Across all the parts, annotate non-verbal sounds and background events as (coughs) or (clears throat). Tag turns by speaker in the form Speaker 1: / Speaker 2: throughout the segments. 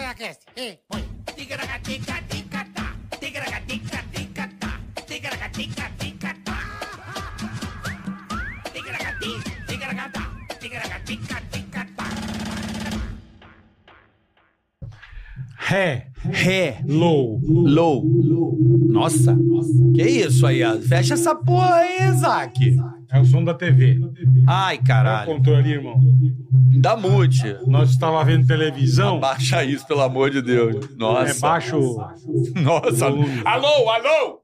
Speaker 1: Ticaracast. E põe.
Speaker 2: Ticaracatica-ticatá, ticaracatica-ticatá, ticaracatica-ticatá. Ticaracati, ticaracatá, ticaracatica-ticatá.
Speaker 3: Ré,
Speaker 4: Ré,
Speaker 3: low.
Speaker 4: low. Nossa, que isso aí? ó. Fecha essa porra aí, Isaac.
Speaker 3: É o som da TV.
Speaker 4: Ai,
Speaker 3: Olha o
Speaker 4: caralho.
Speaker 3: controle ali, irmão.
Speaker 4: Dá mute.
Speaker 3: Nós estava vendo televisão.
Speaker 4: Baixa isso, pelo amor de Deus. Nossa.
Speaker 3: É baixo.
Speaker 4: Nossa. Alô, alô!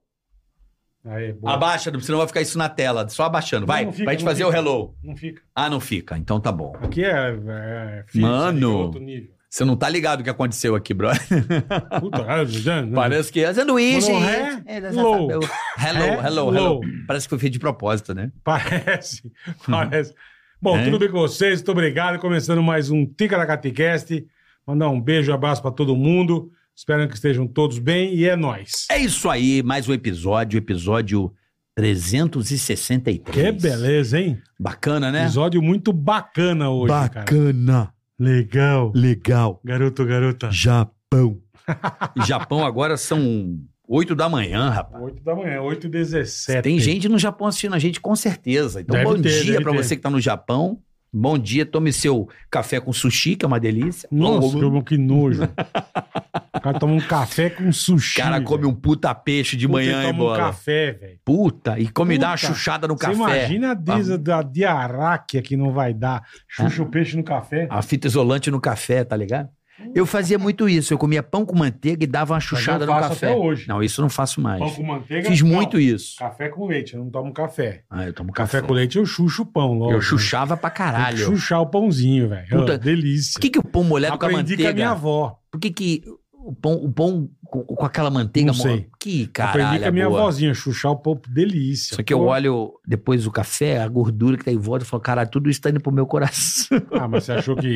Speaker 3: Aí, boa.
Speaker 4: Abaixa, senão vai ficar isso na tela. Só abaixando. Vai,
Speaker 3: Não, não fica,
Speaker 4: pra gente
Speaker 3: não
Speaker 4: fazer o
Speaker 3: fica.
Speaker 4: hello.
Speaker 3: Não fica.
Speaker 4: Ah, não fica. Então tá bom.
Speaker 3: Aqui é. é fixo,
Speaker 4: Mano.
Speaker 3: aqui é outro nível.
Speaker 4: Você não tá ligado o que aconteceu aqui, brother.
Speaker 3: Puta, ah, já-
Speaker 4: Parece que é sanduíche.
Speaker 3: Falou ré,
Speaker 4: É,
Speaker 3: low.
Speaker 4: Hello,
Speaker 3: Ré,
Speaker 4: hello, hello.
Speaker 3: low.
Speaker 4: Parece que foi feito de propósito, né? (laughs)
Speaker 3: Parece, parece. Bom,
Speaker 4: É.
Speaker 3: tudo bem com vocês? Muito obrigado. Começando mais um Ticaracaticast. Mandar um beijo, um abraço para todo mundo. Espero que estejam todos bem e é nóis.
Speaker 4: É isso aí, mais um episódio, episódio 363.
Speaker 3: Que beleza, hein?
Speaker 4: Bacana, né?
Speaker 3: Episódio muito bacana hoje, cara. Legal.
Speaker 4: legal.
Speaker 3: Garoto, garota.
Speaker 4: (laughs) Japão. Japão agora são 8 da manhã, rapaz.
Speaker 3: 8 da manhã, 8 e 17.
Speaker 4: Tem gente no Japão assistindo a gente, com certeza. Então,
Speaker 3: Deve
Speaker 4: bom
Speaker 3: ter,
Speaker 4: dia
Speaker 3: deve
Speaker 4: pra
Speaker 3: ter.
Speaker 4: você que tá no Japão. Bom dia, tome seu café com sushi, que é uma delícia.
Speaker 3: Nossa,
Speaker 4: Bom,
Speaker 3: que, que nojo. o cara toma um café com sushi.
Speaker 4: cara
Speaker 3: velho.
Speaker 4: come um puta peixe de
Speaker 3: Puta,
Speaker 4: manhã,
Speaker 3: ele
Speaker 4: hein,
Speaker 3: toma um
Speaker 4: bola?
Speaker 3: café, velho.
Speaker 4: Puta, e come dá uma
Speaker 3: Puta,
Speaker 4: chuchada no
Speaker 3: Você
Speaker 4: café.
Speaker 3: imagina a desa da diarráquia que não vai dar. Chucha o peixe no café.
Speaker 4: Ah. A fita isolante no café, tá ligado? Eu fazia muito isso. Eu comia pão com manteiga e dava uma chuchada
Speaker 3: eu faço
Speaker 4: no café.
Speaker 3: até hoje.
Speaker 4: Não, isso eu não faço mais.
Speaker 3: Pão com manteiga.
Speaker 4: Fiz
Speaker 3: não.
Speaker 4: muito isso.
Speaker 3: Café com leite, eu não tomo café.
Speaker 4: Ah, eu tomo
Speaker 3: Café
Speaker 4: café.
Speaker 3: com leite eu chucho o pão, logo.
Speaker 4: Eu chuchava pra
Speaker 3: Tem que
Speaker 4: caralho.
Speaker 3: Chuchar o pãozinho, velho.
Speaker 4: Puta,
Speaker 3: Ah, delícia.
Speaker 4: Por que, que o pão molhado com a
Speaker 3: Aprendi com a minha
Speaker 4: manteiga?
Speaker 3: avó.
Speaker 4: Por que, que o pão, o pão com, com aquela manteiga
Speaker 3: Não sei.
Speaker 4: mo- Que
Speaker 3: Aprendi
Speaker 4: caralho,
Speaker 3: com
Speaker 4: é
Speaker 3: a minha
Speaker 4: boa. é
Speaker 3: avózinha, chuchar o pão, delícia.
Speaker 4: Só que eu
Speaker 3: Pô.
Speaker 4: olho depois o café, a gordura que tá em volta, eu falo, caralho, tudo isso tá indo pro meu coração. (laughs)
Speaker 3: Ah, mas você achou que.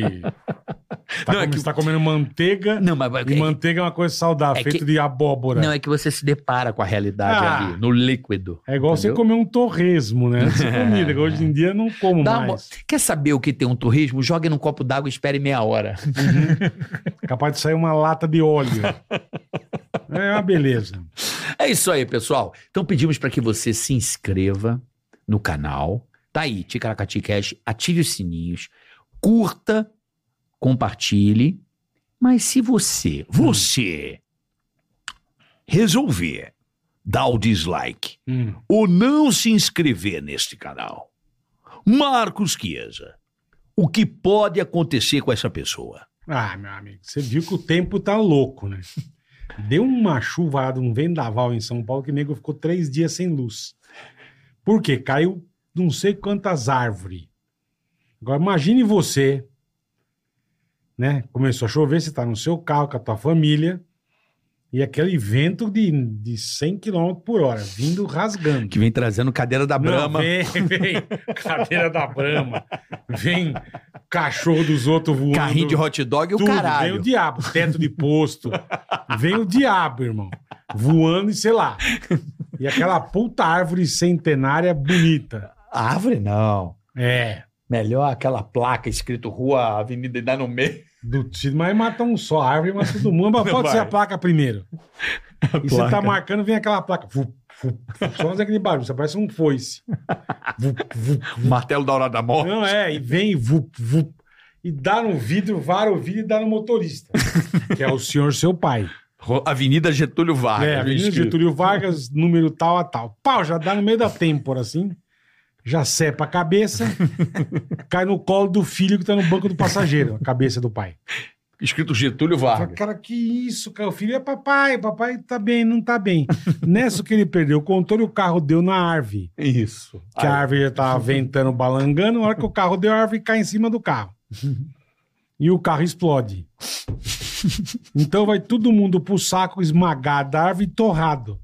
Speaker 3: Tá
Speaker 4: Não, é
Speaker 3: com-
Speaker 4: que-
Speaker 3: Você tá comendo manteiga.
Speaker 4: Não, mas...
Speaker 3: E manteiga é uma coisa saudável,
Speaker 4: É
Speaker 3: feito
Speaker 4: que-
Speaker 3: de abóbora.
Speaker 4: Não, é que você se depara com a realidade
Speaker 3: Ah.
Speaker 4: ali, no líquido.
Speaker 3: É igual você
Speaker 4: Entendeu?
Speaker 3: comer um torresmo, né?
Speaker 4: (laughs)
Speaker 3: Essa comida, que hoje em dia eu não como
Speaker 4: Dá uma-
Speaker 3: mais.
Speaker 4: Quer saber o que tem um turismo? Jogue num copo d'água e espere meia hora.
Speaker 3: Capaz de sair uma lata
Speaker 4: (laughs)
Speaker 3: de óleo. é uma beleza.
Speaker 4: É isso aí, pessoal. Então pedimos para que você se inscreva no canal. Tá aí, Ticaracati Cash, ative os sininhos, curta, compartilhe. Mas se você, você resolver dar o dislike
Speaker 3: Hum.
Speaker 4: ou não se inscrever neste canal. Marcos Chiesa, o que pode acontecer com essa pessoa?
Speaker 3: Ah, meu amigo, você viu que o tempo tá
Speaker 4: (laughs)
Speaker 3: louco, né? Deu uma chuvada, um vendaval em São Paulo que o nego ficou três dias sem luz. Por quê? Caiu não sei quantas árvores. Agora imagine você, né? Começou a chover, você tá no seu carro com a tua família e aquele vento de, de 100 km por hora, vindo rasgando.
Speaker 4: Que vem trazendo cadeira da Brahma.
Speaker 3: Não, vem, (laughs) vem cadeira da Brama, vem cachorro dos outros voando.
Speaker 4: Carrinho de hot dog e o
Speaker 3: Tudo,
Speaker 4: caralho.
Speaker 3: Vem o diabo, teto de posto. vem o diabo, irmão. Voando e sei lá. E aquela puta árvore centenária bonita.
Speaker 4: A árvore não.
Speaker 3: É.
Speaker 4: Melhor aquela placa escrito Rua Avenida e dá no (laughs) meio.
Speaker 3: Do, se- mas mata um só, a árvore mata todo mundo. Mas
Speaker 4: Não
Speaker 3: pode
Speaker 4: vai.
Speaker 3: ser a placa primeiro. E você tá
Speaker 4: placa.
Speaker 3: marcando, vem aquela placa. Vup, vup, vup. só faz aquele barulho, você parece um foice. Vup, vup, vup.
Speaker 4: Martelo da Hora da Morte.
Speaker 3: Não, é, e vem vup, vup. E dá no vidro, vara o vidro e dá no motorista. que é o senhor seu pai.
Speaker 4: Ro- Avenida Getúlio Vargas.
Speaker 3: é, Avenida
Speaker 4: escrito.
Speaker 3: Getúlio Vargas, (laughs) número tal a tal. Pau, já dá no meio da têmpora, assim. Já cepa a cabeça, cai no colo do filho que tá no banco do passageiro, a cabeça do pai.
Speaker 4: Escrito Getúlio
Speaker 3: Fala,
Speaker 4: Vargas.
Speaker 3: cara, que isso, cara? O filho é papai, papai tá bem, não tá bem. Nessa que ele perdeu o controle, o carro deu na árvore.
Speaker 4: Isso.
Speaker 3: Que a árvore já tava ventando, balangando. Na hora que o carro deu, a árvore cai em cima do carro. E o carro explode. Então vai todo mundo pro saco esmagado da árvore e torrado.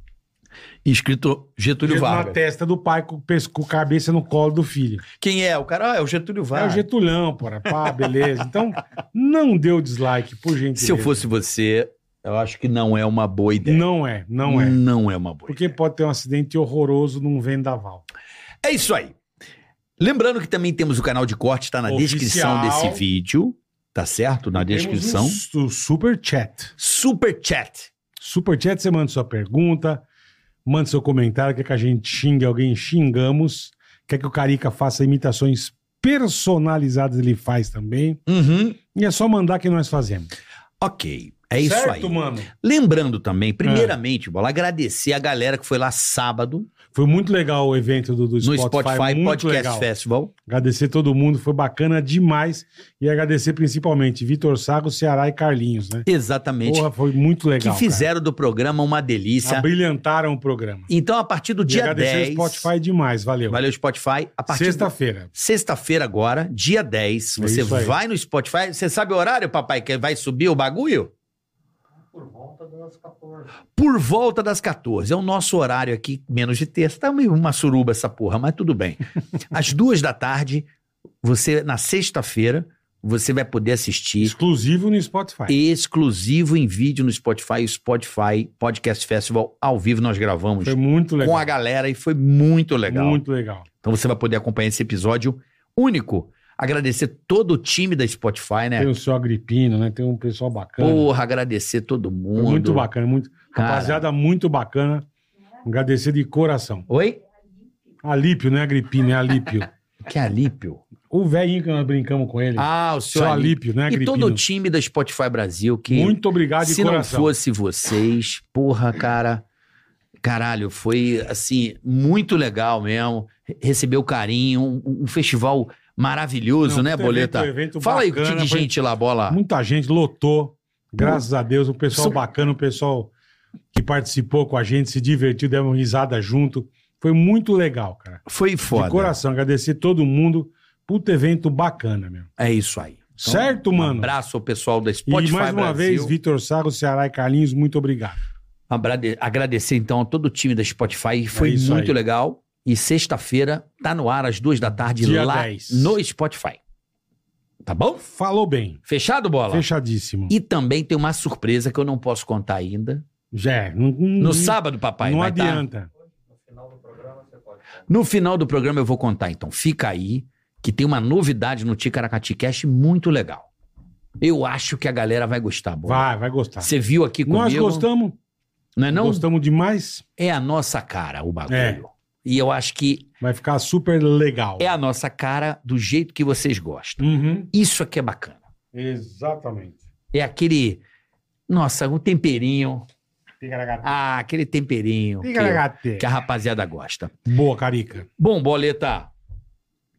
Speaker 4: Escrito Getúlio
Speaker 3: Dedo
Speaker 4: Vargas.
Speaker 3: na testa do pai com, o pes- com a cabeça no colo do filho.
Speaker 4: Quem é? O cara Ah, é o Getúlio
Speaker 3: É o
Speaker 4: Vargas.
Speaker 3: Getulhão, porra. Pá, beleza. Então, não dê o dislike, por gentileza.
Speaker 4: Se eu fosse você, eu acho que não é uma boa ideia.
Speaker 3: Não é, não é.
Speaker 4: Não é uma boa
Speaker 3: Porque pode ter um acidente horroroso num vendaval.
Speaker 4: É isso aí. Lembrando que também temos o canal de corte, está na
Speaker 3: Oficial.
Speaker 4: descrição desse vídeo. tá certo? Na
Speaker 3: Temos
Speaker 4: descrição.
Speaker 3: um su- super chat.
Speaker 4: Super chat.
Speaker 3: Super chat, você manda sua pergunta, manda seu comentário, quer que a gente xingue alguém, xingamos. Quer que o Carica faça imitações personalizadas, ele faz também.
Speaker 4: Uhum.
Speaker 3: E é só mandar que nós fazemos.
Speaker 4: Ok. É isso
Speaker 3: certo,
Speaker 4: aí.
Speaker 3: mano?
Speaker 4: Lembrando também, primeiramente,
Speaker 3: É.
Speaker 4: Bola, agradecer a galera que foi lá sábado
Speaker 3: Foi muito legal o evento do, do
Speaker 4: no
Speaker 3: Spotify. é
Speaker 4: Spotify
Speaker 3: muito
Speaker 4: Podcast
Speaker 3: legal.
Speaker 4: Festival.
Speaker 3: Agradecer todo mundo, foi bacana demais. E agradecer principalmente Vitor Sago, Ceará e Carlinhos, né?
Speaker 4: Exatamente.
Speaker 3: Porra, foi muito legal.
Speaker 4: que fizeram do programa uma delícia.
Speaker 3: Cara. Abrilhantaram o programa.
Speaker 4: Então, a partir do
Speaker 3: E
Speaker 4: dia
Speaker 3: agradecer
Speaker 4: 10.
Speaker 3: o Spotify demais, valeu.
Speaker 4: Valeu, Spotify. A partir do-
Speaker 3: Sexta-feira.
Speaker 4: Sexta-feira agora, dia 10,
Speaker 3: É
Speaker 4: você
Speaker 3: isso aí.
Speaker 4: vai no Spotify. Você sabe o horário, papai, que vai subir o bagulho? Por volta das 14. É o nosso horário aqui, menos de terça. Tá meio uma suruba essa porra, mas tudo
Speaker 3: (laughs)
Speaker 4: bem. Às duas da tarde, você, na sexta-feira, você vai poder assistir
Speaker 3: Exclusivo no Spotify.
Speaker 4: exclusivo em vídeo no Spotify, o Spotify Podcast Festival ao vivo. Nós gravamos
Speaker 3: Foi muito legal.
Speaker 4: com a galera e foi muito legal.
Speaker 3: Muito legal.
Speaker 4: Então você vai poder acompanhar esse episódio único. Agradecer todo o time da Spotify, né?
Speaker 3: Tem o seu Agripino, né? Tem um pessoal bacana.
Speaker 4: Porra, agradecer todo
Speaker 3: Foi
Speaker 4: mundo.
Speaker 3: muito bacana, muito.
Speaker 4: Cara.
Speaker 3: Rapaziada, muito bacana. Agradecer de coração.
Speaker 4: Oi?
Speaker 3: Alípio, não é Agripino, é Alípio.
Speaker 4: Que alípio.
Speaker 3: o velhinho que nós brincamos com ele.
Speaker 4: Ah, o
Speaker 3: seu
Speaker 4: senhor alípio.
Speaker 3: Alípio, né,
Speaker 4: E
Speaker 3: Agripino?
Speaker 4: todo o time da Spotify Brasil que
Speaker 3: Muito obrigado de
Speaker 4: se não
Speaker 3: coração.
Speaker 4: fosse vocês, porra, cara, caralho, foi assim muito legal mesmo. Re- Recebeu carinho, um, um festival maravilhoso,
Speaker 3: Não,
Speaker 4: né,
Speaker 3: puta
Speaker 4: Boleta?
Speaker 3: evento, evento
Speaker 4: Fala aí, que
Speaker 3: bacana,
Speaker 4: de
Speaker 3: foi-
Speaker 4: gente lá, bola.
Speaker 3: Muita gente lotou. Graças a Deus, um pessoal
Speaker 4: São-
Speaker 3: bacana, um pessoal que participou com a gente, se divertiu, deu uma risada junto. Foi muito legal, cara.
Speaker 4: Foi
Speaker 3: De
Speaker 4: foda.
Speaker 3: coração, agradecer todo mundo. Puta evento bacana, meu.
Speaker 4: É isso aí. Então,
Speaker 3: certo, mano?
Speaker 4: Um abraço ao pessoal da
Speaker 3: E
Speaker 4: Spotify
Speaker 3: mais uma
Speaker 4: Brasil.
Speaker 3: vez, Vitor Sago, Ceará e Carlinhos, muito obrigado.
Speaker 4: Abrade- Agradecer então a todo o time da Spotify. Foi
Speaker 3: É isso
Speaker 4: muito
Speaker 3: aí.
Speaker 4: legal. E sexta-feira tá no ar às duas da tarde
Speaker 3: Dia
Speaker 4: lá
Speaker 3: 10.
Speaker 4: no Spotify. Tá bom?
Speaker 3: Falou bem.
Speaker 4: Fechado, bola?
Speaker 3: Fechadíssimo.
Speaker 4: E também tem uma surpresa que eu não posso contar ainda.
Speaker 3: Já é. Não,
Speaker 4: No
Speaker 3: não-
Speaker 4: sábado, papai,
Speaker 3: não
Speaker 4: vai tá?
Speaker 3: adianta.
Speaker 4: No final do programa eu vou contar, então. Fica aí que tem uma novidade no Ticaracati Cash muito legal. Eu acho que a galera vai gostar, bola.
Speaker 3: Vai, vai gostar.
Speaker 4: Você viu aqui comigo?
Speaker 3: Nós gostamos.
Speaker 4: Não é não?
Speaker 3: Gostamos demais.
Speaker 4: É a nossa cara o bagulho.
Speaker 3: É.
Speaker 4: E eu acho que
Speaker 3: Vai ficar super legal.
Speaker 4: é a nossa cara do jeito que vocês gostam.
Speaker 3: Uhum.
Speaker 4: Isso aqui é bacana.
Speaker 3: Exatamente.
Speaker 4: É aquele. Nossa, um temperinho.
Speaker 3: Ticaracate.
Speaker 4: Ah, aquele temperinho que,
Speaker 3: Ticaracate.
Speaker 4: que a rapaziada gosta.
Speaker 3: Boa, Carica.
Speaker 4: Bom, Boleta.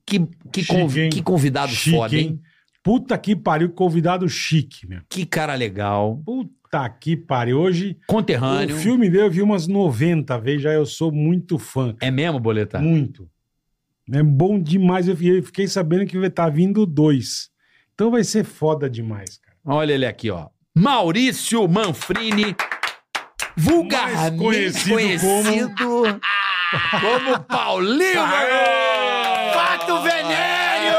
Speaker 4: Que, que,
Speaker 3: Chique,
Speaker 4: conv-
Speaker 3: hein?
Speaker 4: que convidado
Speaker 3: Chique,
Speaker 4: foda, hein?
Speaker 3: hein? Puta que pariu, convidado chique, meu.
Speaker 4: Que cara legal.
Speaker 3: Puta que pariu. Hoje,
Speaker 4: Conterrâneo.
Speaker 3: o filme dele eu vi umas 90 vezes, já eu sou muito fã.
Speaker 4: É mesmo, Boleta?
Speaker 3: Muito. É bom demais. Eu fiquei- eu fiquei sabendo que vai tá vindo dois. Então vai ser foda demais, cara.
Speaker 4: Olha ele aqui, ó. Maurício Manfrini, vulgarmente
Speaker 3: Mais
Speaker 4: conhecido,
Speaker 3: conhecido como-
Speaker 4: como... Paulinho!
Speaker 3: Aê!
Speaker 1: Fato venéreo!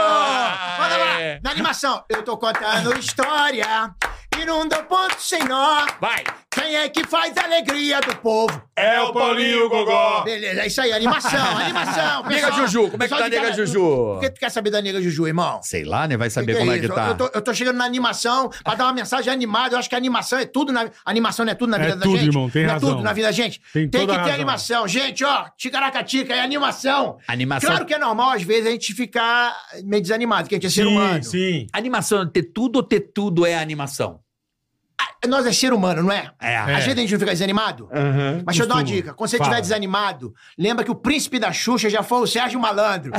Speaker 1: Bora
Speaker 4: É.
Speaker 1: lá! Na animação, eu tô contando história e não dou ponto sem nó.
Speaker 4: Vai!
Speaker 1: Quem é que faz a alegria do povo?
Speaker 3: É o Paulinho Gogó.
Speaker 1: Beleza, é isso aí,
Speaker 4: (laughs)
Speaker 1: animação, animação.
Speaker 4: Nega
Speaker 1: pessoal.
Speaker 4: Juju, como é que
Speaker 1: Pessoal
Speaker 4: tá a
Speaker 1: de
Speaker 4: Nega
Speaker 1: cada-
Speaker 4: Juju?
Speaker 1: O que tu quer saber da Nega Juju, irmão?
Speaker 4: Sei lá, né? Vai saber
Speaker 1: Que que
Speaker 4: como é
Speaker 1: isso?
Speaker 4: que tá.
Speaker 1: Eu tô, eu tô chegando na animação pra dar uma mensagem animada. Eu acho que a animação é tudo na. Animação não é tudo na
Speaker 3: É
Speaker 1: vida da
Speaker 3: tudo,
Speaker 1: gente.
Speaker 3: irmão, tem
Speaker 1: não
Speaker 3: razão.
Speaker 1: é tudo na vida da gente.
Speaker 3: Tem toda
Speaker 1: que
Speaker 3: a
Speaker 1: ter
Speaker 3: razão.
Speaker 1: animação. Gente, ó, ticaracatica, é animação.
Speaker 4: Animação,
Speaker 1: Claro que é normal, às vezes, a gente ficar meio desanimado, que a gente é ser humano.
Speaker 3: Sim, sim.
Speaker 4: animação é ter tudo ou ter tudo é animação?
Speaker 1: Nós é ser humano, não é?
Speaker 4: É.
Speaker 1: Às vezes a gente não fica desanimado. Mas deixa eu dar uma
Speaker 3: Costuma.
Speaker 1: dica. Quando você
Speaker 3: Fala.
Speaker 1: estiver desanimado, lembra que o príncipe da Xuxa já foi o Sérgio Malandro.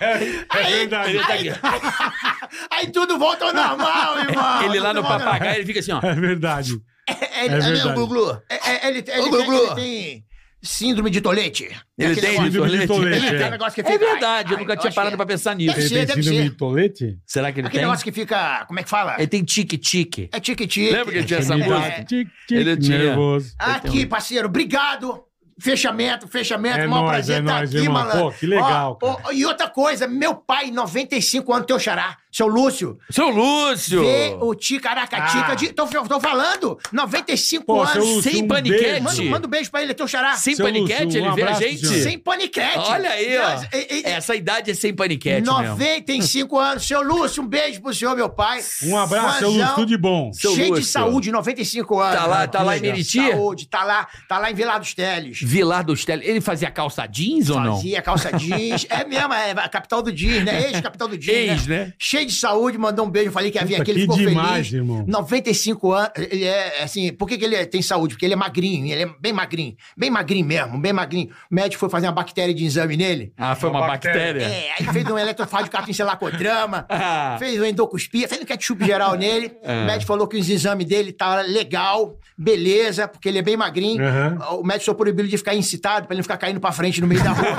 Speaker 3: É, é verdade.
Speaker 4: Ele tá aqui.
Speaker 1: Aí tudo volta
Speaker 4: (laughs)
Speaker 1: ao normal, irmão.
Speaker 4: Ele lá no
Speaker 1: Tudo volta ao normal.
Speaker 4: papagaio, ele fica assim, ó.
Speaker 3: (laughs) É verdade.
Speaker 1: É,
Speaker 3: É
Speaker 1: ele,
Speaker 3: verdade.
Speaker 1: é o Guglu. É, é, ele, ele,
Speaker 4: Ô, Guglu.
Speaker 1: Tem, ele tem síndrome de tolete. É
Speaker 4: Ele
Speaker 1: aquele
Speaker 4: tem
Speaker 1: negócio-
Speaker 3: síndrome de Tourette,
Speaker 1: Ele tem
Speaker 3: é.
Speaker 1: um negócio que fica...
Speaker 4: É verdade, eu
Speaker 1: Ai,
Speaker 4: nunca
Speaker 1: ai,
Speaker 4: tinha
Speaker 1: acho
Speaker 4: parado
Speaker 1: que
Speaker 4: pra pensar nisso.
Speaker 1: Deve
Speaker 3: Ele
Speaker 1: ser,
Speaker 3: tem
Speaker 1: deve
Speaker 3: síndrome
Speaker 1: ser.
Speaker 3: de tolete?
Speaker 4: Será que ele
Speaker 1: Aquele
Speaker 4: tem?
Speaker 1: negócio que fica... Como é que fala?
Speaker 4: Ele tem tique-tique.
Speaker 1: É tique-tique.
Speaker 4: Lembra que ele tinha essa
Speaker 1: É.
Speaker 4: música?
Speaker 3: Tic, tic,
Speaker 4: Ele tinha.
Speaker 3: Nervoso.
Speaker 1: Aqui, parceiro, obrigado. Fechamento, fechamento.
Speaker 3: Então, É
Speaker 1: maior
Speaker 3: nóis,
Speaker 1: prazer
Speaker 3: é
Speaker 1: estar
Speaker 3: nóis,
Speaker 1: aqui,
Speaker 3: irmão.
Speaker 1: malandro.
Speaker 3: Pô, que legal,
Speaker 1: Ó, ó, e outra coisa, meu pai, 95 anos, teu xará. Seu Lúcio,
Speaker 4: Seu Lúcio!
Speaker 1: vê o Ticaracatica
Speaker 3: Ah.
Speaker 1: de. Tô, tô falando, 95
Speaker 3: Pô, seu
Speaker 1: anos.
Speaker 3: Lúcio,
Speaker 4: sem
Speaker 3: um
Speaker 4: paniquete.
Speaker 3: beijo.
Speaker 1: Manda, manda um beijo pra ele, é teu xará.
Speaker 4: Sem
Speaker 3: Seu
Speaker 4: paniquete,
Speaker 3: Lúcio, um
Speaker 4: ele vê a
Speaker 3: abraço,
Speaker 4: gente?
Speaker 3: senhor.
Speaker 1: Sem paniquete.
Speaker 4: Olha aí, ó.
Speaker 1: Não, e- e-
Speaker 4: Essa idade é sem paniquete mesmo.
Speaker 1: 95 anos. Seu Lúcio, um beijo pro senhor, meu pai.
Speaker 3: Um abraço, seu Lúcio,
Speaker 1: Fãzão,
Speaker 3: tudo de bom. Ah,
Speaker 4: Seu
Speaker 1: Cheio de
Speaker 4: Lúcio.
Speaker 1: saúde, 95 anos.
Speaker 4: Tá lá, tá lá em
Speaker 3: Maravilha.
Speaker 4: Meriti?
Speaker 1: Saúde, tá lá, tá lá em Vilar dos Teles.
Speaker 4: Vilar dos Teles. Ele fazia calça jeans ou não?
Speaker 1: Fazia calça jeans. É mesmo, é a capital do jeans, né? Ex-capital do jeans.
Speaker 4: Ex, né?
Speaker 1: Cheio de saúde, mandou um beijo, falei que ia vir
Speaker 3: Puta,
Speaker 1: aqui, ele
Speaker 3: que
Speaker 1: ficou
Speaker 3: demais,
Speaker 1: feliz.
Speaker 3: irmão.
Speaker 1: 95 anos, ele é assim, por que, que ele é- tem saúde? Porque ele é magrinho, ele é bem magrinho, bem magrinho mesmo, bem magrinho. O médico foi fazer uma bactéria de exame nele.
Speaker 4: Ah, foi uma,
Speaker 3: Uma
Speaker 4: bactéria.
Speaker 1: É, aí fez um eletrofagiocarpim, sei lá, com trama,
Speaker 4: Ah.
Speaker 5: (laughs)
Speaker 1: fez um endocuspia, fez um ketchup geral nele. O médico falou que os exames dele tá legal, beleza, porque ele é bem magrinho.
Speaker 3: Aham.
Speaker 1: O médico só proibiu ele de ficar incitado, pra ele não ficar caindo pra frente no meio da
Speaker 4: (laughs)
Speaker 1: rua.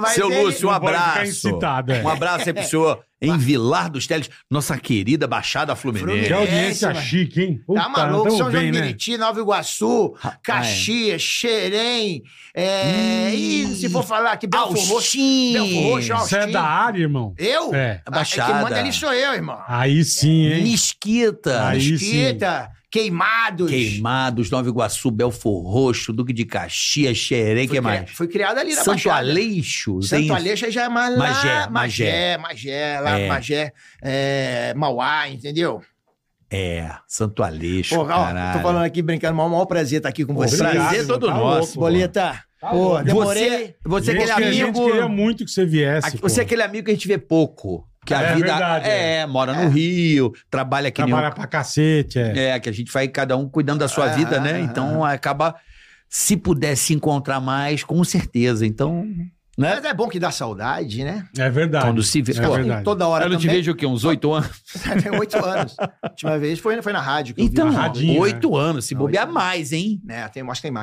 Speaker 1: Mas
Speaker 5: Seu
Speaker 1: ele-
Speaker 5: Lúcio, um
Speaker 3: Não pode ficar
Speaker 5: abraço.
Speaker 3: incitado, é.
Speaker 5: Um abraço aí pro senhor em Vilar dos Teles, nossa querida Baixada Fluminense.
Speaker 3: Que audiência
Speaker 1: mano.
Speaker 3: chique, hein?
Speaker 1: Tá
Speaker 3: Puta,
Speaker 1: maluco?
Speaker 3: tamo
Speaker 1: São João
Speaker 3: bem,
Speaker 1: de
Speaker 3: né?
Speaker 1: Meriti, Nova Iguaçu, Caxias, Xerém, é, e se for falar aqui,
Speaker 4: Ah,
Speaker 1: Belfort Roxo. Belfort Roxo,
Speaker 5: Austin,
Speaker 3: Você é
Speaker 1: Austin.
Speaker 3: da área, irmão?
Speaker 1: Eu?
Speaker 3: É.
Speaker 1: Ah,
Speaker 5: Baixada.
Speaker 1: Quem manda ali sou eu, irmão.
Speaker 3: Aí sim, hein?
Speaker 5: Mesquita,
Speaker 3: Aí sim.
Speaker 1: Mesquita, Queimados.
Speaker 5: Queimados, Nova Iguaçu, Belfor Roxo, Duque de Caxias, Xerém, que
Speaker 1: Fui
Speaker 5: mais?
Speaker 1: cri- Fui criado ali na
Speaker 5: Santo
Speaker 1: é? Baixada.
Speaker 5: Aleixo.
Speaker 1: Santo
Speaker 5: tem-
Speaker 1: Aleixo aí já é mais lá,
Speaker 5: Magé,
Speaker 1: Magé, Magé, lá,
Speaker 5: É.
Speaker 1: Magé, é, Mauá, entendeu?
Speaker 5: É, Santo Aleixo,
Speaker 1: Porra, ó,
Speaker 5: caralho.
Speaker 1: tô falando aqui, brincando, o maior, maior prazer estar aqui com você.
Speaker 3: Obrigado,
Speaker 5: prazer
Speaker 3: irmão,
Speaker 5: todo
Speaker 3: tá
Speaker 5: nosso,
Speaker 3: louco, mano.
Speaker 1: Boleta,
Speaker 3: Tá
Speaker 1: pô,
Speaker 3: louco.
Speaker 1: demorei.
Speaker 5: Você, você é
Speaker 3: Gente que
Speaker 5: aquele
Speaker 3: A gente
Speaker 5: amigo...
Speaker 3: queria muito que você viesse.
Speaker 5: Aqui-
Speaker 3: pô.
Speaker 5: Você é aquele amigo que a gente vê pouco. Que a
Speaker 3: É
Speaker 5: vida.
Speaker 3: verdade,
Speaker 5: é, mora no Rio, trabalha
Speaker 1: é
Speaker 5: que nem um
Speaker 3: Trabalha pra cacete, é.
Speaker 5: É, que a gente vai cada um cuidando da sua
Speaker 1: Ah,
Speaker 5: vida,
Speaker 1: ah,
Speaker 5: né? Então acaba. Se puder se encontrar mais, com certeza. Então.
Speaker 1: Mas é bom que dá saudade, né?
Speaker 3: É verdade.
Speaker 4: Quando se vê-
Speaker 3: É
Speaker 4: Pô,
Speaker 3: verdade.
Speaker 1: Toda hora
Speaker 4: Eu não te
Speaker 1: também.
Speaker 4: vejo o quê? Uns oito anos?
Speaker 1: (laughs) Tem oito anos. A última vez foi, foi na rádio. Que
Speaker 5: Então,
Speaker 1: eu vi.
Speaker 3: na radinha,
Speaker 5: oito anos, se
Speaker 1: Não,
Speaker 5: bobear
Speaker 1: oito
Speaker 5: mais, hein?
Speaker 1: Né, tem, acho que tem mais.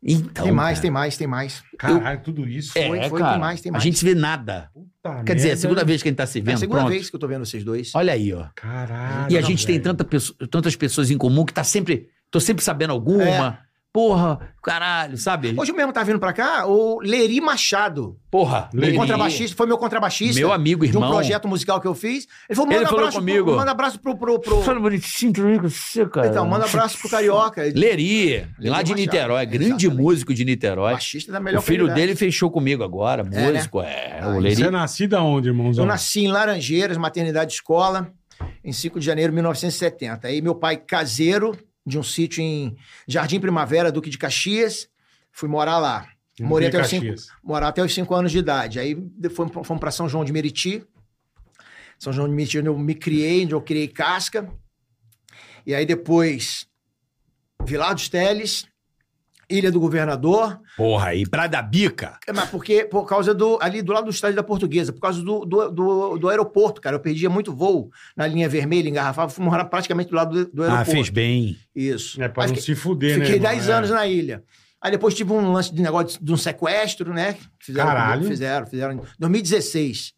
Speaker 5: Então.
Speaker 1: tem mais,
Speaker 5: cara. Tá
Speaker 1: tem mais, tem mais.
Speaker 3: Caralho, tudo isso.
Speaker 4: É,
Speaker 1: Foi, foi,
Speaker 4: cara.
Speaker 1: tem mais, tem
Speaker 5: A
Speaker 1: mais.
Speaker 5: gente se vê nada.
Speaker 3: Puta
Speaker 5: Quer dizer, é a
Speaker 3: merda. né,
Speaker 5: segunda vez que a gente tá se
Speaker 1: É
Speaker 5: vendo.
Speaker 1: a segunda
Speaker 5: pronto.
Speaker 1: vez que eu tô vendo vocês dois.
Speaker 4: Olha aí, ó.
Speaker 3: Caralho.
Speaker 5: E a gente
Speaker 1: é.
Speaker 5: tem
Speaker 3: velho.
Speaker 5: tanta pesso- tantas pessoas em comum que tá sempre. Tô sempre sabendo
Speaker 1: É.
Speaker 5: alguma. Porra, caralho, sabe?
Speaker 1: Hoje mesmo tá vindo pra cá o Leri Machado.
Speaker 5: Porra.
Speaker 1: Meu
Speaker 3: Leri.
Speaker 1: contrabaixista, foi meu contrabaixista.
Speaker 5: Meu amigo,
Speaker 1: De um
Speaker 5: irmão.
Speaker 1: projeto musical que eu fiz. Ele falou,
Speaker 5: Ele
Speaker 1: manda
Speaker 5: falou
Speaker 1: abraço
Speaker 5: comigo.
Speaker 1: Pro, manda abraço pro... pro,
Speaker 5: (laughs)
Speaker 1: pro-
Speaker 4: bonitinho também com você, cara.
Speaker 1: Então, manda abraço pro Carioca. Ele-
Speaker 5: Leri, lá de
Speaker 1: Machado.
Speaker 5: Niterói, grande
Speaker 1: Exatamente.
Speaker 5: músico de Niterói.
Speaker 1: Baixista da melhor
Speaker 5: O filho
Speaker 1: qualidade.
Speaker 5: dele fechou comigo agora,
Speaker 1: né?
Speaker 5: músico. É,
Speaker 1: Ah,
Speaker 5: o
Speaker 3: Você é
Speaker 5: (laughs) Leri.
Speaker 3: nascido aonde, irmãozão?
Speaker 1: Eu nasci em Laranjeiras, maternidade escola, em 5 de janeiro de 1970. Aí meu pai caseiro de um sítio em Jardim Primavera, Duque de Caxias, fui morar lá.
Speaker 3: Em
Speaker 1: Morei até, os cinco,
Speaker 3: Caxias.
Speaker 1: morar até os cinco anos de idade. Aí de- fomos, pra- fomos para São João de Meriti. São João de Meriti, onde eu me criei, onde eu criei casca. E aí depois, Vilar dos Teles, Ilha do Governador,
Speaker 5: Porra, e Prada Bica.
Speaker 1: é, Mas porque, por causa do. Ali do lado do estádio da Portuguesa, por causa do, do, do, do aeroporto, cara. Eu perdia muito voo na linha vermelha, engarrafava, fui morar praticamente do lado do, do
Speaker 5: Ah,
Speaker 1: aeroporto.
Speaker 5: fez bem.
Speaker 1: Isso.
Speaker 3: É pra
Speaker 1: Mas
Speaker 3: não
Speaker 1: fiquei-
Speaker 3: se fuder, né?
Speaker 1: Fiquei
Speaker 3: irmão?
Speaker 1: 10
Speaker 3: É.
Speaker 1: anos na ilha. Aí depois tive um lance de negócio de, de um sequestro, né? Fizeram,
Speaker 3: Caralho.
Speaker 1: Fizeram, fizeram. em 2016,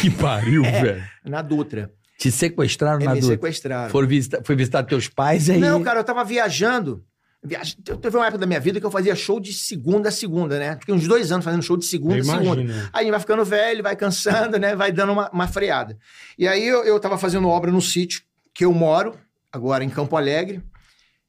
Speaker 5: Que pariu, velho.
Speaker 1: na Dutra.
Speaker 5: Te sequestraram
Speaker 1: É,
Speaker 5: na
Speaker 1: me
Speaker 5: dúvida.
Speaker 1: sequestraram.
Speaker 5: Foram visitar, foi visitar teus pais aí.
Speaker 1: Não, cara, eu tava viajando. Viaja- te- Teve uma época da minha vida que eu fazia show de segunda a segunda, né? Fiquei uns dois anos fazendo show de segunda
Speaker 3: Eu
Speaker 1: a segunda.
Speaker 3: imagino.
Speaker 1: Aí a gente vai ficando velho, vai cansando, né? Vai dando uma, uma freada. E aí eu, eu tava fazendo obra no sítio que eu moro, agora em Campo Alegre.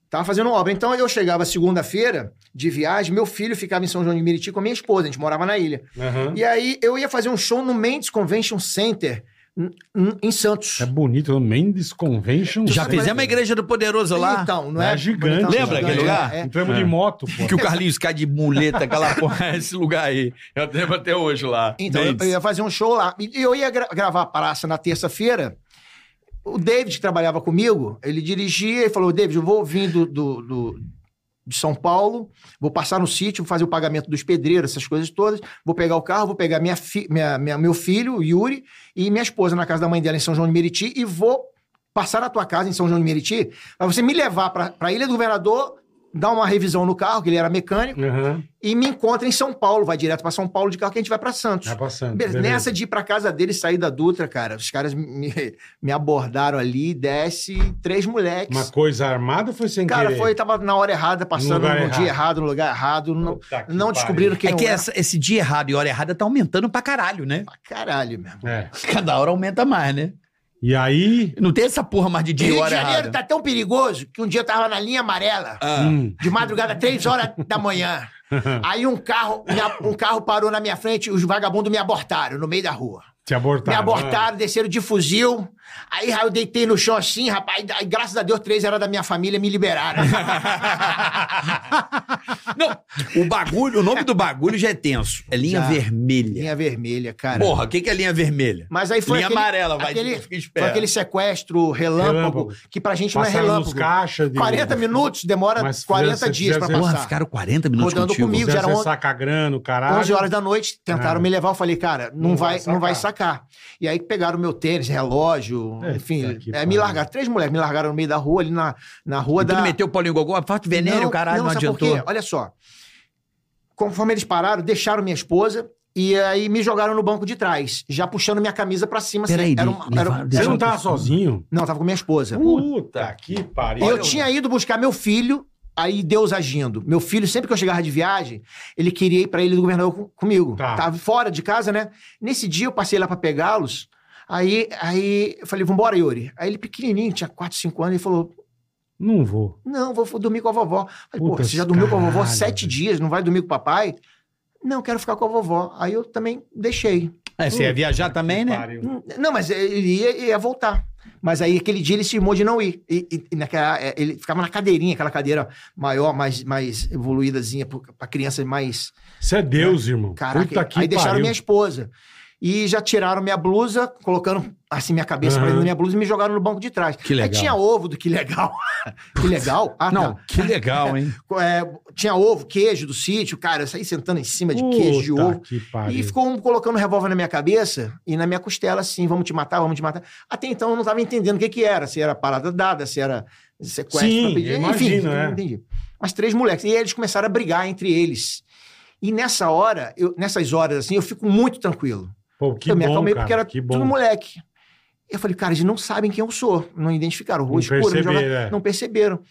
Speaker 1: Tava fazendo obra. Então eu chegava segunda-feira de viagem, meu filho ficava em São João de Meriti com a minha esposa, a gente morava na ilha.
Speaker 3: Aham.
Speaker 1: E aí eu ia fazer um show no Mendes Convention Center n- n- em Santos.
Speaker 3: É bonito, o Mendes Convention.
Speaker 5: Já
Speaker 3: Center.
Speaker 5: fizemos a igreja do Poderoso lá.
Speaker 1: Então, não
Speaker 3: Lá
Speaker 1: é?
Speaker 3: é gigante.
Speaker 5: Lembra aquele
Speaker 1: gigante,
Speaker 5: lugar?
Speaker 1: é.
Speaker 3: Entramos
Speaker 5: É.
Speaker 3: de moto,
Speaker 5: Que
Speaker 3: pô.
Speaker 5: o Carlinhos cai de
Speaker 1: (laughs)
Speaker 5: muleta, aquela porra, esse lugar aí. Eu lembro até hoje lá.
Speaker 1: Então,
Speaker 4: É
Speaker 1: eu,
Speaker 5: Dentes.
Speaker 1: eu ia fazer um show lá. E eu ia gra- gravar a praça na terça-feira. O David, que trabalhava comigo, ele dirigia e falou: David, eu vou vir do, do- do- de São Paulo, vou passar no sítio, vou fazer o pagamento dos pedreiros, essas coisas todas, vou pegar o carro, vou pegar minha fi- minha- minha- meu filho, o Yuri, e minha esposa na casa da mãe dela em São João de Meriti e vou passar na tua casa em São João de Meriti pra você me levar pra, pra Ilha do Governador dá uma revisão no carro, que ele era mecânico,
Speaker 3: Aham.
Speaker 1: e me encontra em São Paulo. Vai direto pra São Paulo de carro que a gente vai pra Santos.
Speaker 3: Tá passando.
Speaker 1: Be-
Speaker 3: beleza.
Speaker 1: Nessa de ir pra casa dele, sair da Dutra, cara, os caras me, me abordaram ali, desce três moleques.
Speaker 3: Uma coisa armada ou foi sem
Speaker 1: cara,
Speaker 3: querer?
Speaker 1: foi, tava na hora errada, passando no,
Speaker 3: lugar errado.
Speaker 1: dia errado, no lugar errado, não,
Speaker 3: Puta que
Speaker 1: não
Speaker 3: pariu.
Speaker 1: descobriram quem
Speaker 5: É que
Speaker 1: eu era.
Speaker 5: essa- esse dia errado e hora errada tá aumentando pra caralho, né?
Speaker 1: Pra Caralho, meu.
Speaker 3: É.
Speaker 5: Cada hora aumenta mais, né?
Speaker 3: E aí...
Speaker 5: Não tem essa porra mais de dia e
Speaker 1: Rio de
Speaker 5: hora
Speaker 1: Janeiro
Speaker 5: errada.
Speaker 1: tá tão perigoso que um dia eu tava na linha amarela,
Speaker 5: Ah.
Speaker 3: hum,
Speaker 1: de madrugada, três horas da
Speaker 3: (laughs)
Speaker 1: manhã. Aí um carro, minha- um carro parou na minha frente, os vagabundos me abortaram no meio da rua.
Speaker 3: te
Speaker 1: Me
Speaker 5: Tá,
Speaker 3: abortaram. né?
Speaker 1: abortaram, desceram de fuzil. Aí eu deitei no chão assim, rapaz. Aí, graças a Deus, três eram da minha família, me
Speaker 5: (laughs)
Speaker 1: liberaram.
Speaker 5: Não, o bagulho, o nome do bagulho já é tenso. É linha
Speaker 1: Já.
Speaker 5: vermelha.
Speaker 1: linha vermelha, cara.
Speaker 5: Porra, o que, que é linha vermelha?
Speaker 1: Mas aí foi
Speaker 5: linha
Speaker 1: aquele,
Speaker 5: amarela, vai.
Speaker 1: aquele,
Speaker 5: fica
Speaker 1: foi
Speaker 5: esperto.
Speaker 1: aquele sequestro relâmpago,
Speaker 3: Relâmpago.
Speaker 1: que pra gente não é
Speaker 3: Passaram nos
Speaker 1: relâmpago.
Speaker 3: caixas. De...
Speaker 1: 40 minutos, demora
Speaker 3: Mas
Speaker 1: 40
Speaker 3: fizeram-
Speaker 1: dias pra
Speaker 3: fizeram-
Speaker 5: Porra,
Speaker 1: passar.
Speaker 5: ficaram 40 minutos
Speaker 1: Rodando
Speaker 5: contigo.
Speaker 1: comigo.
Speaker 3: Já
Speaker 1: já era on-
Speaker 3: saca grana, o caralho.
Speaker 1: 11 horas da noite, tentaram
Speaker 3: Ah.
Speaker 1: me levar. Eu falei, cara, não,
Speaker 3: Não vai
Speaker 1: vai,
Speaker 3: sacar.
Speaker 1: não vai sacar. E aí pegaram meu tênis, relógio,
Speaker 3: É,
Speaker 1: enfim.
Speaker 3: tá aqui,
Speaker 1: aí me
Speaker 3: pariu.
Speaker 1: largaram. Três mulheres me largaram no meio da rua, ali na, na rua
Speaker 5: E tu
Speaker 1: da.
Speaker 5: Então meteu o Paulinho Gogó, fato venéreo,
Speaker 1: Não,
Speaker 5: caralho, não,
Speaker 1: sabe por
Speaker 5: adiantou.
Speaker 1: quê? Olha só. Conforme eles pararam, deixaram minha esposa e aí me jogaram no banco de trás, já puxando minha camisa pra cima. assim,
Speaker 5: Peraí,
Speaker 1: era
Speaker 5: le-
Speaker 1: uma- era- um-
Speaker 5: levaram-
Speaker 3: Você não
Speaker 5: deixaram-
Speaker 3: tava sozinho?
Speaker 1: tá- Não, tava com minha esposa.
Speaker 3: Puta que pariu.
Speaker 1: eu tinha ido buscar meu filho, aí Deus agindo. Meu filho, sempre que eu chegava de viagem, ele queria ir pra Ilha do Governador com- comigo.
Speaker 3: Tá.
Speaker 1: Tava fora de casa, né? Nesse dia eu passei lá pra pegá-los, aí, aí eu falei, vambora, Yuri. Aí ele pequenininho, tinha 4, 5 anos, ele falou,
Speaker 3: Não vou.
Speaker 1: Não, vou vou dormir com a vovó. Falei, pô,
Speaker 3: Puta,
Speaker 1: você já dormiu com a vovó
Speaker 3: caralho,
Speaker 1: sete
Speaker 3: velho.
Speaker 1: dias, não vai dormir com o papai? Não, quero ficar com a vovó. Aí eu também deixei.
Speaker 5: É, você ia viajar também, né?
Speaker 3: Pariu.
Speaker 1: Hum, Não, mas ele ia, ia voltar. Mas aí aquele dia ele se irmou de não ir. E, e- e naquela, é, ele ficava na cadeirinha, aquela cadeira maior, mais, mais evoluídazinha, pro- pra criança mais.
Speaker 3: Você é Deus, irmão.
Speaker 1: Caraca,
Speaker 3: Puta
Speaker 1: aí
Speaker 3: que
Speaker 1: deixaram
Speaker 3: pariu.
Speaker 1: minha esposa. E já tiraram minha blusa, colocando assim minha cabeça pra
Speaker 3: Aham.
Speaker 1: dentro da minha blusa e me jogaram no banco de trás.
Speaker 5: Que legal.
Speaker 1: Aí tinha ovo do que legal. (laughs) que legal? Ah,
Speaker 5: Não,
Speaker 1: tá.
Speaker 5: que legal, hein?
Speaker 1: É, tinha ovo, queijo do sítio, cara, eu saí sentando em cima de queijo, de
Speaker 3: Puta
Speaker 1: ovo.
Speaker 3: que pariu.
Speaker 1: E ficou um colocando revólver na minha cabeça e na minha costela, assim, vamos te matar, vamos te matar. Até então eu não estava entendendo o que que era, se era parada dada, se era sequestro.
Speaker 3: Sim,
Speaker 1: pra pedir,
Speaker 3: eu
Speaker 1: enfim,
Speaker 3: imagino, é.
Speaker 1: não entendi. Mas três moleques. E aí eles começaram a brigar entre eles. E nessa hora, eu- nessas horas, assim, eu fico muito tranquilo.
Speaker 3: Pô, que
Speaker 1: eu
Speaker 3: bom,
Speaker 1: me acalmei
Speaker 3: cara.
Speaker 1: porque era
Speaker 3: que
Speaker 1: tudo
Speaker 3: bom.
Speaker 1: moleque. Eu falei, cara, eles não sabem quem eu sou. Não identificaram.
Speaker 3: Não
Speaker 1: Rua escura, me jogaram-
Speaker 3: perceberam, é.
Speaker 1: não perceberam. Eu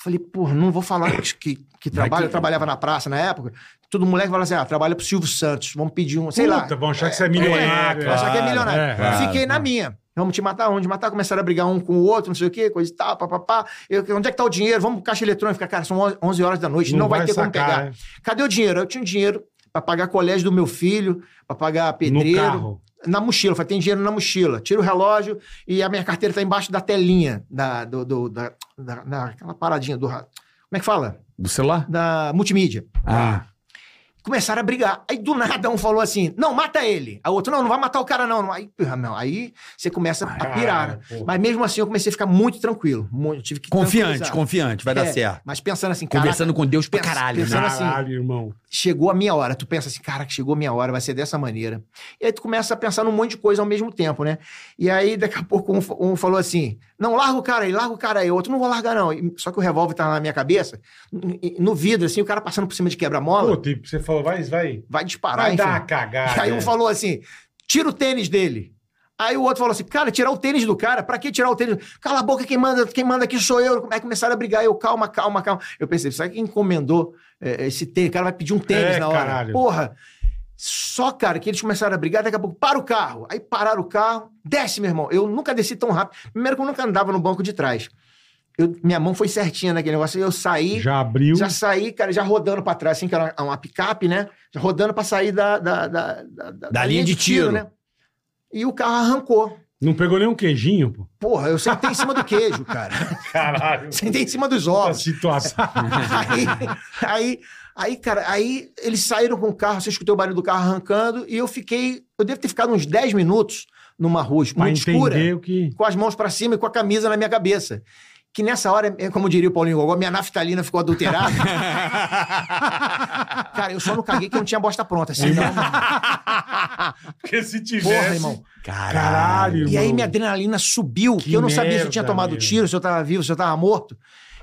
Speaker 1: falei, porra, não vou falar que, que, que trabalho. Eu trabalhava na praça na época. Todo moleque falava assim, ah, trabalha pro Silvio Santos. Vamos pedir um, sei lá.
Speaker 3: Puta, vão achar que você é milionário.
Speaker 5: é,
Speaker 1: Vai achar que é milionário.
Speaker 3: É, claro.
Speaker 1: Fiquei na minha. Vamos te matar, vamos te matar. Começaram a brigar um com o outro, não sei o quê, coisa e tal, papapá. Eu, onde é que tá o dinheiro? Vamos pro caixa eletrônica. Cara, são 11 horas da noite, não, vai, ter como pegar.
Speaker 3: sacar, é.
Speaker 1: Cadê o dinheiro? Eu tinha dinheiro pra pagar colégio do meu filho, pra pagar
Speaker 3: é. No
Speaker 1: pedreiro,
Speaker 3: carro.
Speaker 1: na mochila. Eu Falei, tem dinheiro na mochila. Tira o relógio e a minha carteira tá embaixo da telinha, da, do, do- da, da- da- aquela paradinha do... ra- Como é que fala?
Speaker 5: Do celular?
Speaker 1: Da multimídia.
Speaker 5: Ah.
Speaker 1: Começaram a brigar. Aí do nada um falou assim: não, mata ele. A outra, não, não vai matar o cara, não. Aí, porra, não. Aí você começa a pirar. né?
Speaker 3: Caralho, porra.
Speaker 1: Mas mesmo assim eu comecei a ficar muito tranquilo. Muito, tive que
Speaker 5: Confiante,
Speaker 1: tranquilizar.
Speaker 5: confiante, vai dar
Speaker 1: É,
Speaker 5: certo.
Speaker 1: Mas pensando assim, cara,
Speaker 5: Conversando com Deus pra
Speaker 1: pensa-
Speaker 5: caralho, né?
Speaker 1: pensando assim-
Speaker 3: Caralho, irmão.
Speaker 1: chegou a minha hora. Tu pensa assim, cara, que chegou a minha hora, vai ser dessa maneira. E aí tu começa a pensar num monte de coisa ao mesmo tempo, né? E aí daqui a pouco um, fa- um falou assim: não, larga o cara aí, larga o cara aí. O outro, não vou largar não. E- Só que o revólver tava na minha cabeça, n- no vidro, assim, o cara passando por cima de quebra-mola,
Speaker 3: Pô, tipo, você falou, vai, vai.
Speaker 1: vai disparar,
Speaker 3: Vai
Speaker 1: enfim.
Speaker 3: dar uma cagada.
Speaker 1: Aí um
Speaker 3: é.
Speaker 1: falou assim: tira o tênis dele. Aí o outro falou assim: cara, tirar o tênis do cara, pra que tirar o tênis? Cala a boca, quem manda, quem manda aqui sou eu. Aí começaram a brigar, eu, calma, calma, calma. Eu pensei, sabe quem encomendou eh, esse tênis? O cara vai pedir um tênis
Speaker 3: É,
Speaker 1: na hora.
Speaker 3: caralho.
Speaker 1: Porra! Só, cara, que eles começaram a brigar, daqui a pouco, para o carro. Aí pararam o carro, desce, meu irmão. Eu nunca desci tão rápido. Primeiro que eu nunca andava no banco de trás. Eu- minha mão foi certinha naquele negócio. Eu saí.
Speaker 3: Já abriu.
Speaker 1: Já saí, cara, já rodando pra trás, assim, que era uma picape, né? Já rodando pra sair da, da, da, da, né?
Speaker 5: Da linha de tiro.
Speaker 1: E o carro arrancou.
Speaker 3: Não pegou nem um queijinho, pô.
Speaker 1: Porra, eu sentei em cima do queijo, cara. (laughs)
Speaker 3: Caralho.
Speaker 1: Sentei em cima dos
Speaker 3: Puta
Speaker 1: ovos.
Speaker 3: situação.
Speaker 1: (laughs) aí, aí, aí, cara, aí eles saíram com o carro, você escutou o barulho do carro arrancando, e eu fiquei. Eu devo ter ficado uns 10 minutos numa rua
Speaker 3: pra
Speaker 1: muito escura
Speaker 3: entender o que...
Speaker 1: com as mãos pra cima e com a camisa na minha cabeça. Que nessa hora, é como diria o Paulinho Gogó, minha naftalina ficou adulterada. (laughs)
Speaker 4: né?
Speaker 1: Cara, eu só não caguei que eu não tinha bosta pronta, assim, não.
Speaker 3: Porque se tivesse...
Speaker 1: Porra, irmão.
Speaker 3: Caralho,
Speaker 1: E aí
Speaker 3: irmão.
Speaker 1: minha adrenalina subiu, que, eu não sabia se eu tinha
Speaker 3: merda,
Speaker 1: tomado
Speaker 3: meu.
Speaker 1: tiro, se eu tava vivo, se eu tava morto.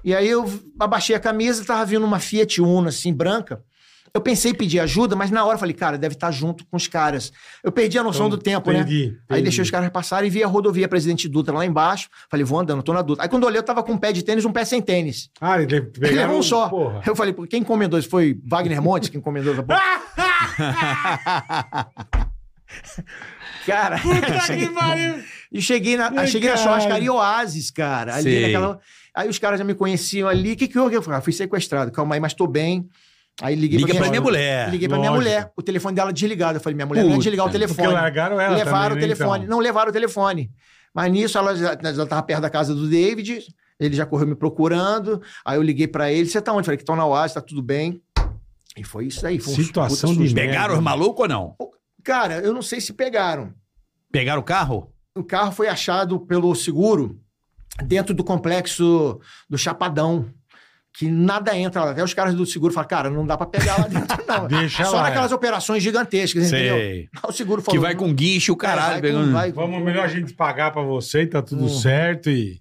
Speaker 1: E aí eu abaixei a camisa, tava vindo uma Fiat Uno, assim, branca. Eu pensei em pedir ajuda, mas na hora eu falei, cara, deve estar junto com os caras. Eu perdi a noção
Speaker 3: Então,
Speaker 1: do tempo, né?
Speaker 3: entendi,
Speaker 1: Aí
Speaker 3: entendi.
Speaker 1: deixei os caras passarem e vi a rodovia Presidente Dutra lá embaixo. Falei, vou andando, tô na Dutra. Aí quando eu olhei, eu tava com um pé de tênis, um pé sem tênis.
Speaker 3: Ah, ele
Speaker 1: Ele
Speaker 3: pegaram...
Speaker 1: levou um só.
Speaker 3: Porra.
Speaker 1: Eu falei, "Pô, quem encomendou isso? Foi Wagner Montes que encomendou essa porra. (laughs) cara,
Speaker 3: Puta que pariu.
Speaker 1: (laughs) e cheguei na,
Speaker 3: Ai,
Speaker 1: cheguei na
Speaker 3: caralho.
Speaker 1: churrascaria Oasis, cara. Ali
Speaker 4: Sei.
Speaker 1: naquela- Aí os caras já me conheciam ali. O que, que houve? Eu falei, ah, fui sequestrado. Calma aí, mas tô bem. Aí liguei
Speaker 4: Liga pra minha
Speaker 1: mulher.
Speaker 4: mulher.
Speaker 1: Liguei pra minha
Speaker 3: Lógico.
Speaker 1: mulher. O telefone dela desligado. Eu falei, minha mulher não ia
Speaker 4: Puta.
Speaker 1: desligar o telefone.
Speaker 3: Porque largaram ela também,
Speaker 1: levaram o
Speaker 3: né,
Speaker 1: telefone.
Speaker 3: então?
Speaker 1: Não, levaram o telefone. Mas nisso, ela já, né, já tava perto da casa do David. Ele já correu me procurando. Aí eu liguei pra ele. Você tá onde? Eu falei, que estão na Oasis, tá tudo bem. E foi isso aí. Foi um
Speaker 3: Situação
Speaker 1: puta
Speaker 3: de
Speaker 1: susto.
Speaker 3: merda.
Speaker 4: Pegaram os malucos ou não?
Speaker 1: Cara, eu não sei se pegaram.
Speaker 4: Pegaram o carro?
Speaker 1: O carro foi achado pelo seguro dentro do complexo do Chapadão. Que nada entra lá. Até os caras do seguro falam, cara, não dá pra pegar
Speaker 3: (laughs)
Speaker 1: lá dentro, não.
Speaker 3: Deixa
Speaker 1: Só
Speaker 3: lá. é.
Speaker 1: naquelas operações gigantescas, entendeu? O seguro falou.
Speaker 4: Que vai com guincho, o caralho.
Speaker 1: É, vai com-
Speaker 4: pegando...
Speaker 1: vai-
Speaker 3: Vamos melhor a gente pagar pra você e tá tudo
Speaker 1: Hum.
Speaker 3: certo e...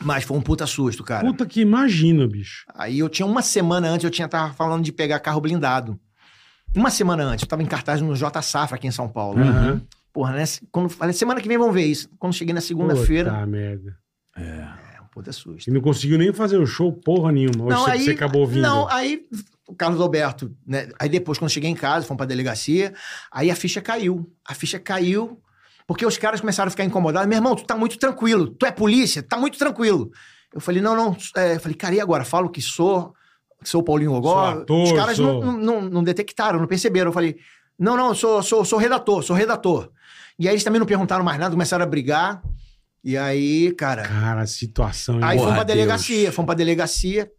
Speaker 1: Mas foi um puta susto, cara.
Speaker 3: Puta que imagino, bicho.
Speaker 1: Aí eu tinha uma semana antes, eu tinha tava falando de pegar carro blindado. Uma semana antes, eu tava em cartaz no J Safra aqui em São Paulo.
Speaker 3: Aham.
Speaker 1: Porra, né? Quando, falei, semana que vem vamos ver isso. Quando cheguei na segunda-feira,
Speaker 3: Puta merda.
Speaker 1: é um puta susto.
Speaker 3: E não conseguiu nem fazer o show porra nenhuma. Hoje
Speaker 1: Não,
Speaker 3: você,
Speaker 1: aí-
Speaker 3: você acabou vindo.
Speaker 1: Não, aí o Carlos Alberto, né? Aí depois, quando cheguei em casa, fomos pra delegacia, aí a ficha caiu. A ficha caiu, porque os caras começaram a ficar incomodados. Meu irmão, tu tá muito tranquilo. Tu é polícia? Tá muito tranquilo. Eu falei, não, não. É, eu falei, cara, e agora? Falo que sou, que sou Paulinho Gogó.
Speaker 3: Sou ator,
Speaker 1: os caras não-
Speaker 3: sou-
Speaker 1: Não, não, não detectaram, não perceberam. Eu falei, não, não, eu sou, sou, sou redator, sou redator. E aí eles também não perguntaram mais nada, começaram a brigar. E aí, cara,
Speaker 3: Cara, a situação... é hein?
Speaker 1: Aí
Speaker 4: Porra,
Speaker 1: fomos pra
Speaker 4: Deus.
Speaker 1: delegacia, fomos pra delegacia.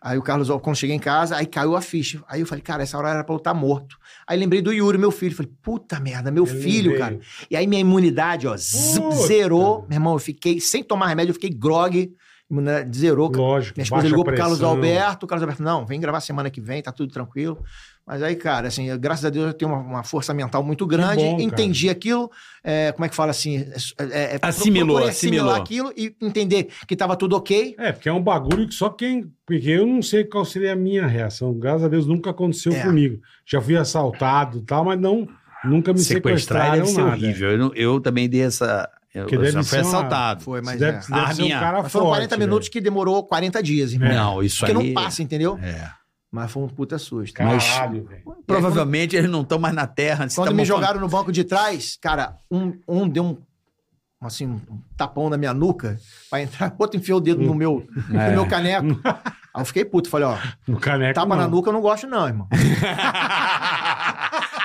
Speaker 1: Aí o Carlos, Alves, quando cheguei em casa, aí caiu a ficha. Aí eu falei, cara, essa hora era pra eu estar morto. Aí lembrei do Yuri, meu filho. Falei, puta merda, meu
Speaker 3: Eu
Speaker 1: filho,
Speaker 3: lembrei.
Speaker 1: cara. E aí minha imunidade, ó, z-
Speaker 3: Puta.
Speaker 1: zerou. Meu irmão, eu fiquei, sem tomar remédio, eu fiquei grog. Imunidade zerou. cara.
Speaker 3: Lógico.
Speaker 1: Minha esposa
Speaker 3: baixa
Speaker 1: ligou pro Carlos
Speaker 3: pressão.
Speaker 1: Alberto. O Carlos Alberto, não, vem gravar semana que vem, tá tudo tranquilo. Mas aí, cara, assim, eu, graças a Deus eu tenho uma, uma força mental muito grande.
Speaker 3: bom, cara.
Speaker 1: entendi aquilo. é, como é que fala assim? É, é, é,
Speaker 4: Assimilou,
Speaker 1: procurei assimilar
Speaker 4: assimilou.
Speaker 1: aquilo e entender que tava tudo ok.
Speaker 3: É, porque é um bagulho que só quem. Porque eu não sei qual seria a minha reação. Graças a Deus nunca aconteceu
Speaker 1: É.
Speaker 3: comigo. Já fui assaltado e tal, mas não, nunca me
Speaker 4: Sequestrar
Speaker 3: sequestraram
Speaker 4: deve ser
Speaker 3: nada.
Speaker 4: horrível. Eu, não- eu também dei essa. Eu,
Speaker 3: Porque deve
Speaker 4: eu
Speaker 3: ser
Speaker 4: fui
Speaker 3: uma-
Speaker 4: assaltado.
Speaker 1: Foi,
Speaker 3: Mas
Speaker 1: mas,
Speaker 3: deve,
Speaker 1: é.
Speaker 3: deve
Speaker 4: A
Speaker 3: ser
Speaker 4: minha-
Speaker 3: um cara forte.
Speaker 1: Mas foram 40
Speaker 3: velho.
Speaker 1: minutos que demorou 40 dias, irmão.
Speaker 4: Não, isso
Speaker 1: Porque
Speaker 4: aí.
Speaker 1: não passa, entendeu?
Speaker 4: É.
Speaker 1: Mas foi um puta susto.
Speaker 3: Caralho, velho.
Speaker 4: Provavelmente eles não estão mais na terra. se
Speaker 1: Quando
Speaker 4: tá
Speaker 1: me
Speaker 4: bom-
Speaker 1: jogaram no banco de trás, cara, um, um deu um, assim, um tapão na minha nuca pra entrar, (laughs) outro enfiou o dedo no, meu,
Speaker 4: É.
Speaker 1: no meu caneco. Aí eu fiquei puto, falei, ó,
Speaker 3: No caneco.
Speaker 1: tapa na
Speaker 3: não.
Speaker 1: nuca eu não gosto não, irmão.
Speaker 4: (laughs)
Speaker 1: Então,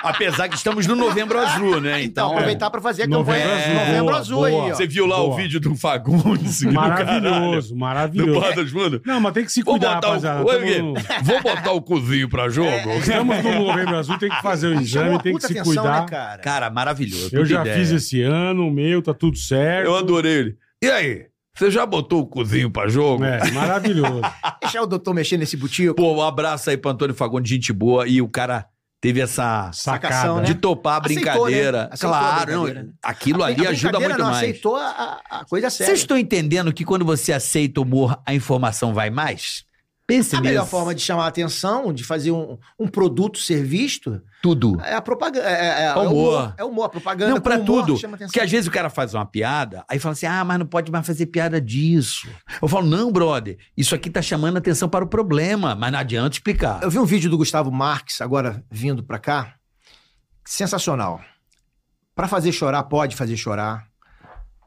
Speaker 4: Apesar que estamos no novembro azul, né?
Speaker 1: Então,
Speaker 4: Então.
Speaker 1: aproveitar pra fazer
Speaker 3: é. Novembro
Speaker 1: campanha
Speaker 3: Azul,
Speaker 1: Novembro
Speaker 3: boa,
Speaker 1: Azul
Speaker 3: boa.
Speaker 1: aí, ó.
Speaker 5: Você viu lá o
Speaker 3: Boa.
Speaker 5: vídeo
Speaker 4: (laughs)
Speaker 5: do Fagundes? do caralho,
Speaker 3: Maravilhoso,
Speaker 5: Do
Speaker 3: maravilhoso.
Speaker 5: Porra dos Mundos?
Speaker 3: Não, mas tem que se
Speaker 5: Vou
Speaker 3: cuidar,
Speaker 1: um
Speaker 5: botar,
Speaker 3: rapaziada.
Speaker 5: o... Oi,
Speaker 3: Tamo-
Speaker 5: Gui, vou botar o cozinho pra jogo?
Speaker 1: É,
Speaker 3: Estamos no novembro azul, tem que fazer o
Speaker 1: Chamou
Speaker 3: exame,
Speaker 1: a
Speaker 3: tem que
Speaker 1: puta
Speaker 3: se
Speaker 1: atenção,
Speaker 3: cuidar.
Speaker 1: né, cara?
Speaker 4: Cara, maravilhoso.
Speaker 3: eu
Speaker 4: puta
Speaker 3: já
Speaker 4: ideia.
Speaker 3: fiz esse ano, o meu, tá tudo certo.
Speaker 5: Eu adorei ele. E aí? Você já botou o cozinho pra jogo?
Speaker 3: É, maravilhoso.
Speaker 1: Deixar o doutor mexer nesse butico.
Speaker 4: Pô, um abraço aí pro Antônio Fagundes, gente boa. E o cara teve essa.
Speaker 1: (laughs) Sacação,
Speaker 3: Sacada.
Speaker 1: né?
Speaker 4: De topar a
Speaker 1: Aceitou,
Speaker 4: brincadeira.
Speaker 1: né? Aceitou a
Speaker 4: claro,
Speaker 1: brincadeira,
Speaker 4: não,
Speaker 1: né?
Speaker 4: aquilo ali
Speaker 1: A
Speaker 4: ajuda
Speaker 1: brincadeira
Speaker 4: muito
Speaker 1: não,
Speaker 4: mais.
Speaker 1: aceitou a, a- a coisa séria.
Speaker 4: Vocês estão entendendo que quando você aceita o humor, a informação vai mais? Pense
Speaker 1: A
Speaker 4: nisso.
Speaker 1: melhor forma de chamar a atenção, de fazer um, um produto ser visto,
Speaker 4: Tudo.
Speaker 1: é a propaganda. É, é- é
Speaker 4: Humor.
Speaker 1: o humor. É o humor, a propaganda.
Speaker 4: Não, pra
Speaker 1: com humor
Speaker 4: tudo.
Speaker 1: chama atenção.
Speaker 4: Porque às vezes o cara faz uma piada, aí fala assim, ah, mas não pode mais fazer piada disso. Eu falo, não, brother, isso aqui tá chamando atenção para o problema, mas não adianta explicar.
Speaker 1: Eu vi um vídeo do Gustavo Marx agora vindo pra cá. Sensacional. Pra fazer chorar, pode fazer chorar.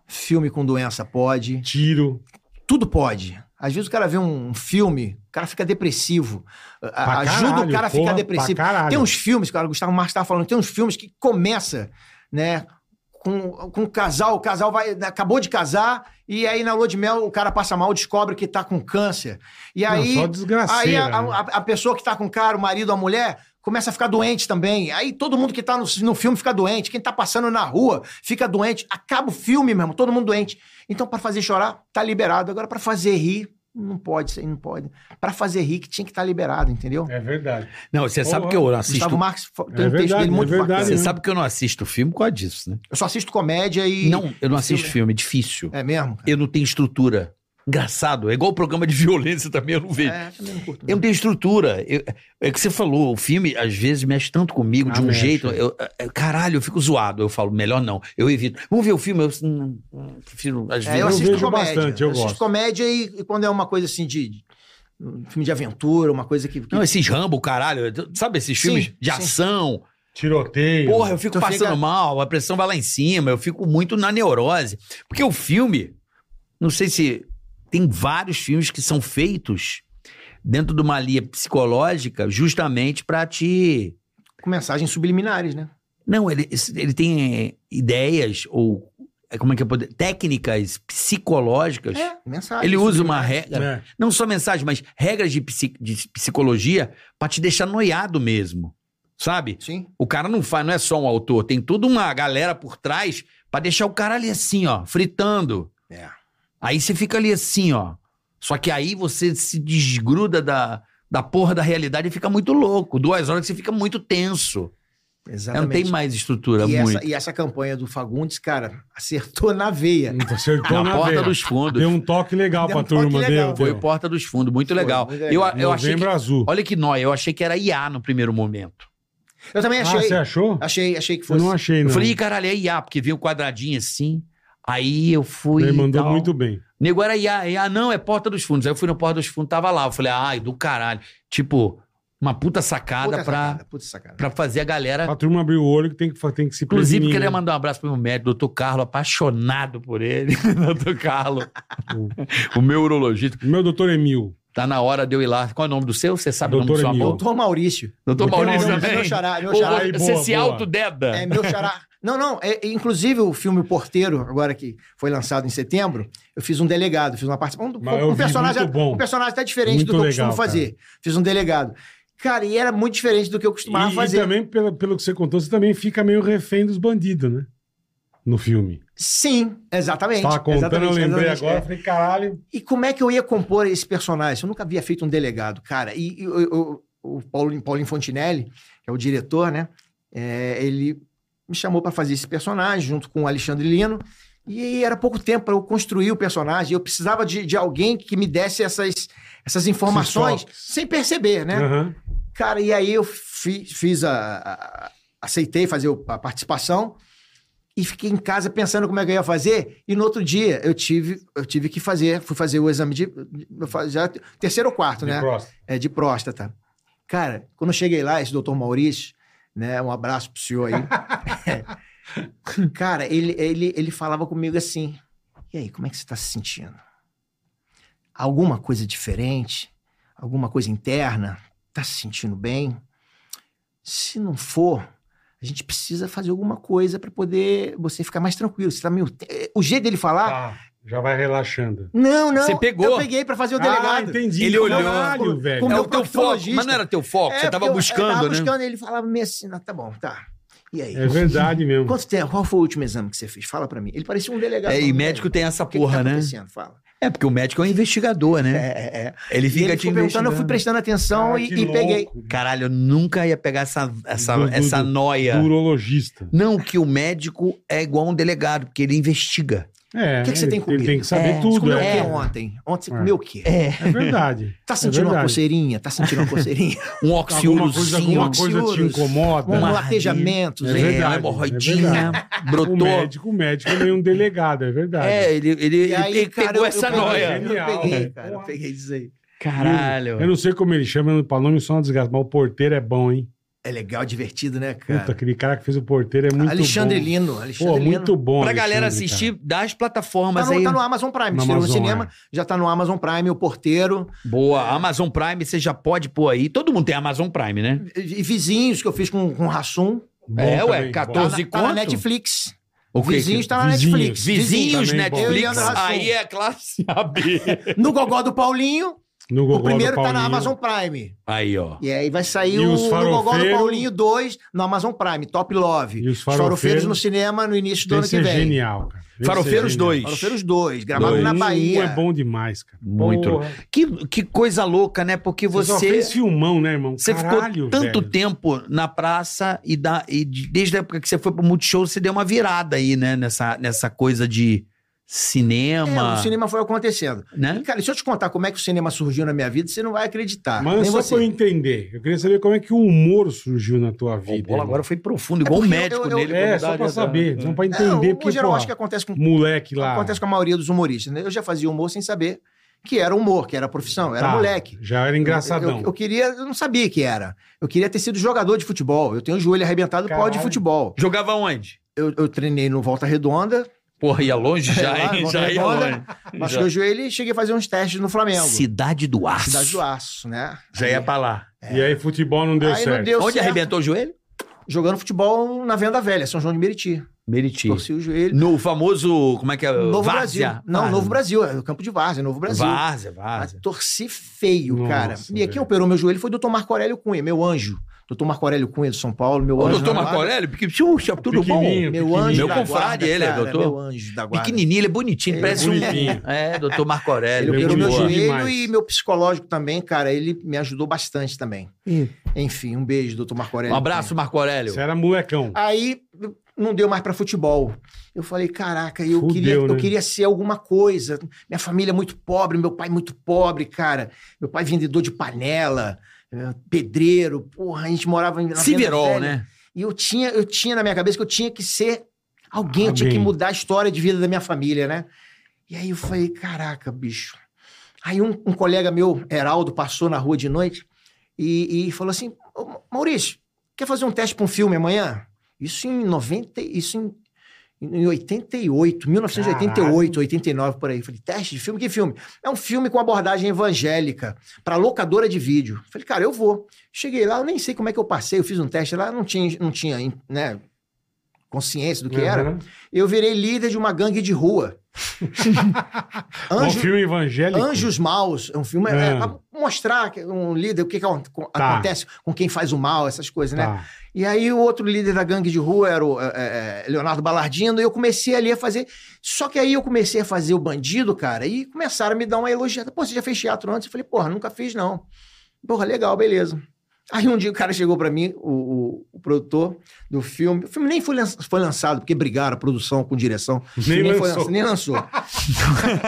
Speaker 1: Filme com doença, pode.
Speaker 3: Tiro.
Speaker 1: Tudo pode. Às vezes o cara vê um filme, o cara fica depressivo. A-
Speaker 3: pra
Speaker 1: ajuda
Speaker 3: caralho,
Speaker 1: o cara
Speaker 3: porra,
Speaker 1: a ficar
Speaker 3: pra
Speaker 1: depressivo.
Speaker 3: caralho.
Speaker 1: Tem um uns filmes, cara, o Gustavo Marques estava falando, tem uns filmes que começa, né? Com, com um casal, o casal vai, né, acabou de casar, e aí na lua de mel o cara passa mal, descobre que tá com câncer. E
Speaker 3: Não,
Speaker 1: aí,
Speaker 3: só desgraceira,
Speaker 1: aí a,
Speaker 3: né?
Speaker 1: a- a pessoa que tá com o cara, o marido, a mulher, começa a ficar doente também. Aí todo mundo que tá no, no filme fica doente, quem tá passando na rua fica doente. Acaba o filme mesmo, todo mundo doente. Então, pra fazer chorar, tá liberado. Agora, pra fazer rir, não pode, isso aí não pode. Pra fazer rir, que tinha que estar liberado, entendeu?
Speaker 3: É verdade.
Speaker 4: Não, você sabe
Speaker 3: Porra.
Speaker 4: que eu não assisto...
Speaker 1: Gustavo Marques fa-
Speaker 3: É
Speaker 1: tem um texto
Speaker 3: verdade,
Speaker 1: dele muito
Speaker 3: é verdade,
Speaker 1: bacana.
Speaker 4: Você
Speaker 3: né?
Speaker 4: sabe que eu não assisto filme por causa disso, né?
Speaker 1: Eu só assisto comédia e.
Speaker 4: Não, eu não assisto filme, é difícil.
Speaker 1: É mesmo? cara?
Speaker 4: Eu não tenho estrutura. Engraçado. É igual o programa de (laughs) violência também, eu não vejo.
Speaker 1: É, também não curto.
Speaker 4: Eu não tenho estrutura. Eu- é que você falou, o filme às vezes mexe tanto comigo de
Speaker 3: Ah,
Speaker 4: um
Speaker 3: mexe.
Speaker 4: jeito. eu- é, caralho, eu fico zoado. Eu falo, melhor não. Eu evito. Vamos ver o filme? Eu assim, não, não, prefiro, às vezes.
Speaker 1: É, eu
Speaker 3: Eu
Speaker 1: assisto
Speaker 3: vejo
Speaker 1: comédia.
Speaker 3: bastante, eu
Speaker 1: assisto
Speaker 3: gosto.
Speaker 1: comédia e, e quando é uma coisa assim de. de- um filme de aventura, uma coisa que. que-
Speaker 4: Não, esses Rambo, caralho. Sabe esses
Speaker 1: Sim,
Speaker 4: filmes de
Speaker 1: sim.
Speaker 4: ação?
Speaker 3: Tiroteio.
Speaker 4: Porra, eu fico
Speaker 1: Tu
Speaker 4: passando
Speaker 1: fica-
Speaker 4: mal, a pressão vai lá em cima, eu fico muito na neurose. Porque o filme, não sei se. Tem vários filmes que são feitos dentro de uma linha psicológica justamente pra te.
Speaker 1: com mensagens subliminares, né?
Speaker 4: Não, ele, ele tem é, ideias ou é, como é que eu poder, técnicas psicológicas.
Speaker 1: É, mensagens.
Speaker 4: Ele usa uma
Speaker 1: subliminares.
Speaker 4: regra,
Speaker 3: É.
Speaker 4: não só mensagem, mas regras de, psi- de psicologia pra te deixar noiado mesmo, sabe?
Speaker 1: Sim.
Speaker 4: O cara não faz, não é só um autor, tem toda uma galera por trás pra deixar o cara ali assim, ó, fritando.
Speaker 1: É.
Speaker 4: Aí você fica ali assim, ó. Só que aí você se desgruda da, da porra da realidade e fica muito louco. Duas horas que você fica muito tenso. É,
Speaker 1: Exatamente.
Speaker 4: Não tem mais estrutura,
Speaker 1: e,
Speaker 4: muito.
Speaker 1: essa, e essa campanha do Fagundes, cara, acertou na veia.
Speaker 3: Acertou
Speaker 4: Na,
Speaker 3: Então, na
Speaker 4: porta
Speaker 3: veia.
Speaker 4: dos fundos.
Speaker 3: Deu um toque legal
Speaker 1: Deu
Speaker 3: pra
Speaker 1: um toque
Speaker 3: turma,
Speaker 1: legal.
Speaker 3: deu,
Speaker 4: Foi
Speaker 3: deu.
Speaker 4: porta dos fundos, muito
Speaker 1: Foi,
Speaker 4: legal.
Speaker 1: muito
Speaker 4: Eu,
Speaker 1: legal.
Speaker 4: eu achei que,
Speaker 3: Novembro é azul.
Speaker 4: olha que nóia, eu achei que era IA no primeiro momento.
Speaker 1: Eu também
Speaker 3: Ah,
Speaker 1: achei. assim,
Speaker 3: você achou?
Speaker 1: achei, achei que
Speaker 3: Eu
Speaker 1: fosse.
Speaker 3: não achei,
Speaker 4: Eu
Speaker 3: não.
Speaker 4: falei, "Ih, caralho, é IA, porque vinha um quadradinho assim. Aí eu fui.
Speaker 3: Ele
Speaker 4: e
Speaker 3: mandou
Speaker 4: tal.
Speaker 3: muito bem.
Speaker 4: Nego era IA, IA, não, é porta dos fundos. Aí eu fui na porta dos fundos, tava lá. Eu falei, ai, do caralho. Tipo, uma puta sacada
Speaker 1: Puta
Speaker 4: pra,
Speaker 1: sacada, puta sacada.
Speaker 4: pra fazer a galera.
Speaker 1: É.
Speaker 3: Pra turma abrir o olho que tem que, fa- tem que se
Speaker 4: Inclusive,
Speaker 3: prevenir,
Speaker 4: queria
Speaker 3: né?
Speaker 4: mandar um abraço pro meu médico, doutor Carlo, apaixonado por ele. (laughs) doutor Carlo, o meu urologista.
Speaker 3: Tipo, Meu doutor Emil.
Speaker 4: Tá na hora de eu ir lá. Qual é o nome do seu? Você sabe o
Speaker 3: Doutor
Speaker 4: nome do seu
Speaker 3: Emil.
Speaker 4: amor?
Speaker 1: Doutor Maurício.
Speaker 4: Doutor
Speaker 3: Doutor
Speaker 4: Maurício
Speaker 3: Maurício,
Speaker 1: É
Speaker 4: também?
Speaker 1: meu xará, é meu
Speaker 4: Ou
Speaker 1: xará.
Speaker 3: Aí,
Speaker 4: você
Speaker 3: boa,
Speaker 4: se
Speaker 3: boa.
Speaker 4: autodeda?
Speaker 1: É meu xará. Não, não. É, inclusive, o filme Porteiro, agora que foi lançado em setembro, eu fiz um delegado, fiz uma participação.
Speaker 3: Mas eu
Speaker 1: Um, um
Speaker 3: vi,
Speaker 1: personagem,
Speaker 3: muito bom.
Speaker 1: um personagem até diferente
Speaker 3: Muito
Speaker 1: do que eu
Speaker 3: legal,
Speaker 1: costumo fazer. Fiz um delegado. Cara, e era muito diferente do que eu costumava
Speaker 3: E,
Speaker 1: fazer.
Speaker 3: e também, pelo, pelo que você contou, você também fica meio refém dos bandidos, né? No filme.
Speaker 1: Sim, exatamente.
Speaker 3: Tava contando, eu
Speaker 1: exatamente,
Speaker 3: lembrei
Speaker 1: exatamente,
Speaker 3: agora,
Speaker 1: é.
Speaker 3: falei, caralho.
Speaker 1: E como é que eu ia compor esse personagem? Eu nunca havia feito um delegado, cara. E, e eu- eu- o Paulo, Paulo Infantinelli, que é o diretor, né? É, ele me chamou para fazer esse personagem junto com o Alexandre Lino. E aí era pouco tempo para eu construir o personagem. Eu precisava de, de alguém que me desse essas, essas informações
Speaker 3: toques.
Speaker 1: sem perceber, né?
Speaker 3: Aham.
Speaker 1: Cara, e aí eu fi- fiz a, a- a- Aceitei fazer o- a participação e fiquei em casa pensando como é que eu ia fazer. E no outro dia eu tive, eu tive que fazer, fui fazer o exame de. de- eu fa- Já, terceiro ou quarto,
Speaker 3: De
Speaker 1: né?
Speaker 3: próstata.
Speaker 1: É, de próstata. Cara, quando eu cheguei lá, esse doutor Maurício, né? Um abraço pro senhor aí. Cara, ele, ele, ele falava comigo assim: E aí, como é que você tá se sentindo? Alguma coisa diferente? Alguma coisa interna? Tá se sentindo bem? Se não for, a gente precisa fazer alguma coisa pra poder você ficar mais tranquilo. Você tá meio. te- O jeito dele falar.
Speaker 3: Tá, já vai relaxando.
Speaker 1: Não, não.
Speaker 4: Você pegou.
Speaker 1: Eu peguei pra fazer o
Speaker 3: Ah,
Speaker 1: delegado.
Speaker 3: entendi.
Speaker 4: Ele olhou.
Speaker 3: Caralho, velho.
Speaker 1: Como
Speaker 4: É
Speaker 1: meu
Speaker 4: o teu foco,
Speaker 1: proctologista.
Speaker 4: mas não era teu foco,
Speaker 1: É,
Speaker 4: você tava
Speaker 1: porque eu-
Speaker 4: buscando,
Speaker 1: eu tava
Speaker 4: né?
Speaker 1: buscando, ele falava meio assim, "Ah, tá bom, tá. E aí?
Speaker 3: É verdade mesmo.
Speaker 1: Quanto tempo? Qual foi o último exame que você fez? Fala pra mim. Ele parecia um delegado.
Speaker 4: É, e
Speaker 1: Falando,
Speaker 4: médico
Speaker 1: "Velho,
Speaker 4: tem essa
Speaker 1: o que
Speaker 4: porra,
Speaker 1: que tá
Speaker 4: né?
Speaker 1: acontecendo? Fala.
Speaker 4: É, porque o médico é um investigador, né?
Speaker 1: É, é, é.
Speaker 4: Ele
Speaker 1: E
Speaker 4: fica
Speaker 1: ele
Speaker 4: te Ah,
Speaker 1: ficou perguntando, eu fui
Speaker 4: investigando.
Speaker 1: prestando atenção
Speaker 3: Cara,
Speaker 1: e,
Speaker 3: que
Speaker 1: e peguei.
Speaker 3: louco.
Speaker 4: Caralho, eu nunca ia pegar essa, essa,
Speaker 3: Do- do-
Speaker 4: essa
Speaker 3: do-
Speaker 4: noia.
Speaker 3: Do urologista.
Speaker 4: Não que o médico é igual um delegado, porque ele investiga.
Speaker 3: É,
Speaker 1: O que que você tem
Speaker 3: ele-
Speaker 1: comido?
Speaker 3: Ele tem que saber
Speaker 4: É,
Speaker 1: Você
Speaker 3: tudo.
Speaker 1: comeu
Speaker 3: É,
Speaker 1: o que ontem? Ontem você
Speaker 3: É.
Speaker 1: comeu o quê?
Speaker 4: É.
Speaker 3: é verdade.
Speaker 1: Tá sentindo uma
Speaker 3: verdade.
Speaker 1: coceirinha? Tá
Speaker 3: (laughs)
Speaker 1: sentindo uma coceirinha?
Speaker 4: Um
Speaker 3: Alguma coisa,
Speaker 4: oxiúrozinho,
Speaker 3: alguma
Speaker 4: uma
Speaker 3: coisa te
Speaker 1: oxiúros.
Speaker 3: incomoda.
Speaker 1: um
Speaker 4: Uma
Speaker 1: latejamento? né?
Speaker 3: É
Speaker 1: Zé?
Speaker 3: verdade,
Speaker 4: uma
Speaker 3: é
Speaker 4: né, hemorroidinha,
Speaker 3: O
Speaker 4: brotou.
Speaker 3: médico, o médico é meio um delegado, é verdade.
Speaker 4: Um É, ele, ele,
Speaker 1: E
Speaker 4: ele
Speaker 1: aí,
Speaker 4: pe-
Speaker 1: cara,
Speaker 4: pegou
Speaker 1: eu-
Speaker 4: essa
Speaker 1: eu peguei,
Speaker 4: noia.
Speaker 1: Eu
Speaker 3: Genial.
Speaker 1: peguei, cara. Eu
Speaker 3: Porra.
Speaker 1: peguei isso aí.
Speaker 4: Caralho.
Speaker 3: Eu não sei como ele chama, eu não- pra nome só uma desgraça, mas o porteiro é bom, hein?
Speaker 1: É legal, divertido, né, cara?
Speaker 3: Puta, aquele cara que fez o porteiro é muito
Speaker 1: Alexandre
Speaker 3: bom.
Speaker 1: Lino. Alexandre
Speaker 3: Pô,
Speaker 1: Lino.
Speaker 3: muito bom.
Speaker 4: pra galera
Speaker 3: Alexandre,
Speaker 4: assistir das
Speaker 1: Tá
Speaker 4: plataformas
Speaker 1: no,
Speaker 4: aí.
Speaker 1: tá no Amazon Prime.
Speaker 3: No
Speaker 1: No, no
Speaker 3: Amazon, é.
Speaker 1: cinema, já tá no Amazon Prime, o porteiro.
Speaker 4: Boa, Amazon Prime, você já pode pôr aí. Todo mundo tem Amazon Prime, né?
Speaker 1: E e vizinhos que eu fiz com, com o Hassum.
Speaker 3: cara. Bom
Speaker 4: É, ué,
Speaker 3: também, bom.
Speaker 4: 14.
Speaker 1: Tá na- tá na
Speaker 4: conto?
Speaker 1: Netflix.
Speaker 4: O que
Speaker 1: Vizinhos
Speaker 4: que-
Speaker 1: tá na
Speaker 3: Vizinhos,
Speaker 1: Netflix.
Speaker 4: Vizinhos
Speaker 3: Também bom. Eu e
Speaker 4: Netflix,
Speaker 1: Leandro Hassum.
Speaker 4: aí é classe AB.
Speaker 1: (laughs) No Gogó do Paulinho.
Speaker 3: No (laughs) Gogó
Speaker 1: o primeiro
Speaker 3: do
Speaker 1: tá na
Speaker 3: Paulinho.
Speaker 1: Amazon Prime.
Speaker 4: aí, ó.
Speaker 1: E aí vai sair
Speaker 3: E
Speaker 1: o
Speaker 3: os
Speaker 1: No Gogó do
Speaker 3: Farofeiros?
Speaker 1: Paulinho 2 no Amazon Prime. Top Love.
Speaker 3: E os
Speaker 1: Farofeiros
Speaker 3: Farofeiros
Speaker 1: no cinema no início do ano
Speaker 3: Esse
Speaker 1: que
Speaker 3: é
Speaker 1: vem.
Speaker 3: genial, cara. Esse
Speaker 4: Farofeiros
Speaker 3: é genial.
Speaker 4: 2.
Speaker 1: Farofeiros 2, gravado
Speaker 4: Dois.
Speaker 1: na
Speaker 3: Um
Speaker 1: Bahia.
Speaker 3: é bom demais, cara.
Speaker 4: Muito
Speaker 3: Porra.
Speaker 4: Que, que coisa louca, né? Porque
Speaker 3: Você só
Speaker 4: você,
Speaker 3: fez filmão, né, irmão?
Speaker 4: você
Speaker 3: Caralho,
Speaker 4: ficou tanto
Speaker 3: velho.
Speaker 4: tempo na praça e, da, e de- desde a época que você foi pro Multishow, você deu uma virada aí, né? Nessa, nessa coisa de
Speaker 1: É,
Speaker 4: cinema,
Speaker 1: o cinema foi acontecendo.
Speaker 4: né?
Speaker 1: E, cara, se eu te contar como é que o cinema surgiu na minha vida, você não vai acreditar.
Speaker 3: Mas
Speaker 1: Ah, nem
Speaker 3: só
Speaker 1: você.
Speaker 3: pra eu entender, eu queria saber como é que o humor surgiu na tua
Speaker 4: O
Speaker 3: vida. né?
Speaker 4: bola agora foi profundo,
Speaker 1: É
Speaker 4: igual o
Speaker 1: porque eu-
Speaker 4: médico
Speaker 1: eu- eu-
Speaker 4: nele.
Speaker 3: É,
Speaker 4: quando
Speaker 3: só
Speaker 4: dá-
Speaker 3: pra
Speaker 4: dá-
Speaker 3: saber,
Speaker 4: dá-
Speaker 3: não pra
Speaker 1: É,
Speaker 3: entender,
Speaker 1: o,
Speaker 3: porque,
Speaker 1: geral,
Speaker 3: pô, ah,
Speaker 1: acho que acontece com,
Speaker 3: moleque lá.
Speaker 1: acontece com a maioria dos humoristas. Né? Eu já fazia humor sem saber que era humor, que era profissão, era
Speaker 3: Tá,
Speaker 1: moleque.
Speaker 3: Já era engraçadão.
Speaker 1: Eu, eu- eu queria, eu não sabia que era. Eu queria ter sido jogador de futebol. Eu tenho o joelho arrebentado por causa de
Speaker 3: Caralho.
Speaker 1: futebol.
Speaker 5: Jogava onde?
Speaker 1: Eu, eu treinei no Volta Redonda,
Speaker 5: Porra, ia longe já,
Speaker 1: Sei lá,
Speaker 5: hein?
Speaker 1: Volta
Speaker 5: já ia
Speaker 1: Redonda,
Speaker 5: longe.
Speaker 1: machuquei
Speaker 5: Já,
Speaker 1: o joelho e cheguei a fazer uns testes no Flamengo.
Speaker 4: Cidade do Aço.
Speaker 1: Cidade do Aço, né?
Speaker 5: já é. ia pra lá.
Speaker 3: E aí futebol não deu
Speaker 1: Aí
Speaker 3: certo.
Speaker 1: não deu
Speaker 5: onde
Speaker 1: certo.
Speaker 5: arrebentou o joelho?
Speaker 1: Jogando futebol na Venda Velha, São João de Meriti.
Speaker 4: Meriti.
Speaker 1: Torci o joelho.
Speaker 5: No famoso. Como é que é?
Speaker 1: Novo
Speaker 5: Várzea.
Speaker 1: Brasil. Não,
Speaker 5: Várzea.
Speaker 1: Novo Brasil, é o campo de Várzea, Novo Brasil.
Speaker 5: Várzea,
Speaker 1: Mas
Speaker 5: Várzea.
Speaker 1: torci feio,
Speaker 3: Nossa,
Speaker 1: cara. E
Speaker 3: velho.
Speaker 1: quem operou meu joelho foi o doutor Marco Aurélio Cunha, meu anjo. Doutor Marco Aurélio Cunha do São Paulo, meu
Speaker 5: Ô,
Speaker 1: anjo.
Speaker 5: doutor
Speaker 1: da
Speaker 5: Marco
Speaker 1: guarda.
Speaker 5: Aurélio, porque, puxa, tudo bom?
Speaker 3: Pequenininho, tá
Speaker 1: Meu anjo.
Speaker 5: Meu
Speaker 1: da
Speaker 5: confrade,
Speaker 1: guarda,
Speaker 5: ele é
Speaker 1: cara,
Speaker 5: doutor?
Speaker 1: Meu anjo da guarda.
Speaker 5: Pequenininho, ele é bonitinho,
Speaker 1: Ele é
Speaker 5: parece
Speaker 3: bonitinho.
Speaker 5: um. É, doutor Marco
Speaker 1: Ele
Speaker 5: Aurélio.
Speaker 1: um
Speaker 3: Ele é
Speaker 1: operou
Speaker 5: gente
Speaker 1: meu
Speaker 5: boa.
Speaker 3: bonitinho.
Speaker 1: joelho
Speaker 3: demais.
Speaker 1: e meu psicológico também, cara. Ele me ajudou bastante também.
Speaker 4: Ih.
Speaker 1: Enfim, um beijo, doutor Marco
Speaker 5: Um
Speaker 1: Aurélio.
Speaker 5: abraço, Marco Aurélio.
Speaker 3: Você é era molecão.
Speaker 1: Então, Aí não deu mais pra futebol. Eu falei, caraca, eu
Speaker 3: Fudeu,
Speaker 1: queria, eu
Speaker 3: né?
Speaker 1: queria ser alguma coisa. Minha família é muito pobre, meu pai muito pobre, cara. Meu pai é vendedor de panela, eh, pedreiro, porra, a gente morava em na Venda
Speaker 5: Civerol,
Speaker 1: Velha.
Speaker 5: né?
Speaker 1: E eu tinha, eu tinha na minha cabeça que eu tinha que ser alguém, eu tinha que
Speaker 3: Alguém.
Speaker 1: mudar a história de vida da minha família, né? E aí eu falei, caraca, bicho. Aí um, um colega meu, Heraldo, passou na rua de noite e, e falou assim: "Ô, Maurício, quer fazer um teste para um filme amanhã? Isso em 90, isso em, em 88, 1988, 89, por aí. Eu Falei, teste de filme? Que filme? É um filme com abordagem evangélica, para locadora de vídeo. Eu Falei, cara, eu vou. Cheguei lá, eu nem sei como é que eu passei, eu fiz um teste lá, não tinha, não tinha né, consciência do que era.
Speaker 3: Uhum.
Speaker 1: Eu virei líder de uma gangue
Speaker 3: (laughs)
Speaker 1: de rua.
Speaker 3: Um
Speaker 1: Anjo-
Speaker 3: filme evangélico.
Speaker 1: Anjos Maus é um filme
Speaker 3: É.
Speaker 1: é, pra mostrar que um líder, o que, que acon-
Speaker 3: Tá.
Speaker 1: acontece com quem faz o mal, essas coisas, né?
Speaker 3: Tá.
Speaker 1: E aí o outro líder da gangue de rua era o é, é, Leonardo Balardino, e eu comecei ali a fazer. Só que aí eu comecei a fazer o bandido, cara, e começaram a me dar uma elogiada. Pô, você já fez teatro antes? Eu falei, porra, nunca fiz, não. Porra, legal, beleza. Aí um dia o cara chegou pra mim, o, o- o produtor do filme. O filme nem foi, lança- foi lançado, porque brigaram a produção com direção. O filme
Speaker 3: Nem
Speaker 1: foi assim.
Speaker 3: lançou.
Speaker 1: lança- nem lançou.
Speaker 5: (laughs)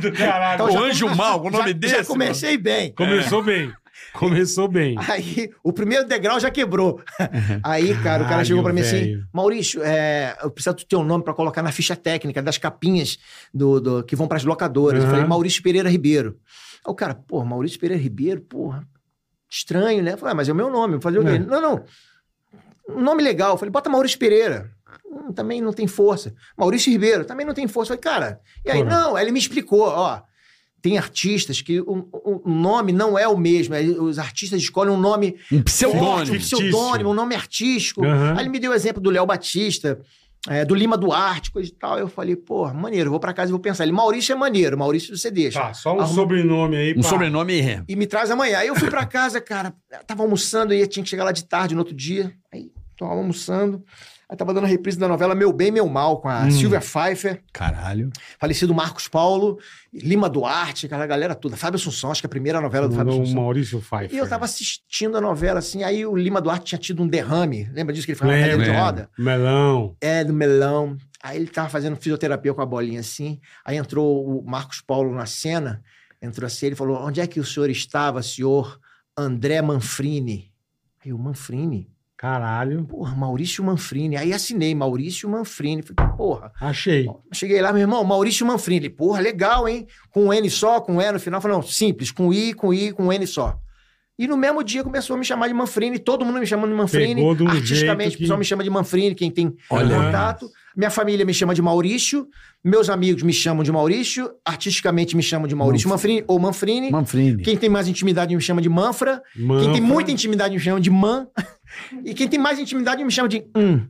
Speaker 3: Do caralho.
Speaker 1: Então, já- É.
Speaker 5: o Anjo Mal, o nome
Speaker 1: já,
Speaker 5: desse.
Speaker 1: Já comecei bem.
Speaker 3: Começou bem. Começou bem.
Speaker 1: Aí, o primeiro degrau
Speaker 3: (laughs)
Speaker 1: já quebrou. Aí, cara, o cara chegou pra mim assim:
Speaker 3: velho.
Speaker 1: Maurício, é, eu preciso do teu nome pra colocar na ficha técnica das capinhas do, do- que vão pras locadoras. Eu
Speaker 3: Aham.
Speaker 1: falei: Maurício Pereira Ribeiro. Aí o cara, pô, Maurício Pereira Ribeiro, porra, estranho, né? Eu falei: ah, mas é o meu nome. Fazer o quê?
Speaker 3: É.
Speaker 1: Não, não. Um nome legal. Eu falei: bota Maurício Pereira. Hum, Também não tem força. Maurício Ribeiro, também não tem força. Eu falei, cara. E aí,
Speaker 3: Porra.
Speaker 1: não, aí ele me explicou, ó tem artistas que o, o- o nome não é o mesmo. aí Os artistas escolhem um nome forte,
Speaker 5: Um
Speaker 1: um
Speaker 5: pseudônimo.
Speaker 3: Fictício.
Speaker 1: pseudônimo, um nome artístico.
Speaker 3: Aham.
Speaker 1: Aí ele me deu o exemplo do Léo Batista, é, do Lima Duarte, coisa e tal. Eu falei, porra, maneiro, eu vou pra casa e vou pensar. Ele, Maurício é maneiro, Maurício você deixa.
Speaker 3: Tá, só um
Speaker 1: Arruma-
Speaker 3: sobrenome aí.
Speaker 5: Um
Speaker 3: pá.
Speaker 5: sobrenome. é.
Speaker 1: E me traz amanhã. Aí eu fui pra casa, cara, tava almoçando, e tinha que chegar lá de tarde no outro dia. Aí tava almoçando. Aí tava dando a reprise da novela Meu Bem, Meu Mal, com a
Speaker 3: Hum.
Speaker 1: Silvia Pfeiffer.
Speaker 5: Caralho.
Speaker 1: falecido Marcos Paulo, Lima Duarte, aquela galera toda. Fábio Assunção, acho que é a primeira novela do Fábio
Speaker 3: Mandou o
Speaker 1: Assunção.
Speaker 3: um Maurício Pfeiffer.
Speaker 1: E eu tava assistindo a novela, assim, aí o Lima Duarte tinha tido um derrame. Lembra disso que ele falava na cadeira
Speaker 3: Lembra?
Speaker 1: de roda?
Speaker 3: Melão.
Speaker 1: É, do melão. Aí ele tava fazendo fisioterapia com a bolinha assim. Aí entrou o Marcos Paulo na cena, entrou assim, ele falou: Onde é que o senhor estava, senhor André Manfrini? Aí o Manfrini?
Speaker 3: Caralho.
Speaker 1: Porra, Maurício Manfrini. Aí assinei Maurício Manfrini. Falei, porra,
Speaker 3: Achei.
Speaker 1: Cheguei lá, meu irmão, Maurício Manfrini. Ele, Porra, legal, hein? Com um N só, com um E no final. Eu Falei, não, simples, com I, com I, com N só. E no mesmo dia começou a me chamar de Manfrini, todo mundo me chamando de Manfrini.
Speaker 3: Pegou de um jeito
Speaker 1: Artisticamente,
Speaker 3: que-
Speaker 1: o pessoal me chama de Manfrini, quem tem
Speaker 5: Olha.
Speaker 1: contato. Minha família me chama de Maurício, meus amigos me chamam de Maurício, artisticamente me chamam de Maurício Manfrini ou
Speaker 4: (laughs)
Speaker 1: Manfrini.
Speaker 4: Manfrini.
Speaker 1: Quem tem mais intimidade me chama de Manfra. Quem tem muita intimidade me chama de Man. (laughs) E quem tem mais intimidade me chama de Hum.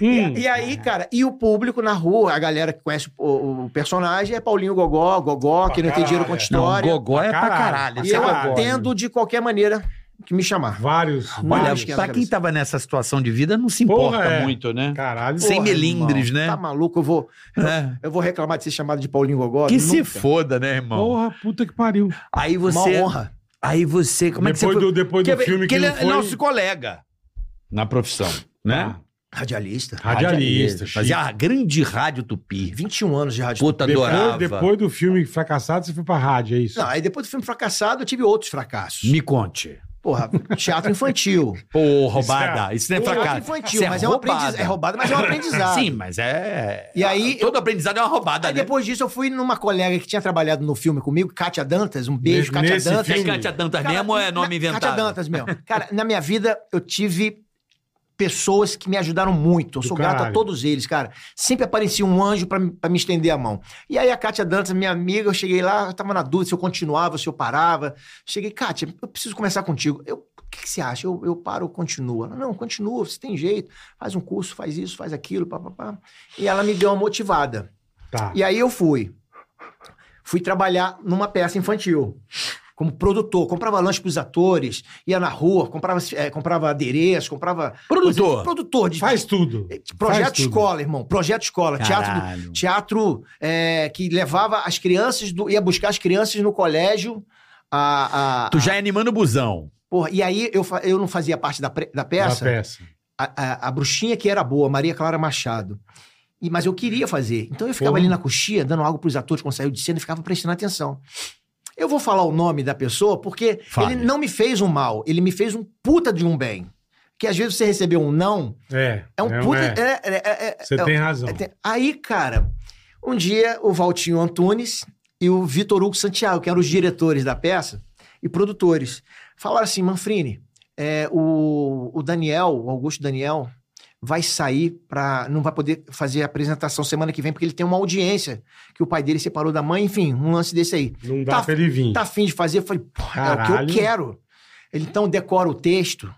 Speaker 3: Hum,
Speaker 1: E aí, cara, e o público na rua, a galera que conhece o, o personagem é Paulinho Gogó, Gogó,
Speaker 3: Pra
Speaker 1: que não tem dinheiro com
Speaker 3: caralho.
Speaker 1: história.
Speaker 4: Gogó é pra caralho.
Speaker 1: e
Speaker 4: esse é
Speaker 1: eu
Speaker 4: Gogó.
Speaker 1: atendo de qualquer maneira que me chamar.
Speaker 3: Vários.
Speaker 4: Olha,
Speaker 3: vários.
Speaker 1: Acho que é na
Speaker 4: pra quem
Speaker 1: cabeça.
Speaker 4: tava nessa situação de vida, não se
Speaker 3: Porra,
Speaker 4: importa
Speaker 3: é.
Speaker 4: muito, né?
Speaker 3: Caralho.
Speaker 4: Sem melindres,
Speaker 1: irmão,
Speaker 4: né?
Speaker 1: Tá maluco? Eu vou,
Speaker 4: É.
Speaker 1: eu vou reclamar de ser chamado de Paulinho Gogó?
Speaker 4: Que se
Speaker 1: Nunca.
Speaker 4: foda, né, irmão?
Speaker 3: Porra, puta que pariu.
Speaker 4: Aí
Speaker 1: Uma
Speaker 4: você. é
Speaker 1: honra.
Speaker 4: Aí você. Como
Speaker 3: depois
Speaker 4: é que você.
Speaker 3: do, depois do
Speaker 4: Porque-
Speaker 3: filme que,
Speaker 4: porque ele
Speaker 3: não
Speaker 4: é
Speaker 3: foi...
Speaker 4: nosso colega na profissão, né?
Speaker 3: Tá.
Speaker 1: Radialista.
Speaker 3: Radialista,
Speaker 5: Fazia a grande rádio Tupi.
Speaker 1: 21 anos de rádio.
Speaker 5: Puta,
Speaker 3: Depois,
Speaker 5: adorava.
Speaker 3: depois do filme Fracassado, você foi pra rádio, é isso?
Speaker 1: Não, aí depois do filme fracassado, eu tive outros fracassos.
Speaker 5: Me conte.
Speaker 1: Porra,
Speaker 4: (laughs)
Speaker 1: teatro infantil.
Speaker 5: Pô, roubada. Isso, não é
Speaker 1: teatro
Speaker 5: fracasso.
Speaker 1: infantil,
Speaker 5: Isso
Speaker 1: mas é um aprendizado. É roubado, mas é um aprendizado.
Speaker 5: Sim, mas é.
Speaker 1: E aí,
Speaker 5: Todo aprendizado é uma roubada,
Speaker 1: Aí
Speaker 5: né?
Speaker 1: depois disso eu fui numa colega que tinha trabalhado no filme comigo, Kátia Dantas, um beijo,
Speaker 3: Nesse-
Speaker 1: Kátia
Speaker 3: nesse
Speaker 1: Dantas.
Speaker 5: É
Speaker 3: filme.
Speaker 5: Cátia Dantas
Speaker 1: Cara,
Speaker 5: mesmo ou é
Speaker 1: na-
Speaker 5: nome inventado?
Speaker 1: Kátia Dantas
Speaker 5: (laughs)
Speaker 1: mesmo. Cara, na minha vida eu tive pessoas que me ajudaram muito. Eu
Speaker 3: Do
Speaker 1: sou grato a
Speaker 3: caralho.
Speaker 1: todos eles, cara. Sempre aparecia um anjo pra me- pra me estender a mão. E aí a Kátia Dantas, minha amiga, eu cheguei lá, eu tava na dúvida se eu continuava, se eu parava. Cheguei, Kátia, eu preciso conversar contigo. Eu, o que, que você acha? Eu, eu paro ou continuo? Ela, não, continua, você tem jeito. Faz um curso, faz isso, faz aquilo, papapá. E ela me deu uma motivada.
Speaker 3: Tá.
Speaker 1: E aí eu fui. Fui trabalhar numa peça infantil. Como produtor, comprava lanche pros atores, ia na rua, comprava, eh, comprava adereço, comprava.
Speaker 5: Produtor.
Speaker 1: Produtor de.
Speaker 3: Faz
Speaker 1: é
Speaker 3: tudo.
Speaker 1: projeto
Speaker 3: faz tudo.
Speaker 1: escola, irmão. Projeto escola. Teatro,
Speaker 5: Caralho.
Speaker 1: teatro eh, que levava as crianças, do- ia buscar as crianças no colégio. A, a-
Speaker 5: Tu
Speaker 1: a-
Speaker 5: já é animando o busão.
Speaker 1: porra, e aí eu, fa- eu não fazia parte da, pre- da peça.
Speaker 3: Da peça.
Speaker 1: A, a- a bruxinha que era boa, Maria Clara Machado. E, mas eu queria fazer. Então eu ficava
Speaker 3: Porra.
Speaker 1: ali na coxia, dando algo pros atores quando saiu de cena e ficava prestando atenção. Eu vou falar o nome da pessoa porque
Speaker 5: Fale.
Speaker 1: ele não me fez um mal, ele me fez um puta de um bem. Que às vezes você recebeu um não,
Speaker 3: É.
Speaker 1: é um
Speaker 3: não
Speaker 1: puta.
Speaker 3: é.
Speaker 1: é- é- é- é-
Speaker 3: Você
Speaker 1: é-
Speaker 3: tem razão.
Speaker 1: é- tem- Aí, cara, um dia o Valtinho Antunes e o Vitor Hugo Santiago, que eram os diretores da peça e produtores, falaram assim: Manfrini, é, o, o Daniel, o Augusto Daniel, vai sair para. Não vai poder fazer a apresentação semana que vem, porque ele tem uma audiência que o pai dele separou da mãe, enfim, um lance desse aí.
Speaker 3: Não dá
Speaker 1: Tá-
Speaker 3: pra ele vir.
Speaker 1: Tá afim de fazer? Eu falei, pô, é o que eu
Speaker 3: Caralho.
Speaker 1: quero. Ele então decora o texto.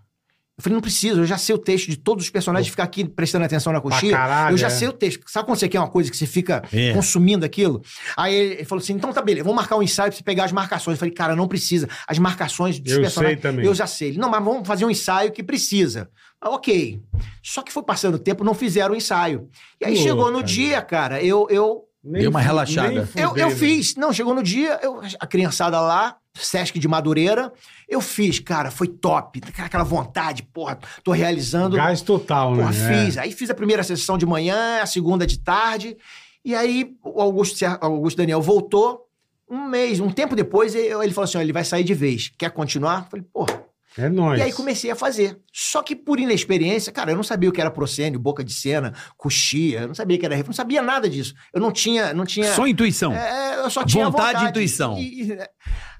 Speaker 1: Eu falei, não precisa, eu já sei o texto de todos os personagens, ficar aqui prestando atenção na
Speaker 3: pra
Speaker 1: coxinha.
Speaker 3: caralho.
Speaker 1: Eu já
Speaker 3: é.
Speaker 1: sei o texto. Sabe quando você quer uma coisa que você fica
Speaker 5: É.
Speaker 1: consumindo aquilo? Aí ele ele falou assim: então tá, beleza, vamos marcar um ensaio pra você pegar as marcações. Eu falei, cara, não precisa. As marcações dos
Speaker 3: Eu sei
Speaker 1: personagens.
Speaker 3: também.
Speaker 1: Eu já sei. Ele, não, mas vamos fazer um ensaio que precisa. Ah, ok. Só que foi passando o tempo, não fizeram o ensaio. E aí
Speaker 3: Pô,
Speaker 1: chegou no
Speaker 3: cara.
Speaker 1: dia, cara, eu, eu,
Speaker 3: Nem
Speaker 5: Deu uma
Speaker 3: fu-
Speaker 5: relaxada.
Speaker 3: nem né?
Speaker 1: eu, eu
Speaker 3: fudendo.
Speaker 1: fiz. Não, chegou no dia, eu- a criançada lá, Sesc de Madureira, eu fiz, cara, foi top. Aquela vontade, porra, tô realizando.
Speaker 3: Gás total, né?
Speaker 1: Porra,
Speaker 3: É.
Speaker 1: fiz. Aí fiz a primeira sessão de manhã, a segunda de tarde. E aí o Augusto, Ser- Augusto Daniel voltou. Um mês, um tempo depois, eu- ele falou assim: ó, ele vai sair de vez. Quer continuar? Eu Falei, porra.
Speaker 3: É nóis.
Speaker 1: E aí comecei a fazer. Só que por inexperiência, cara, eu não sabia o que era proscênio, boca de cena, coxia, eu não sabia o que era rifa, não sabia nada disso. Eu não tinha. Não tinha
Speaker 5: Só intuição.
Speaker 1: é, eu só tinha
Speaker 5: Vontade
Speaker 1: vontade,
Speaker 5: e intuição.
Speaker 1: E- e-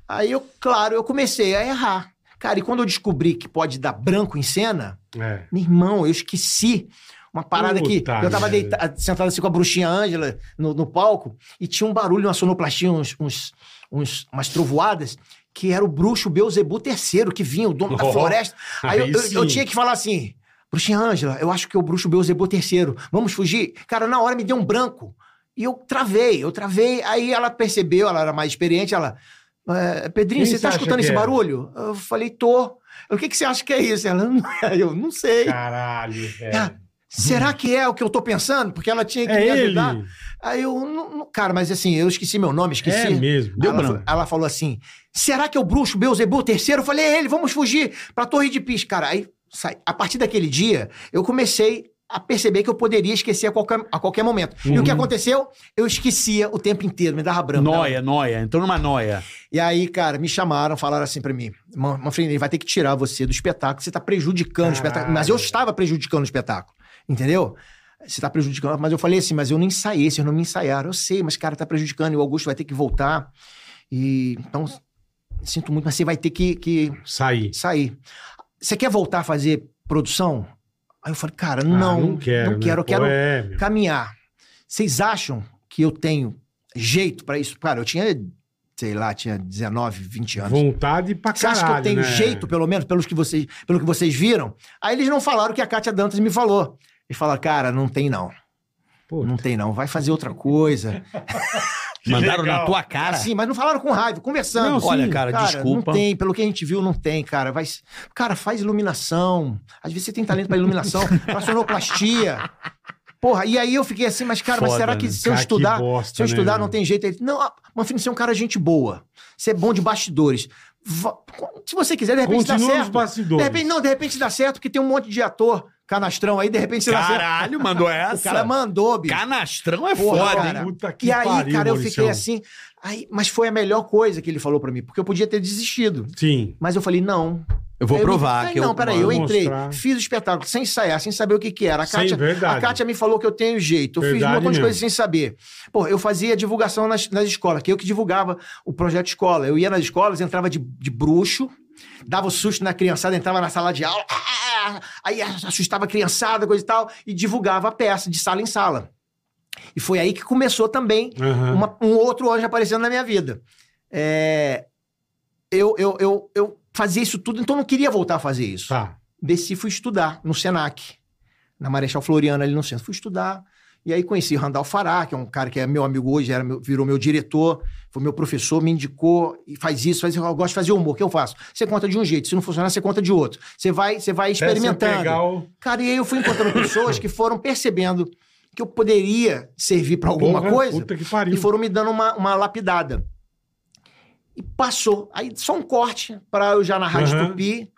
Speaker 1: aí eu, claro, eu comecei a errar. Cara, e quando eu descobri que pode dar branco em cena,
Speaker 3: É.
Speaker 1: meu irmão, eu esqueci uma parada
Speaker 3: Puta
Speaker 1: que eu tava
Speaker 3: merda.
Speaker 1: deita- sentado assim com a bruxinha Ângela no, no palco e tinha um barulho, uma sonoplastia, uns, uns, uns- umas trovoadas, que era o bruxo Beuzebu III, que vinha, o dono da
Speaker 3: Oh,
Speaker 1: floresta. Aí, eu,
Speaker 3: aí
Speaker 1: eu-
Speaker 3: sim.
Speaker 1: eu tinha que falar assim, bruxinha Ângela, eu acho que é o bruxo Beuzebu III, vamos fugir? Cara, na hora me deu um branco. E eu travei, eu travei. Aí ela percebeu, ela era mais experiente, ela... "Eh, Pedrinho,
Speaker 3: Quem
Speaker 1: você tá
Speaker 3: você acha
Speaker 1: escutando
Speaker 3: que
Speaker 1: esse
Speaker 3: é?"
Speaker 1: barulho? Eu falei, tô. O que, que você acha que é isso? Ela, eu não (laughs) sei.
Speaker 3: Caralho, velho.
Speaker 1: Ah, Será que é o que eu tô pensando? Porque ela tinha que
Speaker 3: é
Speaker 1: me
Speaker 3: ele.
Speaker 1: ajudar. Aí eu, não, não- cara, mas assim, eu esqueci meu nome, esqueci.
Speaker 3: É mesmo.
Speaker 5: Deu
Speaker 1: ela,
Speaker 5: branco.
Speaker 1: fa- ela falou assim: será que é o bruxo Beuzebu III? Eu falei, é ele, vamos fugir pra Torre de Pis. Cara, aí sai. a partir daquele dia, eu comecei a perceber que eu poderia esquecer a qualquer, a qualquer momento. E
Speaker 3: Uhum.
Speaker 1: o que aconteceu? Eu esquecia o tempo inteiro, me dava branco.
Speaker 5: Noia, noia. Entrou numa noia.
Speaker 1: E aí, cara, me chamaram, falaram assim pra mim: "Man- Manfrini, ele vai ter que tirar você do espetáculo, você tá prejudicando o espetáculo. Mas eu
Speaker 3: Caralho.
Speaker 1: estava prejudicando o espetáculo, entendeu? Você tá prejudicando. Mas eu falei assim: mas eu não ensaiei, vocês não me ensaiaram. Eu sei, mas, cara, tá prejudicando e o Augusto vai ter que voltar. E então, sinto muito, mas você vai ter que, que
Speaker 3: Saí.
Speaker 1: sair. Você quer voltar a fazer produção? Aí eu falei: cara, não,
Speaker 3: Ah, não quero.
Speaker 1: não
Speaker 3: né?
Speaker 1: quero, eu
Speaker 3: Pô,
Speaker 1: quero
Speaker 3: É, meu.
Speaker 1: caminhar. Vocês acham que eu tenho jeito pra isso? Cara, eu tinha, sei lá, tinha 19, 20 anos.
Speaker 3: Vontade pra
Speaker 1: Você
Speaker 3: caralho.
Speaker 1: acha que eu tenho
Speaker 3: né?
Speaker 1: jeito, pelo menos, pelos que vocês, pelo que vocês viram? Aí eles não falaram o que a Kátia Dantas me falou. Eles falaram, cara, não tem não.
Speaker 3: Pô,
Speaker 1: Não tem não. Vai fazer outra coisa.
Speaker 3: É. Que
Speaker 5: Mandaram
Speaker 3: legal.
Speaker 5: na tua cara.
Speaker 1: Assim, mas não falaram com raiva, conversando.
Speaker 3: Não, sim.
Speaker 5: Olha, cara, desculpa.
Speaker 1: Não tem, pelo que a gente viu, não tem, cara. Vai, cara, faz iluminação. Às vezes você tem talento pra iluminação, (laughs) pra sonoplastia. Porra, e aí eu fiquei assim, mas cara, mas
Speaker 5: Foda,
Speaker 1: será
Speaker 5: né?
Speaker 1: que se eu
Speaker 3: cara, que
Speaker 1: estudar,
Speaker 3: bosta,
Speaker 1: se eu
Speaker 3: né,
Speaker 1: estudar,
Speaker 3: meu?
Speaker 1: não tem jeito. Ele, não, ah, Manfrim, você é um cara gente boa. Você é bom de bastidores. Va- Se você quiser, de repente
Speaker 3: Continua
Speaker 1: dá
Speaker 3: nos
Speaker 1: certo.
Speaker 3: bastidores.
Speaker 1: De repente, não, de repente dá certo, porque tem um monte de ator. canastrão aí, de repente você nasceu.
Speaker 4: Caralho, mandou essa?
Speaker 1: O cara mandou, bicho.
Speaker 4: Canastrão é
Speaker 1: Porra,
Speaker 4: foda,
Speaker 1: cara.
Speaker 4: hein?
Speaker 3: Puta
Speaker 1: e aí,
Speaker 3: pariu,
Speaker 1: cara, eu
Speaker 3: Maurício.
Speaker 1: fiquei assim. Aí, mas foi a melhor coisa que ele falou pra mim, porque eu podia ter desistido.
Speaker 3: Sim.
Speaker 1: Mas eu falei, não.
Speaker 4: Eu vou
Speaker 1: Aí
Speaker 4: provar
Speaker 1: eu,
Speaker 4: que
Speaker 1: eu. Não,
Speaker 4: eu...
Speaker 1: peraí, eu
Speaker 3: vou
Speaker 1: entrei,
Speaker 3: mostrar.
Speaker 1: fiz o espetáculo sem ensaiar, sem saber o que, que era. A
Speaker 3: Sim,
Speaker 1: Kátia,
Speaker 3: é verdade.
Speaker 1: a Kátia me falou que eu tenho jeito. Eu fiz um
Speaker 3: Verdade
Speaker 1: montão de
Speaker 3: mesmo.
Speaker 1: coisas sem saber. Pô, eu fazia divulgação nas, nas escolas, que eu que divulgava o projeto escola. Eu ia nas escolas, entrava de, de bruxo, dava o susto na criançada, entrava na sala de aula, ah, ah, ah, aí assustava a criançada, coisa e tal, e divulgava a peça de sala em sala. E foi aí que começou também
Speaker 3: Aham.
Speaker 1: uma- um outro anjo aparecendo na minha vida. É, eu, eu, eu, eu fazia isso tudo, então eu não queria voltar a fazer isso.
Speaker 3: Tá.
Speaker 1: Desci e fui estudar no SENAC, na Marechal Floriano, ali no centro. Fui estudar. E aí conheci Randall Fará, que é um cara que é meu amigo hoje, era meu- virou meu diretor, foi meu professor, me indicou, e faz isso, faz isso. Eu gosto de fazer humor, o que eu faço? Você conta de um jeito, se não funcionar, você conta de outro. Você vai, você vai
Speaker 3: Até você
Speaker 1: experimentando.
Speaker 3: pegar o-
Speaker 1: Cara, e aí eu fui encontrando pessoas que foram percebendo que eu poderia servir para alguma
Speaker 3: Porra,
Speaker 1: coisa
Speaker 3: Puta que pariu.
Speaker 1: e foram me dando uma, uma lapidada. E passou. Aí só um corte para eu já na Rádio
Speaker 3: Aham.
Speaker 1: Tupi.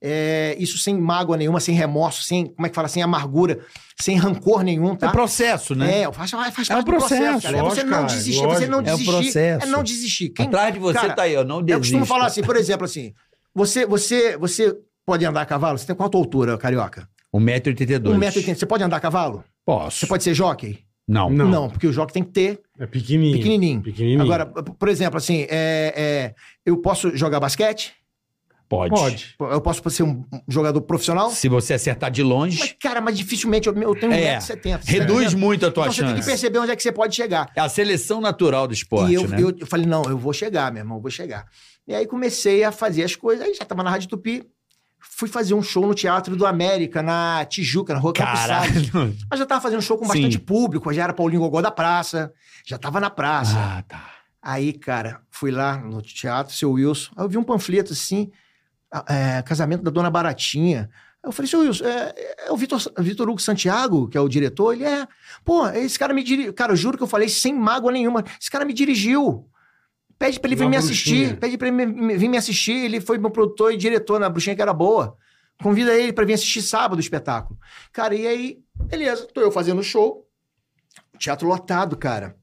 Speaker 1: É, isso sem mágoa nenhuma, sem remorso, sem, como é que fala, sem amargura, sem rancor nenhum, tá?
Speaker 4: É processo, né?
Speaker 1: É, faz, faz parte
Speaker 4: É um
Speaker 1: do processo,
Speaker 4: processo,
Speaker 1: cara. É você
Speaker 3: lógico,
Speaker 1: não
Speaker 3: cara,
Speaker 1: desistir,
Speaker 3: lógico.
Speaker 1: você não
Speaker 4: É um
Speaker 1: desistir.
Speaker 4: processo.
Speaker 1: é não desistir. Quem,
Speaker 4: Atrás de você
Speaker 1: Cara,
Speaker 4: tá aí, ó. Não
Speaker 1: eu
Speaker 4: desisto.
Speaker 1: costumo falar assim, por exemplo, assim, você, você, você pode andar a cavalo? Você tem qual a tua altura, carioca?
Speaker 4: 1,82m.
Speaker 1: 1,80m. Você pode andar a cavalo?
Speaker 4: Posso.
Speaker 1: Você pode ser jockey?
Speaker 4: Não.
Speaker 3: Não.
Speaker 1: porque o jockey tem que ter
Speaker 3: É pequenininho.
Speaker 1: pequenininho.
Speaker 3: Pequenininho.
Speaker 1: Agora, p- por exemplo, assim, é, é, eu posso jogar basquete?
Speaker 4: Pode.
Speaker 1: (laughs)
Speaker 3: pode.
Speaker 1: Eu posso ser um um jogador profissional?
Speaker 4: Se você acertar de
Speaker 1: Mas,
Speaker 4: longe,
Speaker 1: cara, mas dificilmente eu, eu tenho
Speaker 4: É.
Speaker 1: 1,70m.
Speaker 4: reduz muito a tua
Speaker 1: Então você tem que
Speaker 4: chance.
Speaker 1: perceber onde é que você pode chegar.
Speaker 4: É a seleção natural do esporte,
Speaker 1: e eu,
Speaker 4: né?
Speaker 1: eu, eu falei, não, eu vou chegar, meu irmão, eu vou chegar. E aí comecei a fazer as coisas, aí já tava na Rádio Tupi, fui fazer um show no Teatro do América, na Tijuca, na Rua Caralho.
Speaker 4: Caralho.
Speaker 1: Mas já tava fazendo show com
Speaker 4: Sim.
Speaker 1: bastante público, já era Paulinho Gogó da Praça, já tava na praça.
Speaker 4: Ah, tá.
Speaker 1: Aí, cara, fui lá no teatro, seu Wilson. Aí eu vi um panfleto assim, a- é, casamento da dona Baratinha. Aí Eu falei, seu Wilson, é, é o Vitor, Vitor Hugo Santiago, que é o diretor? Ele é. Pô, esse cara me dirigiu. Cara, eu juro que eu falei sem mágoa nenhuma. Esse cara me dirigiu. Pede pra ele
Speaker 3: Na
Speaker 1: vir me
Speaker 3: Bruxinha.
Speaker 1: assistir. Pede pra ele me- me- vir me assistir. Ele foi meu produtor e diretor na Bruxinha, que era boa. Convida ele pra vir assistir sábado o espetáculo. Cara, e aí, beleza, tô eu fazendo show. Teatro lotado, cara.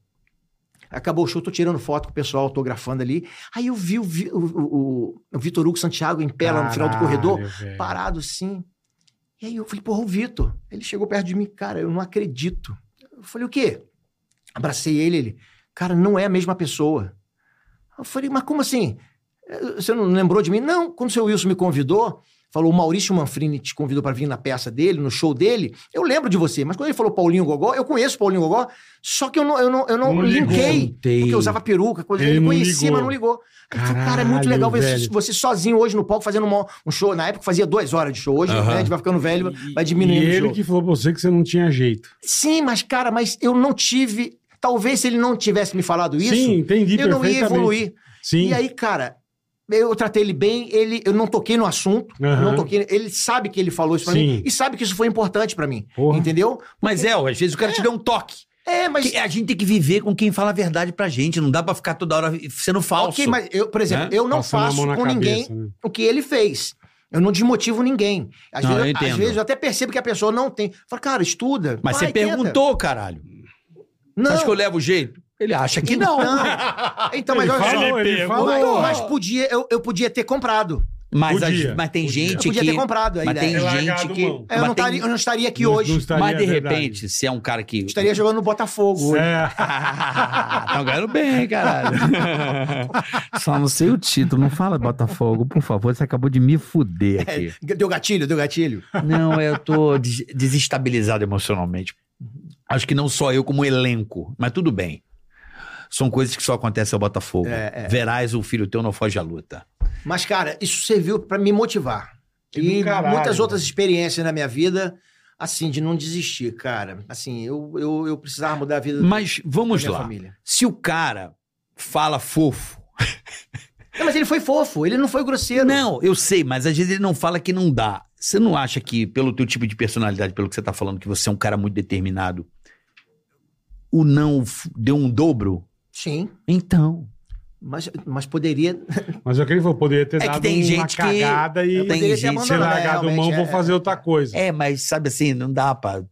Speaker 1: Acabou o show, tô tirando foto com o pessoal, autografando ali. Aí eu vi o, Vi- o- o- o Vitor Hugo Santiago em pé lá no final do corredor,
Speaker 3: Caralho, velho.
Speaker 1: parado assim. E aí eu falei, porra, o Vitor. Ele chegou perto de mim, cara, eu não acredito. Eu falei, o quê? Abracei ele, ele, cara, não é a mesma pessoa. Eu falei, mas como assim? Eh, Você não lembrou de mim? Não, quando o seu Wilson me convidou, falou, o Maurício Manfrini te convidou pra vir na peça dele, no show dele, eu lembro de você. Mas quando ele falou Paulinho Gogó, eu conheço Paulinho Gogó, só que eu não, eu não, eu não,
Speaker 3: Não ligou.
Speaker 1: linkei. Porque eu
Speaker 4: Tem.
Speaker 1: usava peruca, coisa.
Speaker 3: Ele
Speaker 1: Ele,
Speaker 3: não
Speaker 1: conhecia,
Speaker 3: ligou.
Speaker 1: mas não ligou. Aí eu falei, cara, é muito
Speaker 3: Caralho,
Speaker 1: legal ver
Speaker 3: velho.
Speaker 1: você, você sozinho hoje no palco fazendo um, um show. Na época fazia duas horas de show. Hoje
Speaker 4: Aham.
Speaker 1: né, a gente vai ficando velho, vai diminuindo
Speaker 3: E
Speaker 1: o
Speaker 3: ele
Speaker 1: show.
Speaker 3: que falou pra você que você não tinha jeito.
Speaker 1: Sim, mas cara, mas eu não tive... Talvez se ele não tivesse me falado isso,
Speaker 3: Sim, entendi
Speaker 1: eu não ia
Speaker 3: perfeitamente.
Speaker 1: evoluir.
Speaker 3: Sim.
Speaker 1: E aí, cara, eu tratei ele bem, ele, eu não toquei no assunto,
Speaker 3: Aham.
Speaker 1: eu não toquei, ele sabe que ele falou isso pra
Speaker 3: Sim.
Speaker 1: mim e sabe que isso foi importante pra mim,
Speaker 3: Porra.
Speaker 1: entendeu?
Speaker 4: Mas é, ó, às vezes o cara te dá um toque.
Speaker 1: É, mas
Speaker 4: Que a gente tem que viver com quem fala a verdade pra gente. Não dá pra ficar toda hora sendo falso.
Speaker 1: ok, mas eu, por exemplo, eu não
Speaker 3: Né? Passando a
Speaker 1: faço
Speaker 3: mão
Speaker 1: com
Speaker 3: na cabeça,
Speaker 1: ninguém
Speaker 3: né?
Speaker 1: o que ele fez. Eu não desmotivo ninguém. Às,
Speaker 4: Não, eu
Speaker 1: vezes, eu,
Speaker 4: entendo.
Speaker 1: às vezes eu até percebo que a pessoa não tem. Fala, cara, estuda.
Speaker 4: Mas
Speaker 1: vai,
Speaker 4: você
Speaker 1: tenta.
Speaker 4: perguntou, caralho.
Speaker 1: Não.
Speaker 4: Acho que eu levo o jeito? Ele acha que não.
Speaker 1: Então, então, mas
Speaker 3: Ele
Speaker 1: olha só.
Speaker 3: falou, ele
Speaker 1: Mas-
Speaker 3: falou.
Speaker 1: Mas podia, eu, eu podia ter comprado.
Speaker 4: Mas,
Speaker 3: Podia.
Speaker 4: as- mas tem
Speaker 3: Podia.
Speaker 1: Eu
Speaker 4: gente
Speaker 1: podia
Speaker 4: que...
Speaker 1: ter comprado a
Speaker 4: Mas tem
Speaker 1: ideia. É,
Speaker 3: Ter
Speaker 4: gente
Speaker 3: largado
Speaker 4: que...
Speaker 3: mão.
Speaker 1: Eu,
Speaker 4: mas,
Speaker 1: não
Speaker 4: tem-
Speaker 1: estaria, eu não estaria aqui
Speaker 3: Não-
Speaker 1: hoje.
Speaker 3: não estaria,
Speaker 4: mas de
Speaker 3: é verdade.
Speaker 4: repente, se é um cara que...
Speaker 1: Estaria jogando no Botafogo hoje.
Speaker 3: É,
Speaker 1: (laughs)
Speaker 4: Estão Ah, ganhando bem, caralho.
Speaker 6: Só não sei o título, não fala Botafogo, por favor, você acabou de me fuder aqui.
Speaker 1: É, Deu gatilho, deu gatilho.
Speaker 4: É. Não, é, eu tô des- desestabilizado emocionalmente. Acho que não só eu, como elenco. Mas tudo bem. São coisas que só acontecem ao Botafogo.
Speaker 1: É,
Speaker 4: Verás o filho teu não foge à luta.
Speaker 1: Mas, cara, isso serviu pra me motivar.
Speaker 3: Que
Speaker 1: e
Speaker 3: do caralho,
Speaker 1: muitas
Speaker 3: né?
Speaker 1: outras experiências na minha vida, assim, de não desistir, cara. Assim, eu, eu, eu precisava mudar a vida
Speaker 4: Mas vamos
Speaker 1: da minha
Speaker 4: lá.
Speaker 1: família.
Speaker 4: Se o cara fala fofo.
Speaker 1: Não, mas ele foi fofo, ele não foi grosseiro.
Speaker 4: Não, eu sei, mas às vezes ele não fala que não dá. Você não acha que, pelo teu tipo de personalidade, pelo que você tá falando, que você é um cara muito determinado, o não f- deu um dobro?
Speaker 1: Sim.
Speaker 4: Então.
Speaker 1: Mas, mas poderia.
Speaker 3: Mas eu queria que eu poderia
Speaker 1: É
Speaker 3: ter
Speaker 4: que
Speaker 3: dado
Speaker 4: tem
Speaker 3: uma
Speaker 4: gente que-
Speaker 3: cagada e
Speaker 4: Tem
Speaker 1: poderia
Speaker 4: gente,
Speaker 1: abandonado,
Speaker 3: ser
Speaker 1: né,
Speaker 3: largado mão,
Speaker 1: realmente,
Speaker 3: vou
Speaker 1: é,
Speaker 3: fazer outra coisa.
Speaker 4: É, mas sabe assim, não dá pra.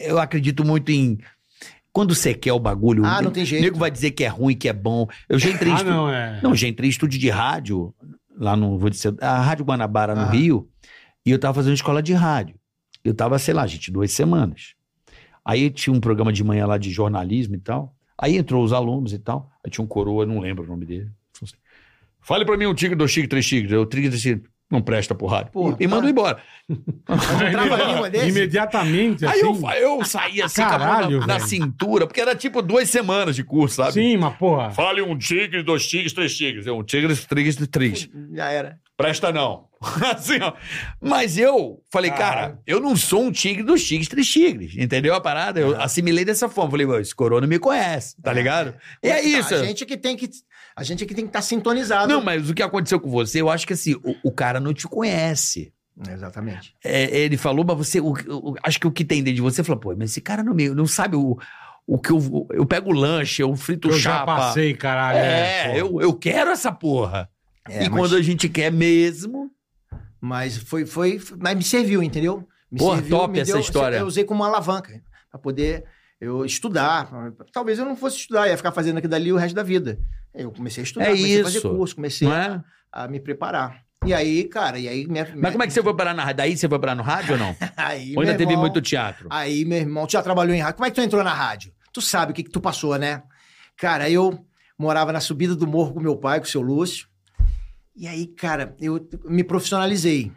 Speaker 4: Eu acredito muito em. Quando você quer o bagulho,
Speaker 1: Ah,
Speaker 4: o
Speaker 1: não tem jeito.
Speaker 4: nego vai dizer que é ruim, que é bom. Eu já entrei em
Speaker 3: Ah,
Speaker 4: estúdio.
Speaker 3: não, é.
Speaker 4: Não, já entrei em estúdio de rádio, lá no. Vou dizer, a Rádio Guanabara, no
Speaker 1: Aham.
Speaker 4: Rio, e eu tava fazendo escola de rádio. Eu tava, sei lá, gente, duas semanas. Aí tinha um programa de manhã lá de jornalismo e tal. Aí entrou os alunos e tal. Aí tinha um coroa, não lembro o nome dele. Falou assim, Fale pra mim um tigre, dois tigres, três tigres. Eu, tigre, dois tigres. Não presta pro rádio.
Speaker 1: Porra,
Speaker 4: e e mandou
Speaker 1: para.
Speaker 4: embora.
Speaker 3: (laughs)
Speaker 1: trava-língua um é desse?
Speaker 3: Imediatamente, assim.
Speaker 4: Aí eu, fa- eu saí assim com a
Speaker 3: Caralho,
Speaker 4: mão na, na
Speaker 3: velho.
Speaker 4: cintura, porque era tipo duas semanas de curso, sabe?
Speaker 3: Sim, mas porra.
Speaker 4: Fale um tigre, dois tigres, três tigres. Eu, Um tigre, três, três.
Speaker 1: Já era.
Speaker 4: Presta não. (laughs) assim, ó. Mas eu falei,
Speaker 3: Caralho.
Speaker 4: cara, eu não sou um tigre, dois tigres, três tigres. Entendeu a parada? Eu assimilei dessa forma. Falei, "Meu, esse corona me conhece, tá ligado? E é isso.
Speaker 1: A gente é que tem que. A gente é que tem que estar sintonizado.
Speaker 4: Não, mas o que aconteceu com você, eu acho que assim, o- o cara não te conhece.
Speaker 1: Exatamente.
Speaker 4: É, ele falou, mas você, o- o- acho que o que tem dentro de você, falou, pô, mas esse cara não, me, não sabe o, o que eu, eu pego o lanche, eu frito
Speaker 3: Eu já
Speaker 4: chapa.
Speaker 3: passei, né, caralho.
Speaker 4: é,
Speaker 3: porra.
Speaker 4: eu, eu quero essa porra.
Speaker 1: É,
Speaker 4: e
Speaker 1: mas-
Speaker 4: quando a gente quer mesmo,
Speaker 1: Mas foi, foi. Mas me serviu, entendeu? Me
Speaker 4: Porra, top essa história.
Speaker 1: Eu usei como uma alavanca pra poder eu estudar. Talvez eu não fosse estudar, ia ficar fazendo aquilo dali o resto da vida. Eu comecei a estudar,
Speaker 4: É
Speaker 1: comecei a fazer
Speaker 4: isso.
Speaker 1: curso, comecei
Speaker 4: não é?
Speaker 1: a me preparar. E aí, cara, e aí. Minha,
Speaker 4: Mas como é que você foi parar na rádio? Daí você foi parar no rádio ou
Speaker 1: (laughs)
Speaker 4: não?
Speaker 1: Aí,
Speaker 4: ou ainda
Speaker 1: meu
Speaker 4: teve
Speaker 1: irmão,
Speaker 4: muito teatro?
Speaker 1: Aí, meu irmão, tu já trabalhou em rádio. Como é que tu entrou na rádio? Tu sabe o que, que tu passou, né? Cara, eu morava na subida do morro com meu pai, com o seu Lúcio. E aí, cara, eu me profissionalizei.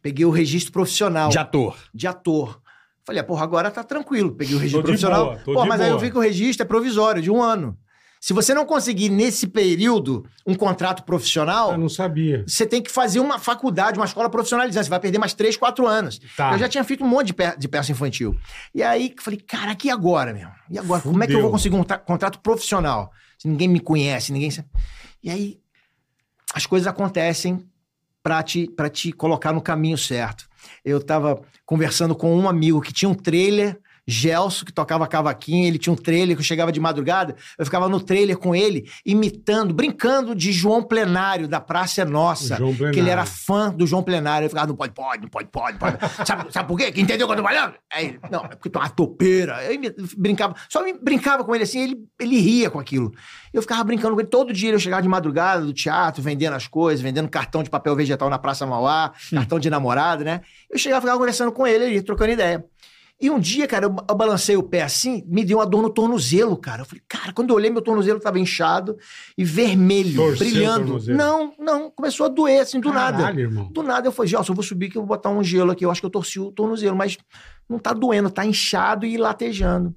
Speaker 1: Peguei o registro profissional
Speaker 4: De ator.
Speaker 1: de ator. Falei, ah, porra, agora tá tranquilo. Peguei o registro
Speaker 3: de
Speaker 1: profissional.
Speaker 3: boa, tô
Speaker 1: Pô,
Speaker 3: de
Speaker 1: mas aí eu
Speaker 3: boa.
Speaker 1: vi que o registro é provisório, de um ano. Se você não conseguir, nesse período, um contrato profissional,
Speaker 3: Eu não sabia.
Speaker 1: você tem que fazer uma faculdade, uma escola profissionalizante. Você vai perder mais três, quatro anos.
Speaker 3: Tá.
Speaker 1: Eu já tinha feito um monte de, pe- de peça infantil. E aí que eu falei, cara, que agora, meu? E agora? Como é que eu
Speaker 3: Fudeu.
Speaker 1: vou conseguir um tra- contrato profissional? Se ninguém me conhece, ninguém. sabe? E aí as coisas acontecem pra te, pra te colocar no caminho certo. Eu tava conversando com um amigo que tinha um trailer. Gelson, que tocava cavaquinho, ele tinha um trailer que eu chegava de madrugada, eu ficava no trailer com ele, imitando, brincando de João Plenário, da Praça é Nossa.
Speaker 3: João
Speaker 1: Que ele era
Speaker 3: Plenário.
Speaker 1: fã do João Plenário. Eu ficava, não pode, pode, não pode,
Speaker 3: (laughs)
Speaker 1: pode, pode. Sabe, sabe por quê? Que entendeu o que eu tô falando? Aí, ele, não, é porque tu é uma topeira. Eu me- brincava, só me brincava com ele assim, ele, ele ria com aquilo. Eu ficava brincando com ele todo dia. Eu chegava de madrugada do teatro, vendendo as coisas, vendendo cartão de papel vegetal na Praça Mauá, cartão de namorado, né? Eu chegava, ficava conversando com ele, ele ia trocando ideia. E um dia, cara, eu, ba- eu balancei o pé assim, me deu uma dor no tornozelo, cara. Eu falei, cara, quando eu olhei, meu tornozelo tava inchado e vermelho,
Speaker 3: Torceu o
Speaker 1: brilhando.
Speaker 3: tornozelo.
Speaker 1: Não, não, começou a doer assim, do nada.
Speaker 3: Caralho, irmão.
Speaker 1: Do nada eu falei, Gelson, eu vou subir que eu vou botar um gelo aqui. Eu acho que eu torci o tornozelo, mas não tá doendo, tá inchado e latejando.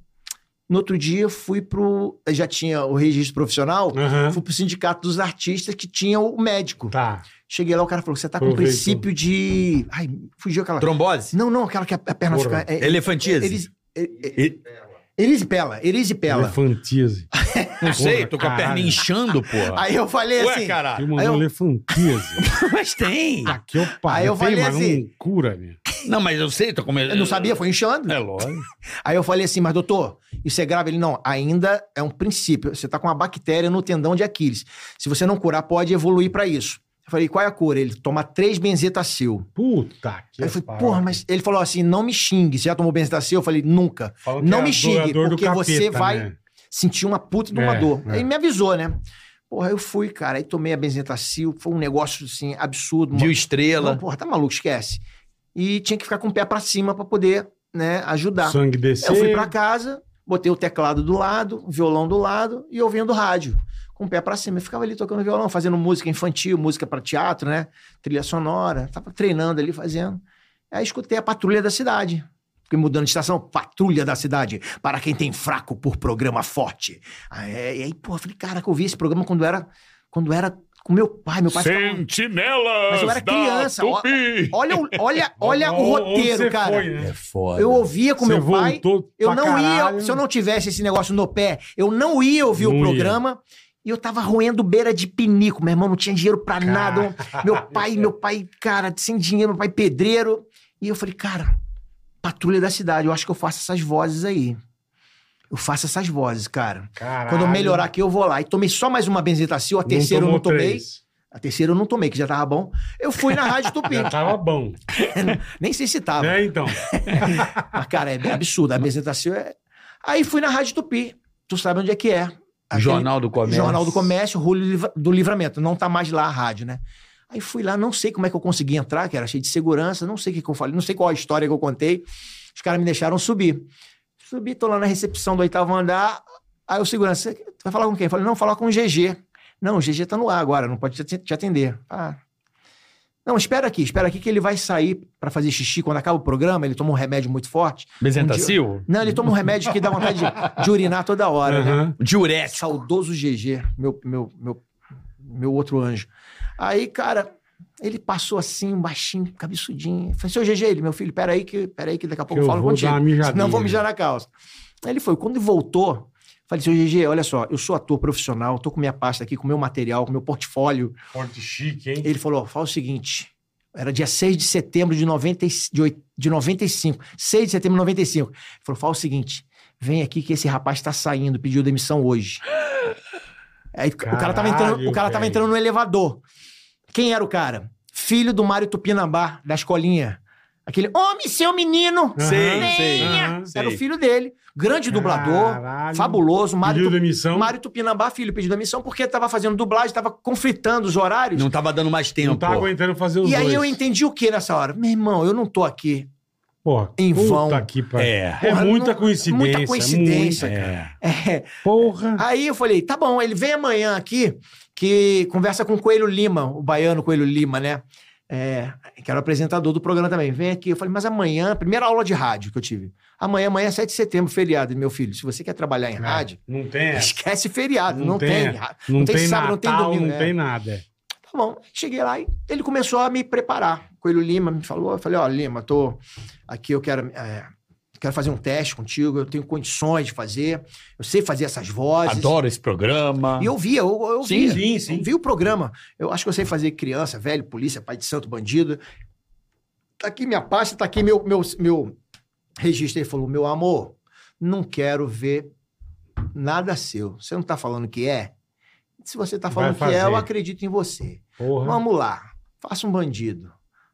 Speaker 1: No outro dia eu fui pro. eu Já tinha o registro profissional,
Speaker 3: Aham.
Speaker 1: fui pro sindicato dos artistas que tinha o médico.
Speaker 3: Tá.
Speaker 1: Cheguei lá, o cara falou: você tá com
Speaker 3: Aproveitou.
Speaker 1: princípio de. Ai, fugiu aquela.
Speaker 4: Trombose?
Speaker 1: Não, não, aquela que a, a perna
Speaker 3: Porra.
Speaker 1: fica. É,
Speaker 4: Elefantismo?
Speaker 1: eris,
Speaker 4: E-
Speaker 1: erisipela, erisipela. (laughs)
Speaker 3: Elefantíase.
Speaker 4: Não sei,
Speaker 3: Porra,
Speaker 4: tô com a
Speaker 3: caralho.
Speaker 4: perna inchando, porra.
Speaker 1: Aí eu falei
Speaker 4: Ué,
Speaker 1: assim.
Speaker 3: Que
Speaker 4: caralho.
Speaker 1: Aí
Speaker 3: mandou
Speaker 1: eu-
Speaker 3: elefantíase.
Speaker 4: Mas tem.
Speaker 3: Aqui eu paro.
Speaker 1: Aí eu
Speaker 3: tem,
Speaker 1: falei
Speaker 3: mas
Speaker 1: assim-
Speaker 3: não cura, meu.
Speaker 4: Não, mas eu sei, tô com medo.
Speaker 1: Eu não sabia, foi inchando.
Speaker 4: É lógico.
Speaker 1: Aí eu falei assim, mas doutor, isso é grave? Ele, não, ainda é um princípio. Você tá com uma bactéria no tendão de Aquiles. Se você não curar, pode evoluir pra isso. Eu falei, qual é a cor? Ele, toma três benzetacil.
Speaker 3: Puta que
Speaker 1: Aí eu falei,
Speaker 3: pariu.
Speaker 1: porra, mas ele falou assim, não me xingue. Você já tomou benzetacil? Eu falei, nunca.
Speaker 3: Falam que
Speaker 1: não
Speaker 3: é
Speaker 1: me
Speaker 3: a
Speaker 1: xingue,
Speaker 3: dor- a dor do
Speaker 1: porque você
Speaker 3: capeta,
Speaker 1: vai
Speaker 3: né?
Speaker 1: sentir uma puta de uma
Speaker 3: É,
Speaker 1: dor.
Speaker 3: é.
Speaker 1: Aí me avisou, né? Porra, eu fui, cara. Aí tomei a benzetacil. Foi um negócio, assim, absurdo.
Speaker 4: Viu
Speaker 1: uma-
Speaker 4: estrela.
Speaker 1: Não, porra, tá maluco, esquece. E tinha que ficar com o pé pra cima pra poder, né, ajudar.
Speaker 3: Sangue descer.
Speaker 1: Eu fui pra casa, botei o teclado do lado, o violão do lado e ouvindo rádio. Com o pé pra cima. Eu ficava ali tocando violão, fazendo música infantil, música pra teatro, né? Trilha sonora. Tava treinando ali, fazendo. Aí escutei a patrulha da cidade. Fiquei mudando de estação. Patrulha da cidade. Para quem tem fraco por programa forte. Aí, e aí, pô, eu falei, cara, que eu vi esse programa quando era, quando era com meu pai. Meu pai ficava...
Speaker 7: Sentinelas
Speaker 1: Mas eu era criança. ó- Olha, o- olha,
Speaker 3: (laughs)
Speaker 1: olha o
Speaker 3: Onde
Speaker 1: roteiro,
Speaker 3: você
Speaker 1: cara.
Speaker 3: Foi, né?
Speaker 4: É foda.
Speaker 1: Eu ouvia com
Speaker 3: Você
Speaker 1: meu pai.
Speaker 3: voltou
Speaker 1: Eu
Speaker 3: pra
Speaker 1: não
Speaker 3: caralho.
Speaker 1: ia, se eu não tivesse esse negócio no pé, eu não ia ouvir
Speaker 3: Não
Speaker 1: o
Speaker 3: ia.
Speaker 1: programa. E eu tava roendo beira de pinico, meu irmão, não tinha dinheiro pra nada. Um, Meu pai, meu pai, cara, sem dinheiro, meu pai pedreiro. E eu falei, cara, patrulha da cidade, eu acho que eu faço essas vozes aí. Eu faço essas vozes, cara.
Speaker 3: Caralho.
Speaker 1: Quando eu melhorar aqui, eu vou lá. E tomei só mais uma benzetacil, a
Speaker 3: Não
Speaker 1: terceira eu não
Speaker 3: tomou
Speaker 1: tomei.
Speaker 3: três.
Speaker 1: A terceira eu não tomei, que já tava bom. Eu fui na Rádio Tupi.
Speaker 3: (laughs) Já tá. tava bom.
Speaker 1: (laughs) Nem sei se tava.
Speaker 3: né, então?
Speaker 1: Mas, (laughs) cara, é absurdo. A apresentação é. Aí fui na Rádio Tupi. Tu sabe onde é que é. Aquele-
Speaker 5: Jornal do Comércio.
Speaker 1: Jornal do Comércio, Rua Livra- do Livramento. Não tá mais lá a rádio, né? Aí fui lá, não sei como é que eu consegui entrar, que era cheio de segurança, não sei o que, que eu falei, não sei qual a história que eu contei. Os caras me deixaram subir. Subi, tô lá na recepção do oitavo andar. Aí o segurança, "Você vai falar com quem? Eu falei, não, falar com o GG. Não, o GG tá no ar agora, não pode te te atender. Ah. Não, espera aqui, espera aqui que ele vai sair pra fazer xixi quando acaba o programa, ele toma um remédio muito forte.
Speaker 5: Bezentacil?
Speaker 1: Não, ele toma um remédio que dá vontade de, de urinar toda hora, né?
Speaker 3: Aham.
Speaker 1: É, saudoso GG, meu, meu, meu, meu outro anjo. Aí, cara, ele passou assim, baixinho, cabeçudinho. Eu Falei, seu GG, ele, meu filho, peraí que, peraí que daqui a pouco
Speaker 3: Que
Speaker 1: eu
Speaker 3: eu
Speaker 1: falo
Speaker 3: vou
Speaker 1: contigo.
Speaker 3: dar uma mijadinha.
Speaker 1: Senão eu vou mijar na calça. Aí ele foi. Quando ele voltou, falei, seu GG, olha só, eu sou ator profissional, tô com minha pasta aqui, com meu material, com meu portfólio.
Speaker 3: Forte chique, hein?
Speaker 1: Ele falou, fala o seguinte, era dia 6 de setembro de, 90, e- de, oit- de 95, 6 de setembro de 95. Ele falou, fala o seguinte, vem aqui que esse rapaz tá saindo, pediu demissão hoje. Aí o cara tava entrando,
Speaker 3: Caralho,
Speaker 1: o cara tava
Speaker 3: velho.
Speaker 1: entrando no elevador. Quem era o cara? Filho do Mário Tupinambá, da escolinha. Aquele homem, seu menino.
Speaker 3: Sei,
Speaker 1: venha.
Speaker 5: sei,
Speaker 3: aham,
Speaker 1: Era
Speaker 5: sei.
Speaker 1: o filho dele, grande dublador,
Speaker 3: Caralho.
Speaker 1: fabuloso. Mário,
Speaker 3: Pediu
Speaker 1: Tup...
Speaker 3: demissão.
Speaker 1: Mário Tupinambá, filho, pediu demissão porque tava fazendo dublagem, tava conflitando os horários.
Speaker 5: Não tava dando mais tempo.
Speaker 3: Não tá aguentando fazer os
Speaker 1: E aí
Speaker 3: dois.
Speaker 1: eu entendi o que nessa hora? Meu irmão, eu não tô aqui. (laughs)
Speaker 3: Porra,
Speaker 1: em
Speaker 3: puta
Speaker 1: vão.
Speaker 3: que pariu.
Speaker 5: É.
Speaker 3: É
Speaker 1: Porra,
Speaker 3: muita
Speaker 1: não-
Speaker 3: coincidência. é
Speaker 1: muita coincidência,
Speaker 3: muita.
Speaker 5: É.
Speaker 1: É.
Speaker 3: Porra.
Speaker 1: Aí eu falei, tá bom, ele vem amanhã aqui, que conversa com o Coelho Lima, o baiano Coelho Lima, né? É, que era o apresentador do programa também. Vem aqui. Eu falei, mas amanhã, primeira aula de rádio que eu tive. Amanhã, amanhã é 7 de setembro, feriado. Ele, Meu filho, se você quer trabalhar em rádio, (laughs)
Speaker 3: Não tem essa.
Speaker 1: esquece feriado. Não,
Speaker 3: É. Não tem,
Speaker 1: tem.
Speaker 3: é.
Speaker 1: rádio.
Speaker 3: Não, tem,
Speaker 1: sábado, não
Speaker 3: Natal,
Speaker 1: tem domingo,
Speaker 3: não
Speaker 1: é.
Speaker 3: tem nada.
Speaker 1: Tá bom. Cheguei lá e ele começou a me preparar. Coelho Lima me falou, eu falei, ó, Lima, tô aqui, eu quero, é, quero fazer um teste contigo, eu tenho condições de fazer, eu sei fazer essas vozes.
Speaker 5: Adoro esse programa.
Speaker 1: E eu via, eu, eu via.
Speaker 5: Sim,
Speaker 3: né? sim, sim.
Speaker 1: Eu vi o programa. Eu acho que eu sei fazer criança, velho, polícia, pai de santo, bandido. Tá aqui minha pasta, tá aqui meu, meu, meu registro. Ele falou, meu amor, não quero ver nada seu. Você não tá falando que é? Se você tá
Speaker 3: Vai
Speaker 1: falando que é,
Speaker 3: fazer.
Speaker 1: eu acredito em você.
Speaker 3: Porra.
Speaker 1: Vamos lá. Faça um bandido.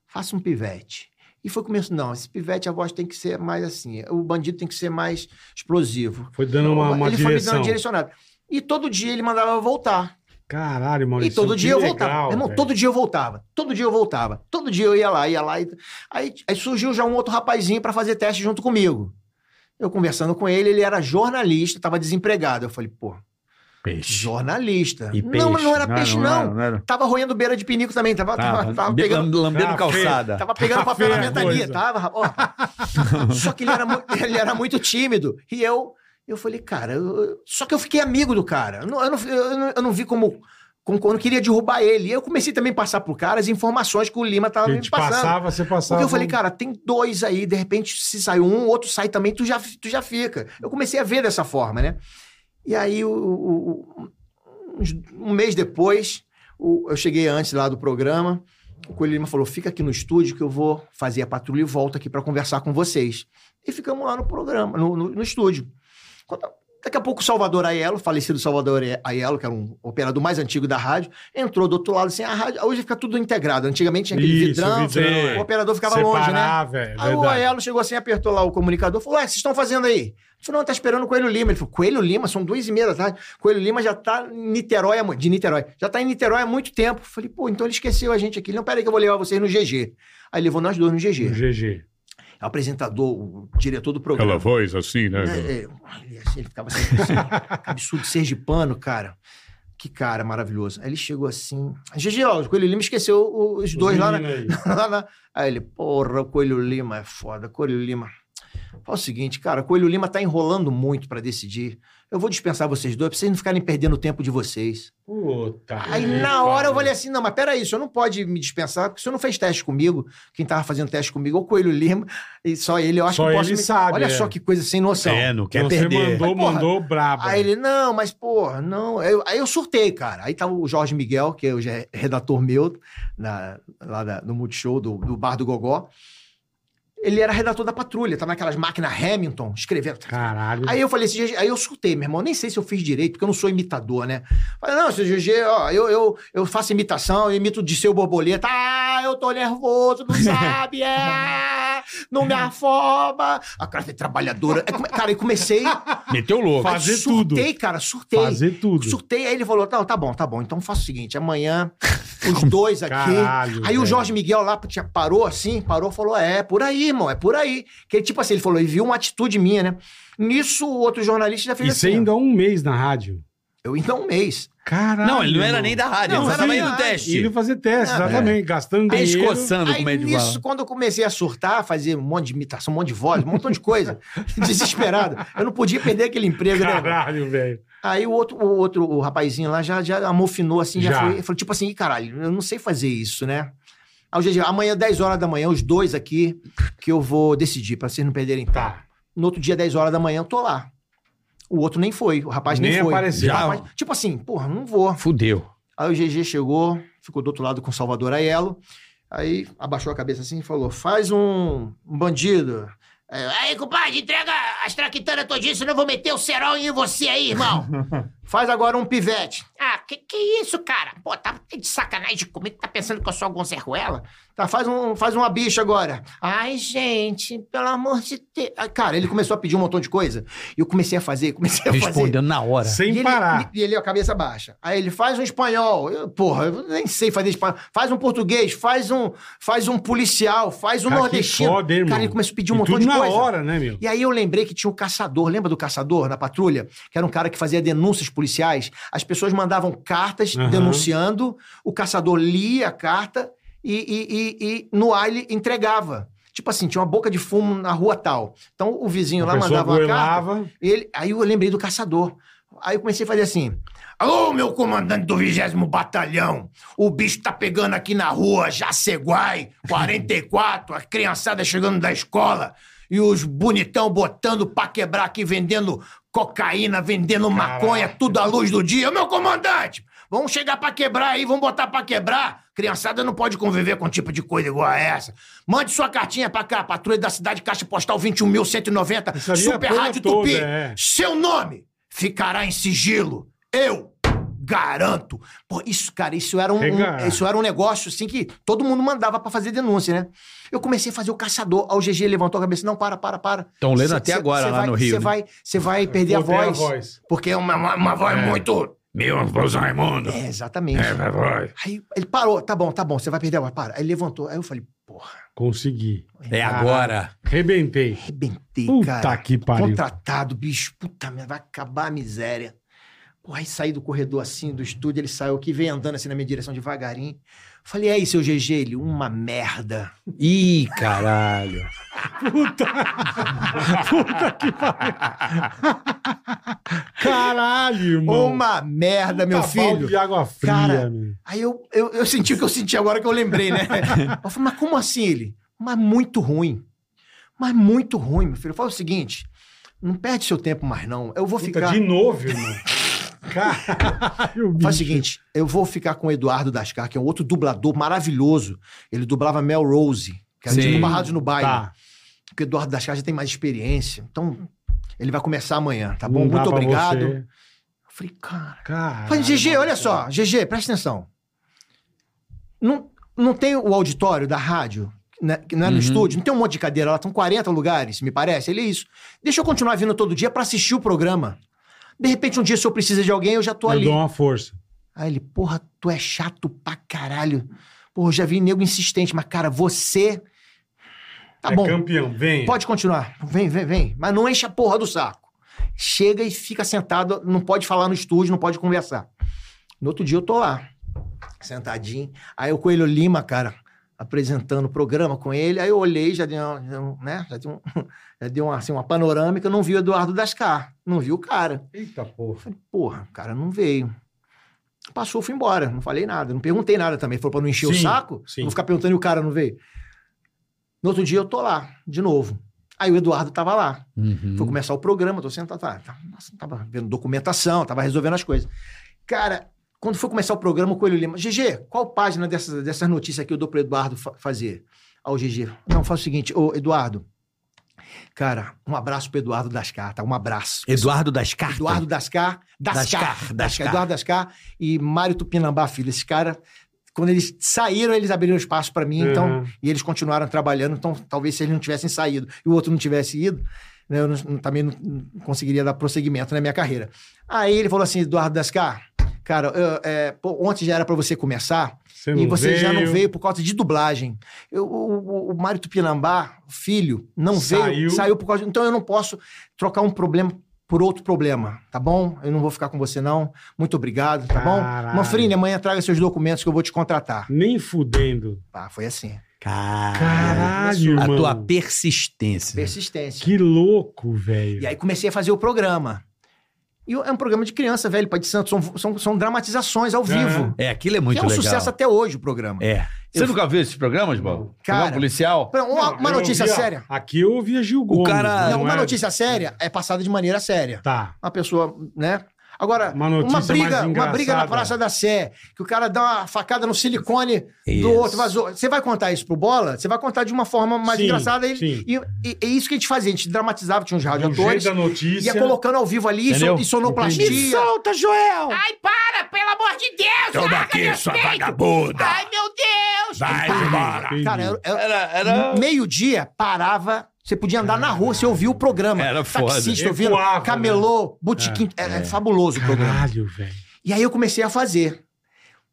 Speaker 1: Faça um pivete. E foi começo, não, esse pivete a voz tem que ser mais assim, o bandido tem que ser mais explosivo.
Speaker 3: Foi dando uma, uma
Speaker 1: ele foi me dando
Speaker 3: direção.
Speaker 1: uma direcionada. E todo dia ele mandava eu voltar.
Speaker 3: Caralho, é Maurício.
Speaker 1: e todo dia eu voltava.
Speaker 3: voltava.
Speaker 1: Meu irmão, todo dia eu voltava. Todo dia eu voltava. Todo dia eu ia lá, ia lá. e- Aí, aí surgiu já um outro rapazinho pra fazer teste junto comigo. Eu conversando com ele, ele era jornalista, tava desempregado. Eu falei, pô,
Speaker 5: Peixe.
Speaker 1: jornalista.
Speaker 5: E
Speaker 1: não, mas não era
Speaker 8: Não,
Speaker 1: peixe,
Speaker 8: não
Speaker 1: não.
Speaker 8: era, não era.
Speaker 1: Tava roendo beira de pinico também, tava, tava, tava
Speaker 5: Be-
Speaker 1: pegando.
Speaker 5: Lambendo
Speaker 3: Ah,
Speaker 5: calçada.
Speaker 1: Tava pegando
Speaker 3: Tá
Speaker 1: papel na
Speaker 3: feia a
Speaker 1: ventania,
Speaker 3: coisa.
Speaker 1: tava, ó. Só que ele era, mu- ele era muito tímido. E eu, eu falei, cara, eu- eu- só que eu fiquei amigo do cara. Eu não, eu não, eu não- eu não vi como, como. Eu não queria derrubar ele. E eu comecei também a passar pro cara as informações que o Lima tava
Speaker 3: Ele
Speaker 1: me
Speaker 3: te
Speaker 1: passando.
Speaker 3: passava, você passava.
Speaker 1: Porque eu falei, cara, tem dois aí, de repente, se sai um, outro sai também, tu já, tu já fica. Eu comecei a ver dessa forma, né? E aí, o- o- o- uns- um mês depois, o- eu cheguei antes lá do programa, o Coelho Lima falou: fica aqui no estúdio que eu vou fazer a patrulha e volto aqui pra conversar com vocês. E ficamos lá no programa, no, no- no estúdio. Quando- daqui a pouco o Salvador Aiello, falecido Salvador Aiello, que era um operador mais antigo da rádio, entrou do outro lado assim, a rádio. Hoje fica tudo integrado. Antigamente tinha aquele
Speaker 3: Isso,
Speaker 1: vidrão,
Speaker 3: vidrão, é.
Speaker 1: o operador ficava longe, né?
Speaker 3: Separar, velho. é
Speaker 1: Aí o
Speaker 3: verdade.
Speaker 1: Aiello chegou assim, apertou lá o comunicador, falou: Ué, vocês estão fazendo aí? Eu falei, não, tá esperando o Coelho Lima. Ele falou: Coelho Lima, são duas e meia da tarde. Coelho Lima já tá em Niterói, há mu- de Niterói, já tá em Niterói há muito tempo. Eu falei, pô, então ele esqueceu a gente aqui. Ele, Não, peraí que eu vou levar vocês no GG. Aí levou nós dois no
Speaker 3: O
Speaker 1: GG.
Speaker 3: GG.
Speaker 1: O apresentador, o diretor do programa.
Speaker 5: voz assim, né?
Speaker 1: É, é, ele, assim, ele ficava sempre assim, absurdo, sergipano, cara. Que cara maravilhoso. Aí ele chegou assim. GG, ó, o Coelho Lima esqueceu o- os dois lá, né?
Speaker 3: meninos aí.
Speaker 1: (laughs) Lá na- Aí ele, porra, o Coelho Lima é foda, Coelho Lima. Fala o seguinte, cara, o Coelho Lima tá enrolando muito pra decidir. Eu vou dispensar vocês dois pra vocês não ficarem perdendo o tempo de vocês.
Speaker 3: Puta.
Speaker 1: Aí
Speaker 3: que
Speaker 1: na hora eu
Speaker 3: pariu.
Speaker 1: falei assim: não, mas peraí, o senhor não pode me dispensar, porque o senhor não fez teste comigo. Quem tava fazendo teste comigo é o Coelho Lima, e só ele, eu acho
Speaker 3: Só
Speaker 1: que eu posso.
Speaker 3: ele
Speaker 1: me-
Speaker 3: sabe,
Speaker 1: Olha
Speaker 3: é.
Speaker 1: só que coisa sem noção.
Speaker 5: É, não quer
Speaker 3: Você
Speaker 5: perder.
Speaker 3: mandou,
Speaker 1: Mas, porra,
Speaker 3: mandou brabo.
Speaker 1: Aí ele, não, mas porra, não. Aí eu, aí eu surtei, cara. Aí tava o Jorge Miguel, que hoje é redator meu, na- lá da- no Multishow, do, do Bar do Gogó. Ele era redator da patrulha, tava naquelas máquinas Hamilton, escrevendo.
Speaker 3: Caralho.
Speaker 1: Aí eu falei, esse GG, aí eu surtei, meu irmão, nem sei se eu fiz direito, porque eu não sou imitador, né? Falei, não, esse GG, ó, eu, eu, eu faço imitação, eu imito de seu borboleta, ah, eu tô nervoso, não sabe, é, não me afoba. A cara de trabalhadora. É, come- cara, eu comecei,
Speaker 5: Meteu louco.
Speaker 3: Fazer tudo.
Speaker 1: surtei, cara, surtei.
Speaker 3: Fazer tudo.
Speaker 1: Surtei, aí ele falou, não, tá bom, tá bom, então faça o
Speaker 3: (laughs)
Speaker 1: seguinte, amanhã os dois aqui... é
Speaker 3: Caralho,
Speaker 1: Aí o
Speaker 3: velho.
Speaker 1: Jorge Miguel lá tinha- parou assim, parou, falou: é, por aí, irmão, é por aí. Que ele, tipo assim, ele falou, e viu uma atitude minha, né? Nisso, o outro jornalista já fez
Speaker 3: E
Speaker 1: assim.
Speaker 3: você
Speaker 1: ó.
Speaker 3: ainda há um mês na rádio.
Speaker 1: Eu ainda um mês.
Speaker 3: Caralho.
Speaker 5: Não, ele não era
Speaker 3: irmão.
Speaker 5: nem da rádio,
Speaker 1: Não,
Speaker 5: ele
Speaker 1: sim.
Speaker 5: estava indo no
Speaker 3: E
Speaker 5: teste.
Speaker 3: Ele fazia teste, exatamente. Gastando
Speaker 5: Aí
Speaker 3: dinheiro.
Speaker 5: escoçando,
Speaker 1: Aí
Speaker 5: como é que
Speaker 1: nisso,
Speaker 5: fala.
Speaker 1: quando eu comecei a surtar, fazer um monte de imitação, um monte de voz, um montão de coisa, (laughs) desesperado. Eu não podia perder aquele emprego, né?
Speaker 3: Caralho, velho.
Speaker 1: Aí o outro, o outro o rapazinho lá já, já amofinou assim, já,
Speaker 3: Já.
Speaker 1: Falou, falou, tipo assim, "Ih, caralho, eu não sei fazer isso, né? Aí o GG, amanhã, 10 horas da manhã, os dois aqui, que eu vou decidir, pra vocês não perderem tempo.
Speaker 3: Tá.
Speaker 1: No outro dia, 10 horas da manhã, eu tô lá. O outro nem foi, o rapaz nem,
Speaker 3: Nem
Speaker 1: foi.
Speaker 3: apareceu.
Speaker 1: O rapaz- tipo assim, porra, não vou.
Speaker 5: Fudeu.
Speaker 1: Aí o GG chegou, ficou do outro lado com o Salvador Aiello. Aí abaixou a cabeça assim e falou: faz um, um bandido. É, aí, compadre, entrega as traquitanas todinha, senão eu vou meter o cerol em você aí, irmão. faz agora um pivete.
Speaker 2: Ah, que que isso, cara? Pô, tá de sacanagem comigo, tá pensando que eu sou algum Zé Ruela?
Speaker 1: Tá, faz, um, faz uma bicha agora. Ai, gente, pelo amor de Deus. Aí, Cara, ele começou a pedir um montão de coisa. E eu comecei a fazer, comecei a fazer.
Speaker 5: Respondendo na hora.
Speaker 1: e
Speaker 3: É. Sem
Speaker 1: ele,
Speaker 3: parar.
Speaker 1: E e ele, ó, cabeça baixa. Aí ele faz um espanhol. Eu, porra, eu nem sei fazer espanhol. Faz um português, faz um, faz um policial, faz um
Speaker 3: Cara, que
Speaker 1: nordestino.
Speaker 3: foda, hein, irmão?
Speaker 1: Cara, ele começou a pedir um
Speaker 3: E
Speaker 1: montão
Speaker 3: tudo
Speaker 1: de
Speaker 3: na
Speaker 1: coisa.
Speaker 3: hora, né, meu?
Speaker 1: E aí eu lembrei que tinha um caçador, lembra do caçador na patrulha? Que era um cara que fazia denúncias policiais. As pessoas mandavam cartas
Speaker 3: Aham.
Speaker 1: denunciando, o caçador lia a carta e, e- e- e no ar ele entregava. Tipo assim, tinha uma boca de fumo na rua tal. Então o vizinho
Speaker 3: A
Speaker 1: lá
Speaker 3: pessoa
Speaker 1: mandava uma carta.
Speaker 3: goelava.
Speaker 1: Ele, aí eu lembrei do caçador. Aí eu comecei a fazer assim: Alô, meu comandante do 20 Batalhão! O bicho tá pegando aqui na rua Jaceguai, 44, a criançada chegando da escola e os bonitão botando pra quebrar aqui, vendendo cocaína, vendendo maconha, tudo à luz do dia. Ô, meu comandante! Vamos chegar pra quebrar aí, vamos botar pra quebrar. Criançada não pode conviver com um tipo de coisa igual a essa. Mande sua cartinha pra cá, patrulha da cidade, caixa postal 21.190,
Speaker 3: Isso ali é a
Speaker 1: Super
Speaker 3: porra
Speaker 1: Rádio
Speaker 3: toda,
Speaker 1: Tupi.
Speaker 3: é.
Speaker 1: Seu nome ficará em sigilo. Eu garanto. Pô, isso, cara, isso era um,
Speaker 3: Pega.
Speaker 1: um- isso era um negócio assim que todo mundo mandava pra fazer denúncia, né? Eu comecei a fazer o caçador. Aí o GG levantou a cabeça. Não, para, para, para.
Speaker 4: Estão lendo
Speaker 1: Cê-
Speaker 4: até
Speaker 1: cê-
Speaker 4: agora
Speaker 1: cê
Speaker 4: lá
Speaker 1: vai-
Speaker 4: no Rio.
Speaker 1: Cê
Speaker 4: né?
Speaker 1: vai, cê vai perder É, a
Speaker 3: Botei
Speaker 1: voz, Porque é uma, uma, uma voz muito...
Speaker 2: Meu, Zé Raimundo.
Speaker 1: É, exatamente.
Speaker 2: vai.
Speaker 1: Aí ele parou. Tá bom, tá bom. Você vai perder a voz. Para. Aí ele levantou. Aí eu falei, porra,
Speaker 3: Consegui.
Speaker 4: É agora.
Speaker 3: Arrebentei.
Speaker 1: arrebentei,
Speaker 3: Puta
Speaker 1: cara.
Speaker 3: que pariu.
Speaker 1: Contratado, bicho. Puta merda, vai acabar a miséria. Porra, aí saí do corredor assim, do estúdio, ele saiu aqui, veio andando assim na minha direção devagarinho. Falei, aí, seu GG, ele, uma merda.
Speaker 4: Ih, caralho.
Speaker 3: Caralho, irmão.
Speaker 1: Uma merda, meu
Speaker 3: Puta balde
Speaker 1: filho.
Speaker 3: de água fria,
Speaker 1: tá Cara,
Speaker 3: meu.
Speaker 1: Aí eu, eu, eu senti o que eu senti agora que eu
Speaker 3: (laughs)
Speaker 1: lembrei, né? Eu falei, mas como assim ele? Mas muito ruim. Mas muito ruim, meu filho. Fala o seguinte, não perde seu tempo mais não. Eu vou
Speaker 3: Puta,
Speaker 1: ficar...
Speaker 3: de novo,
Speaker 1: (laughs)
Speaker 3: irmão. Caralho, bicho.
Speaker 1: Faz o seguinte, eu vou ficar com o Eduardo Dascar, que é um outro dublador maravilhoso. Ele dublava Mel Rose, que era
Speaker 4: Sim.
Speaker 1: tipo barrados no baile.
Speaker 3: Tá.
Speaker 1: porque o Eduardo das Casas tem mais experiência. Então, ele vai começar amanhã, tá
Speaker 3: Não
Speaker 1: bom?
Speaker 3: dá
Speaker 1: Muito
Speaker 3: pra
Speaker 1: obrigado. Eu
Speaker 3: você.
Speaker 1: falei, cara.
Speaker 3: Caralho.
Speaker 1: Falei, GG, olha só, GG, presta atenção. Não, não tem o auditório da rádio, né, que não é no
Speaker 3: Uhum.
Speaker 1: estúdio, não tem um monte de cadeira lá, estão 40 lugares, me parece. Ele é isso. Deixa eu continuar vindo todo dia pra assistir o programa. De repente, um dia, se eu precisar de alguém, eu já tô
Speaker 3: Eu
Speaker 1: ali.
Speaker 3: dou uma força.
Speaker 1: Aí ele, porra, tu é chato pra caralho. Porra, eu já vi nego insistente, mas cara, você. Tá
Speaker 3: é
Speaker 1: bom.
Speaker 3: campeão, vem.
Speaker 1: Pode continuar. Vem, vem, vem. Mas não enche a porra do saco. Chega e fica sentado, não pode falar no estúdio, não pode conversar. No outro dia eu tô lá, sentadinho. Aí o Coelho Lima, cara, apresentando o programa com ele. Aí eu olhei, já dei uma, já, um- né? já dei um- (laughs) já dei uma, assim, uma panorâmica, não vi o Eduardo Dascar, não vi o cara.
Speaker 3: Eita porra.
Speaker 1: Porra, o cara não veio. Passou, fui embora, não falei nada, não perguntei nada também. Falou pra não encher o
Speaker 3: Sim,
Speaker 1: saco,
Speaker 3: sim.
Speaker 1: vou ficar perguntando e o cara não veio. No outro dia eu tô lá, de novo. Aí o Eduardo tava lá.
Speaker 5: Uhum.
Speaker 4: Hum.
Speaker 1: Foi começar o programa, tô sentado, tá, tá, nossa, tava vendo documentação, tava resolvendo as coisas. Cara, quando foi começar o programa, o Coelho Lima, GG, qual página dessas, dessas notícias aqui eu dou pro Eduardo fa- fazer? ao GG. Não, faz o seguinte, ô Eduardo. Cara, um abraço pro Eduardo Dascar, tá? Um abraço.
Speaker 5: Eduardo das Cartas.
Speaker 1: Eduardo Dascar, Dascar,
Speaker 5: Dascar,
Speaker 1: Dascar,
Speaker 5: Dascar.
Speaker 1: Eduardo Dascar e Mário Tupinambá Filho. Esse cara, quando eles saíram, eles abriram espaço pra mim, então,
Speaker 3: Uhum.
Speaker 1: e eles continuaram trabalhando, então talvez se eles não tivessem saído e o outro não tivesse ido, né, eu não- também não, não conseguiria dar prosseguimento na minha carreira. Aí ele falou assim, Eduardo Dascar, cara, eu, é, pô, ontem já era pra você começar,
Speaker 3: Você
Speaker 1: e você já não
Speaker 3: veio.
Speaker 1: veio por causa de dublagem. Eu- o, o- o Mário Tupinambá, filho, não
Speaker 3: Saiu.
Speaker 1: veio. Saiu por causa. Então eu não posso trocar um problema por outro problema, tá bom? Eu não vou ficar com você, não. Muito obrigado, tá
Speaker 3: Caralho.
Speaker 1: bom? Manfrini, amanhã traga seus documentos que eu vou te contratar.
Speaker 3: Nem fudendo.
Speaker 1: Ah, foi assim.
Speaker 3: Caralho,
Speaker 5: A
Speaker 3: mano.
Speaker 5: tua persistência.
Speaker 1: Persistência.
Speaker 3: Que louco, velho.
Speaker 1: E aí comecei a fazer o programa. E é um programa de criança, velho, Pai de Santo. São, são, são dramatizações ao vivo.
Speaker 5: É, aquilo é
Speaker 1: Que
Speaker 5: muito
Speaker 1: é um
Speaker 5: legal.
Speaker 1: sucesso até hoje o programa.
Speaker 5: É. Você
Speaker 1: Eu-
Speaker 5: nunca viu esses programas, Bob?
Speaker 1: Cara-
Speaker 5: Programa policial?
Speaker 1: Pra- Uma,
Speaker 3: Não,
Speaker 1: uma
Speaker 3: eu
Speaker 1: notícia
Speaker 3: ouvia-
Speaker 1: séria.
Speaker 3: Aqui eu ouvia Gil Gomes.
Speaker 5: cara-
Speaker 3: não
Speaker 1: Não, uma
Speaker 3: é-
Speaker 1: notícia séria é passada de maneira séria.
Speaker 3: Tá.
Speaker 1: uma pessoa, né? Agora,
Speaker 3: Uma
Speaker 1: uma,
Speaker 3: notícia mais
Speaker 1: briga, uma
Speaker 3: engraçada.
Speaker 1: briga na Praça da Sé, que o cara dá uma facada no silicone
Speaker 5: Isso.
Speaker 1: do outro vazou. Você vai contar isso pro Bola? Você vai contar de uma forma mais
Speaker 3: Sim,
Speaker 1: engraçada e,
Speaker 3: sim.
Speaker 1: e, e- é isso que a gente fazia, a gente dramatizava, tinha uns
Speaker 3: O Um jeito
Speaker 1: radioatores,
Speaker 3: da notícia.
Speaker 1: ia colocando ao vivo ali, e
Speaker 5: Entendeu?
Speaker 1: son- e sonoplastia.
Speaker 5: solta, Joel!
Speaker 2: Ai, para, pelo amor de Deus!
Speaker 5: Toma
Speaker 2: larga
Speaker 5: aqui,
Speaker 2: meus
Speaker 5: sua
Speaker 2: peitos!
Speaker 5: vagabunda!
Speaker 9: Tá.
Speaker 2: Ai, meu Deus!
Speaker 5: Vai
Speaker 3: Entendi,
Speaker 5: embora!
Speaker 3: entendi.
Speaker 1: Ah, Cara, eu- eu-
Speaker 5: Era, era...
Speaker 1: meio-dia parava, você podia andar na rua, você ouvia o programa.
Speaker 5: Era foda.
Speaker 1: Taxista ouvindo,
Speaker 3: Recuava, né?
Speaker 1: camelô, botiquim, é, é fabuloso o programa.
Speaker 3: Caralho, velho.
Speaker 1: E aí eu comecei a fazer.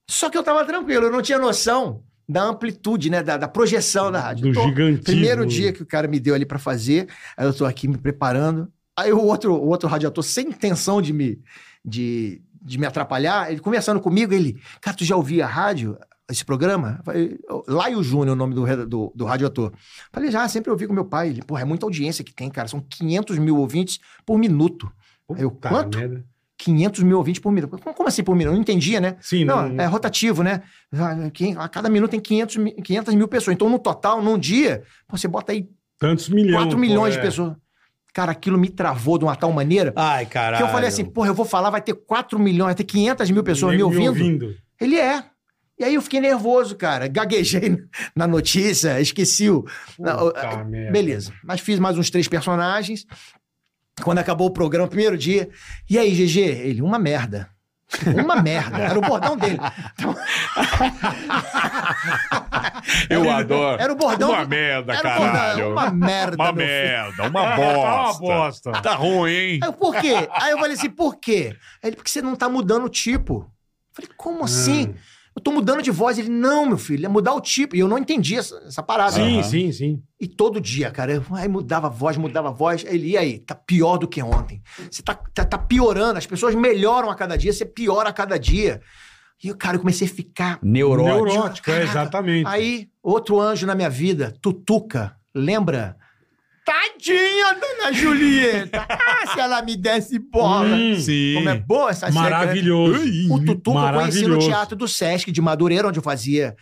Speaker 1: Só que eu tava tranquilo, eu não tinha noção da amplitude, né? Da, da projeção da rádio.
Speaker 3: Do
Speaker 1: Tô-
Speaker 3: gigantismo.
Speaker 1: Primeiro dia que o cara me deu ali pra fazer, aí eu tô aqui me preparando. Aí o outro, o outro radiator, sem intenção de me, de, de me atrapalhar, ele conversando comigo, ele, cara, tu já ouvia a rádio? Esse programa? Eu Falei, "Eu- Laio Júnior, o nome do, reda- do, do radioator. Falei, já, sempre ouvi com meu pai. Ele, porra, é muita audiência que tem, cara. São 500 mil ouvintes por minuto. Eu,
Speaker 3: Puta
Speaker 1: quanto?
Speaker 3: merda.
Speaker 1: 500 mil ouvintes por minuto. Como como assim por minuto? Eu não entendia, né?
Speaker 3: Sim, não.
Speaker 1: Não, é rotativo, né? Ah, quem- A cada minuto tem 500, mi- 500 mil pessoas. Então, no total, num dia, pô, você bota aí
Speaker 3: Tantos milhões.
Speaker 1: 4
Speaker 3: pô,
Speaker 1: milhões
Speaker 3: é.
Speaker 1: de pessoas. Cara, aquilo me travou de uma tal maneira
Speaker 5: Ai, caralho.
Speaker 1: que eu falei assim, porra, eu vou falar, vai ter 4 milhões, vai ter 500 mil pessoas me
Speaker 3: Nego
Speaker 1: ouvindo. Ele é. E aí eu fiquei nervoso, cara. Gaguejei (laughs) na notícia, esqueci o... na- o-
Speaker 3: Puta
Speaker 10: É.
Speaker 3: merda.
Speaker 1: Beleza. Mas fiz mais uns três personagens. Quando acabou o programa, primeiro dia. E aí, GG? Ele, uma merda. Uma merda. Era o bordão dele.
Speaker 10: Eu
Speaker 1: (laughs)
Speaker 10: adoro.
Speaker 1: Era o bordão.
Speaker 10: Uma
Speaker 1: do-
Speaker 10: merda,
Speaker 1: era o bordão,
Speaker 10: caralho.
Speaker 1: Uma merda.
Speaker 10: Uma
Speaker 1: meu filho.
Speaker 10: merda,
Speaker 1: (laughs)
Speaker 10: uma
Speaker 3: Tá uma
Speaker 10: bosta.
Speaker 3: bosta.
Speaker 10: Tá ruim, hein?
Speaker 1: Aí eu, por quê? Aí eu falei assim, por quê? Aí ele, porque você não tá mudando o tipo. Eu falei, como assim?
Speaker 10: Ah.
Speaker 1: Eu tô mudando de voz. Ele, não, meu filho, é mudar o tipo. E eu não entendi essa, essa parada.
Speaker 3: Ah. Sim, sim, sim.
Speaker 1: E todo dia, cara, eu, aí mudava a voz, mudava a voz. Ele, e aí? Tá pior do que ontem. Você tá, tá, tá piorando, as pessoas melhoram a cada dia, você piora a cada dia. E, eu, cara, eu comecei a ficar.
Speaker 5: Neurótico.
Speaker 3: Neurótico, é,
Speaker 1: Caraca.
Speaker 3: exatamente.
Speaker 1: Aí, outro anjo na minha vida, Tutuca, lembra? Tadinha, dona Julieta! (laughs) Ah, se ela me desse bola!
Speaker 3: Hum,
Speaker 10: Sim.
Speaker 1: Como é boa essa seca, né?
Speaker 3: Maravilhoso.
Speaker 1: O Tutuca eu conheci no
Speaker 3: Maravilhoso.
Speaker 1: Teatro do Sesc de Madureira, onde eu fazia.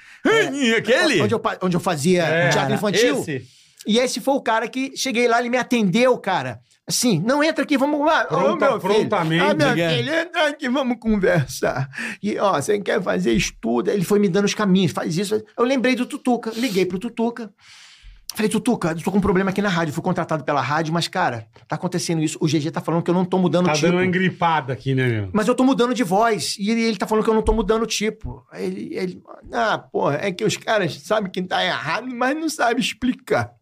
Speaker 5: Ih, Aquele?
Speaker 1: Onde eu, pa- onde eu fazia
Speaker 3: É,
Speaker 1: teatro infantil.
Speaker 5: Esse?
Speaker 1: E esse foi o cara que cheguei lá, ele me atendeu, cara. Assim, não entra aqui, vamos lá.
Speaker 3: Pronta-
Speaker 1: Ô, meu filho.
Speaker 3: prontamente,
Speaker 1: Ah, meu
Speaker 5: né?
Speaker 1: filho, entra aqui, vamos conversar. E, ó, você quer fazer estudo? Ele foi me dando os caminhos, faz isso. Eu lembrei do Tutuca, liguei pro Tutuca. Falei, Tutuca, eu tô com um problema aqui na rádio. Fui contratado pela rádio, mas, cara, tá acontecendo isso. O GG tá falando que eu não tô mudando o
Speaker 3: Tá
Speaker 1: tipo.
Speaker 3: dando uma engripada aqui, né, meu?
Speaker 1: Mas eu tô mudando de voz. E ele, ele tá falando que eu não tô mudando o tipo. Aí Ele, ele, ah, porra, é que os caras sabem que tá errado, mas não sabem explicar.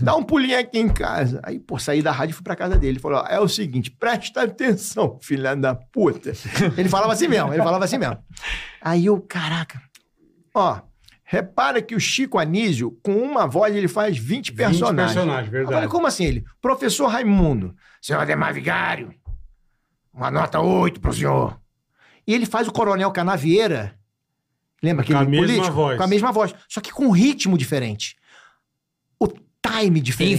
Speaker 1: Dá um pulinho aqui em casa. Aí, pô, saí da rádio e fui pra casa dele. Ele falou: ó, é o seguinte, presta atenção, filha da puta. Ele falava assim mesmo, ele falava assim mesmo. Aí eu, caraca, ó, repara que o Chico Anísio, com uma voz, ele faz 20
Speaker 3: Personagem.
Speaker 1: personagens.
Speaker 3: personagem,
Speaker 1: Agora,
Speaker 3: verdade.
Speaker 1: como assim ele? Professor Raimundo,
Speaker 2: Seu Ademar Vigário,
Speaker 1: uma nota 8 pro senhor. E ele faz o Coronel Canavieira. Lembra
Speaker 3: Com
Speaker 1: aquele
Speaker 3: a mesma
Speaker 1: político?
Speaker 3: voz.
Speaker 1: Com a mesma voz. Só que com um ritmo diferente. O time diferente.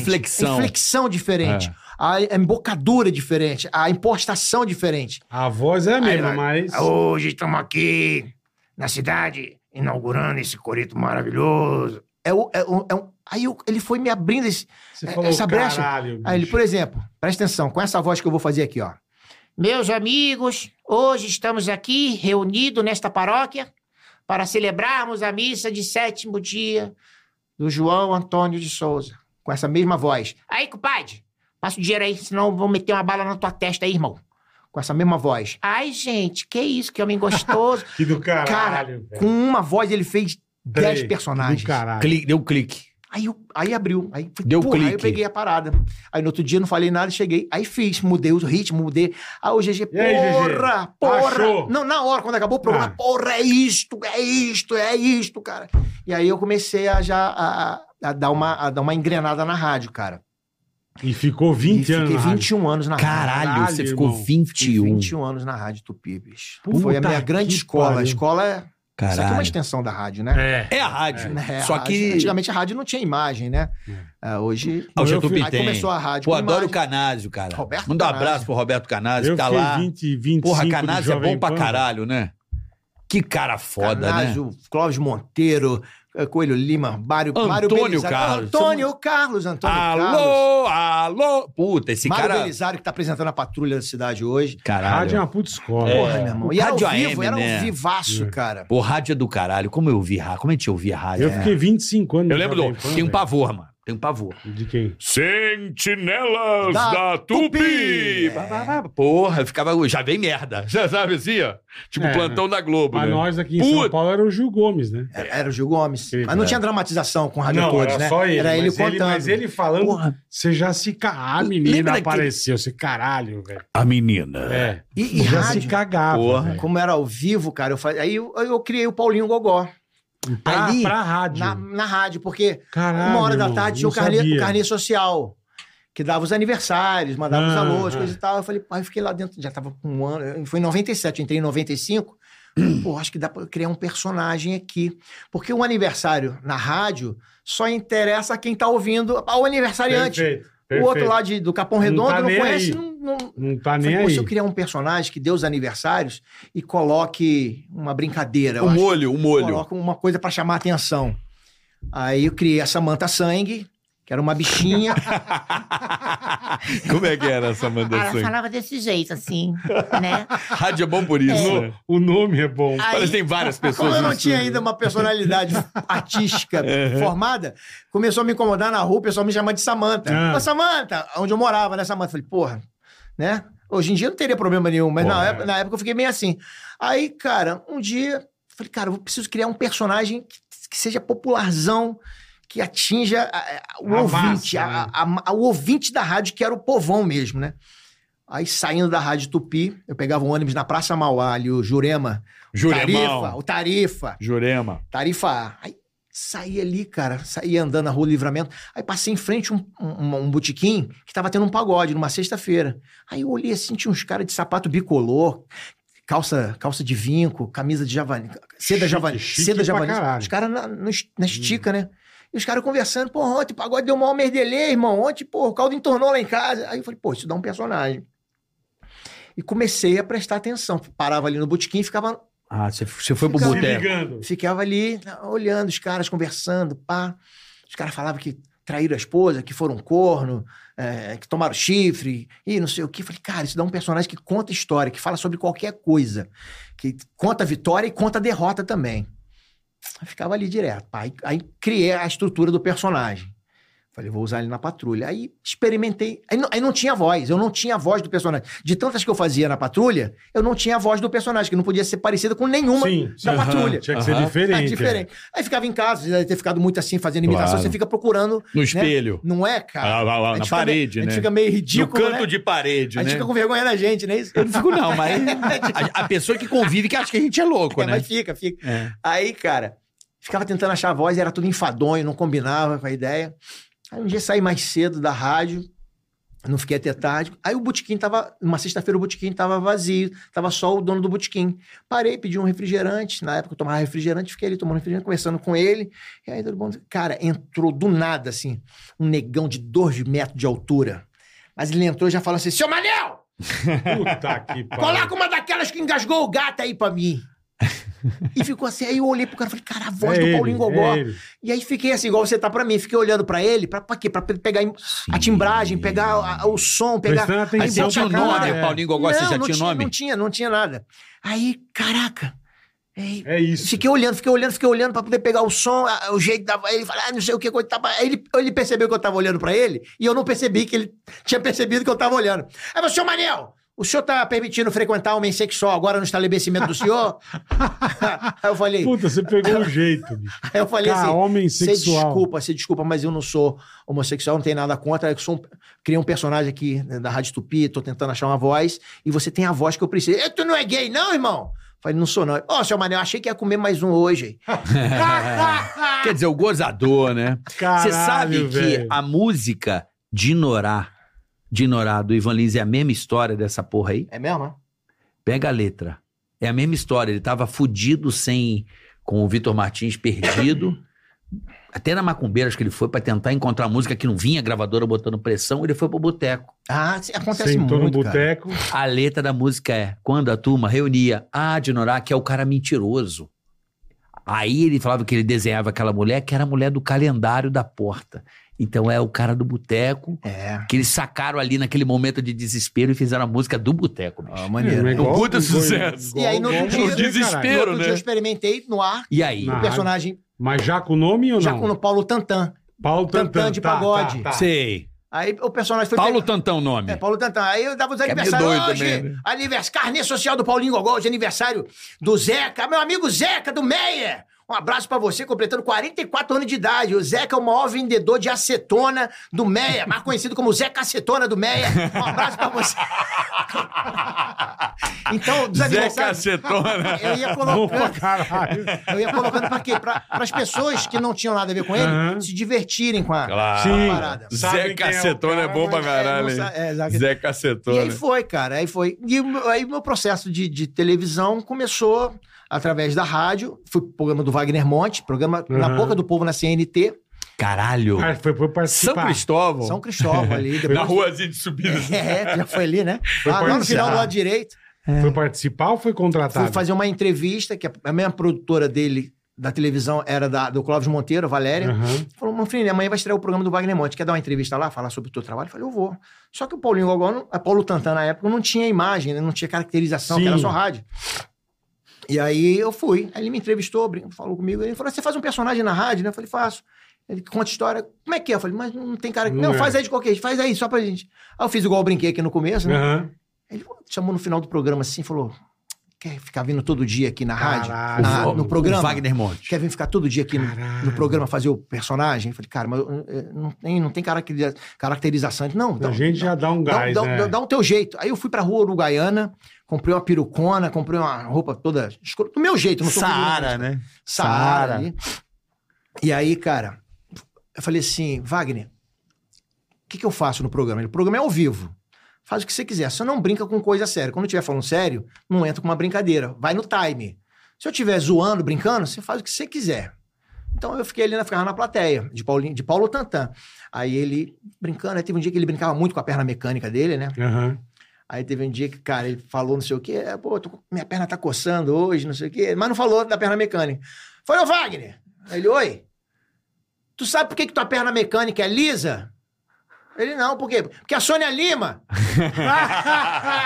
Speaker 1: A
Speaker 5: Inflexão.
Speaker 1: inflexão
Speaker 3: É.
Speaker 1: diferente. A embocadura diferente. A impostação diferente.
Speaker 3: A voz é a mesma,
Speaker 2: Aí,
Speaker 3: mas.
Speaker 2: hoje estamos aqui na cidade inaugurando esse coreto maravilhoso.
Speaker 1: É o, é o- é um- aí eu- ele foi me abrindo esse...
Speaker 3: Você
Speaker 1: é-
Speaker 3: falou,
Speaker 1: essa brecha-
Speaker 3: caralho.
Speaker 1: Aí ele,
Speaker 3: bicho.
Speaker 1: por exemplo, presta atenção, com essa voz que eu vou fazer aqui, ó.
Speaker 2: Meus amigos, hoje estamos aqui reunidos nesta paróquia para celebrarmos a missa de sétimo dia
Speaker 1: do João Antônio de Souza, com essa mesma voz. Aí, compadre, passa o dinheiro aí, senão eu vou meter uma bala na tua testa aí, irmão. Com essa mesma voz. Ai, gente, que isso, que
Speaker 3: (laughs)
Speaker 1: homem gostoso.
Speaker 3: Que do caralho,
Speaker 1: Cara,
Speaker 3: velho.
Speaker 1: com uma voz ele fez dez
Speaker 3: Três.
Speaker 1: personagens.
Speaker 3: Do caralho.
Speaker 5: Clique- deu um clique.
Speaker 1: Aí, eu- aí abriu. Aí, fui-
Speaker 5: Deu
Speaker 1: porra, aí eu
Speaker 5: clique.
Speaker 1: peguei a parada. Aí no outro dia não falei nada, cheguei. Aí fiz, mudei o ritmo, mudei. Aí o GG,
Speaker 3: E aí, GG?
Speaker 1: porra, porra.
Speaker 3: Achou?
Speaker 1: Não, na hora, quando acabou o programa,
Speaker 3: Ah.
Speaker 1: porra, é isto, é isto, é isto, cara. E aí eu comecei a já a, a- a dar, uma, a dar uma engrenada na rádio, cara.
Speaker 3: E ficou
Speaker 1: E
Speaker 3: 20 anos.
Speaker 1: fiquei
Speaker 3: na rádio.
Speaker 1: 21 anos na rádio.
Speaker 5: Caralho,
Speaker 3: Caralho,
Speaker 5: você ficou
Speaker 3: irmão.
Speaker 5: 21.
Speaker 1: Fiquei 21 anos na Rádio Tupi, bicho.
Speaker 3: Puta
Speaker 1: Foi a minha
Speaker 3: que
Speaker 1: grande escola.
Speaker 3: pariu.
Speaker 1: A escola é. Isso aqui é uma
Speaker 5: Caralho.
Speaker 1: extensão da rádio, né?
Speaker 3: É.
Speaker 5: É a rádio.
Speaker 1: É,
Speaker 5: Só
Speaker 1: a rádio-
Speaker 5: que.
Speaker 1: Antigamente a rádio não tinha imagem, né?
Speaker 3: É.
Speaker 1: Ah, hoje.
Speaker 5: Ah, hoje
Speaker 1: Eu
Speaker 5: a Tupi
Speaker 1: Aí
Speaker 5: tem.
Speaker 1: começou a rádio.
Speaker 5: Pô,
Speaker 1: com
Speaker 5: adoro o
Speaker 1: imagem.
Speaker 5: Canásio, cara.
Speaker 1: Roberto
Speaker 5: Manda um
Speaker 1: Canazio.
Speaker 5: abraço pro Roberto Canásio,
Speaker 3: Eu
Speaker 5: que tá
Speaker 3: fiquei
Speaker 5: lá.
Speaker 3: 20, 25
Speaker 5: Porra,
Speaker 3: do
Speaker 5: Canásio é
Speaker 3: Jovem
Speaker 5: bom pra
Speaker 3: Pan.
Speaker 5: caralho, né? Que cara foda, né?
Speaker 1: Canazio, Clóvis Monteiro, eh, Coelho Lima, Mário, Mário
Speaker 5: Antônio
Speaker 1: Belisário.
Speaker 5: Carlos.
Speaker 1: Antônio Carlos, Antônio Carlos.
Speaker 5: Alô, alô. Puta, esse
Speaker 1: Mário
Speaker 5: cara.
Speaker 1: Belisário, que tá apresentando a patrulha da cidade hoje.
Speaker 3: Rádio é
Speaker 5: Caralho.
Speaker 3: uma puta escola.
Speaker 10: É.
Speaker 1: Porra, meu irmão. E era ao
Speaker 5: Rádio
Speaker 1: vivo,
Speaker 5: AM,
Speaker 1: era
Speaker 5: né?
Speaker 1: um vivaço,
Speaker 3: É.
Speaker 1: cara.
Speaker 5: Pô, rádio é do caralho. Como eu ouvi rádio? Como a gente ouvia
Speaker 1: é.
Speaker 5: rádio?
Speaker 3: Eu
Speaker 5: né?
Speaker 3: fiquei 25 anos.
Speaker 10: Eu
Speaker 3: no
Speaker 10: lembro
Speaker 3: Jovem
Speaker 10: do-
Speaker 3: Pan,
Speaker 5: Tem um
Speaker 3: velho.
Speaker 5: pavor, mano. Tem um pavor.
Speaker 3: De quem?
Speaker 10: Sentinelas
Speaker 1: Da
Speaker 10: da,
Speaker 1: Tupi!
Speaker 10: Tupi!
Speaker 1: É.
Speaker 5: Bah, bah, bah. Porra, eu ficava. Já vem merda. (laughs)
Speaker 10: Já sabe assim, ó? Tipo
Speaker 3: É,
Speaker 10: plantão da Globo,
Speaker 3: Pra
Speaker 10: né?
Speaker 3: nós aqui em São
Speaker 10: Puta.
Speaker 3: Paulo era o Gil Gomes, né?
Speaker 1: Era,
Speaker 5: É.
Speaker 1: era o Gil Gomes.
Speaker 3: Incrível,
Speaker 1: mas não
Speaker 3: é.
Speaker 1: tinha dramatização com o Rádio Todos, né? Era ele
Speaker 3: mas
Speaker 1: contando.
Speaker 3: mas ele falando,
Speaker 5: Porra.
Speaker 3: você já se... Ca... A menina
Speaker 5: Lembra daquele-
Speaker 3: apareceu, você caralho, velho.
Speaker 5: A menina.
Speaker 3: É.
Speaker 1: E, e
Speaker 3: (laughs) já
Speaker 1: Ah, rádio,
Speaker 3: se É. cagava,
Speaker 5: Porra.
Speaker 3: velho.
Speaker 1: como era ao vivo, cara, eu fazia, aí eu, eu criei o Paulinho Gogó
Speaker 3: Pra,
Speaker 1: Ali,
Speaker 3: pra rádio.
Speaker 1: na, na rádio, porque
Speaker 3: Caralho,
Speaker 1: uma hora da
Speaker 3: irmão,
Speaker 1: tarde tinha
Speaker 3: não
Speaker 1: o carnê,
Speaker 3: sabia.
Speaker 1: o carnê social, que dava os aniversários, mandava os
Speaker 3: Ah,
Speaker 1: alôs,
Speaker 3: ah.
Speaker 1: coisa e tal. Eu falei, pai, eu fiquei lá dentro, já tava com um ano. Foi em 97, eu entrei
Speaker 3: (clears throat)
Speaker 1: em 95. Pô, acho que dá pra eu criar um personagem aqui. Porque um aniversário na rádio só interessa quem tá ouvindo ao aniversariante.
Speaker 3: Perfeito,
Speaker 1: O outro
Speaker 3: perfeito.
Speaker 1: lá de- do Capão Redondo
Speaker 3: tá
Speaker 1: não,
Speaker 3: nem
Speaker 1: conhece,
Speaker 3: aí.
Speaker 1: não- não,
Speaker 3: Não tá
Speaker 1: Falei,
Speaker 3: nem
Speaker 1: pô,
Speaker 3: aí.
Speaker 1: se eu criar um personagem que dê os aniversários e coloque uma brincadeira, eu
Speaker 5: O
Speaker 1: acho.
Speaker 5: molho, o molho.
Speaker 1: coloca uma coisa pra chamar a atenção. Aí eu criei a Samanta Sangue, que era uma bichinha.
Speaker 5: (laughs) Como é que era essa
Speaker 9: Ah, Ela
Speaker 5: mandação?
Speaker 9: falava desse jeito, assim, né?
Speaker 5: Rádio é bom por isso.
Speaker 3: O
Speaker 5: né?
Speaker 3: no- O nome é bom.
Speaker 1: Ah,
Speaker 9: Aí-
Speaker 2: assim.
Speaker 9: (laughs)
Speaker 5: Parece que tem várias pessoas.
Speaker 1: Como eu não
Speaker 5: no
Speaker 1: tinha
Speaker 5: estúdio.
Speaker 1: ainda uma personalidade
Speaker 3: (laughs)
Speaker 1: artística formada, começou a me incomodar na rua, o pessoal me chama de Samanta.
Speaker 3: Ah.
Speaker 1: Ô, Samanta, onde eu morava, né, Samanta? Falei, porra, né? Hoje em dia não teria problema nenhum, mas na
Speaker 3: Porra.
Speaker 1: época, na época eu fiquei meio assim. Aí, cara, um dia, falei, cara, eu preciso criar um personagem que, que seja popularzão, que atinja a- a- o
Speaker 3: A
Speaker 1: ouvinte,
Speaker 3: massa, né?
Speaker 1: a- a- a- o ouvinte da rádio, que era o povão mesmo, né? Aí, saindo da Rádio Tupi, eu pegava um ônibus na Praça Mauá, ali, o Jurema. Tarifa,
Speaker 5: Juremão.
Speaker 1: o Tarifa.
Speaker 5: Jurema.
Speaker 1: Tarifa A. Aí saí ali, cara, saí andando na rua Livramento. Aí passei em frente um, um, um botequim que tava tendo um pagode numa sexta-feira. Aí eu olhei assim, tinha uns caras de sapato bicolor, calça calça de vinco, camisa de javali, seda
Speaker 3: Chique,
Speaker 1: javali,
Speaker 3: chique
Speaker 1: seda
Speaker 3: pra
Speaker 1: javali.
Speaker 3: caralho. Hum.
Speaker 1: Os caras na, no es- na estica, né? E os caras conversando, pô, ontem o pagode deu um maior merdelê, irmão. Ontem, pô, o caldo entornou lá em casa. Aí eu falei, pô, isso dá um personagem. E comecei a prestar atenção. Parava ali no botequim e ficava
Speaker 5: Ah, você você foi pro
Speaker 1: Fica-
Speaker 3: Se
Speaker 5: boteco.
Speaker 3: ligando.
Speaker 1: Ficava ali né, olhando os caras, conversando, pá. Os caras falavam que traíram a esposa, que foram corno, é, que tomaram chifre e não sei o quê. Falei, cara, isso dá um personagem que conta história, que fala sobre qualquer coisa. Que conta a vitória e conta a derrota também. Eu ficava ali direto. pá. Aí, aí criei a estrutura do personagem. Falei, vou usar ele na patrulha. Aí experimentei. Aí não, aí não tinha voz, eu não tinha a voz do personagem. De tantas que eu fazia na patrulha, eu não tinha a voz do personagem, que não podia ser parecida com nenhuma
Speaker 3: Sim,
Speaker 1: da
Speaker 3: sim.
Speaker 1: patrulha.
Speaker 3: Tinha que ser
Speaker 5: Aham.
Speaker 3: diferente.
Speaker 1: É diferente. Aí ficava em casa, você deve ter ficado muito assim, fazendo imitação,
Speaker 5: Claro.
Speaker 1: você fica procurando,
Speaker 5: No espelho.
Speaker 1: não é, Né? cara?
Speaker 5: Ah, lá, lá,
Speaker 1: A gente
Speaker 5: na
Speaker 1: fica
Speaker 5: parede,
Speaker 1: meio, A
Speaker 5: né?
Speaker 1: gente fica meio
Speaker 5: No
Speaker 1: ridículo,
Speaker 5: canto
Speaker 1: né?
Speaker 5: de parede,
Speaker 1: A gente
Speaker 5: né?
Speaker 1: fica com vergonha da gente, não é isso?
Speaker 5: Eu
Speaker 1: (laughs)
Speaker 5: não fico, não, mas (laughs) a, a pessoa que convive que acha que a gente é louco,
Speaker 1: É,
Speaker 5: né?
Speaker 1: mas fica, fica.
Speaker 5: É.
Speaker 1: Aí, cara, ficava tentando achar a voz, era tudo enfadonho, não combinava com a ideia. Aí um dia saí mais cedo da rádio, não fiquei até tarde. Aí o botequim tava, uma sexta-feira o botequim tava vazio, tava só o dono do botequim. Parei, pedi um refrigerante, na época eu tomava refrigerante, fiquei ali tomando refrigerante, conversando com ele. E aí todo mundo, cara, entrou do nada assim, um negão de dois metros de altura. Mas ele entrou e já falou assim: seu Manel!
Speaker 3: Puta que pariu.
Speaker 1: Coloca uma daquelas que engasgou o gato aí
Speaker 3: (laughs)
Speaker 1: pra mim. e ficou assim, aí eu olhei pro cara e falei, cara, a voz
Speaker 3: É
Speaker 1: do
Speaker 3: ele,
Speaker 1: Paulinho Gogó.
Speaker 3: é ele.
Speaker 1: e aí fiquei assim, igual você tá pra mim, fiquei olhando pra ele, pra, pra quê? Pra pe- pegar im- a timbragem, pegar a- a- o som, pegar...
Speaker 3: Prestando
Speaker 5: Aí
Speaker 3: atenção
Speaker 5: você
Speaker 1: Então,
Speaker 5: tinha o
Speaker 3: pra
Speaker 5: nome,
Speaker 3: caralho.
Speaker 5: Paulinho Gogó, você já
Speaker 1: não
Speaker 5: tinha o nome?
Speaker 1: Não tinha, não tinha nada. Aí, caraca, Ei,
Speaker 3: É isso.
Speaker 1: Fiquei olhando, fiquei olhando, fiquei olhando pra poder pegar o som, a- o jeito da. Aí ele fala, ah, não sei o que, que eu tava. Aí ele, ele percebeu que eu tava olhando pra ele e eu não percebi que ele tinha percebido que eu tava olhando. Aí eu falei, senhor Manel, o senhor tá permitindo frequentar homem sexual agora no estabelecimento do senhor? (laughs) aí eu falei,
Speaker 3: Puta, você pegou o jeito, bicho.
Speaker 1: aí eu falei
Speaker 3: Cara,
Speaker 1: assim.
Speaker 3: homem
Speaker 1: Você
Speaker 3: sexual.
Speaker 1: desculpa, você desculpa, mas eu não sou homossexual, não tenho nada contra. Eu sou um, criei um personagem aqui né, da Rádio Tupi, tô tentando achar uma voz, e você tem a voz que eu preciso. "Eh, Tu não é gay, não, irmão? Falei, não sou, não. Ó, seu Manel, achei que ia comer mais um hoje.
Speaker 4: Quer dizer, o gozador, né? Você
Speaker 3: Caralho,
Speaker 4: sabe que
Speaker 3: velho.
Speaker 4: a música de Norá, de Norá do Ivan Lins é a mesma história dessa porra aí?
Speaker 1: É mesmo, né?
Speaker 4: Pega a letra. É a mesma história. Ele tava fudido sem. com o Vitor
Speaker 10: (coughs)
Speaker 4: Martins perdido. Até na macumbeira, acho que ele foi pra tentar encontrar música que não vinha, a gravadora botando pressão, ele foi pro boteco.
Speaker 1: Ah, isso acontece
Speaker 3: Sentou no
Speaker 1: muito, cara.
Speaker 3: boteco.
Speaker 4: A letra da música é quando a turma reunia a Dinorá, que é o cara mentiroso. Aí ele falava que ele desenhava aquela mulher, que era a mulher do calendário da porta. Então é o cara do boteco,
Speaker 1: É.
Speaker 4: que eles sacaram ali naquele momento de desespero e fizeram a música do boteco, bicho.
Speaker 1: Ah,
Speaker 3: É,
Speaker 1: maneiro.
Speaker 3: igual-
Speaker 10: puta
Speaker 3: igual-
Speaker 10: sucesso.
Speaker 3: igual-
Speaker 1: E aí, no outro
Speaker 3: igual-
Speaker 1: dia-
Speaker 10: Desespero.
Speaker 1: No outro
Speaker 10: né?
Speaker 1: dia eu experimentei no ar
Speaker 4: E aí?
Speaker 3: Ah,
Speaker 1: o personagem
Speaker 3: Mas já com o nome ou
Speaker 1: já
Speaker 3: não?
Speaker 1: com o Paulo Tantan.
Speaker 3: Paulo
Speaker 1: Tantan
Speaker 3: Tantan.
Speaker 1: de
Speaker 3: Tá, tá,
Speaker 1: pagode.
Speaker 3: tá.
Speaker 4: Sei.
Speaker 1: Aí o personagem foi
Speaker 4: Paulo
Speaker 1: pegar-
Speaker 4: Tantão o nome. (laughs)
Speaker 1: É, Paulo Tantan. Aí eu dava os
Speaker 4: meio
Speaker 1: aniversários
Speaker 4: doido
Speaker 1: hoje.
Speaker 4: também, né?
Speaker 1: Anivers... Carnê social do Paulinho Gogol, hoje é aniversário do Zeca, meu amigo Zeca, do Meia. Um abraço pra você, completando 44 anos de idade. O Zeca é o maior vendedor de acetona do Meia, mais conhecido como Zeca Acetona do Meia. Um abraço pra você. Então, dos
Speaker 10: Zé
Speaker 1: aniversários,
Speaker 10: Cacetona.
Speaker 1: (laughs) eu ia
Speaker 3: Bom
Speaker 1: colocando.
Speaker 3: pra caralho.
Speaker 1: Eu ia colocando pra quê? Pra, pras pessoas que não tinham nada a ver com ele
Speaker 3: Aham.
Speaker 1: se divertirem com a. parada.
Speaker 10: Sim.
Speaker 3: Ah, Sabe
Speaker 10: Zé
Speaker 3: quem é o
Speaker 10: Cacetona é
Speaker 3: cara,
Speaker 10: bom pra
Speaker 1: mas- é,
Speaker 10: caralho.
Speaker 1: não sa- é,
Speaker 10: hein?
Speaker 1: exato.
Speaker 10: Zé
Speaker 1: E aí
Speaker 10: Cacetona.
Speaker 1: foi, cara, aí foi. E o meu- aí o meu processo de, de televisão começou através da rádio. Fui pro programa do Wagner Monte, programa Na
Speaker 3: Aham.
Speaker 1: Boca do Povo na CNT,
Speaker 4: Caralho.
Speaker 3: Ah, foi, foi
Speaker 10: São
Speaker 3: participar.
Speaker 10: Cristóvão.
Speaker 1: São
Speaker 3: (laughs)
Speaker 1: Cristóvão ali. Depois...
Speaker 10: Na ruazinha de subida.
Speaker 1: É, já foi ali, né?
Speaker 3: Foi
Speaker 1: Ah, lá no final
Speaker 3: participar.
Speaker 1: do lado direito.
Speaker 3: Foi participar ou foi contratado?
Speaker 1: Fui fazer uma entrevista, que a- a mesma produtora dele da televisão era da, do Clóvis Monteiro, a Valéria.
Speaker 3: Aham.
Speaker 1: Falou, Manfrini, amanhã vai estrear o programa do Wagner Monte. Quer dar uma entrevista lá, falar sobre o teu trabalho? Eu falei, eu vou. Só que o Paulinho Gogol, não- a Paulo Tantan na época, não tinha imagem, né? não tinha caracterização, que era
Speaker 3: Sim.
Speaker 1: só rádio. E aí eu fui. Aí ele me entrevistou, brin- falou comigo. Ele falou, você faz um personagem na rádio, né? Eu falei, faço. Ele conta história. Como é que é? Eu falei, mas não tem cara.
Speaker 3: Não
Speaker 1: Não,
Speaker 3: é.
Speaker 1: faz aí de qualquer jeito, faz aí, só pra gente. Aí eu fiz igual eu brinquei aqui no começo, né?
Speaker 3: Aham.
Speaker 1: Ele chamou no final do programa assim, falou, quer ficar vindo todo dia aqui na rádio?
Speaker 3: Caralho.
Speaker 1: É, Na-
Speaker 3: O
Speaker 1: no programa?
Speaker 4: O
Speaker 1: é
Speaker 4: Wagner Monte.
Speaker 1: Quer vir ficar todo dia aqui no,
Speaker 3: Caralho.
Speaker 1: no programa fazer o personagem? Eu falei, cara, mas eu, eu, não tem, não tem caracteriza- caracterização. Ele, não, dá,
Speaker 3: A gente já dá um
Speaker 1: Então, dá,
Speaker 3: gás,
Speaker 1: dá,
Speaker 3: né?
Speaker 1: dá, dá o teu jeito. Aí eu fui pra rua uruguaiana, comprei uma perucona, comprei uma roupa toda escura, do meu jeito. Não sou figurante.
Speaker 8: né?
Speaker 1: Saara.
Speaker 8: Saara.
Speaker 1: ali. E aí, cara, eu falei assim, Wagner, o que, que eu faço no programa? Ele, o programa é ao vivo. Faz o que você quiser, só não brinca com coisa séria. Quando eu estiver falando sério, não entra com uma brincadeira. Vai no time. Se eu estiver zoando, brincando, você faz o que você quiser. Então eu fiquei ali, na- ficava na plateia, de, Paulinho, de Paulo Tantan. Aí ele brincando, aí teve um dia que ele brincava muito com a perna mecânica dele, né?
Speaker 3: Aham.
Speaker 1: Aí teve um dia que, cara, ele falou não sei o quê, é, pô, tô com- minha perna tá coçando hoje, não sei o quê, mas não falou da perna mecânica. Falei, ô Wagner! Aí ele, oi? Tu sabe por que, que tua perna mecânica é lisa? Ele, não, por quê? Porque a Sônia
Speaker 3: (laughs)
Speaker 1: Lima.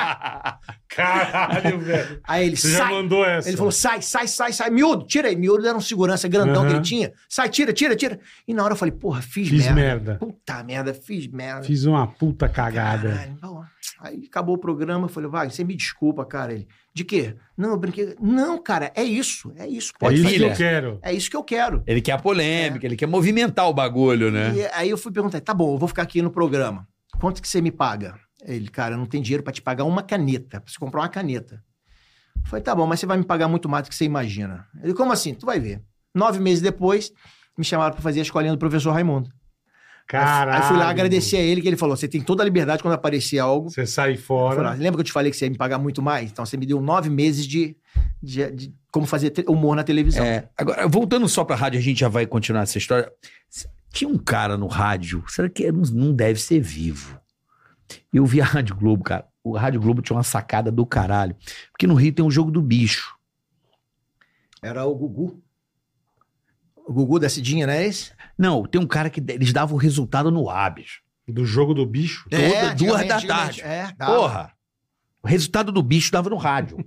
Speaker 1: (laughs)
Speaker 3: Caralho, velho.
Speaker 1: Aí ele,
Speaker 3: Você já
Speaker 1: sai.
Speaker 3: mandou essa.
Speaker 1: Ele falou, sai, sai, sai, sai. Miúdo, tira aí. Miúdo era um segurança grandão que
Speaker 3: Aham.
Speaker 1: ele tinha. Sai, tira, tira, tira. E na hora eu falei, porra, fiz,
Speaker 3: Fiz
Speaker 1: merda.
Speaker 3: merda.
Speaker 1: Puta merda, fiz merda.
Speaker 3: Fiz uma puta cagada. É
Speaker 1: Caralho, pô. Aí acabou o programa, eu falei, Wagner, você me desculpa, cara. Ele, de quê? Não, eu brinquei. Não, cara, é isso, é isso.
Speaker 3: É
Speaker 1: Pode
Speaker 3: isso que
Speaker 1: fazer.
Speaker 3: eu quero.
Speaker 1: É isso que eu quero.
Speaker 4: Ele quer a polêmica,
Speaker 1: É.
Speaker 4: ele quer movimentar o bagulho,
Speaker 3: É.
Speaker 4: né?
Speaker 1: E aí eu fui perguntar, tá bom, eu vou ficar aqui no programa. Quanto que você me paga? Ele, cara, eu não tem dinheiro pra te pagar uma caneta, pra você comprar uma caneta. Eu falei, tá bom, mas você vai me pagar muito mais do que você imagina. Ele, como assim? Tu vai ver. Nove meses depois, me chamaram pra fazer a escolinha do professor Raimundo. Aí-
Speaker 3: Caralho.
Speaker 1: Aí fui lá agradecer a ele, que ele falou, você tem toda a liberdade quando aparecer algo.
Speaker 3: Você sai
Speaker 1: Falou, "Ah,
Speaker 3: fora. né?
Speaker 1: lembra que eu te falei que você ia me pagar muito mais? Então você me deu nove meses de, de- de como fazer te- humor na televisão.
Speaker 4: É, agora, voltando só pra rádio, a gente já vai continuar essa história. S- Tinha um cara no rádio, será que não, não deve ser vivo? Eu vi a Rádio Globo, cara. O Rádio Globo tinha uma sacada do caralho. Porque no Rio tem um jogo do bicho.
Speaker 1: Era o Gugu. O Gugu da Cidinha, né? Esse?
Speaker 4: Não, tem um cara que de- eles davam o resultado no Abis.
Speaker 3: Do jogo do bicho.
Speaker 4: Toda- duas
Speaker 1: antigamente,
Speaker 4: da
Speaker 1: antigamente.
Speaker 4: tarde.
Speaker 1: É, dava.
Speaker 4: Porra! O resultado do bicho dava no rádio.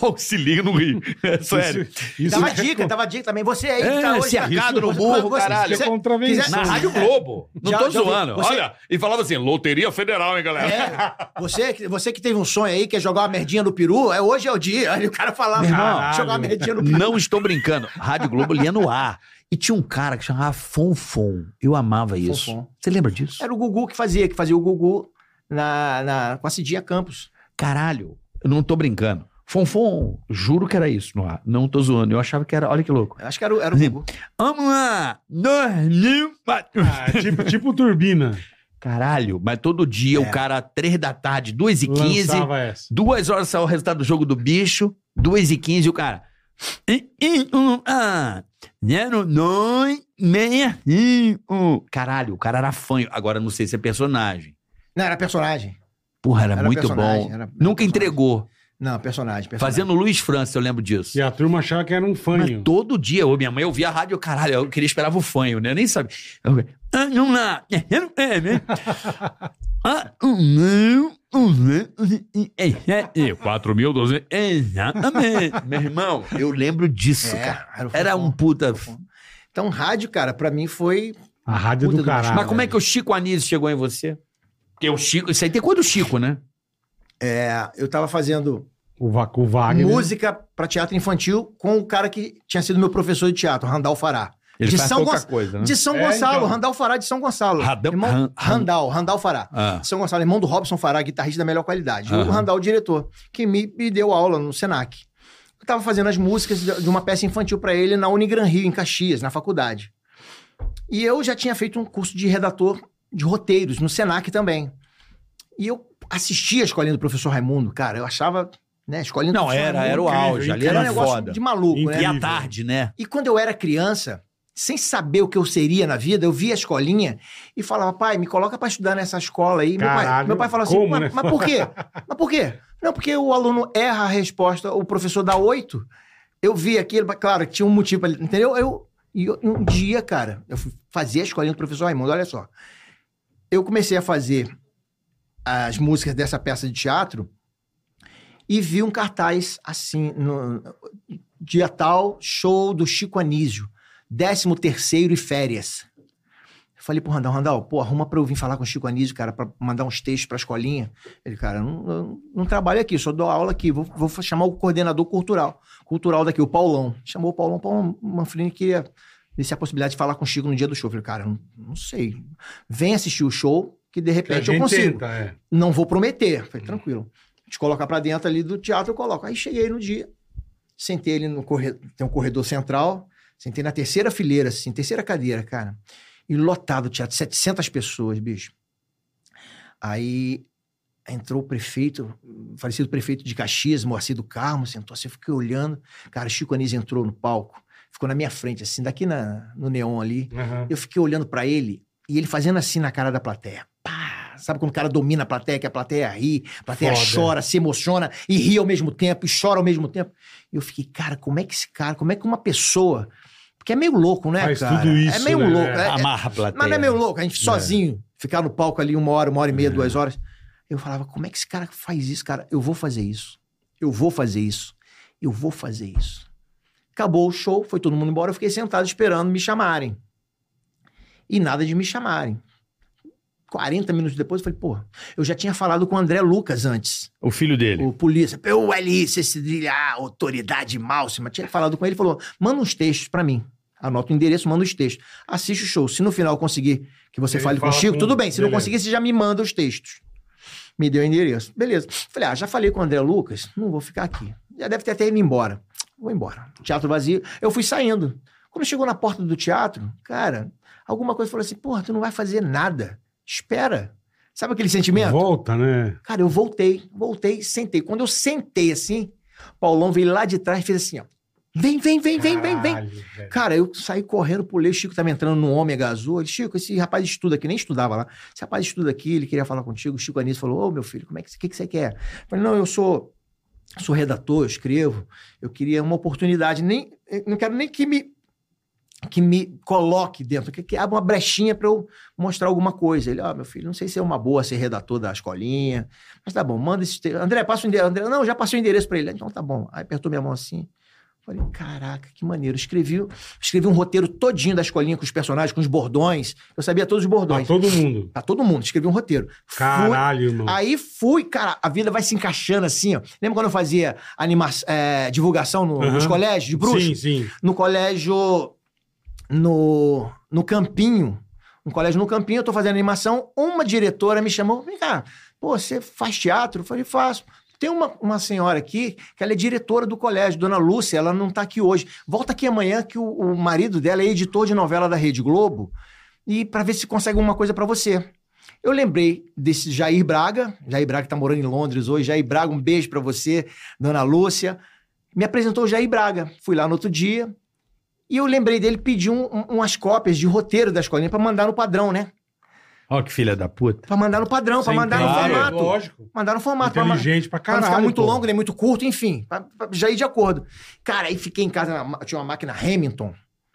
Speaker 5: Ó, se liga
Speaker 4: (laughs)
Speaker 5: no Rio. É sério.
Speaker 3: Isso, isso
Speaker 1: Dava
Speaker 3: que é
Speaker 1: dica, dava dica também. Você aí
Speaker 4: É,
Speaker 1: que tá hoje...
Speaker 4: se arcado no burro,
Speaker 1: você-
Speaker 3: Isso
Speaker 1: você-
Speaker 3: é contravenção.
Speaker 1: quiser-
Speaker 4: Na Rádio Globo. Não
Speaker 1: Já-
Speaker 4: tô
Speaker 1: já ouvi-
Speaker 4: zoando.
Speaker 1: você-
Speaker 10: Olha, e falava assim, loteria federal, hein, galera?
Speaker 1: É, você, que- você que teve um sonho aí, quer jogar uma merdinha no peru, é, hoje é o dia. Aí o cara falava,
Speaker 4: Meu irmão,
Speaker 1: "Ah, jogar uma merdinha no peru.
Speaker 4: Não estou brincando. Rádio Globo lia no ar. E tinha um cara que chamava Fonfon. Eu amava isso.
Speaker 1: Fofão.
Speaker 4: Você lembra disso?
Speaker 1: Era o Gugu que fazia, que fazia o Gugu na, na, com a Cidinha Campos.
Speaker 4: Caralho, eu não tô brincando. Fonfon, juro que era isso no ar. Não tô zoando. Eu achava que era. Olha que louco.
Speaker 1: Eu acho que era, o- era o Gugu.
Speaker 4: Vamos lá! Dois mil.
Speaker 3: Ah, tipo, tipo turbina.
Speaker 4: Caralho, mas todo dia o cara, três da tarde, duas e quinze,
Speaker 3: É. Lançava essa.
Speaker 4: duas horas saiu o resultado do jogo do bicho, duas e quinze, o cara. "E, e, um, ah, zero, dois, meia, cinco." Caralho, o cara era fanho. Agora não sei se é personagem.
Speaker 1: Não, era personagem.
Speaker 4: Porra, era,
Speaker 1: Era
Speaker 4: É muito
Speaker 1: personagem,
Speaker 4: bom.
Speaker 1: era- era
Speaker 4: Nunca
Speaker 1: personagem.
Speaker 4: entregou.
Speaker 1: Não, personagem. personagem.
Speaker 4: Fazendo Luiz França, eu lembro disso.
Speaker 3: E a turma achava que era um fanho.
Speaker 4: Mas todo dia, eu, minha mãe ouvia a rádio, eu, caralho, eu queria esperar o fanho, né? Eu nem sabia. Eu, ah, não, não, é, não, é, né? Ah, um, não, um, não, é, é, é,
Speaker 10: 4.200.
Speaker 4: Exatamente. Meu irmão, eu lembro disso,
Speaker 1: É,
Speaker 4: cara.
Speaker 1: o
Speaker 4: Era
Speaker 1: Fofão.
Speaker 4: um puta.
Speaker 1: Então, rádio, cara, pra mim foi.
Speaker 3: A rádio
Speaker 4: puta
Speaker 3: do caralho.
Speaker 4: Mas como é que o Chico Anísio chegou em você? Porque o Chico. Isso aí tem quando o Chico, né?
Speaker 1: é, eu tava fazendo
Speaker 3: O, Va- o Wagner...
Speaker 1: música pra teatro infantil com o cara que tinha sido meu professor de teatro, Randall Fará. de, São Gon-
Speaker 5: coisa,
Speaker 1: de São
Speaker 3: É,
Speaker 1: Gonçalo,
Speaker 3: então.
Speaker 1: Randall Fará de São Gonçalo.
Speaker 4: Radam-
Speaker 1: irmão,
Speaker 4: Ran- Ran-
Speaker 1: Randall, Randall Fará.
Speaker 4: Ah.
Speaker 1: São Gonçalo, irmão do Robson Fará, guitarrista da melhor qualidade. E
Speaker 4: Aham.
Speaker 1: o Randall, diretor, que me, me deu aula no Senac. Eu tava fazendo as músicas de de uma peça infantil pra ele na Unigran Rio, em Caxias, na faculdade. E eu já tinha feito um curso de redator de roteiros no Senac também. E eu assistia a escolinha do professor Raimundo, cara. Eu achava, né, a escolinha do
Speaker 4: Não,
Speaker 1: professor
Speaker 4: era,
Speaker 1: Raimundo
Speaker 4: era o
Speaker 3: incrível,
Speaker 4: auge. Ali
Speaker 1: era um
Speaker 4: era
Speaker 1: negócio
Speaker 4: foda.
Speaker 1: de maluco,
Speaker 3: Incrível.
Speaker 4: E
Speaker 1: né?
Speaker 4: à tarde, né?
Speaker 1: E quando eu era criança, sem saber o que eu seria na vida, eu via a escolinha e falava, pai, me coloca pra estudar nessa escola aí. Meu pai,
Speaker 3: Caralho,
Speaker 1: meu pai falava assim,
Speaker 3: como,
Speaker 1: mas,
Speaker 3: né?
Speaker 1: mas por quê? Mas por quê? Não, porque o aluno erra a resposta, o professor dá oito. Eu vi aquilo, mas claro, tinha um motivo ali, entendeu? Eu, e eu- um dia, cara, eu fui fazer a escolinha do professor Raimundo, olha só. Eu comecei a fazer as músicas dessa peça de teatro e vi um cartaz assim, no, dia tal, show do Chico Anísio, 13 terceiro e férias. Eu falei pro Randall, Randall, pô, arruma pra eu vir falar com o Chico Anísio, cara, pra mandar uns textos pra escolinha. Ele, cara, eu não, eu não trabalho aqui, só dou aula aqui, vou, vou chamar o coordenador cultural, cultural daqui, o Paulão. Chamou o Paulão, Paulão Manfrini queria ver se a possibilidade de falar com o Chico no dia do show. Eu falei, cara, eu não, não sei, vem assistir o show que de
Speaker 3: Que a
Speaker 1: repente eu
Speaker 3: gente
Speaker 1: consigo
Speaker 3: tenta, é.
Speaker 1: não vou prometer. Falei, tranquilo. Te colocar pra dentro ali do teatro, eu coloco. Aí cheguei no dia, sentei ele no corredor, tem um corredor central, sentei na terceira fileira, assim, terceira cadeira, cara. E lotado o teatro, 700 pessoas, bicho. Aí entrou o prefeito, o falecido prefeito de Caxias, Moacir do Carmo, sentou assim, eu fiquei olhando. Cara, Chico Anísio entrou no palco, ficou na minha frente, assim, daqui na- no neon ali.
Speaker 3: Aham.
Speaker 1: Eu fiquei olhando pra ele e ele fazendo assim na cara da plateia. Pá! Sabe quando o cara domina a plateia, que a plateia ri, a plateia
Speaker 3: Foda.
Speaker 1: chora, se emociona e ri ao mesmo tempo, e chora ao mesmo tempo. E eu fiquei, cara, como é que esse cara, como é que uma pessoa. Porque é meio louco, né,
Speaker 3: Faz
Speaker 1: cara?
Speaker 3: tudo isso,
Speaker 1: é meio
Speaker 3: né?
Speaker 1: louco. é- é-
Speaker 4: Amarra a plateia.
Speaker 1: mas não é meio louco, a gente sozinho ficar no palco ali uma hora, uma hora e meia, duas horas. Eu falava, como é que esse cara faz isso, cara? Eu vou fazer isso. Eu vou fazer isso. Eu vou fazer isso. Acabou o show, foi todo mundo embora, eu fiquei sentado esperando me chamarem. E nada de me chamarem. 40 minutos depois, eu falei, pô, eu já tinha falado com o André Lucas antes.
Speaker 5: O filho dele.
Speaker 1: O polícia, eu ali, Cecília, ah, autoridade máxima. Tinha falado com ele, falou: manda uns textos pra mim. Anota o endereço, manda os textos. Assiste o show. Se no final conseguir que você
Speaker 3: Ele
Speaker 1: fale com o
Speaker 3: fala
Speaker 1: Chico,
Speaker 3: com-
Speaker 1: tudo bem. Se não
Speaker 3: beleza.
Speaker 1: conseguir, você já me manda os textos. Me deu o endereço. Beleza. Falei, ah, já falei com o André Lucas, não vou ficar aqui. Já deve ter até ido embora. Vou embora. Teatro vazio. Eu fui saindo. Quando chegou na porta do teatro, cara, alguma coisa falou assim: porra, tu não vai fazer nada. Espera. Sabe aquele sentimento?
Speaker 3: Volta, né?
Speaker 1: Cara, eu voltei, voltei, sentei. Quando eu sentei assim, Paulão veio lá de trás e fez assim, ó. Vem, vem, vem, vem, vem, vem.
Speaker 3: Caralho, velho.
Speaker 1: Cara, eu saí correndo, pulei, o Chico tava entrando no ômega azul. Ele, Chico, esse rapaz estuda aqui, nem estudava lá. Esse rapaz estuda aqui, ele queria falar contigo. O Chico Anísio falou, ô meu filho, como é que, que, que você quer? Eu falei, não, eu sou, sou redator, eu escrevo. Eu queria uma oportunidade, nem, eu não quero nem que me que me coloque dentro, que, que abra uma brechinha para eu mostrar alguma coisa. Ele, ó, meu filho, não sei se é uma boa ser redator da escolinha, mas tá bom, manda esse. te- André, passa o endereço. André, não, já passei o endereço para ele. Então tá bom. Aí apertou minha mão assim. Falei, caraca, que maneiro. Escrevi, escrevi um roteiro todinho da escolinha com os personagens, com os bordões. Eu sabia todos os
Speaker 3: Pra
Speaker 1: bordões.
Speaker 3: todo mundo.
Speaker 1: Pra todo mundo, escrevi um roteiro. Fui-
Speaker 3: Caralho, irmão.
Speaker 1: Aí fui, cara, a vida vai se encaixando assim, ó. Lembra quando eu fazia anima é, divulgação no-
Speaker 3: Aham.
Speaker 1: nos colégios de bruxo?
Speaker 3: Sim, sim.
Speaker 1: No colégio. No, no Campinho. No colégio no Campinho, eu tô fazendo animação. Uma diretora me chamou, vem cá, pô, você faz teatro? Eu falei, faço. Tem uma, uma senhora aqui que ela é diretora do colégio, Dona Lúcia, ela não tá aqui hoje. Volta aqui amanhã que o, o marido dela é editor de novela da Rede Globo e para ver se consegue alguma coisa pra você. Eu lembrei desse Jair Braga, Jair Braga que tá morando em Londres hoje. Jair Braga, um beijo pra você, Dona Lúcia. Me apresentou o Jair Braga. Fui lá no outro dia e eu lembrei dele pedir um- um- umas cópias de roteiro da escolinha pra mandar no padrão, né?
Speaker 5: Ó, que filha da puta.
Speaker 1: Pra mandar no padrão, pra
Speaker 3: Você
Speaker 1: mandar no
Speaker 3: entende?
Speaker 1: formato.
Speaker 3: Lógico.
Speaker 1: Mandar no formato. Pra, ma-
Speaker 3: Inteligente pra
Speaker 1: pra não
Speaker 3: caralho.
Speaker 1: ficar muito
Speaker 3: pô.
Speaker 1: longo, nem muito curto, enfim. Pra, pra já ir de acordo. Cara, aí fiquei em casa, na ma- tinha uma máquina Hamilton,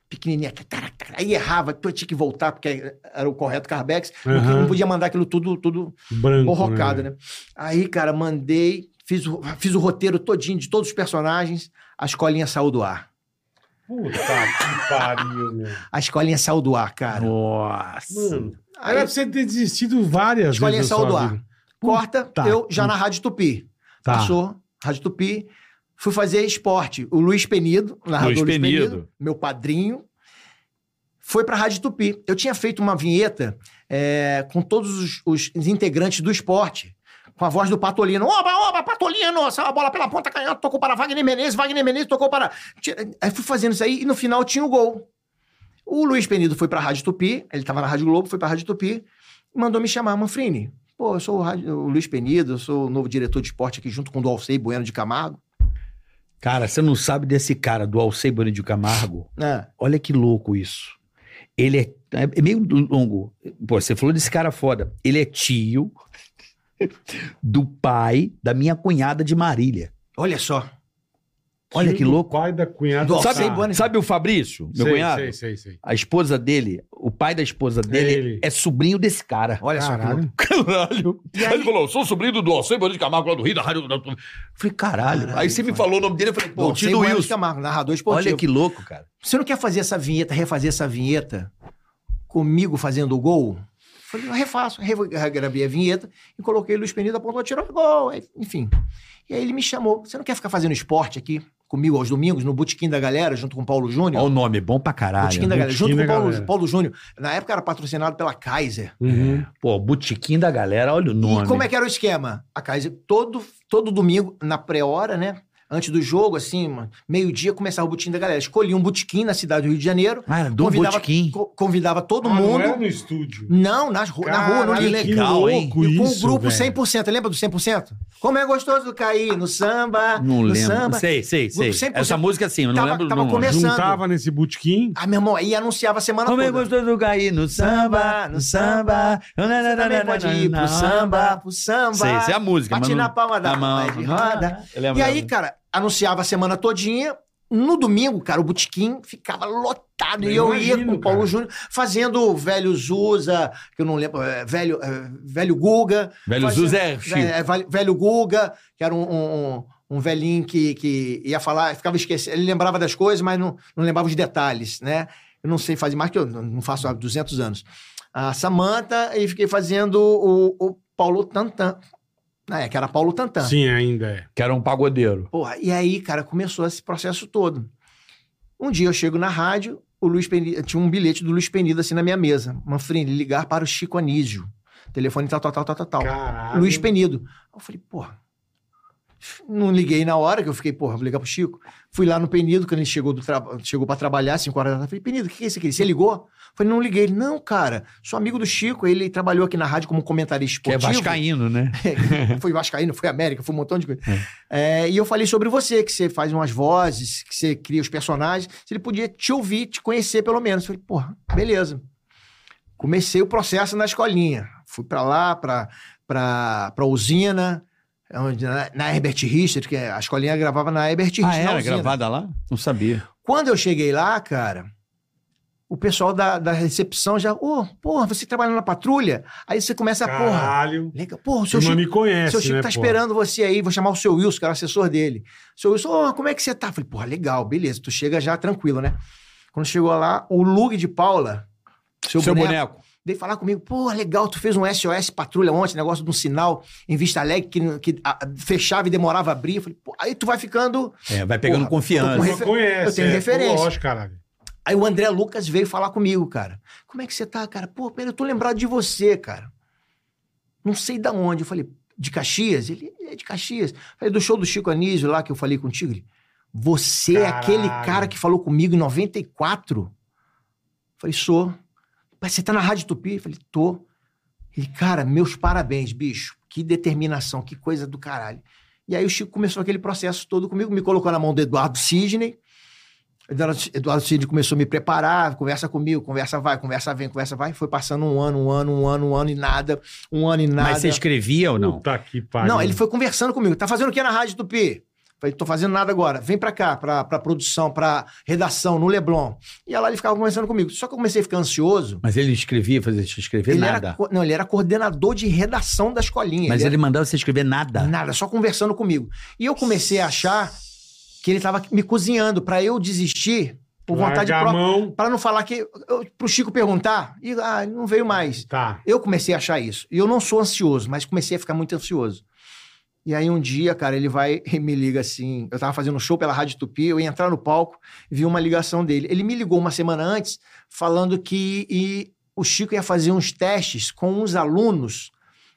Speaker 1: pequenininha. tarac, tarac, Aí errava, eu tinha que voltar, porque era o correto Carbex.
Speaker 3: Aham.
Speaker 1: Não podia mandar aquilo tudo, tudo
Speaker 3: Branco.
Speaker 1: borrocado, né? Aí, cara, mandei, fiz o, fiz o roteiro todinho de todos os personagens, a escolinha saiu do ar.
Speaker 3: Puta que pariu, meu.
Speaker 1: A escolinha saiu do ar, cara.
Speaker 5: Nossa.
Speaker 3: Mano,
Speaker 1: Aí,
Speaker 3: era pra você ter desistido várias
Speaker 1: Escolinha
Speaker 3: vezes. da sua
Speaker 1: saiu do ar.
Speaker 3: vida.
Speaker 1: corta,
Speaker 3: Puta
Speaker 1: eu já na Rádio Tupi.
Speaker 3: Tá.
Speaker 1: Passou, Rádio Tupi. Fui fazer esporte. O Luiz Penido, narrador Luiz,
Speaker 10: Luiz
Speaker 1: Penido,
Speaker 10: Penido.
Speaker 1: meu padrinho, foi pra Rádio Tupi. Eu tinha feito uma vinheta é, com todos os, os integrantes do esporte. Com a voz do Patolino. Oba, oba, Patolino! Saiu a bola pela ponta canhota, tocou para Wagner Menezes, Wagner Menezes tocou para. Tira- Aí fui fazendo isso aí e no final tinha o gol. O Luiz Penido foi pra Rádio Tupi, ele tava na Rádio Globo, foi pra Rádio Tupi, e mandou me chamar, Manfrini. Pô, eu sou o, rádio- o Luiz Penido, eu sou o novo diretor de esporte aqui junto com o Dalcei Bueno de Camargo.
Speaker 5: Cara, você não sabe desse cara, do Alcei Bonito de Camargo?
Speaker 1: né?
Speaker 5: Olha que louco isso. Ele é, é meio longo. Pô, você falou desse cara foda. Ele é tio (laughs) do pai da minha cunhada de Marília.
Speaker 1: Olha só.
Speaker 5: Olha
Speaker 3: Tio
Speaker 5: que
Speaker 3: do
Speaker 5: louco.
Speaker 3: Pai da cunhada.
Speaker 1: Do
Speaker 5: Sabe,
Speaker 1: Alcei
Speaker 3: Tá.
Speaker 1: Bonner.
Speaker 5: sabe o Fabrício, meu
Speaker 3: Sei,
Speaker 5: cunhado?
Speaker 3: Sei, sei, sei.
Speaker 5: A esposa dele, o pai da esposa
Speaker 3: Ele.
Speaker 5: dele é sobrinho desse cara.
Speaker 1: Olha só. que
Speaker 3: Caralho.
Speaker 1: louco.
Speaker 5: (laughs) Caralho.
Speaker 10: Aí ele falou, eu sou sobrinho do Alceu Bonito de Camargo, lá do Rio, da Rádio... Da...
Speaker 5: Falei, caralho.
Speaker 1: Caralho,
Speaker 5: Aí você me
Speaker 1: mano.
Speaker 5: falou o nome dele, eu falei, pô, o
Speaker 1: Dalcei
Speaker 5: tio do
Speaker 1: Bueno de
Speaker 5: Wilson.
Speaker 1: Camargo, narrador esportivo.
Speaker 5: Olha que louco, cara.
Speaker 1: Você não quer fazer essa vinheta, refazer essa vinheta comigo fazendo o gol? Falei, eu refaço. Re- Gravei a vinheta e coloquei Luiz Penido, apontou, tirou o gol, aí, enfim. E aí ele me chamou. Você não quer ficar fazendo esporte aqui comigo aos domingos, no Botequim da Galera, junto com o Paulo Júnior?
Speaker 5: Olha o nome, é bom pra
Speaker 1: Botequim
Speaker 5: caralho. né?
Speaker 1: da Galera,
Speaker 3: Botequim
Speaker 1: junto
Speaker 3: da
Speaker 1: com o Paulo,
Speaker 3: Galera.
Speaker 1: Paulo Júnior. Na época era patrocinado pela Kaiser.
Speaker 3: Uhum.
Speaker 5: Pô, botiquim da galera, olha o nome.
Speaker 1: E como é que era o esquema? A Kaiser, todo, todo domingo, na pré-hora, né? Antes do jogo, assim, mano, meio-dia, começava o botequim da galera. Escolhia um botequim na cidade do Rio de Janeiro.
Speaker 5: Ah, era do
Speaker 1: convidava,
Speaker 5: botiquim.
Speaker 1: co- convidava todo
Speaker 3: Ah,
Speaker 1: mundo.
Speaker 3: Não era no estúdio.
Speaker 1: Não, nas ru- na rua, no
Speaker 3: Caralho,
Speaker 1: link.
Speaker 3: que
Speaker 5: legal, hein?
Speaker 1: E com
Speaker 3: louco isso,
Speaker 1: o grupo
Speaker 3: velho.
Speaker 1: 100%. Lembra do 100%? Como é gostoso cair no samba, no
Speaker 5: Não lembro.
Speaker 1: samba.
Speaker 5: Sei, sei, sei.
Speaker 1: 100%.
Speaker 5: Essa música assim, eu não
Speaker 1: Tava-
Speaker 5: lembro
Speaker 1: tava
Speaker 5: o nome.
Speaker 1: começando.
Speaker 3: Juntava nesse botequim.
Speaker 1: Ah, meu irmão, aí anunciava a semana
Speaker 5: Como é
Speaker 1: toda.
Speaker 5: gostoso cair no samba, no samba.
Speaker 1: Você também pode ir pro samba, pro samba.
Speaker 5: Sei, sei a música. mas
Speaker 1: Patinar
Speaker 5: não-
Speaker 1: a palma da
Speaker 5: a mão.
Speaker 1: mão né? de roda.
Speaker 3: É,
Speaker 5: Eu lembro,
Speaker 1: E aí,
Speaker 5: lembro.
Speaker 1: cara, anunciava a semana todinha. No domingo, cara, o botequim ficava lotado.
Speaker 3: Eu
Speaker 1: e eu ia
Speaker 3: imagino,
Speaker 1: com o Paulo
Speaker 3: cara.
Speaker 1: Júnior fazendo o velho Zuza, que eu não lembro, é, velho, é, velho Guga.
Speaker 5: Velho
Speaker 1: fazia-
Speaker 5: Zuzé Chico.
Speaker 1: É, é, velho- velho Guga, que era um, um, um- um velhinho que, que ia falar, ficava esquecendo. Ele lembrava das coisas, mas não, não lembrava os detalhes, né? Eu não sei fazer mais, que eu não não faço há 200 anos. A Samanta, e fiquei fazendo o, o Paulo Tantan. É, que era Paulo Tantan.
Speaker 3: Sim, ainda é.
Speaker 5: Que era um pagodeiro.
Speaker 1: Porra, e aí, cara, começou esse processo todo. Um dia eu chego na rádio, o Luiz Penida, tinha um bilhete do Luiz Penida assim na minha mesa. Manfrini, ligar para o Chico Anísio. Telefone tal, tal, tal, tal, tal, tal.
Speaker 3: Caralho.
Speaker 1: Luiz Penido. Eu falei, porra. Não liguei na hora, que eu fiquei, porra, vou ligar pro Chico. Fui lá no Penido, quando ele chegou, do traba- chegou pra trabalhar, 5 horas da tarde. Falei, Penido, o que é isso aqui? Você ligou? Eu falei, não liguei. Ele, não, cara, sou amigo do Chico, ele trabalhou aqui na rádio como comentarista
Speaker 5: Que é
Speaker 1: esportivo.
Speaker 5: vascaíno, né?
Speaker 1: (laughs) fui Vascaíno, fui América, fui um montão de coisa. É, e eu falei sobre você, que você faz umas vozes, que você cria os personagens. Se ele podia te ouvir, te conhecer pelo menos. Eu falei, porra, beleza. Comecei o processo na escolinha. Fui pra lá, pra, pra, pra usina, é onde, na, na Herbert Richter, que é, a é?
Speaker 4: é
Speaker 1: escolinha gravava na Herbert Richter.
Speaker 5: Ah,
Speaker 1: na
Speaker 5: era
Speaker 1: usina.
Speaker 5: gravada lá? Não sabia.
Speaker 1: Quando eu cheguei lá, cara, o pessoal da, da recepção já, ô, porra, você trabalha na patrulha? Aí você começa a, porra,
Speaker 3: Caralho.
Speaker 1: legal, porra, o
Speaker 3: Você
Speaker 1: seu Chico,
Speaker 3: não me conhece,
Speaker 1: seu Chico
Speaker 3: né, pô?
Speaker 1: tá esperando você aí, vou chamar o seu Wilson, que era o assessor dele. Seu Wilson, ô, como é que você tá? Eu Falei, porra, legal, beleza, tu chega já tranquilo, né? Quando chegou lá, o Lug de Paula, seu,
Speaker 5: Seu
Speaker 1: boneco,
Speaker 5: boneco.
Speaker 1: veio falar comigo, pô, legal, tu fez um SOS patrulha ontem, negócio de um sinal em Vista Alegre que, que ah, fechava e demorava a abrir. Eu Falei, pô, aí tu vai ficando...
Speaker 5: É, vai pegando
Speaker 1: Porra,
Speaker 5: confiança.
Speaker 1: tô com
Speaker 3: Você
Speaker 1: refer-
Speaker 3: conhece.
Speaker 1: um eu tenho
Speaker 3: é,
Speaker 1: referência.
Speaker 3: Lógico, caralho.
Speaker 1: Aí o André Lucas veio falar comigo, cara. Como é que você tá, cara? Pô, pera, eu tô lembrado de você, cara. Não sei da onde. Eu falei, de Caxias? Ele é de Caxias. Falei, do show do Chico Anísio lá que eu falei contigo. Ele, você é
Speaker 3: Caralho.
Speaker 1: aquele cara que falou comigo em 94? Falei, sou. Mas você tá na Rádio Tupi? Falei, tô. Ele, cara, meus parabéns, bicho. Que determinação, que coisa do caralho. E aí o Chico começou aquele processo todo comigo, me colocou na mão do Eduardo Sidney. Eduardo Eduardo Sidney começou a me preparar, conversa comigo, conversa vai, conversa vem, conversa vai. Foi passando um ano, um ano, um ano, um ano e nada, um ano e nada.
Speaker 4: Mas você escrevia ou não?
Speaker 3: Puta que pariu.
Speaker 1: Não, ele foi conversando comigo. Tá fazendo o que na Rádio Tupi? Falei, tô fazendo nada agora. Vem pra cá, pra, pra produção, pra redação, no Leblon. E lá ele ficava conversando comigo. Só que eu comecei a ficar ansioso.
Speaker 4: Mas ele não escrevia, fazia você escrever
Speaker 1: Ele
Speaker 4: nada.
Speaker 1: era, co- não, ele era coordenador de redação da escolinha.
Speaker 4: Mas
Speaker 1: era-
Speaker 4: ele mandava você escrever nada.
Speaker 1: Nada, só conversando comigo. E eu comecei a achar que ele tava me cozinhando pra eu desistir por vontade
Speaker 3: Larga a
Speaker 1: própria.
Speaker 3: mão.
Speaker 1: Pra não falar que. Eu, pro Chico perguntar, e ah, não veio mais.
Speaker 3: Tá.
Speaker 1: Eu comecei a achar isso. E eu não sou ansioso, mas comecei a ficar muito ansioso. E aí um dia, cara, ele vai (laughs) e me liga assim. Eu tava fazendo um show pela Rádio Tupi, eu ia entrar no palco, vi uma ligação dele. Ele me ligou uma semana antes falando que e, o Chico ia fazer uns testes com uns alunos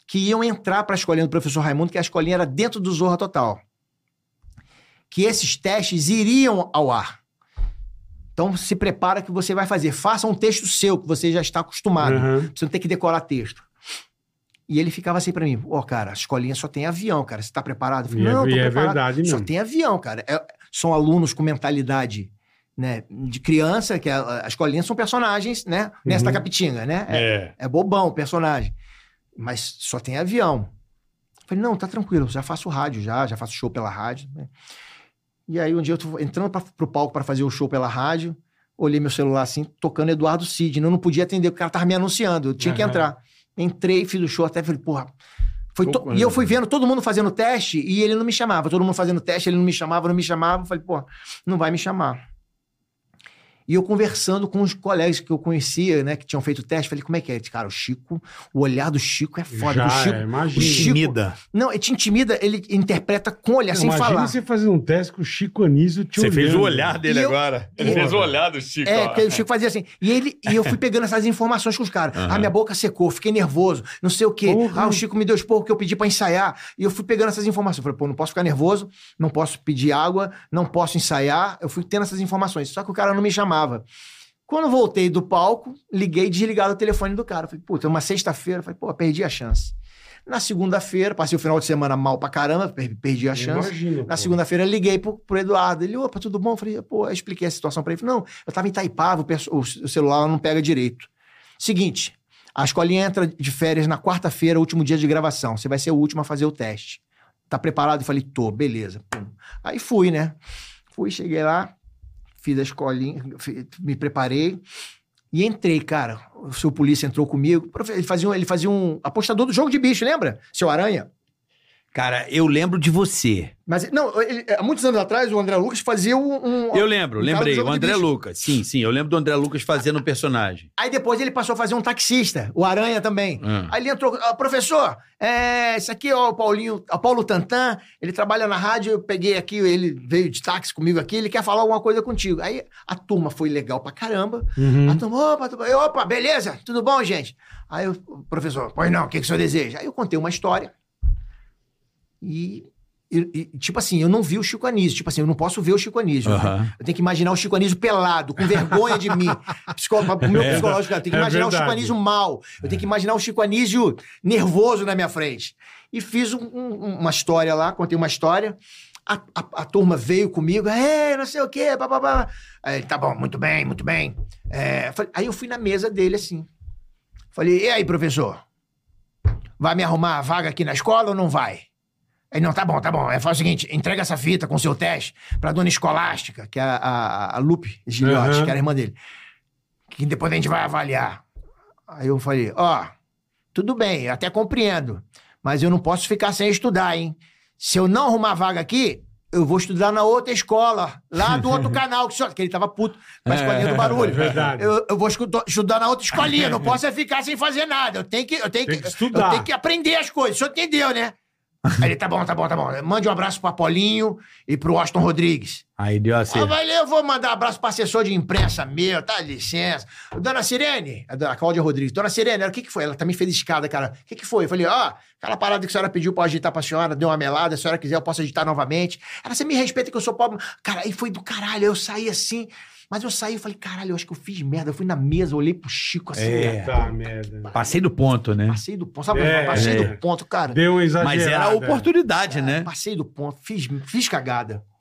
Speaker 1: que iam entrar para a escolinha do professor Raimundo, que a escolinha era dentro do Zorra Total. Que esses testes iriam ao ar. Então se prepara que você vai fazer. Faça um texto seu que você já está acostumado.
Speaker 3: Aham.
Speaker 1: Você não tem que decorar texto. E ele ficava assim pra mim, ó, cara, a escolinha só tem avião, cara. Você tá preparado? Eu
Speaker 3: E
Speaker 1: falei,
Speaker 3: é-
Speaker 1: não, tô
Speaker 3: e é
Speaker 1: preparado.
Speaker 3: verdade
Speaker 1: Só
Speaker 3: mesmo.
Speaker 1: tem avião, cara. É- são alunos com mentalidade, né, de criança, que a, a escolinha são personagens, né? Nesta
Speaker 3: Uhum.
Speaker 1: capitinga, né? É,
Speaker 10: É.
Speaker 1: é bobão o personagem. Mas só tem avião. Eu falei, não, tá tranquilo, já faço rádio já, já faço show pela rádio. né? E aí um dia eu tô entrando pra, pro palco pra fazer o show pela rádio, olhei meu celular assim, tocando Eduardo Cid. Eu não podia atender, porque o cara tava me anunciando, eu tinha que
Speaker 3: Aham.
Speaker 1: entrar. Entrei, fiz o show até, falei, porra. Foi to-
Speaker 10: Pouco,
Speaker 1: E
Speaker 10: né?
Speaker 1: eu fui vendo todo mundo fazendo teste e ele não me chamava. Todo mundo fazendo teste, ele não me chamava, não me chamava. Eu Falei, porra, não vai me chamar. E eu conversando com os colegas que eu conhecia, né, que tinham feito teste, falei, como é que é? Cara, o Chico, o olhar do Chico é foda.
Speaker 3: Já,
Speaker 1: o Chico,
Speaker 3: é,
Speaker 1: o
Speaker 3: imagina.
Speaker 1: Chico- Não, ele te intimida, ele interpreta com o olhar, sem
Speaker 3: Imagina
Speaker 1: falar.
Speaker 3: você fazer um teste com o Chico Anísio te
Speaker 10: Você fez o
Speaker 3: olhando.
Speaker 10: olhar dele
Speaker 1: E eu-
Speaker 10: agora.
Speaker 1: e
Speaker 10: Ele
Speaker 1: eu-
Speaker 10: fez o olhar do Chico.
Speaker 1: É,
Speaker 10: ó.
Speaker 1: porque o Chico fazia assim. E, ele, e eu fui pegando essas informações com os caras. Ah, minha boca secou, fiquei nervoso, não sei o quê.
Speaker 3: Porra.
Speaker 1: Ah, o Chico me deu esporro que eu pedi pra ensaiar. E eu fui pegando essas informações. Eu Falei, pô, não posso ficar nervoso, não posso pedir água, não posso ensaiar. Eu fui tendo essas informações. Só que o cara não me chamava. Quando eu voltei do palco, liguei e desligado o telefone do cara. Eu Falei, puta, é uma sexta-feira. Eu Falei, pô, perdi a chance. Na segunda-feira, passei o final de semana mal pra caramba, per- perdi a chance.
Speaker 3: Imagina,
Speaker 1: Na
Speaker 3: pô.
Speaker 1: segunda-feira eu liguei pro, pro Eduardo. Ele, opa, tudo bom? Eu falei, pô, eu expliquei a situação pra ele. Ele falou, não, eu tava em Itaipava, o, perso- o c- o celular não pega direito. Seguinte, a escolinha entra de férias na quarta-feira, último dia de gravação. Você vai ser o último a fazer o teste. Tá preparado? Eu falei, tô, beleza. Pum. Aí fui, né? Fui, cheguei lá, fiz a escolinha, fi- me preparei e entrei, cara. O seu polícia entrou comigo. Profe- Ele fazia, um, ele fazia um apostador do jogo de bicho, lembra? Seu Aranha.
Speaker 4: Cara, eu lembro de você.
Speaker 1: Mas, não, ele- é, há muitos anos atrás, o André Lucas fazia um. um-
Speaker 4: Eu lembro,
Speaker 1: Um cara do
Speaker 4: lembrei.
Speaker 1: jogo
Speaker 4: O
Speaker 1: de
Speaker 4: André
Speaker 1: bicho.
Speaker 4: Lucas. Sim, sim. Eu lembro do André Lucas fazendo o personagem.
Speaker 1: Aí depois ele passou a fazer um taxista, o Aranha também.
Speaker 4: Ah.
Speaker 1: Aí ele entrou, "Ah, professor, é, esse aqui é o Paulinho, o Paulo Tantan, ele trabalha na rádio, eu peguei aqui, ele veio de táxi comigo aqui, ele quer falar alguma coisa contigo. Aí a turma foi legal pra caramba.
Speaker 3: Uhum.
Speaker 1: A turma, opa, tudo bem? opa, beleza, tudo bom, gente? Aí o professor, pois não, o que, que o senhor deseja? Aí eu contei uma história e, e- e, tipo assim, eu não vi o Chico Anísio, tipo assim, eu não posso ver o Chico Anísio. né?
Speaker 4: Aham.
Speaker 1: Eu tenho que imaginar o Chico Anísio pelado, com vergonha de
Speaker 3: (laughs)
Speaker 1: mim. Psico... O meu
Speaker 3: É,
Speaker 1: psicológico, eu tenho que
Speaker 3: é
Speaker 1: imaginar o Chico
Speaker 3: verdade.
Speaker 1: Anísio mal. Eu tenho que imaginar o Chico Anísio nervoso na minha frente. E fiz um- um- uma história lá, contei uma história. A, a- a turma veio comigo, é, não sei o quê, papapá. Aí, ele, tá bom, muito bem, muito bem. É, falei- aí eu fui na mesa dele assim. Falei, e aí, professor? Vai me arrumar a vaga aqui na escola ou não vai? Ele, não, tá bom, tá bom. É, faz o seguinte, entrega essa fita com seu teste pra dona Escolástica, que é a, a, a Lupe Gilhote,
Speaker 3: Aham.
Speaker 1: que era a irmã dele. que depois a gente vai avaliar. Aí eu falei, ó, tudo bem, eu até compreendo, mas eu não posso ficar sem estudar, hein? Se eu não arrumar vaga aqui, eu vou estudar na outra escola, lá do
Speaker 3: (laughs)
Speaker 1: outro canal, que, só- que ele tava puto, mas escolinha do barulho.
Speaker 3: É, verdade.
Speaker 1: Eu, eu vou escuto- estudar na outra escolinha, não posso é ficar sem fazer nada. Eu tenho que, eu tenho
Speaker 3: Tem
Speaker 1: que,
Speaker 3: que estudar.
Speaker 1: Eu tenho que aprender as coisas. O senhor entendeu, né? Aí ele, tá bom, tá bom, tá bom. Mande um abraço pra Paulinho e pro Austin Rodrigues.
Speaker 8: Aí deu assim.
Speaker 1: Ah, valeu, eu vou mandar um abraço para assessor de imprensa meu, tá? Licença. Dona Sirene, a dona Cláudia Rodrigues. Dona Sirene, ela, o que que foi? Ela tá me feliscada, cara. O que que foi? Eu falei, ó, aquela parada que a senhora pediu pra eu agitar pra senhora, deu uma melada, se a senhora quiser eu posso agitar novamente. Ela, você me respeita que eu sou pobre. Cara, aí foi do caralho, eu saí assim, mas eu saí e falei, caralho, eu acho que eu fiz merda. Eu fui na mesa, olhei pro Chico assim,
Speaker 3: É.
Speaker 1: né?
Speaker 3: Tá, merda.
Speaker 5: Passei do ponto, né?
Speaker 1: passei do ponto, sabe?
Speaker 3: É,
Speaker 1: passei
Speaker 5: é.
Speaker 1: do ponto, cara.
Speaker 3: Deu uma exagerada.
Speaker 5: Mas era a oportunidade, né?
Speaker 1: Passei do ponto, fiz, fiz cagada.
Speaker 3: (laughs)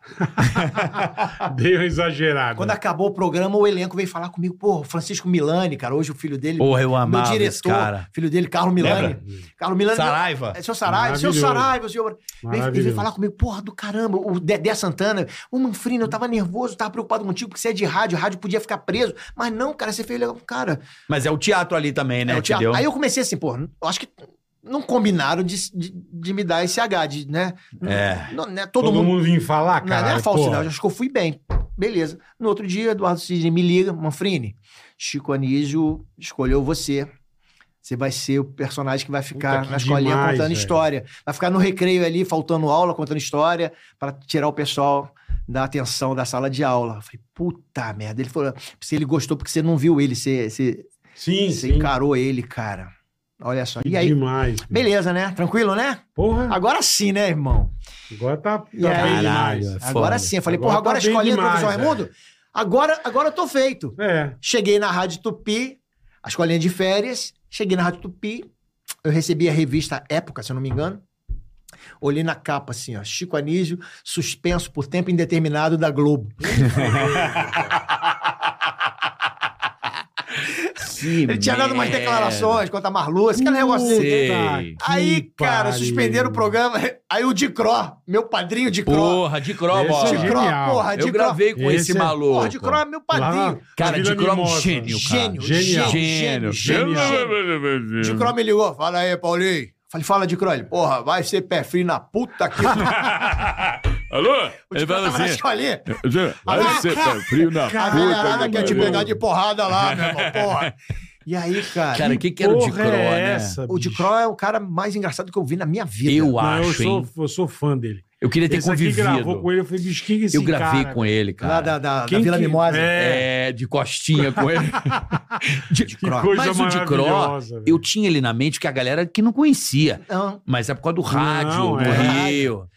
Speaker 1: É.
Speaker 3: Deu uma exagerada.
Speaker 1: Quando acabou o programa, o elenco veio falar comigo. Pô, o Francisco Milani, cara, hoje o filho dele.
Speaker 5: Porra, eu
Speaker 1: meu
Speaker 5: amava esse
Speaker 1: diretor,
Speaker 5: cara.
Speaker 1: filho dele, Carlos Milani. Carlos Milani.
Speaker 5: Saraiva.
Speaker 1: É seu Saraiva, seu
Speaker 3: Maravilhoso.
Speaker 1: Saraiva, senhor. Veio,
Speaker 3: Maravilhoso.
Speaker 1: veio falar comigo, porra do caramba, o Dedé Santana, o Manfrino, eu tava nervoso, tava preocupado contigo, porque você é de rádio, a rádio podia ficar preso. Mas não, cara, você fez legal. Cara,
Speaker 5: Mas é o teatro ali também, né?
Speaker 1: é o teatro.
Speaker 5: Entendeu?
Speaker 1: Aí eu comecei assim, pô, eu acho que não combinaram de, de, de me dar esse H, de, né?
Speaker 5: É.
Speaker 1: Não, né?
Speaker 3: Todo, mundo, vinha falar,
Speaker 1: Não, não
Speaker 3: cara.
Speaker 1: é falsidade, acho que eu fui bem. Beleza. No outro dia, Eduardo Sidney me liga, Manfrini, Chico Anísio escolheu você. Você vai ser o personagem que vai ficar
Speaker 3: Puta, que
Speaker 1: na escolinha
Speaker 3: demais,
Speaker 1: contando
Speaker 3: velho.
Speaker 1: história. Vai ficar no recreio ali, faltando aula, contando história, pra tirar o pessoal da atenção da sala de aula. Eu falei, puta merda. Ele falou, se ele gostou porque você não viu ele, você, você,
Speaker 3: Sim,
Speaker 1: você
Speaker 3: sim.
Speaker 1: encarou ele, cara. Olha só. E aí,
Speaker 3: Demais. cara.
Speaker 1: beleza, né? Tranquilo, né?
Speaker 3: Porra,
Speaker 1: Agora sim, né, irmão?
Speaker 3: agora tá, tá
Speaker 1: E aí?
Speaker 3: bem
Speaker 5: Caralho,
Speaker 3: demais.
Speaker 5: é
Speaker 1: Agora
Speaker 5: foda.
Speaker 1: sim, eu falei,
Speaker 3: Agora
Speaker 1: porra, agora
Speaker 3: tá bem
Speaker 1: escolhi
Speaker 3: demais,
Speaker 1: televisão
Speaker 3: é.
Speaker 1: Raimundo? Agora, agora eu tô feito.
Speaker 3: É.
Speaker 1: Cheguei na Rádio Tupi, a escolinha de férias, cheguei na Rádio Tupi, eu recebi a revista Época, se eu não me engano. Olhei na capa assim, ó, Chico Anísio, suspenso por tempo indeterminado da Globo. Ele tinha dado umas declarações quanto a Marluce, aquele é um negócio dele.
Speaker 5: Sei.
Speaker 1: Aí, cara,
Speaker 3: pariu.
Speaker 1: suspenderam o programa. Aí o Dicró, meu padrinho Dicró.
Speaker 5: Porra, de Cro,
Speaker 3: Esse
Speaker 5: bola.
Speaker 3: é genial.
Speaker 1: Dicró, porra,
Speaker 5: Eu
Speaker 1: Dicró.
Speaker 5: gravei com esse,
Speaker 3: Esse é-
Speaker 5: maluco.
Speaker 1: Porra, Dicró é meu padrinho.
Speaker 5: Cara,
Speaker 3: Vila
Speaker 5: de Cro é um
Speaker 3: Mimosa.
Speaker 5: gênio, cara.
Speaker 1: Gênio,
Speaker 3: Genial.
Speaker 1: gênio, gênio, gênio,
Speaker 3: Genial.
Speaker 1: gênio. De Cro me ligou. Fala aí, Paulinho. Falei, fala de Cro. Ele, porra, vai ser pé frio na puta que... O
Speaker 10: (laughs) Alô?
Speaker 1: de
Speaker 10: Ele
Speaker 1: Cro
Speaker 10: fala
Speaker 1: tava na
Speaker 10: assim.
Speaker 1: escolinha.
Speaker 10: Aí você tá frio na
Speaker 1: A
Speaker 10: puta.
Speaker 1: galera
Speaker 10: que
Speaker 1: quer te
Speaker 10: pariu."
Speaker 1: pegar de porrada lá, meu
Speaker 10: (laughs)
Speaker 1: irmão, porra. E aí, cara...
Speaker 5: Cara, o que, que era o de Cro,
Speaker 3: Porra é
Speaker 5: né?
Speaker 3: essa,
Speaker 1: O de
Speaker 3: bicho?
Speaker 1: Cro é o cara mais engraçado que eu vi na minha vida.
Speaker 5: Eu
Speaker 3: Não, eu,
Speaker 5: acho, hein?
Speaker 3: sou, eu sou fã dele.
Speaker 5: Eu queria ter
Speaker 3: Esse aqui
Speaker 5: convivido.
Speaker 3: gravou com ele, eu falei, bicho, quem é esse
Speaker 5: eu gravei
Speaker 3: cara?
Speaker 5: com ele, cara.
Speaker 1: Lá da, da, da
Speaker 3: Quem
Speaker 1: Vila
Speaker 3: que-
Speaker 1: Mimosa.
Speaker 3: É,
Speaker 5: É, de costinha com
Speaker 3: (laughs)
Speaker 5: ele. De-
Speaker 3: que coisa
Speaker 5: Mas o de Cro,
Speaker 3: maravilhosa. velho.
Speaker 5: eu tinha ele na mente que a galera que não conhecia.
Speaker 1: Então,
Speaker 5: Mas é por causa do rádio,
Speaker 3: Não,
Speaker 5: do
Speaker 3: é.
Speaker 5: Rio.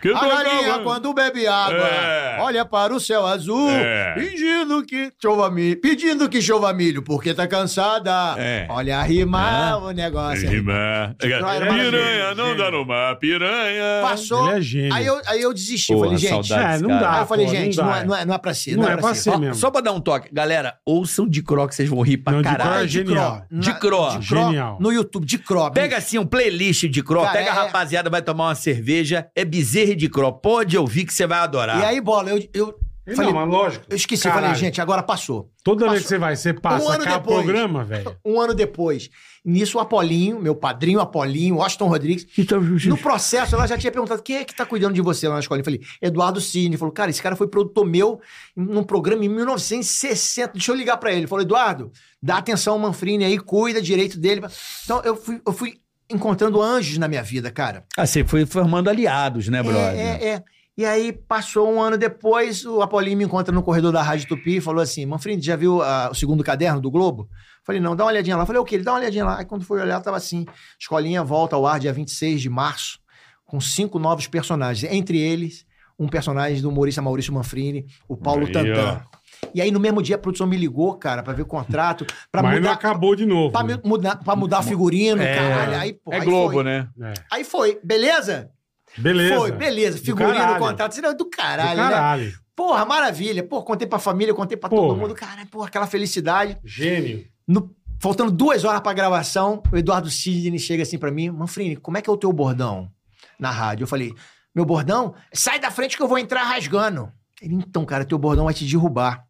Speaker 10: Que
Speaker 1: a galinha,
Speaker 10: doidão,
Speaker 1: quando bebe água,
Speaker 10: É.
Speaker 1: olha para o céu azul,
Speaker 10: É.
Speaker 1: pedindo que chova milho, pedindo que chova milho, porque tá cansada.
Speaker 10: É.
Speaker 1: Olha a rimar o negócio.
Speaker 10: Rima. É, Piranha, não dá no mar, piranha.
Speaker 1: Passou.
Speaker 3: Ele é gênio.
Speaker 1: aí, eu, aí eu desisti.
Speaker 5: Porra,
Speaker 1: falei, gente.
Speaker 5: saudade.
Speaker 3: É, não
Speaker 5: cara.
Speaker 1: Aí
Speaker 3: dá.
Speaker 1: eu falei,
Speaker 3: pô,
Speaker 1: gente,
Speaker 3: dá.
Speaker 1: não, é, não, é, não é pra ser.
Speaker 3: Não é pra ser
Speaker 5: Ó,
Speaker 3: mesmo.
Speaker 5: Só pra dar um toque. Galera, ouçam de Cro que vocês vão rir pra
Speaker 3: Não, de Cro
Speaker 5: caralho.
Speaker 3: é genial.
Speaker 1: Na-
Speaker 5: De Cro.
Speaker 1: De Cro,
Speaker 3: Genial.
Speaker 1: No YouTube, de Cro.
Speaker 5: Pega assim um playlist de Cro,
Speaker 1: Cara,
Speaker 5: pega a
Speaker 1: é-
Speaker 5: rapaziada, vai tomar uma cerveja. É bezerra de Cro. Pode ouvir que você vai adorar.
Speaker 1: E aí, bola, eu, eu,
Speaker 3: Não,
Speaker 1: falei-
Speaker 3: mas lógico.
Speaker 1: eu esqueci.
Speaker 3: Caralho.
Speaker 1: Falei, gente, agora passou.
Speaker 3: Toda vez
Speaker 1: passou-
Speaker 3: que você vai, você
Speaker 1: Um
Speaker 3: passa,
Speaker 1: ano
Speaker 3: acaba o
Speaker 1: depois.
Speaker 3: programa, velho.
Speaker 1: Um ano depois. Nisso, o Apolinho, meu padrinho Apolinho, Washington Rodrigues,
Speaker 5: Então,
Speaker 1: No processo, ela já tinha perguntado quem é que tá cuidando de você lá na escola. Eu falei, Eduardo Cine. Falou, cara, esse cara foi produtor meu num programa em 1960. Deixa eu ligar pra ele. Ele Falou, Eduardo, dá atenção ao Manfrini aí, cuida direito dele. Então, eu fui, eu fui encontrando anjos na minha vida, cara.
Speaker 5: Ah, você foi formando aliados, né, brother?
Speaker 1: É, é, é. E aí, passou um ano depois, o Apolinho me encontra no corredor da Rádio Tupi e falou assim: Manfrini, já viu ah, o segundo caderno do Globo? Falei, não, dá uma olhadinha lá. Falei, o quê? Ele dá uma olhadinha lá. Aí, quando foi olhar, tava assim: Escolinha volta ao ar dia 26 de março, com cinco novos personagens. Entre eles, um personagem do humorista Maurício Manfrini, o Paulo
Speaker 10: Aí,
Speaker 1: Tantan. E aí, no mesmo dia, a produção me ligou, cara, pra ver o contrato, pra
Speaker 3: Mas não
Speaker 1: mudar.
Speaker 3: acabou de novo.
Speaker 1: Pra
Speaker 3: né?
Speaker 1: me- mudar, pra mudar figurino, caralho. Aí, pô,
Speaker 10: É
Speaker 1: aí
Speaker 10: Globo,
Speaker 1: foi.
Speaker 10: né?
Speaker 3: É.
Speaker 1: Aí foi, beleza?
Speaker 3: Beleza.
Speaker 1: Foi, beleza.
Speaker 3: Do
Speaker 1: Figurino,
Speaker 3: caralho.
Speaker 1: contrato, isso é do
Speaker 3: Do
Speaker 1: caralho, né?
Speaker 3: caralho.
Speaker 1: Porra, maravilha. Pô, contei pra família, contei pra
Speaker 3: Porra.
Speaker 1: todo mundo. Caralho, porra, aquela felicidade.
Speaker 3: Gênio.
Speaker 1: No- faltando duas horas pra gravação, o Eduardo Sidney chega assim pra mim. Manfrini, como é que é o teu bordão na rádio? Eu falei, meu bordão? Sai da frente que eu vou entrar rasgando. Ele, então, cara, teu bordão vai te derrubar.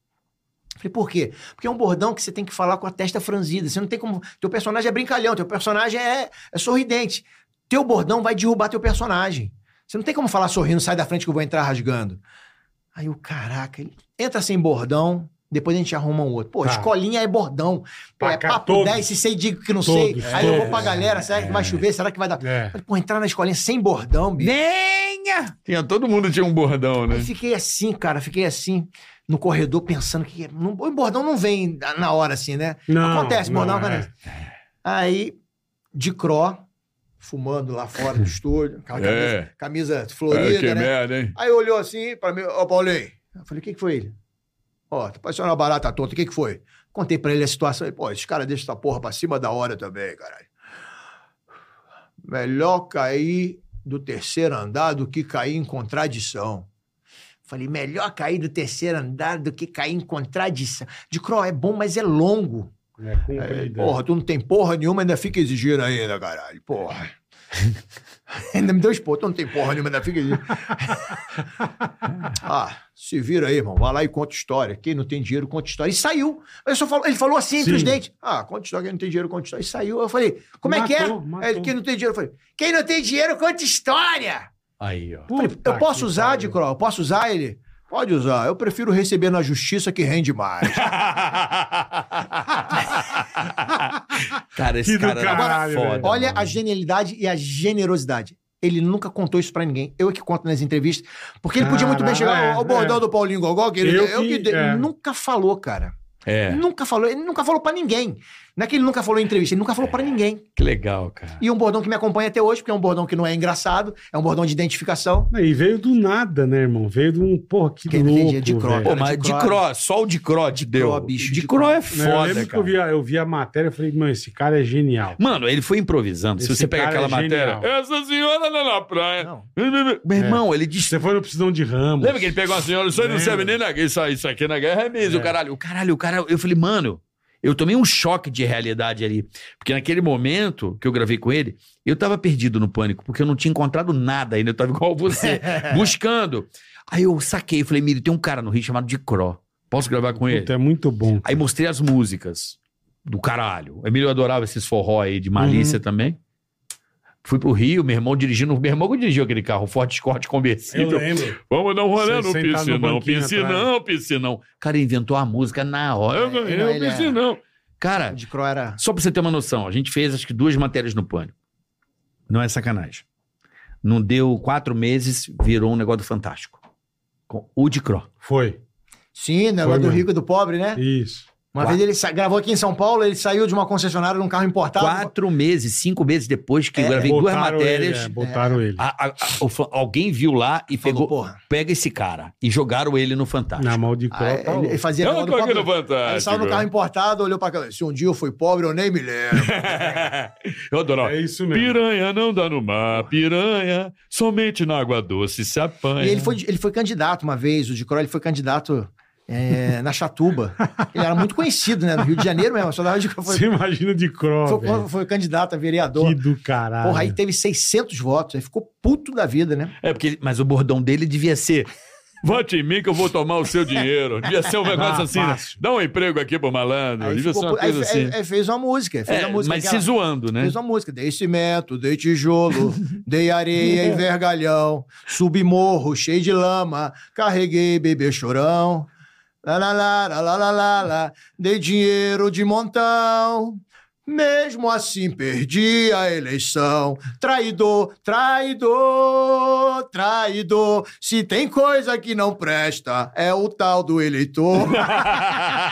Speaker 1: Falei, por quê? Porque é um bordão que você tem que falar com a testa franzida. Você não tem como. Teu personagem é brincalhão, teu personagem é, é sorridente. Teu bordão vai derrubar teu personagem. Você não tem como falar sorrindo, sai da frente que eu vou entrar rasgando. Aí o caraca, ele entra sem bordão, depois a gente arruma um outro. Pô,
Speaker 3: Tá.
Speaker 1: escolinha é bordão. Pô,
Speaker 3: Pra
Speaker 1: é
Speaker 3: cá
Speaker 1: papo
Speaker 3: todos.
Speaker 1: 10, se sei, digo que não
Speaker 3: Todos,
Speaker 1: sei. Aí eu vou pra
Speaker 3: todos.
Speaker 1: galera, será que vai chover? Será que vai dar.
Speaker 3: É.
Speaker 1: Falei, Pô, entrar na escolinha sem bordão, bicho.
Speaker 4: Venha!
Speaker 10: Tinha, todo mundo tinha um bordão, né?
Speaker 1: Aí fiquei assim, cara, fiquei assim no corredor pensando que não, o bordão não vem na hora assim, né?
Speaker 3: Não,
Speaker 1: acontece,
Speaker 3: não,
Speaker 1: bordão
Speaker 3: é.
Speaker 1: acontece. Aí de cró, fumando lá
Speaker 3: (laughs)
Speaker 1: fora do estúdio, aquela
Speaker 10: É.
Speaker 1: camisa, camisa
Speaker 10: É,
Speaker 1: florida,
Speaker 10: que
Speaker 1: né?
Speaker 10: merda, hein?
Speaker 1: Aí olhou assim pra mim, ô Paulinho. Eu falei, o que, que foi ele? Ó, tá parecendo uma barata tonta, o que, que foi? Contei pra ele a situação. Ele, pô, esses caras deixam essa porra pra cima da hora também, caralho. Melhor cair do terceiro andar do que cair em contradição. Falei, melhor cair do terceiro andar do que cair em contradição. De Cro, é bom, mas é longo.
Speaker 3: É, comprida.
Speaker 1: Porra, tu não tem porra nenhuma, ainda fica exigindo ainda, caralho. Porra. (laughs) ainda me deu expor, tu não tem porra nenhuma, ainda
Speaker 3: (laughs)
Speaker 1: fica exigindo. ah, se vira aí, irmão. Vai lá e conta história. Quem não tem dinheiro, conta história. E saiu. Eu só falo, ele falou assim entre
Speaker 3: Sim.
Speaker 1: os dentes. Ah, conta história, quem não tem dinheiro, conta história. E saiu. Eu falei, como é que é?
Speaker 3: Matou, matou.
Speaker 1: Aí Ele, quem não tem dinheiro, eu falei, quem não tem dinheiro, conta história.
Speaker 4: Aí, ó.
Speaker 1: Eu falei,
Speaker 3: Puta
Speaker 1: eu
Speaker 3: Tá
Speaker 1: posso
Speaker 3: que
Speaker 1: usar,
Speaker 3: pariu.
Speaker 1: de Eu posso usar ele? Pode usar. Eu prefiro receber na justiça que rende mais.
Speaker 4: Cara, esse
Speaker 3: Que do
Speaker 4: cara era
Speaker 3: caralho,
Speaker 4: foda.
Speaker 3: velho.
Speaker 1: Olha
Speaker 4: mano.
Speaker 1: a genialidade e a generosidade. Ele nunca contou isso pra ninguém. Eu é que conto nas entrevistas. Porque ele podia muito bem
Speaker 3: Caralho,
Speaker 1: chegar ao
Speaker 3: é,
Speaker 1: bordão
Speaker 3: é.
Speaker 1: do Paulinho Gogó, que ele,
Speaker 3: Eu
Speaker 1: eu
Speaker 3: que-
Speaker 1: que dei.
Speaker 3: é.
Speaker 1: nunca falou, cara.
Speaker 4: É,
Speaker 1: Nunca falou. Ele nunca falou pra ninguém. Não é que ele nunca falou em entrevista, ele nunca falou pra ninguém.
Speaker 4: que legal, cara.
Speaker 1: E um bordão que me acompanha até hoje, porque é um bordão que não é engraçado, é um bordão de identificação.
Speaker 3: E veio do nada, né, irmão? Veio de um. Porra, que
Speaker 1: Quem não tem
Speaker 3: louco.
Speaker 1: dinheiro de crop.
Speaker 3: velho.
Speaker 4: Pô, mas de
Speaker 1: Cro-
Speaker 4: Cro, só o de Cro te deu.
Speaker 1: Cro, bicho,
Speaker 4: de
Speaker 1: de
Speaker 4: Cro
Speaker 1: Cro.
Speaker 4: é
Speaker 3: Né, eu
Speaker 4: foda,
Speaker 3: lembro que
Speaker 4: cara.
Speaker 3: eu vi, a- eu vi a matéria e falei, mano, esse cara é genial.
Speaker 4: Mano, ele foi improvisando. Se
Speaker 3: Esse
Speaker 4: você pegar
Speaker 3: cara
Speaker 4: aquela
Speaker 3: é
Speaker 4: matéria. tá
Speaker 3: genial.
Speaker 10: Essa senhora lá na
Speaker 4: É.
Speaker 10: praia.
Speaker 1: Não.
Speaker 4: Meu irmão, ele disse.
Speaker 3: Você foi no Precisão de Ramos.
Speaker 10: Lembra que ele pegou a senhora? Isso aí não
Speaker 3: Lembro.
Speaker 10: serve nem na guerra. Isso, aí- isso aqui na guerra é mesmo,
Speaker 3: É.
Speaker 10: caralho.
Speaker 4: O caralho, o cara. Eu falei, mano, eu tomei um choque de realidade ali. Porque naquele momento que eu gravei com ele, eu tava perdido no pânico, porque eu não tinha encontrado nada ainda. Eu tava igual (laughs) você, buscando. Aí eu saquei, falei, Miri, tem um cara no Rio chamado de Cro. Posso gravar com ele?
Speaker 3: Puta, é muito bom.
Speaker 4: Aí mostrei as músicas do caralho. O Emílio adorava esses forró aí de
Speaker 3: Uhum.
Speaker 4: malícia também. Fui pro Rio, meu irmão dirigindo. Meu irmão que dirigiu aquele carro, o Ford Escort conversível.
Speaker 3: lembro.
Speaker 10: Vamos dar um rolê
Speaker 3: Você
Speaker 10: no
Speaker 3: sentado no
Speaker 10: piscinão.
Speaker 3: banquinho
Speaker 10: Piscinão, piscinão.
Speaker 4: O cara inventou a música na hora.
Speaker 10: Eu
Speaker 1: Ele-
Speaker 10: ganhei o
Speaker 1: ele é-
Speaker 10: piscinão.
Speaker 4: Cara,
Speaker 1: De Cro era.
Speaker 4: só pra você ter uma noção, a gente fez acho que duas matérias no Pânico. Não é sacanagem. Não deu quatro meses, virou um negócio fantástico. Com o de
Speaker 1: um
Speaker 4: Cro.
Speaker 3: Foi.
Speaker 1: Sim, negócio do
Speaker 3: mesmo.
Speaker 1: rico e do pobre, né?
Speaker 3: Isso.
Speaker 1: Uma vez ele sa- gravou aqui em São Paulo, ele saiu de uma concessionária num carro importado.
Speaker 4: Quatro meses, cinco meses depois que eu gravei duas
Speaker 3: Tá É, Botaram
Speaker 4: matérias.
Speaker 3: Ele, é, botaram ele.
Speaker 4: a- a- a- o fã- alguém viu lá e
Speaker 1: Falou,
Speaker 4: pegou.
Speaker 1: porra.
Speaker 4: pega esse cara. E jogaram ele no Fantástico.
Speaker 3: Na mal de tá
Speaker 1: Ah,
Speaker 3: Copa.
Speaker 1: ele, ele fazia
Speaker 10: Eu
Speaker 1: negócio do
Speaker 10: tô aqui
Speaker 1: pobre.
Speaker 10: no
Speaker 4: Ah,
Speaker 1: Aí Ele saiu no carro
Speaker 10: Fantástico.
Speaker 1: importado, olhou pra câmera. Se um dia eu fui pobre, eu nem
Speaker 4: (laughs)
Speaker 1: me lembro.
Speaker 10: (laughs) Eu adorava.
Speaker 3: É isso mesmo.
Speaker 10: Piranha não dá no mar, piranha somente na água doce se apanha.
Speaker 1: e ele foi, ele foi candidato uma vez, o de Croix, ele foi candidato é, na Chatuba. Ele era muito conhecido, né? No Rio de Janeiro mesmo. Só dava de foi,
Speaker 3: Você imagina de
Speaker 1: foi-
Speaker 3: Copa.
Speaker 1: foi candidato a vereador.
Speaker 3: Que do caralho.
Speaker 1: Porra, aí teve 600 votos. Aí ficou puto da vida, né?
Speaker 4: É porque, ele- mas o bordão dele devia ser.
Speaker 10: Vote em mim que eu vou tomar o seu dinheiro. Devia
Speaker 1: (laughs)
Speaker 10: ser um negócio
Speaker 3: Ah,
Speaker 10: assim, né?
Speaker 3: fácil.
Speaker 10: Dá um emprego aqui pro malandro.
Speaker 1: Aí,
Speaker 10: Devia ser uma
Speaker 1: ficou puto. Aí é,
Speaker 10: coisa
Speaker 1: fe- aí-
Speaker 10: assim.
Speaker 1: aí fez uma música. Fez
Speaker 4: É,
Speaker 1: uma música.
Speaker 4: mas
Speaker 1: aquela-
Speaker 4: se zoando, né?
Speaker 10: (laughs)
Speaker 1: Fez uma música. Dei cimento, dei tijolo, dei areia e vergalhão, subi morro cheio de lama, carreguei bebê chorão. Lá, lá, lá, lá, lá, lá, lá, lá, dei dinheiro de montão. Mesmo assim perdi a eleição. Traidor, traidor, traidor. Se tem coisa que não presta, é o tal do eleitor.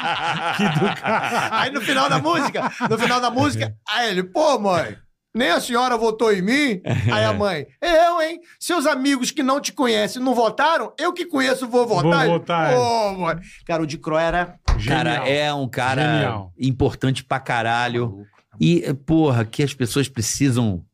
Speaker 1: (laughs) Aí no final da música, no final da música, aí ele, pô, mãe, nem a senhora votou em mim? Aí a mãe, eu, hein? Seus amigos que não te conhecem não votaram? Eu que conheço vou votar?
Speaker 3: Vou
Speaker 1: Ele,
Speaker 3: votar, é.
Speaker 1: Pô, mãe. Cara, o de Cro era.
Speaker 3: Genial.
Speaker 4: Cara, é um cara
Speaker 3: Genial.
Speaker 4: importante pra caralho.
Speaker 1: Então
Speaker 4: E, eh, porra, que as pessoas precisam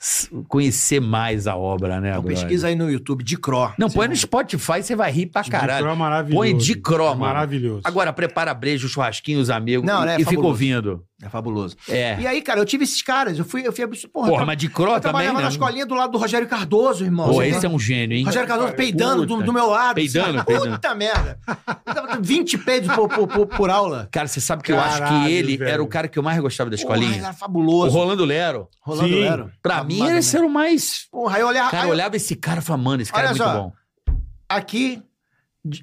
Speaker 4: s- conhecer mais a obra, né?
Speaker 1: Então
Speaker 4: brother?
Speaker 1: pesquisa aí no YouTube, de Cro.
Speaker 4: Não, põe no Spotify, você vai rir pra
Speaker 3: De Cro
Speaker 4: caralho.
Speaker 3: é maravilhoso. É
Speaker 4: Põe de Cro, mano.
Speaker 3: Maravilhoso.
Speaker 4: Agora, prepara brejo, churrasquinho, os amigos
Speaker 1: Não,
Speaker 4: e,
Speaker 1: né, é
Speaker 4: e fica
Speaker 1: fabuloso.
Speaker 4: ouvindo.
Speaker 1: É fabuloso.
Speaker 4: É.
Speaker 1: E aí, cara, eu tive esses caras. Eu fui, eu fui absurdo. Porra,
Speaker 4: Porra,
Speaker 1: eu
Speaker 4: mas de Cro
Speaker 1: eu
Speaker 4: também,
Speaker 1: trabalhava
Speaker 4: né?
Speaker 1: na escolinha do lado do Rogério Cardoso, irmão.
Speaker 4: Pô,
Speaker 1: Você
Speaker 4: esse é
Speaker 1: tem-
Speaker 4: um gênio, hein?
Speaker 1: Rogério Cardoso peidando do, do meu lado.
Speaker 4: Peidando,
Speaker 1: assim,
Speaker 4: peidando.
Speaker 1: Puta merda. Eu tava 20 peidos por, por- por- por aula.
Speaker 4: Cara, você sabe que eu acho
Speaker 3: Caralho,
Speaker 4: que ele
Speaker 3: velho.
Speaker 4: era o cara que eu mais gostava da
Speaker 1: Porra,
Speaker 4: escolinha.
Speaker 1: era
Speaker 4: o
Speaker 1: fabuloso.
Speaker 4: Rolando Lero.
Speaker 1: Rolando
Speaker 3: Sim.
Speaker 1: Lero.
Speaker 4: Pra
Speaker 1: Amado,
Speaker 4: mim,
Speaker 1: né?
Speaker 4: esse era o mais.
Speaker 1: Porra, aí eu olhava,
Speaker 4: Cara,
Speaker 1: Ah, aí
Speaker 4: eu
Speaker 1: eu-
Speaker 4: olhava esse cara e falava, mano, esse cara é
Speaker 1: Olha
Speaker 4: muito
Speaker 1: só.
Speaker 4: bom.
Speaker 1: aqui,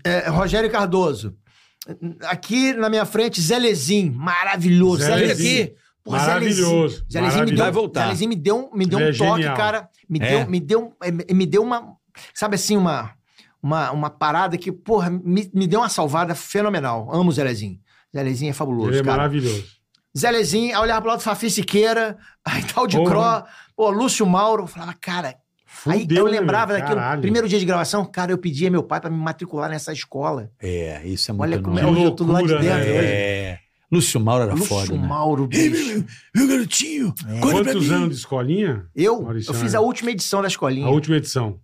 Speaker 1: é, Rogério Cardoso. Aqui na minha frente, Zé Lezin, maravilhoso. Zé
Speaker 3: Zé
Speaker 4: Veio
Speaker 1: Lezin.
Speaker 4: aqui.
Speaker 1: Porra, Zé Lezin.
Speaker 3: maravilhoso.
Speaker 1: Zé Lezin me deu,
Speaker 4: Vai voltar.
Speaker 1: Zé Lezin me deu, me deu
Speaker 3: Ele
Speaker 1: um
Speaker 3: é
Speaker 1: toque,
Speaker 3: genial.
Speaker 1: cara. Me
Speaker 4: É.
Speaker 1: deu, me deu, eh, me deu uma, sabe assim, uma, uma, uma parada que, porra, me, me deu uma salvada fenomenal. Amo o Zé Lezin. Zé Lezin é fabuloso,
Speaker 3: Ele é
Speaker 1: cara.
Speaker 3: maravilhoso.
Speaker 1: Zé Lezin, aí olhava pro lado Fafi Siqueira, (laughs) aí tal de
Speaker 3: Porra.
Speaker 1: Cro, pô, Lúcio Mauro, eu falava, cara, aí eu
Speaker 3: né,
Speaker 1: lembrava
Speaker 3: velho?
Speaker 1: daquilo.
Speaker 3: Caralho.
Speaker 1: Primeiro dia de gravação, cara, eu pedia meu pai pra me matricular nessa escola.
Speaker 4: É, isso é muito
Speaker 1: Olha como
Speaker 4: nóis.
Speaker 1: é hoje eu tô lá de
Speaker 3: loucura,
Speaker 1: dentro.
Speaker 3: né?
Speaker 1: hoje.
Speaker 4: É. Lúcio Mauro era
Speaker 1: Lúcio
Speaker 4: foda, né?
Speaker 1: Mauro, bicho.
Speaker 4: Meu garotinho, conta pra
Speaker 3: Quantos
Speaker 4: mim.
Speaker 3: anos de escolinha?
Speaker 1: Eu, eu
Speaker 3: Maurício,
Speaker 1: fiz
Speaker 3: né?
Speaker 1: a última edição da escolinha.
Speaker 3: A última edição.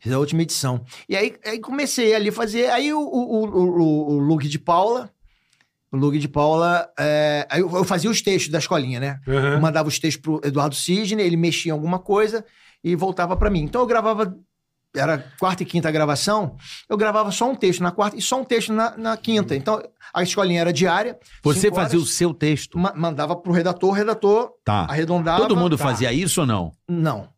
Speaker 1: Fiz a última edição. E aí, aí comecei ali a fazer. Aí o, o, o, o- o Luke de Paula. O Luke de Paula. é, aí eu, eu fazia os textos da escolinha, né?
Speaker 3: Aham.
Speaker 1: Eu mandava os textos pro Eduardo Sidney, ele mexia em alguma coisa e voltava pra mim. Então eu gravava. Era quarta e quinta gravação, eu gravava só um texto na quarta e só um texto na, na quinta. Então a escolinha era diária.
Speaker 4: Você
Speaker 1: cinco
Speaker 4: fazia o
Speaker 1: horas,
Speaker 4: seu texto.
Speaker 1: ma- mandava pro redator, o redator
Speaker 4: Tá.
Speaker 1: arredondava.
Speaker 4: Todo mundo
Speaker 1: Tá.
Speaker 4: fazia isso ou não?
Speaker 1: Não.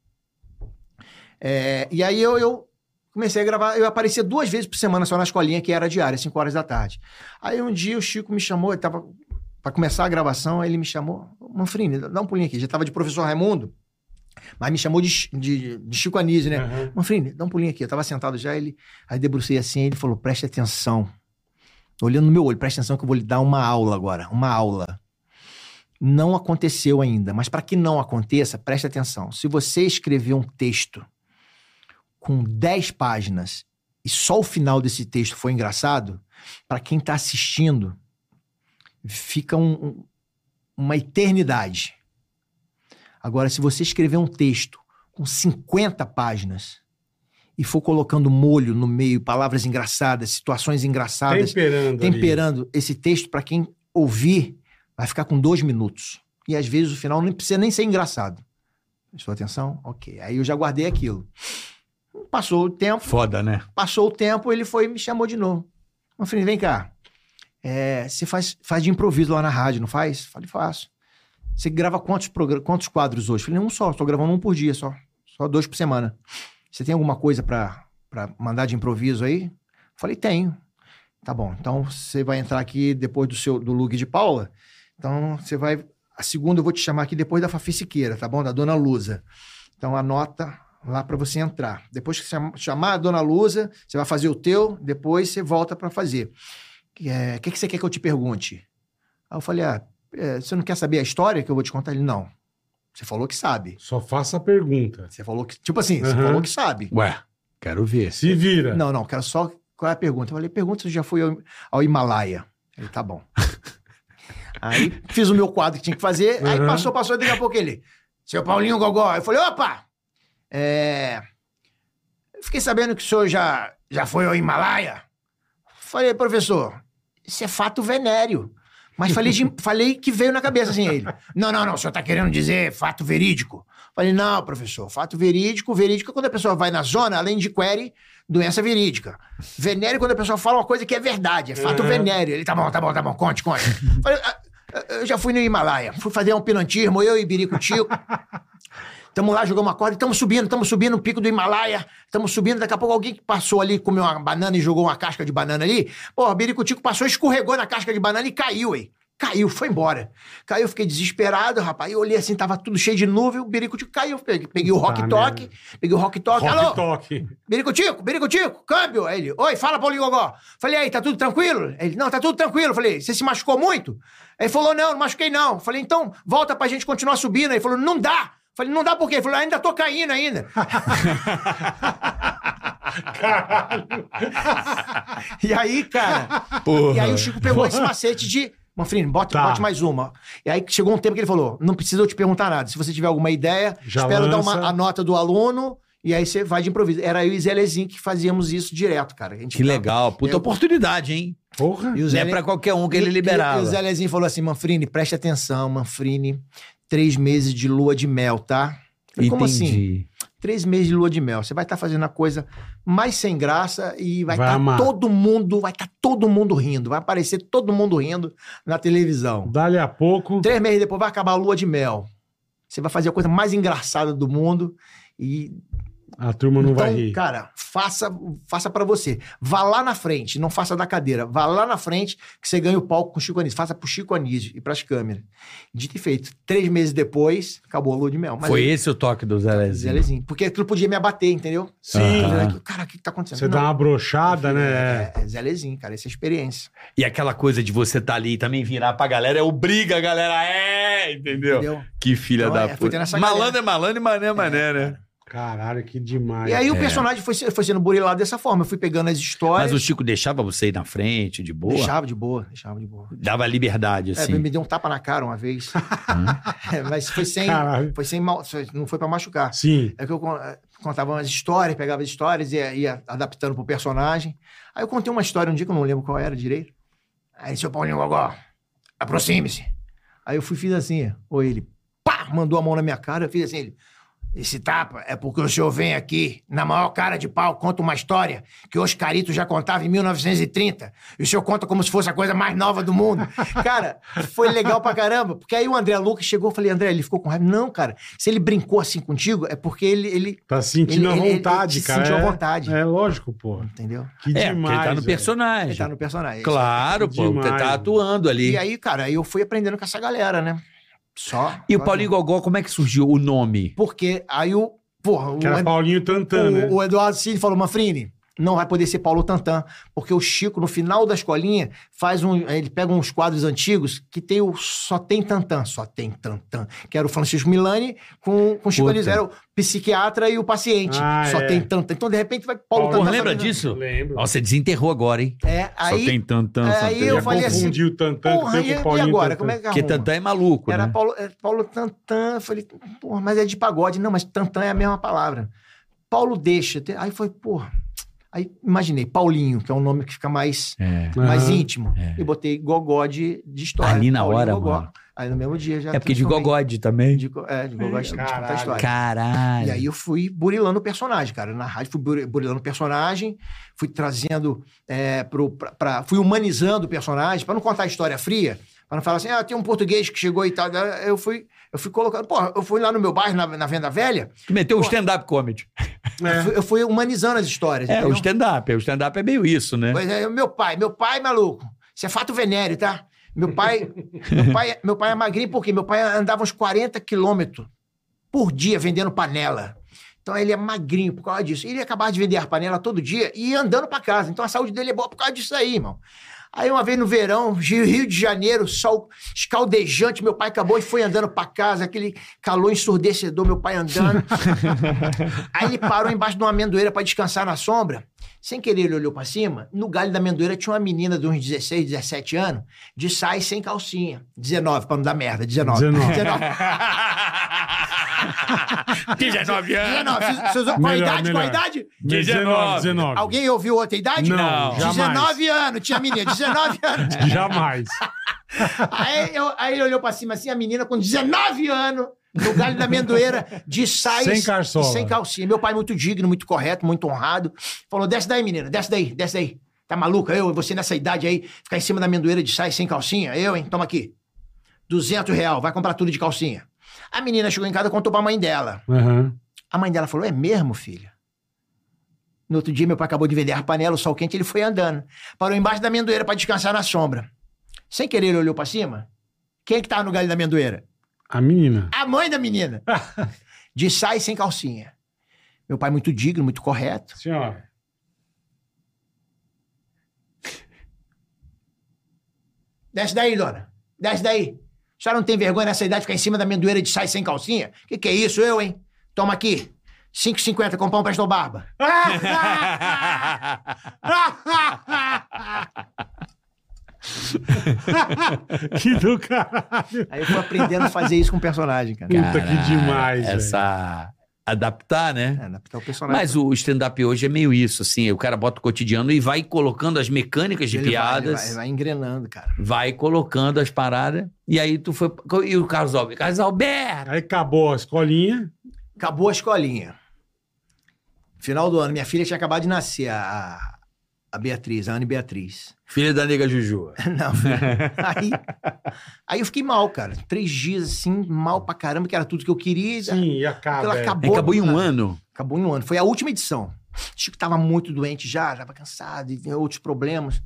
Speaker 1: É, e aí eu, eu comecei a gravar, eu aparecia duas vezes por semana só na escolinha, que era diária, 5 horas da tarde. Aí um dia o Chico me chamou, ele tava para começar a gravação, aí ele me chamou, Manfrini, dá um pulinho aqui, já tava de professor Raimundo, mas me chamou de, Chi- de- de Chico Anísio, né?
Speaker 3: Aham.
Speaker 1: Manfrini, dá um pulinho aqui, eu tava sentado já, ele, aí debrucei assim, ele falou, preste atenção, olhando no meu olho, preste atenção que eu vou lhe dar uma aula agora, uma aula não aconteceu ainda, mas para que não aconteça, preste atenção. Se você escrever um texto com 10 páginas e só o final desse texto foi engraçado, para quem está assistindo, fica um- um- uma eternidade. Agora, se você escrever um texto com 50 páginas e for colocando molho no meio, palavras engraçadas, situações engraçadas,
Speaker 3: Temperando. ali.
Speaker 1: temperando esse texto para quem ouvir vai ficar com dois minutos e às vezes o final não precisa nem ser engraçado prestou atenção ok aí eu já guardei aquilo passou o tempo
Speaker 4: Foda, né?
Speaker 1: passou o tempo ele foi e me chamou de novo meu filho vem cá é, você faz faz de improviso lá na rádio não faz falei faço você grava quantos progra- quantos quadros hoje falei um só estou gravando um por dia só só dois por semana você tem alguma coisa para para mandar de improviso aí falei tenho Tá bom, então você vai entrar aqui depois do seu do Lug de Paula. Então você vai. A segunda eu vou te chamar aqui depois da Fafi Siqueira, tá bom? Da Dona Lusa. Então anota lá pra você entrar. Depois que você chama- chamar a Dona Lusa, você vai fazer o teu, depois você volta pra fazer. O que, que você quer que eu te pergunte? Aí eu falei, ah, é, você não quer saber a história que eu vou te contar? Ele, não. Você falou que sabe.
Speaker 3: Só faça a pergunta.
Speaker 1: Você falou que. Tipo assim, você
Speaker 3: Aham. É.
Speaker 1: falou que sabe.
Speaker 4: Ué, quero ver.
Speaker 3: Se vira.
Speaker 1: Não, não, quero só. Qual é a pergunta? Eu falei, pergunta se eu já fui ao, ao Himalaia. Ele, tá bom. aí fiz o meu quadro que tinha que fazer, aí
Speaker 3: Uhum.
Speaker 1: passou, passou, daqui a pouco ele. Seu Paulinho Gogó. Eu falei, opa! É. eu Fiquei sabendo que o senhor já, já foi ao Himalaia. Falei, professor, isso é fato venéreo. Mas falei, de- falei que veio na cabeça assim ele. Não, não, não, o senhor tá querendo dizer fato verídico. Falei, não, professor, fato verídico, verídico é quando a pessoa vai na zona, além de query, doença verídica. Venéreo é quando a pessoa fala uma coisa que é verdade, é fato
Speaker 3: Uhum.
Speaker 1: venéreo. Ele, tá bom, tá bom, tá bom, conte, conte. Falei, "Ah, ah, eu já fui no Himalaia, fui fazer um pinantismo, eu e Birico Tico. Tamo lá, jogamos uma corda, estamos subindo, estamos subindo o pico do Himalaia, estamos subindo. Daqui a pouco alguém que passou ali, comeu uma banana e jogou uma casca de banana ali. Pô, Biricutico passou, escorregou na casca de banana e caiu, hein? Caiu, foi embora. Caiu, fiquei desesperado, rapaz. Eu olhei assim, tava tudo cheio de nuvem, o Biricutico caiu. Peguei, peguei o
Speaker 3: Tá,
Speaker 1: rock toque,
Speaker 3: merda.
Speaker 1: peguei o rock toque.
Speaker 3: Rock
Speaker 1: Alô, (laughs)
Speaker 3: toque.
Speaker 1: Biricutico, Biricutico, câmbio. Aí ele, oi, fala, Paulinho Gogó. Falei, aí, tá tudo tranquilo? Ele, não, tá tudo tranquilo. Falei, você se machucou muito? Ele falou, não, não machuquei não. Falei, então, volta pra gente continuar subindo. Ele falou, não dá. Falei, não dá por quê? Ele falou, "Ah, ainda tô caindo ainda. (laughs)
Speaker 3: Caralho.
Speaker 1: E aí, cara, e aí o Chico
Speaker 3: (laughs)
Speaker 1: pegou esse macete de. Manfrino, bota,
Speaker 3: Tá.
Speaker 1: bote mais uma. E aí chegou um tempo que ele falou: não precisa eu te perguntar nada. Se você tiver alguma ideia,
Speaker 3: Já
Speaker 1: espero dar
Speaker 3: lança.
Speaker 1: uma, a nota do aluno e aí você vai de improviso. Era eu e Zé Lezin que fazíamos isso direto, cara. A gente
Speaker 4: Que
Speaker 1: tava-
Speaker 4: legal. Puta
Speaker 1: Eu-
Speaker 4: oportunidade, hein?
Speaker 3: Porra.
Speaker 1: E o
Speaker 4: Não
Speaker 1: Zé
Speaker 4: é
Speaker 1: Le-
Speaker 4: pra qualquer um que ele
Speaker 1: e- E, e o Zé
Speaker 4: liberava.
Speaker 1: Lezinho falou assim: Manfrini, preste atenção, Manfrini, três meses de lua de mel, tá? Eu, Como assim? três meses de lua de mel. Você vai estar fazendo a coisa mais sem graça e vai
Speaker 3: Vai
Speaker 1: estar
Speaker 3: amar.
Speaker 1: todo mundo, vai estar todo mundo rindo. Vai aparecer todo mundo rindo na televisão.
Speaker 3: Dali a pouco.
Speaker 1: Três meses depois vai acabar a lua de mel. Você vai fazer a coisa mais engraçada do mundo e
Speaker 3: A turma não vai rir.
Speaker 1: Então, cara, faça, faça para você. Vá lá na frente, não faça da cadeira. Vá lá na frente que você ganha o palco com o Chico Anísio. Faça pro Chico Anísio e pras câmeras. Dito e feito. Três meses depois, acabou a lua de mel. Mas é
Speaker 5: Foi esse o toque do Zelezinho.
Speaker 1: Zelezinho. Porque aquilo podia me abater, entendeu?
Speaker 3: Sim.
Speaker 1: Cara, Cara, o que que tá acontecendo?
Speaker 3: Ah. Você
Speaker 1: Não.
Speaker 3: dá uma brochada, né?
Speaker 1: É, é Zelezinho, cara. Essa é a experiência.
Speaker 5: E aquela coisa de você tá ali e também virar pra galera, é obriga a galera, é, entendeu?
Speaker 1: Entendeu?
Speaker 5: Que filha
Speaker 1: Então,
Speaker 5: da
Speaker 1: é, foi
Speaker 5: puta.
Speaker 1: tendo essa
Speaker 5: Malandro
Speaker 1: galera.
Speaker 5: é malandro e mané é mané, né?
Speaker 3: Caralho, que demais.
Speaker 1: E aí o personagem foi, se- foi sendo burilado dessa forma. Eu fui pegando as histórias.
Speaker 5: É. Mas o Chico deixava você ir na frente, de boa?
Speaker 1: Deixava de boa, deixava de boa.
Speaker 5: Dava liberdade,
Speaker 1: É,
Speaker 5: assim.
Speaker 1: me deu um tapa na cara uma vez.
Speaker 5: Hum?
Speaker 1: (laughs) É, mas foi sem.
Speaker 3: Caralho.
Speaker 1: Foi sem mal. Não foi pra machucar.
Speaker 3: Sim.
Speaker 1: É que eu con- eh, contava umas histórias, pegava as histórias e ia, ia adaptando pro personagem. Aí eu contei uma história um dia que eu não lembro qual era direito. Aí, seu Paulinho Gogó, aproxime-se. Aí eu fui fiz assim, ou ele, pá, mandou a mão na minha cara, eu fiz assim, ele,
Speaker 2: Esse tapa é porque o senhor vem aqui, na maior cara de pau, conta uma história que o Oscarito já contava em 1930. E o senhor conta como se fosse a coisa mais nova do mundo.
Speaker 1: (laughs) cara, foi legal pra caramba, porque aí o André Lucas chegou, eu falei, André, ele ficou com raiva. Não, cara, se ele brincou assim contigo, é porque ele... ele
Speaker 3: Tá sentindo
Speaker 1: ele-
Speaker 3: a
Speaker 1: ele- ele
Speaker 3: vontade,
Speaker 1: se
Speaker 3: cara.
Speaker 1: sentiu à
Speaker 3: É-
Speaker 1: vontade.
Speaker 3: É lógico, pô.
Speaker 1: Entendeu?
Speaker 3: Que
Speaker 5: É, porque
Speaker 3: demais.
Speaker 5: ele tá no
Speaker 3: velho.
Speaker 5: personagem.
Speaker 1: Ele tá no personagem.
Speaker 5: Claro, pô,
Speaker 3: Demais,
Speaker 5: você tá
Speaker 3: né?
Speaker 5: atuando ali.
Speaker 1: E aí, cara, aí eu fui aprendendo com essa galera, né? Só.
Speaker 5: E o
Speaker 1: só-
Speaker 5: Paulinho Gogó, como é que surgiu o nome?
Speaker 1: Porque aí o. Porra, o,
Speaker 3: Que
Speaker 5: um,
Speaker 3: era
Speaker 1: Ed-
Speaker 3: Paulinho Tantan, né?
Speaker 1: o- o Eduardo Cid falou: Manfrini, não vai poder ser Paulo Tantan. Porque o Chico, no final da escolinha, faz um. Ele pega uns quadros antigos que tem o Só Tem Tantan, Só Tem Tantan. Que era o Francisco Milani com, com o Chico
Speaker 5: Puta.
Speaker 1: Anísio. Era o psiquiatra e o paciente.
Speaker 3: Ah,
Speaker 1: só
Speaker 3: é.
Speaker 1: tem Tantan. Então, de repente, vai
Speaker 3: Paulo-
Speaker 1: Paulo Tantan.
Speaker 5: Porra, lembra
Speaker 1: fazendo-
Speaker 5: disso?
Speaker 3: Lembro.
Speaker 5: Nossa, você desenterrou agora, hein?
Speaker 1: É,
Speaker 8: só
Speaker 1: aí.
Speaker 8: tem tantão, só
Speaker 1: aí
Speaker 8: tem-
Speaker 1: eu
Speaker 3: Já
Speaker 1: falei assim,
Speaker 3: confundi o Tantan
Speaker 1: Porra,
Speaker 3: que foi
Speaker 1: e,
Speaker 3: com o
Speaker 1: e
Speaker 3: Paulinho
Speaker 1: agora?
Speaker 3: Tantan.
Speaker 1: Como é que
Speaker 5: Porque
Speaker 1: arruma?
Speaker 5: Tantan é maluco,
Speaker 1: Era
Speaker 5: né?
Speaker 1: Paulo, é Paulo Tantan. Eu falei, porra, mas é de pagode. Não, mas Tantan é a mesma palavra. Paulo deixa. Te- Aí foi, porra. Aí imaginei, Paulinho, que é um nome que fica mais,
Speaker 5: É.
Speaker 3: Aham.
Speaker 1: mais íntimo.
Speaker 5: É.
Speaker 1: E botei Gogó de, de história.
Speaker 5: Ali na
Speaker 1: Paulinho
Speaker 5: hora,
Speaker 1: Gogó.
Speaker 5: mano.
Speaker 1: Aí no mesmo dia já.
Speaker 5: É porque de
Speaker 1: transformei.
Speaker 5: Gogode também.
Speaker 1: De, go- é, de Gogó de, de contar
Speaker 3: Caralho.
Speaker 1: a história.
Speaker 5: Caralho.
Speaker 1: E aí eu fui burilando o personagem, cara. Na rádio fui buri- burilando o personagem, fui trazendo é, pro, pra, pra- Fui humanizando o personagem, pra não contar história fria, pra não falar assim, ah, tem um português que chegou e tal. Eu fui, eu fui colocando. Porra, eu fui lá no meu bairro, na, na Venda Velha,
Speaker 5: Tu meteu o stand-up comedy.
Speaker 1: eu,
Speaker 3: É.
Speaker 1: fui, eu fui humanizando as histórias.
Speaker 5: É,
Speaker 1: entendeu?
Speaker 5: o stand-up. O stand-up é meio isso, né?
Speaker 1: então
Speaker 5: (laughs)
Speaker 1: Pois (laughs) é, meu pai, meu pai, maluco, isso é fato venéreo, tá? Meu pai, meu pai, meu pai é magrinho porque meu pai andava uns 40 quilômetros por dia vendendo panela. Então ele é magrinho por causa disso. Ele acabava de vender a panela todo dia e ia andando pra casa. Então a saúde dele é boa por causa disso aí, irmão. Aí uma vez no verão, Rio Rio de Janeiro, sol escaldejante, meu pai acabou e foi andando pra casa, aquele calor ensurdecedor, meu pai andando. Aí ele parou embaixo de uma amendoeira pra descansar na sombra. Sem querer, ele olhou pra cima. No galho da amendoeira tinha uma menina de uns 16, 17 anos, de saia e sem calcinha. 19, pra não dar merda, 19.
Speaker 3: 19.
Speaker 1: 19.
Speaker 10: 19 anos.
Speaker 4: É.
Speaker 5: é (laughs)
Speaker 1: 19. Vocês- vocês- Qual a
Speaker 3: Melhor,
Speaker 1: idade? Qual a
Speaker 3: melhor.
Speaker 1: idade?
Speaker 3: 19, 19.
Speaker 1: Alguém ouviu outra idade?
Speaker 3: Não, Não. jamais.
Speaker 1: 19 anos, tinha menina, 19 anos. (laughs)
Speaker 3: Jamais.
Speaker 1: Aí, eu- aí ele olhou pra cima assim, a menina com 19 anos, no galho da amendoeira, de saia
Speaker 3: Sem
Speaker 1: e-
Speaker 3: carçola.
Speaker 1: e sem calcinha. Meu pai é muito digno, muito correto, muito honrado. Falou, desce daí, menina, desce daí, desce daí. Tá maluca? Eu, você nessa idade aí, ficar em cima da amendoeira de saia e sem calcinha? Eu, hein? Toma aqui. 200 real, vai comprar tudo de calcinha. A menina chegou em casa e contou pra mãe dela.
Speaker 3: Aham.
Speaker 1: A mãe dela falou: É mesmo, filha? No outro dia, meu pai acabou de vender a panela, o sol quente, ele foi andando. Parou embaixo da amendoeira para descansar na sombra. Sem querer, ele olhou para cima. Quem é que tava no galho da amendoeira?
Speaker 3: A menina.
Speaker 1: A mãe da menina. De sai sem calcinha. Meu pai, muito digno, muito correto. (laughs)
Speaker 3: Senhora.
Speaker 1: Desce daí, dona. Desce daí. A senhora não tem vergonha nessa idade de ficar em cima da amendoeira de sai sem calcinha? Que que é isso, eu, hein? Toma aqui. 5,50 com pão presto barba.
Speaker 3: Que do caralho.
Speaker 1: Aí eu fui aprendendo a fazer isso com o personagem, cara.
Speaker 3: Puta que demais,
Speaker 5: Essa... Adaptar, né?
Speaker 1: É, adaptar o personagem.
Speaker 5: Mas o stand-up hoje é meio isso, assim. O cara bota o cotidiano e vai colocando as mecânicas de
Speaker 1: Ele vai-
Speaker 5: piadas,
Speaker 1: Vai,
Speaker 5: vai,
Speaker 1: vai, engrenando, cara.
Speaker 5: colocando as paradas. E aí tu foi. E o Carlos Alberto? Carlos Alberto!
Speaker 3: Aí acabou a escolinha.
Speaker 1: Acabou a escolinha. Final do ano, minha filha tinha acabado de nascer, a, a- a Beatriz, a Anne Beatriz. (laughs)
Speaker 4: Filha da nega Juju.
Speaker 5: É
Speaker 1: Não, filha. aí, aí eu fiquei mal, cara. Três dias assim, mal pra caramba, que era tudo que eu queria.
Speaker 3: Sim, e acaba.
Speaker 1: Ela
Speaker 3: é.
Speaker 1: acabou.
Speaker 4: Acabou em um
Speaker 1: cara.
Speaker 4: ano.
Speaker 1: Acabou em um ano. Foi a última edição. Chico tava muito doente já, já tava cansado, e tinha outros problemas.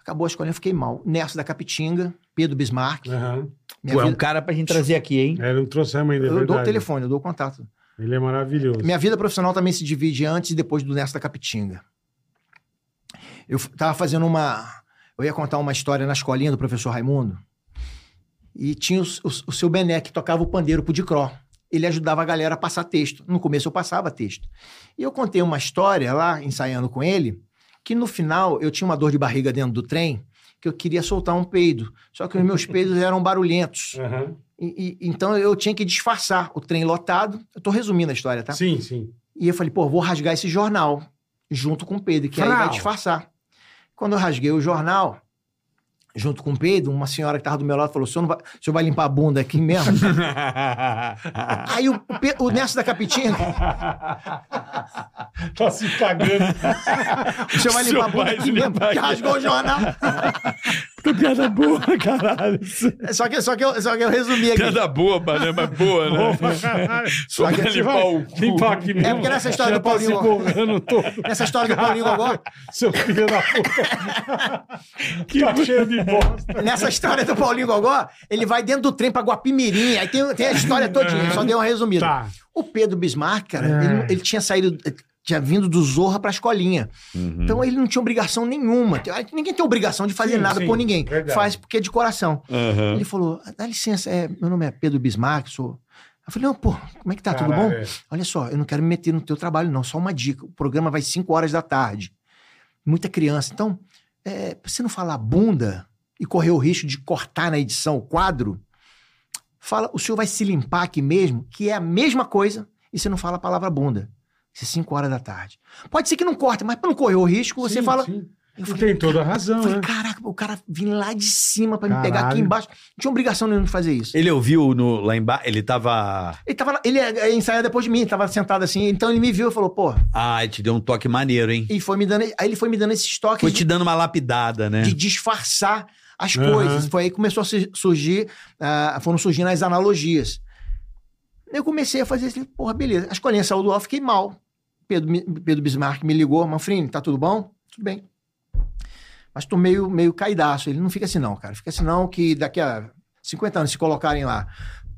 Speaker 1: Acabou a escolinha, eu fiquei mal. Nessa da Capitinga, Pedro Bismarck.
Speaker 3: Aham.
Speaker 1: Minha
Speaker 4: Pô, é um
Speaker 1: vida-
Speaker 4: cara pra gente trazer aqui, hein?
Speaker 3: É, não trouxemos ainda, é
Speaker 1: eu dou o
Speaker 3: verdade.
Speaker 1: telefone, eu dou o contato.
Speaker 3: Ele é maravilhoso.
Speaker 1: Minha vida profissional também se divide antes e depois do Nessa da Capitinga. Eu f- tava fazendo uma. Eu ia contar uma história na escolinha do professor Raimundo. E tinha o, s- o, s- o seu Bené que tocava o pandeiro pro Dicró. Ele ajudava a galera a passar texto. No começo eu passava texto. E eu contei uma história lá, ensaiando com ele, que no final eu tinha uma dor de barriga dentro do trem, que eu queria soltar um peido. Só que os meus peidos eram barulhentos.
Speaker 3: Aham.
Speaker 1: E- e- então eu tinha que disfarçar o trem lotado. Eu tô resumindo a história, tá?
Speaker 3: Sim, sim. (laughs)
Speaker 1: E eu falei, pô, vou rasgar esse jornal junto com o Pedro, que aí vai
Speaker 3: Frau.
Speaker 1: disfarçar. Quando eu rasguei o jornal, junto com o Pedro, uma senhora que estava do meu lado falou: o senhor, não vai, o senhor vai limpar a bunda aqui mesmo?
Speaker 10: (laughs)
Speaker 1: aí o, Pe- o Nessa da Capitinga,
Speaker 3: Tá se cagando.
Speaker 1: o senhor
Speaker 10: O senhor
Speaker 1: vai limpar a bunda
Speaker 10: vai
Speaker 1: aqui mesmo?
Speaker 10: limpar
Speaker 1: Que
Speaker 10: aqui.
Speaker 1: rasgou o jornal. (laughs)
Speaker 10: Puta piada boa, caralho.
Speaker 1: Só que, só que, eu, só que eu resumi aqui.
Speaker 10: Piada boa, né? Mas boa, né? Só (laughs) pra
Speaker 3: Você
Speaker 10: limpar
Speaker 3: vai
Speaker 10: o cu.
Speaker 3: limpar aqui mesmo.
Speaker 1: É porque nessa história
Speaker 3: Já
Speaker 1: do
Speaker 3: tá se
Speaker 1: Paulinho-
Speaker 3: borrando todo.
Speaker 1: (laughs) assim, Nessa história do Paulinho Gogó,
Speaker 3: Seu filho da puta. que tá cheio de bosta.
Speaker 1: nessa história do Paulinho Gogó, ele vai dentro do trem pra Guapimirim. Aí tem, tem a história todinha, só dei uma resumida.
Speaker 3: Tá.
Speaker 1: O Pedro Bismarck, cara,
Speaker 3: É.
Speaker 1: ele, ele tinha saído, tinha vindo do Zorra pra escolinha. Então ele não tinha obrigação nenhuma. Ninguém tem obrigação de fazer
Speaker 3: É. Sim,
Speaker 1: nada
Speaker 3: sim,
Speaker 1: por ninguém.
Speaker 3: verdade.
Speaker 1: Faz porque é de coração.
Speaker 10: Aham.
Speaker 1: Ele falou: dá licença, é, meu nome é Pedro Bismarck, sou. Eu falei, não, pô, como é que tá? Tudo
Speaker 3: Caralho,
Speaker 1: bom?
Speaker 3: é.
Speaker 1: Olha só, eu não quero me meter no teu trabalho, não. Só uma dica. O programa vai 5 horas da tarde. Muita criança. Então, é, pra você não falar bunda e correr o risco de cortar na edição o quadro, fala, o senhor vai se limpar aqui mesmo, que é a mesma coisa, e você não fala a palavra bunda. Isso é 5 horas da tarde. Pode ser que não corte, mas pra não correr o risco, você
Speaker 3: Sim,
Speaker 1: fala.
Speaker 3: sim.
Speaker 1: Eu
Speaker 3: E
Speaker 1: falei,
Speaker 3: tem toda a razão,
Speaker 1: eu
Speaker 3: né?
Speaker 1: falei, caraca, o cara vim lá de cima pra me pegar aqui
Speaker 3: Caralho.
Speaker 1: embaixo. Não tinha obrigação nenhuma de fazer isso.
Speaker 5: Ele ouviu no, lá embaixo, ele tava...
Speaker 1: Ele, tava, ele eh, ensaiou depois de mim, tava sentado assim, então ele me viu e falou, pô,
Speaker 5: Ah, ele te deu um toque maneiro, hein?
Speaker 1: E foi me dando, aí ele foi me dando esses toques
Speaker 5: Foi
Speaker 1: de-
Speaker 5: te dando uma lapidada, né?
Speaker 1: de disfarçar as
Speaker 3: Aham.
Speaker 1: coisas. Foi aí que começou a su- surgir, ah, foram surgindo as analogias. Eu comecei a fazer assim, porra, beleza. A escolinha saiu do ar, fiquei mal. Pedro, me- Pedro Bismarck me ligou, Manfrini, tá tudo bom? Tudo bem. Mas tô meio, meio caidaço. Ele não fica assim não, cara. Fica assim não que daqui a 50 anos, se colocarem lá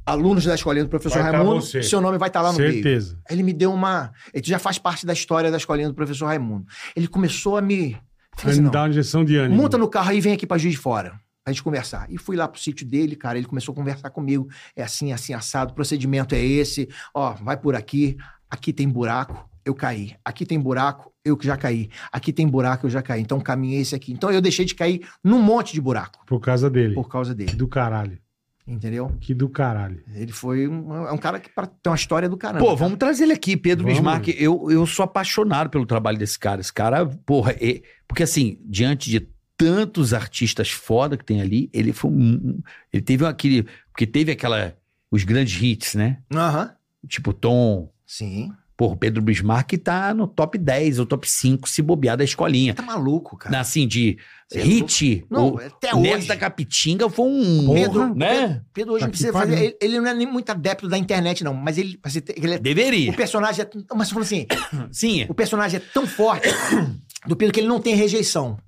Speaker 1: alunos da escolinha do professor
Speaker 3: Vai tá
Speaker 1: Raimundo,
Speaker 3: você.
Speaker 1: seu nome vai estar lá no meio.
Speaker 3: Certeza.
Speaker 1: Aí Ele me deu uma. Ele já faz parte da história da escolinha do professor Raimundo. Ele começou a me. Falei
Speaker 3: Vai
Speaker 1: assim,
Speaker 3: me
Speaker 1: não,
Speaker 3: dar uma injeção de ânimo.
Speaker 1: monta no carro aí e vem aqui pra Juiz de Fora. Pra gente conversar. E fui lá pro sítio dele, cara. Ele começou a conversar comigo. É assim, assim, assado. O procedimento é esse. Ó, vai por aqui. Aqui tem buraco. Eu caí. Aqui tem buraco. Eu que já caí. Aqui tem buraco. Eu já caí. Então caminhei esse aqui. Então eu deixei de cair num monte de buraco
Speaker 3: Por causa dele.
Speaker 1: por causa
Speaker 3: Que
Speaker 1: dele.
Speaker 3: do caralho.
Speaker 1: Entendeu?
Speaker 3: Que do caralho.
Speaker 1: Ele foi um, é um cara que pra- tem uma história do caramba.
Speaker 5: Pô, vamos trazer ele aqui, Pedro
Speaker 3: Vamos.
Speaker 5: Bismarck. Eu, eu sou apaixonado pelo trabalho desse cara. Esse cara, porra, é- porque assim, diante de tantos artistas foda que tem ali, ele foi um. Ele teve aquele. Porque teve aquela. Os grandes hits, né?
Speaker 1: Aham.
Speaker 5: Tipo Tom.
Speaker 1: Sim.
Speaker 5: Porra, Pedro Bismarck tá no top 10 ou top 5, se bobear da escolinha.
Speaker 1: Tá maluco, cara.
Speaker 5: Assim, de
Speaker 1: Você é
Speaker 5: hit.
Speaker 1: Não,
Speaker 5: o
Speaker 1: até
Speaker 5: Neto
Speaker 1: hoje.
Speaker 5: da Capitinga foi um.
Speaker 1: Pedro,
Speaker 5: né?
Speaker 1: Pedro, Pedro hoje
Speaker 3: Tá
Speaker 1: não
Speaker 3: que
Speaker 1: precisa
Speaker 3: pariu.
Speaker 1: fazer. Ele, ele não é nem muito adepto da internet, não. Mas ele. mas ele- ele é-
Speaker 5: Deveria.
Speaker 1: o personagem é. Mas falando assim,
Speaker 5: Sim.
Speaker 1: o personagem é tão forte (coughs) do Pedro que ele não tem rejeição.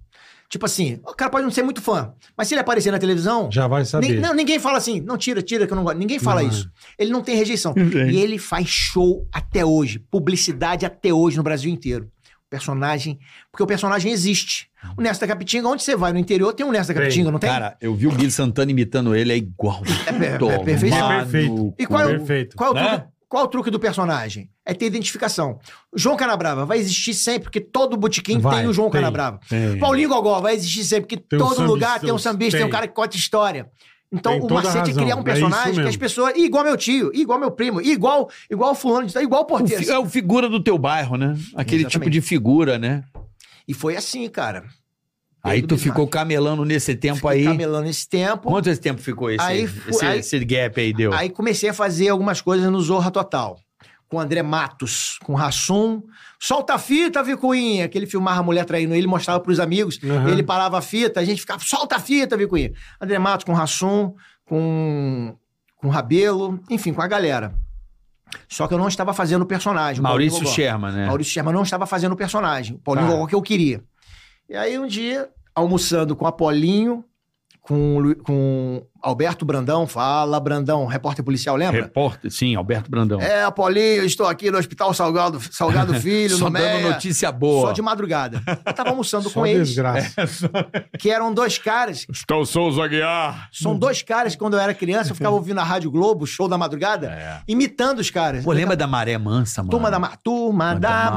Speaker 1: Tipo assim, o cara pode não ser muito fã, mas se ele aparecer na televisão.
Speaker 3: Já vai
Speaker 1: nem-
Speaker 3: saber.
Speaker 1: não, ninguém fala assim, não tira, tira que eu não gosto. Ninguém fala
Speaker 3: Ah.
Speaker 1: isso. Ele não tem rejeição. E ele faz show até hoje, publicidade até hoje no Brasil inteiro. O personagem. Porque o personagem existe. O Nesta Capitinga, onde você vai no interior, tem um Nesta
Speaker 3: Tem.
Speaker 1: Capitinga, não tem?
Speaker 5: Cara, eu vi o Gui Santana imitando ele, é igual.
Speaker 1: é
Speaker 5: Tomar
Speaker 1: perfeito.
Speaker 3: É perfeito.
Speaker 5: no
Speaker 1: E qual é o,
Speaker 3: Perfeito. Né?
Speaker 1: qual é o truque, qual é o truque do personagem? É ter identificação. João Canabrava vai existir sempre, porque todo botequim
Speaker 3: Vai,
Speaker 1: tem o João
Speaker 3: tem,
Speaker 1: Canabrava.
Speaker 3: tem.
Speaker 1: Paulinho Gogó vai existir sempre, porque
Speaker 3: Tem um
Speaker 1: todo
Speaker 3: sambista,
Speaker 1: lugar tem um sambista, tem.
Speaker 3: tem.
Speaker 1: um cara que conta história. Então,
Speaker 3: Tem
Speaker 1: o
Speaker 3: toda a
Speaker 1: macete é
Speaker 3: razão,
Speaker 1: criar
Speaker 3: é
Speaker 1: um
Speaker 3: isso
Speaker 1: personagem que
Speaker 3: mesmo.
Speaker 1: as pessoas. "Ih, Igual meu tio, ih, igual meu primo, ih, igual igual fulano, de tal, igual o
Speaker 5: O
Speaker 1: porteiro.
Speaker 5: fi- é o figura do teu bairro, né? Aquele
Speaker 1: Exatamente.
Speaker 5: tipo de figura, né?
Speaker 1: E foi assim, cara.
Speaker 5: Aí
Speaker 1: Pedro
Speaker 5: tu
Speaker 1: Bismarck.
Speaker 5: ficou camelando nesse tempo
Speaker 1: Fiquei
Speaker 5: aí.
Speaker 1: camelando esse tempo.
Speaker 5: Quanto esse tempo ficou esse,
Speaker 1: Aí
Speaker 5: aí,
Speaker 1: fu-
Speaker 5: esse,
Speaker 1: aí-
Speaker 5: esse gap aí deu?
Speaker 1: Aí comecei a fazer algumas coisas no Zorra Total. com André Matos, com Rassum. Solta a fita, Vicuinha, que ele filmava a mulher traindo ele, mostrava pros amigos,
Speaker 3: Aham.
Speaker 1: ele parava a fita, a gente ficava, solta a fita, Vicuinha. André Matos com Rassum, com, com Rabelo, enfim, com a galera. Só que eu não estava fazendo o personagem. o Paulinho
Speaker 5: Maurício
Speaker 1: Gogó.
Speaker 5: Sherman, né?
Speaker 1: Maurício Sherman não estava fazendo o personagem. O
Speaker 5: Ah.
Speaker 1: Paulinho
Speaker 3: Tá.
Speaker 1: Gogó que eu queria. E aí um dia, almoçando com Apolinho, com, o Lu- com Alberto Brandão, fala Brandão, repórter policial, lembra?
Speaker 5: Repórter, sim, Alberto Brandão.
Speaker 1: É, Apolinho, estou aqui no Hospital Salgado, Salgado
Speaker 5: (laughs)
Speaker 1: Filho,
Speaker 5: Só
Speaker 1: no
Speaker 5: dando
Speaker 1: Meia.
Speaker 5: notícia boa.
Speaker 1: Só de madrugada. Eu tava
Speaker 5: (laughs)
Speaker 1: almoçando
Speaker 3: Só
Speaker 1: com eles,
Speaker 3: desgraça.
Speaker 1: que eram dois caras.
Speaker 10: Estou Souza Guiar.
Speaker 1: São dois caras que quando eu era criança, eu ficava ouvindo na Rádio Globo, show da madrugada,
Speaker 5: É.
Speaker 1: imitando os caras.
Speaker 5: Pô, lembra da Maré Mansa, mano?
Speaker 1: Turma da, ma... Turma
Speaker 5: Turma
Speaker 1: da
Speaker 5: da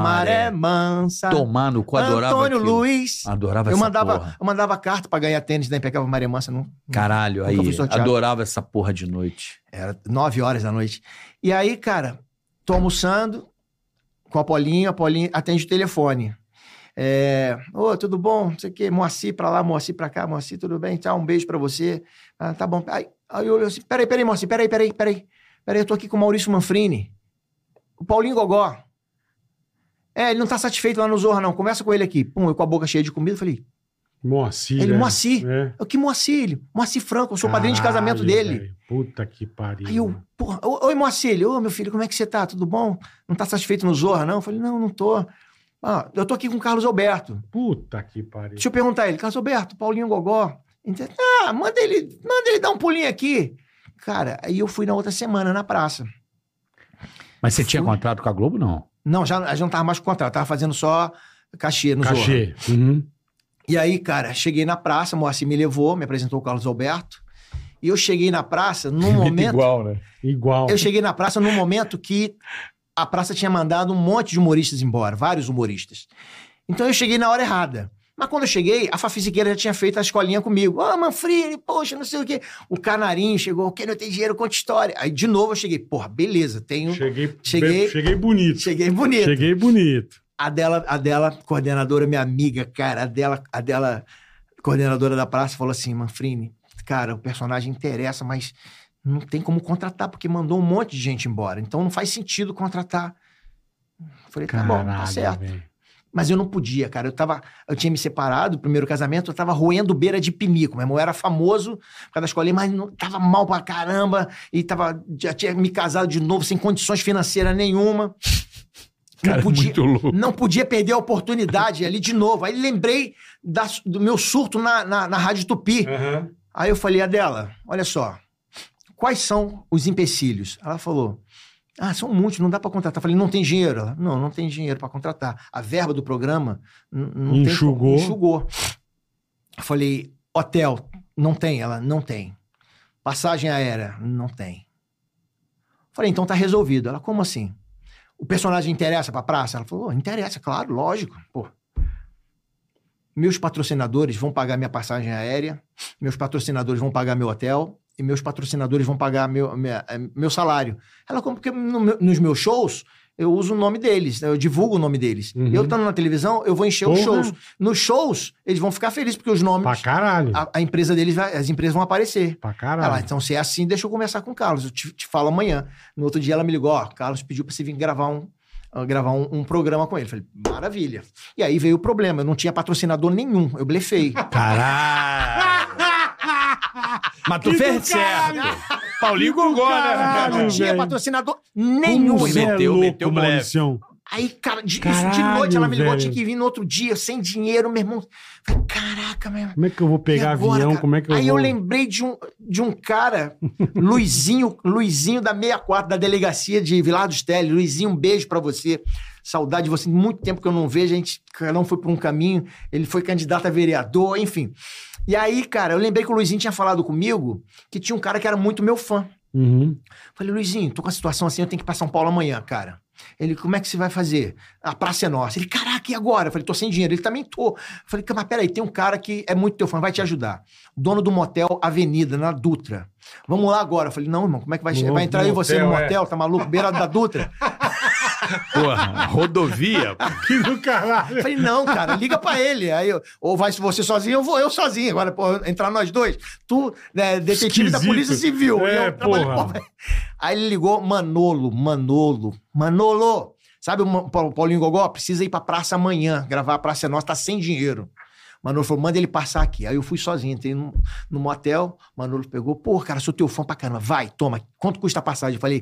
Speaker 1: Maré
Speaker 5: Maré.
Speaker 1: Mansa.
Speaker 5: Tomar no cu, adorava
Speaker 1: Antônio
Speaker 5: aquilo.
Speaker 1: Luiz.
Speaker 5: Adorava
Speaker 1: Eu
Speaker 5: essa
Speaker 1: mandava,
Speaker 5: porra.
Speaker 1: eu mandava carta pra ganhar tênis da Impecável Maria Mansa. Não,
Speaker 5: Caralho, aí.
Speaker 1: Nunca fui sorteado.
Speaker 5: Adorava essa porra de noite.
Speaker 1: era nove horas da noite. E aí, cara, tô almoçando com a Paulinha, a Paulinha atende o telefone. É, ô, tudo bom? Não sei o quê, Moacir pra lá, Moacir pra cá, Moacir, tudo bem? Tá, um beijo pra você. Ah, tá bom. Aí, aí eu olhei assim, peraí, peraí, Moacir, peraí, peraí, peraí. Peraí, eu tô aqui com o Maurício Manfrini. O Paulinho Gogó. É, ele não tá satisfeito lá no Zorra, não. Conversa com ele aqui. Pum, eu com a boca cheia de comida, falei,
Speaker 3: Moacir.
Speaker 1: Ele,
Speaker 3: é.
Speaker 1: Moacir.
Speaker 3: É.
Speaker 1: eu, que Moacir? ele? Moacir Franco, eu sou padrinho de casamento
Speaker 3: Caralho,
Speaker 1: dele.
Speaker 3: velho. Puta que pariu.
Speaker 1: Aí eu, porra, ô- oi Moacir, ô meu filho, como é que você tá? Tudo bom? Não tá satisfeito no Zorra, não? Eu falei, não, não tô. Ah, eu tô aqui com o Carlos Alberto.
Speaker 3: Puta que pariu.
Speaker 1: Deixa eu perguntar a ele, Carlos Alberto, Paulinho Gogó. Ele disse, Ah, manda ele, manda ele dar um pulinho aqui. Cara, aí eu fui na outra semana na praça.
Speaker 5: Mas você tinha
Speaker 1: Fui.
Speaker 5: contrato com a Globo, não?
Speaker 1: Não, já, a gente não tava mais com contrato, tava fazendo só cachê no Zorra.
Speaker 3: Cachê. Uhum.
Speaker 1: E aí, cara, cheguei na praça, Moacir me levou, me apresentou o Carlos Alberto. E eu cheguei na praça num momento.
Speaker 10: Igual, né?
Speaker 3: Igual.
Speaker 1: Eu cheguei na praça num momento que a praça tinha mandado um monte de humoristas embora, vários humoristas. Então eu cheguei na hora errada. Mas quando eu cheguei, a Fafi Siqueira já tinha feito a escolinha comigo. Ah, Manfrini, poxa, não sei o quê. O Canarinho chegou, quem não tem dinheiro, conta história. Aí de novo eu cheguei, porra, beleza, tenho.
Speaker 3: Cheguei,
Speaker 1: Cheguei-
Speaker 3: cheguei bonito.
Speaker 1: Cheguei bonito.
Speaker 3: Cheguei bonito.
Speaker 1: A dela, a dela, coordenadora, minha amiga, cara, a dela, a dela, coordenadora da praça, falou assim: Manfrini, cara, o personagem interessa, mas não tem como contratar, porque mandou um monte de gente embora. Então não faz sentido contratar. Eu Falei, tá bom, tá certo.
Speaker 3: velho.
Speaker 1: Mas eu não podia, cara. Eu tava. Eu tinha me separado, primeiro casamento, eu tava roendo beira de pinico. Meu irmão era famoso por causa da escolinha, mas não, tava mal pra caramba. E tava, já tinha me casado de novo, sem condições financeiras nenhuma.
Speaker 10: Cara, é muito louco.
Speaker 1: Não podia perder a oportunidade ali de novo. Aí lembrei da- do meu surto na, na, na Rádio Tupi.
Speaker 3: Aham.
Speaker 1: Aí eu falei, Adela, olha só, quais são os empecilhos? Ela falou, ah, são muitos, não dá pra contratar. Eu falei, não tem dinheiro? Ela, não, não tem dinheiro pra contratar. A verba do programa n- não tem como-
Speaker 3: Enxugou.
Speaker 1: enxugou. Eu falei, hotel, não tem? Ela, não tem. Passagem aérea, não tem. Eu falei, então tá resolvido. Ela, como assim? O personagem interessa pra praça? Ela falou, interessa, claro, lógico, pô. Meus patrocinadores vão pagar minha passagem aérea, meus patrocinadores vão pagar meu hotel e meus patrocinadores vão pagar meu, minha- eh, meu salário. Ela, como porque no meu- nos meus shows eu uso o nome deles, né? eu divulgo o nome deles.
Speaker 3: Uhum.
Speaker 1: Eu estando na televisão, eu vou encher os
Speaker 3: Porra.
Speaker 1: shows. Nos shows, eles vão ficar felizes porque os nomes,
Speaker 3: Pra caralho.
Speaker 1: a, a empresa deles, vai- as empresas vão aparecer.
Speaker 3: Pra
Speaker 1: Ela,
Speaker 3: caralho.
Speaker 1: então se é assim, deixa eu conversar com o Carlos, eu te, te falo amanhã. No outro dia ela me ligou, ó, Carlos pediu pra você vir gravar um ah, gravar um, um programa com ele. Eu Falei, maravilha. E aí veio o problema, eu não tinha patrocinador nenhum, eu blefei. (laughs)
Speaker 5: Caralho! Mas tu fez certo.
Speaker 10: Paulinho Gogó,
Speaker 3: (laughs)
Speaker 1: Eu
Speaker 3: caralho.
Speaker 10: né?
Speaker 1: não tinha
Speaker 3: velho.
Speaker 1: patrocinador nenhum.
Speaker 3: Como
Speaker 1: irmão.
Speaker 3: você é
Speaker 5: Meteu-
Speaker 3: louco,
Speaker 5: meteu breve.
Speaker 3: Mauricião.
Speaker 1: Aí, cara, de, isso de
Speaker 3: Caralho,
Speaker 1: noite ela me ligou,
Speaker 3: velho.
Speaker 1: tinha que vir no outro dia, sem dinheiro, meu irmão. Falei, caraca, meu irmão.
Speaker 3: Como é que eu vou pegar
Speaker 1: E agora,
Speaker 3: avião?
Speaker 1: cara?
Speaker 3: Como é que eu
Speaker 1: Aí
Speaker 3: vou?
Speaker 1: eu lembrei de um, de um cara, (laughs) Luizinho, Luizinho da 64, da delegacia de Vilar dos Teles. Luizinho, um beijo pra você. Saudade de você. Muito tempo que eu não vejo, a gente, cada um foi por um caminho. Ele foi candidato a vereador, enfim. E aí, cara, eu lembrei que o Luizinho tinha falado comigo que tinha um cara que era muito meu fã.
Speaker 3: Uhum. (laughs)
Speaker 1: Falei, Luizinho, tô com a situação assim, eu tenho que ir pra São Paulo amanhã, cara. Ele, como é que você vai fazer? A praça é nossa. Ele, caraca, e agora? Eu falei, tô sem dinheiro. Ele também tô. Eu falei, mas peraí, tem um cara que é muito teu fã, vai te ajudar. Dono do motel Avenida, na Dutra. Vamos lá agora. Eu falei, não, irmão, como é que vai
Speaker 3: No
Speaker 1: chegar? Vai entrar eu e você
Speaker 3: motel,
Speaker 1: no
Speaker 3: é.
Speaker 1: motel, tá maluco? Beira da Dutra.
Speaker 5: Porra, rodovia.
Speaker 3: Que do caralho.
Speaker 1: Falei, não, cara, liga pra ele. Aí eu, ou vai você sozinho, ou vou eu sozinho. Agora, pô, entrar nós dois. Tu, né, detetive da
Speaker 3: Esquisito.
Speaker 1: Polícia Civil.
Speaker 3: É,
Speaker 1: eu trabalho-
Speaker 3: porra.
Speaker 1: (laughs) Aí ele ligou, Manolo, Manolo, Manolo. Sabe o Ma- Pa- Paulinho Gogó? Precisa ir pra praça amanhã, gravar a Praça é Nossa, tá sem dinheiro. Manolo falou, manda ele passar aqui. Aí eu fui sozinho, entrei num, num motel, Manolo pegou, pô, cara, sou teu fã pra caramba, vai, toma, quanto custa a passagem? Eu falei,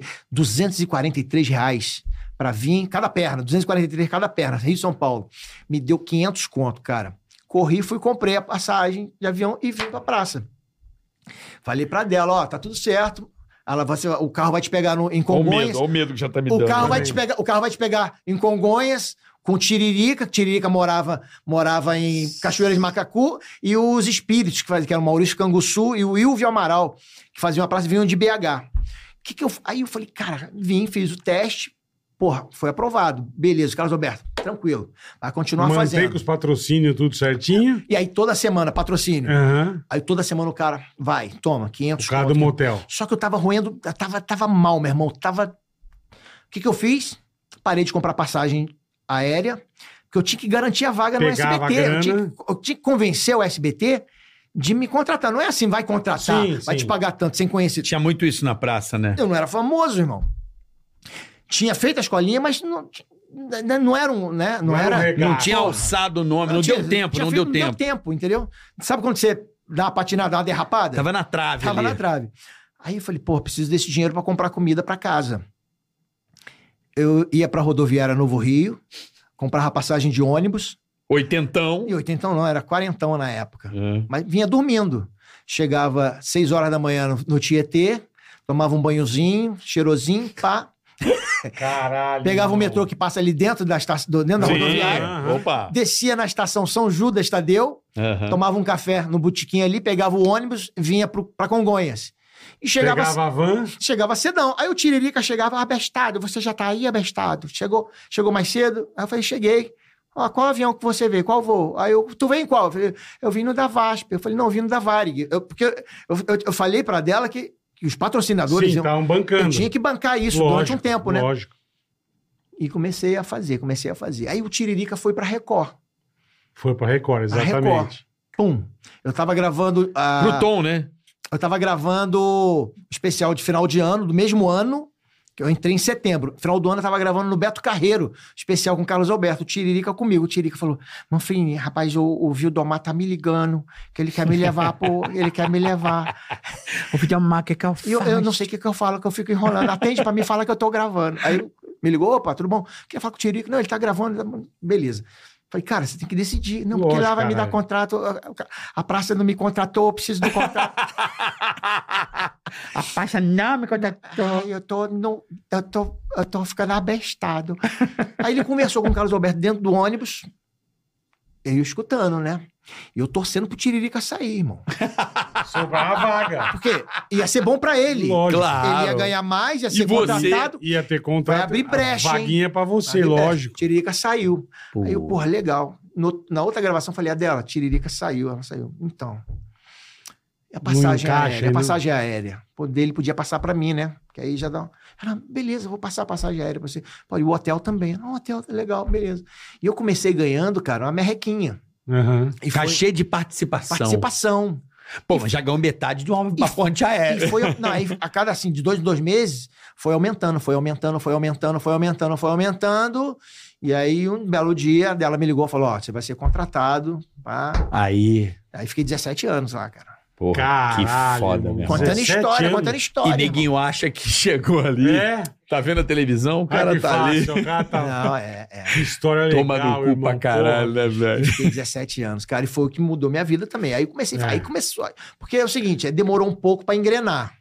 Speaker 1: 243 reais pra vir, cada perna, 243 cada perna, Rio de São Paulo. Me deu 500 conto, cara. Corri, fui, comprei a passagem de avião e vim pra praça. Falei pra dela, ó, tá tudo certo. Ela, você, o carro vai te pegar no, em
Speaker 10: Olha o
Speaker 1: Congonhas.
Speaker 10: medo, olha o medo que já tá me dando.
Speaker 1: O carro, vai
Speaker 10: né?
Speaker 1: te pegar, o carro vai te pegar em Congonhas, com Tiririca, que Tiririca morava, morava em Cachoeira de Macacu, e os espíritos, que, faz- que eram o Maurício Canguçu e o Ilvio Amaral, que faziam a praça, vinham de BH. Que que eu, aí eu falei, cara, vim, fiz o teste, porra, foi aprovado. Beleza, Carlos Alberto, tranquilo. Vai continuar
Speaker 3: Mantém
Speaker 1: fazendo.
Speaker 3: com os patrocínios tudo certinho.
Speaker 1: E aí toda semana,
Speaker 3: É.
Speaker 1: patrocínio.
Speaker 3: Aham.
Speaker 1: Aí toda semana o cara, vai, toma,
Speaker 3: O
Speaker 1: 500
Speaker 3: cara do
Speaker 1: conto.
Speaker 3: motel.
Speaker 1: Só que eu tava roendo, eu tava, tava mal, meu irmão. eu Tava. O que, que eu fiz? Parei de comprar passagem aérea, porque eu tinha que garantir a vaga
Speaker 3: Pegava
Speaker 1: no
Speaker 3: a
Speaker 1: SBT. Eu
Speaker 3: grana.
Speaker 1: tinha, que- eu tinha que convencer o SBT de me contratar. Não é assim, vai contratar,
Speaker 3: Sim,
Speaker 1: vai
Speaker 3: sim.
Speaker 1: te pagar tanto sem conhecer.
Speaker 5: Tinha muito isso na praça, né?
Speaker 1: Eu não era famoso, irmão. Tinha feito a escolinha, mas não, n- não era um. Né? Não,
Speaker 3: era um
Speaker 1: era.
Speaker 3: regalo.
Speaker 5: Não tinha
Speaker 1: porra.
Speaker 5: alçado o nome, não
Speaker 1: tinha-
Speaker 5: deu tempo,
Speaker 1: tinha
Speaker 5: não
Speaker 1: feito-
Speaker 5: deu tempo.
Speaker 1: Não deu tempo, entendeu? Sabe quando você dá uma patinada, uma derrapada?
Speaker 5: Tava na trave
Speaker 1: Tava
Speaker 5: ali.
Speaker 1: na trave. Aí eu falei, pô, preciso desse dinheiro pra comprar comida pra casa. Eu ia pra rodoviária Novo Rio, comprava passagem de ônibus,
Speaker 10: Oitentão.
Speaker 1: e oitentão não, era quarentão na época. Mas vinha dormindo. Chegava seis horas da manhã no, no Tietê, tomava um banhozinho, cheirosinho, pá.
Speaker 3: Caralho.
Speaker 1: Pegava o
Speaker 3: irmão.
Speaker 1: metrô que passa ali dentro da, esta, do- dentro da
Speaker 10: Sim.
Speaker 1: rodoviária.
Speaker 3: Aham.
Speaker 5: Opa.
Speaker 1: Descia na estação São Judas Tadeu, tomava um café no botequim ali, pegava o ônibus, vinha pro, pra Congonhas. E chegava,
Speaker 3: Pegava a van.
Speaker 1: Chegava cedão. Aí o Tiririca chegava, abestado, você já tá aí, abestado. Chegou, chegou mais cedo? Aí eu falei, cheguei. Ó, qual avião que você veio? Qual voo? Aí eu, tu vem em qual? Eu falei, eu vim no da VASP. Eu falei, não, eu vim no da Varig. Eu, porque eu, eu, eu falei pra dela que, que os patrocinadores,
Speaker 3: Sim,
Speaker 1: eu,
Speaker 3: estavam bancando.
Speaker 1: eu tinha que bancar isso durante um
Speaker 3: Lógico,
Speaker 1: tempo, né?
Speaker 3: Lógico.
Speaker 1: E comecei a fazer, comecei a fazer. Aí o Tiririca foi pra Record.
Speaker 3: Foi pra Record,
Speaker 1: Pra Record.
Speaker 3: exatamente.
Speaker 1: Pum. Eu tava gravando... ah,
Speaker 10: Pro Tom, né?
Speaker 1: Eu tava gravando especial de final de ano, do mesmo ano, que eu entrei em setembro. Final do ano eu tava gravando no Beto Carreiro, especial com Carlos Alberto, o Tiririca comigo. O Tiririca falou: Manfrini, rapaz, o, o Vildomar tá me ligando, que ele quer me levar, pô, ele quer me levar.
Speaker 8: Vou pedir uma marca que eu
Speaker 1: E eu, eu não sei o que, que eu falo, que eu fico enrolando. Atende pra mim falar que eu tô gravando. Aí me ligou, opa, tudo bom? Quer falar com o Tiririca? Não, ele tá gravando, ele tá- beleza. Falei, cara, você tem que decidir. Não, porque
Speaker 3: Lógico,
Speaker 1: lá vai me dar
Speaker 3: caralho.
Speaker 1: contrato. A praça não me contratou, eu preciso do contrato.
Speaker 8: A faixa não me
Speaker 1: Ai, eu tô, não, eu tô, eu tô ficando abestado. Aí ele conversou com o Carlos Alberto dentro do ônibus, eu escutando, né? E eu torcendo pro Tiririca sair, irmão.
Speaker 3: Sobrava a vaga.
Speaker 1: Porque ia ser bom pra ele.
Speaker 3: Lógico.
Speaker 1: Ele ia ganhar mais, ia ser
Speaker 10: você?
Speaker 1: contratado.
Speaker 3: Ia ter contrato.
Speaker 1: Vai abrir brecha, hein?
Speaker 3: Vaguinha pra você,
Speaker 1: Aí,
Speaker 3: lógico.
Speaker 1: é, Tiririca saiu. Aí eu, porra, legal. No- na outra gravação, eu falei, a dela, Tiririca saiu, ela saiu. Então. E A passagem
Speaker 3: encaixa,
Speaker 1: aérea, a
Speaker 3: né?
Speaker 1: passagem aérea. Pô, dele podia passar pra mim, né? Que aí já dá. um- Ela, beleza, eu vou passar a passagem aérea pra você. Pô, e o hotel também. Ah, o hotel, legal, beleza. E eu comecei ganhando, cara, uma merrequinha.
Speaker 3: Aham.
Speaker 1: E foi
Speaker 5: Cachê tá de participação.
Speaker 1: participação.
Speaker 5: Pô, mas já ganhou metade de
Speaker 3: Um
Speaker 5: uma, uma
Speaker 1: E-
Speaker 5: ponte aérea.
Speaker 1: E foi, não, aí a cada assim, de dois em dois meses, foi aumentando, foi aumentando, foi aumentando, foi aumentando, foi aumentando. E aí, um belo dia, dela me ligou e falou: Ó, você vai ser contratado. pá.
Speaker 5: Aí.
Speaker 1: Aí fiquei 17 anos lá, cara.
Speaker 5: Porra,
Speaker 3: Caralho,
Speaker 5: que foda,
Speaker 3: irmão.
Speaker 5: meu irmão.
Speaker 1: Contando
Speaker 3: 17
Speaker 1: história,
Speaker 3: anos.
Speaker 1: contando
Speaker 5: E
Speaker 1: história.
Speaker 5: ninguém acha que (laughs) chegou ali.
Speaker 3: É?
Speaker 5: Tá vendo a televisão? O cara
Speaker 3: Ai, que
Speaker 5: tá
Speaker 3: fácil, O cara
Speaker 1: (laughs) irmão.
Speaker 3: tá...
Speaker 1: Não, é, é.
Speaker 3: Que história legal,
Speaker 5: Toma no cu
Speaker 3: irmão.
Speaker 5: pra caralho, né, velho?
Speaker 1: Fiquei 17 anos, cara, e foi o que mudou minha vida também. Aí comecei,
Speaker 3: É.
Speaker 1: aí começou. Porque é o seguinte, é, demorou um pouco pra engrenar.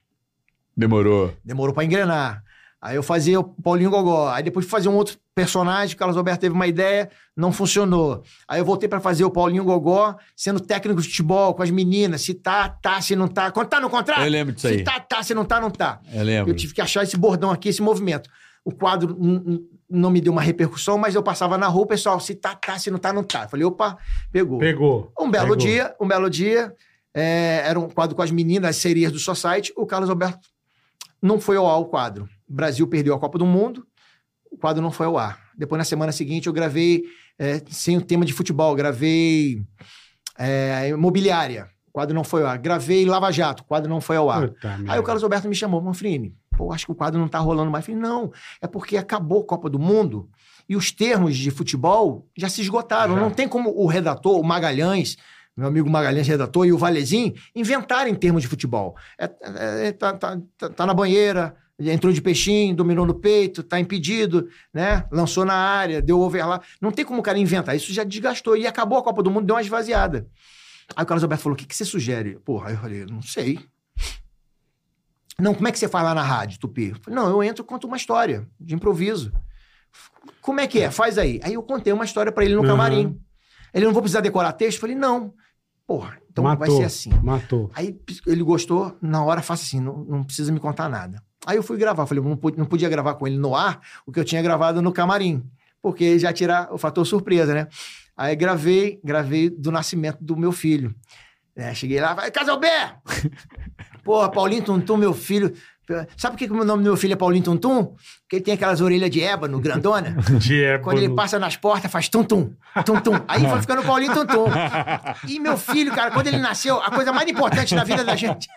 Speaker 5: Demorou.
Speaker 1: Demorou pra engrenar. Aí eu fazia o Paulinho Gogó. Aí depois fui fazer um outro personagem, o Carlos Alberto teve uma ideia, não funcionou. Aí eu voltei pra fazer o Paulinho Gogó, sendo técnico de futebol com as meninas, se tá, tá, se não tá. Quando tá no contrato,
Speaker 5: Eu lembro disso
Speaker 1: se
Speaker 5: aí.
Speaker 1: tá, tá, se não tá, não tá.
Speaker 5: Eu
Speaker 4: É
Speaker 5: lembro.
Speaker 1: Eu tive que achar esse bordão aqui, esse movimento. O quadro hum, hum, não me deu uma repercussão, mas eu passava na rua, o pessoal, se tá, tá, se não tá, não tá. Eu falei, opa, pegou.
Speaker 3: Pegou.
Speaker 1: Um belo
Speaker 3: Pegou.
Speaker 1: dia, um belo dia, é, era um quadro com as meninas, as sereias do Society, o Carlos Alberto não foi ao quadro. O Brasil perdeu a Copa do Mundo, o quadro não foi ao ar. Depois, na semana seguinte, eu gravei é, sem o tema de futebol, gravei é, imobiliária, o quadro não foi ao ar. Gravei Lava Jato, o quadro não foi ao ar.
Speaker 3: Puta
Speaker 1: Aí
Speaker 3: merda.
Speaker 1: o Carlos Alberto me chamou, Manfrini, pô, acho que o quadro não tá rolando mais. Eu falei, não, é porque acabou a Copa do Mundo e os termos de futebol já se esgotaram.
Speaker 3: Já.
Speaker 1: Não tem como o redator, o Magalhães, meu amigo Magalhães, redator, e o Valezin inventarem termos de futebol. É, é- é- tá, tá- tá- tá na banheira, entrou de peixinho, dominou no peito, tá impedido, né? Lançou na área, deu overlap. Não tem como o cara inventar. Isso já desgastou. E acabou a Copa do Mundo, deu uma esvaziada. Aí o Carlos Alberto falou: o que, que você sugere? Porra, aí eu falei, não sei. Não, como é que você faz lá na rádio, Tupi? Eu falei, Não, eu entro e conto uma história, de improviso. Como é que é? Faz aí. Aí eu contei uma história pra ele no
Speaker 3: Aham.
Speaker 1: camarim. Ele, não vou precisar decorar texto? Eu falei, não. Porra, então vai
Speaker 3: Matou.
Speaker 1: ser assim. (laughs)
Speaker 3: Matou.
Speaker 1: Aí ele gostou, na hora faça assim, não, não precisa me contar nada. Aí eu fui gravar, falei, não pude- não podia gravar com ele no ar o que eu tinha gravado no camarim, porque já tirar o fator surpresa, né? Aí gravei, gravei do nascimento do meu filho. né? cheguei lá, falei, Casalbé! Porra, Paulinho Tuntum, meu filho. Sabe por que, que o nome do meu filho é Paulinho Tuntum? Porque ele tem aquelas orelhas de ébano, grandona.
Speaker 3: Diego.
Speaker 1: Quando ele passa nas portas, faz tum-tum, tum-tum. Aí vai ficando o Paulinho tum-tum. E meu filho, cara, quando ele nasceu, a coisa mais importante na vida da gente.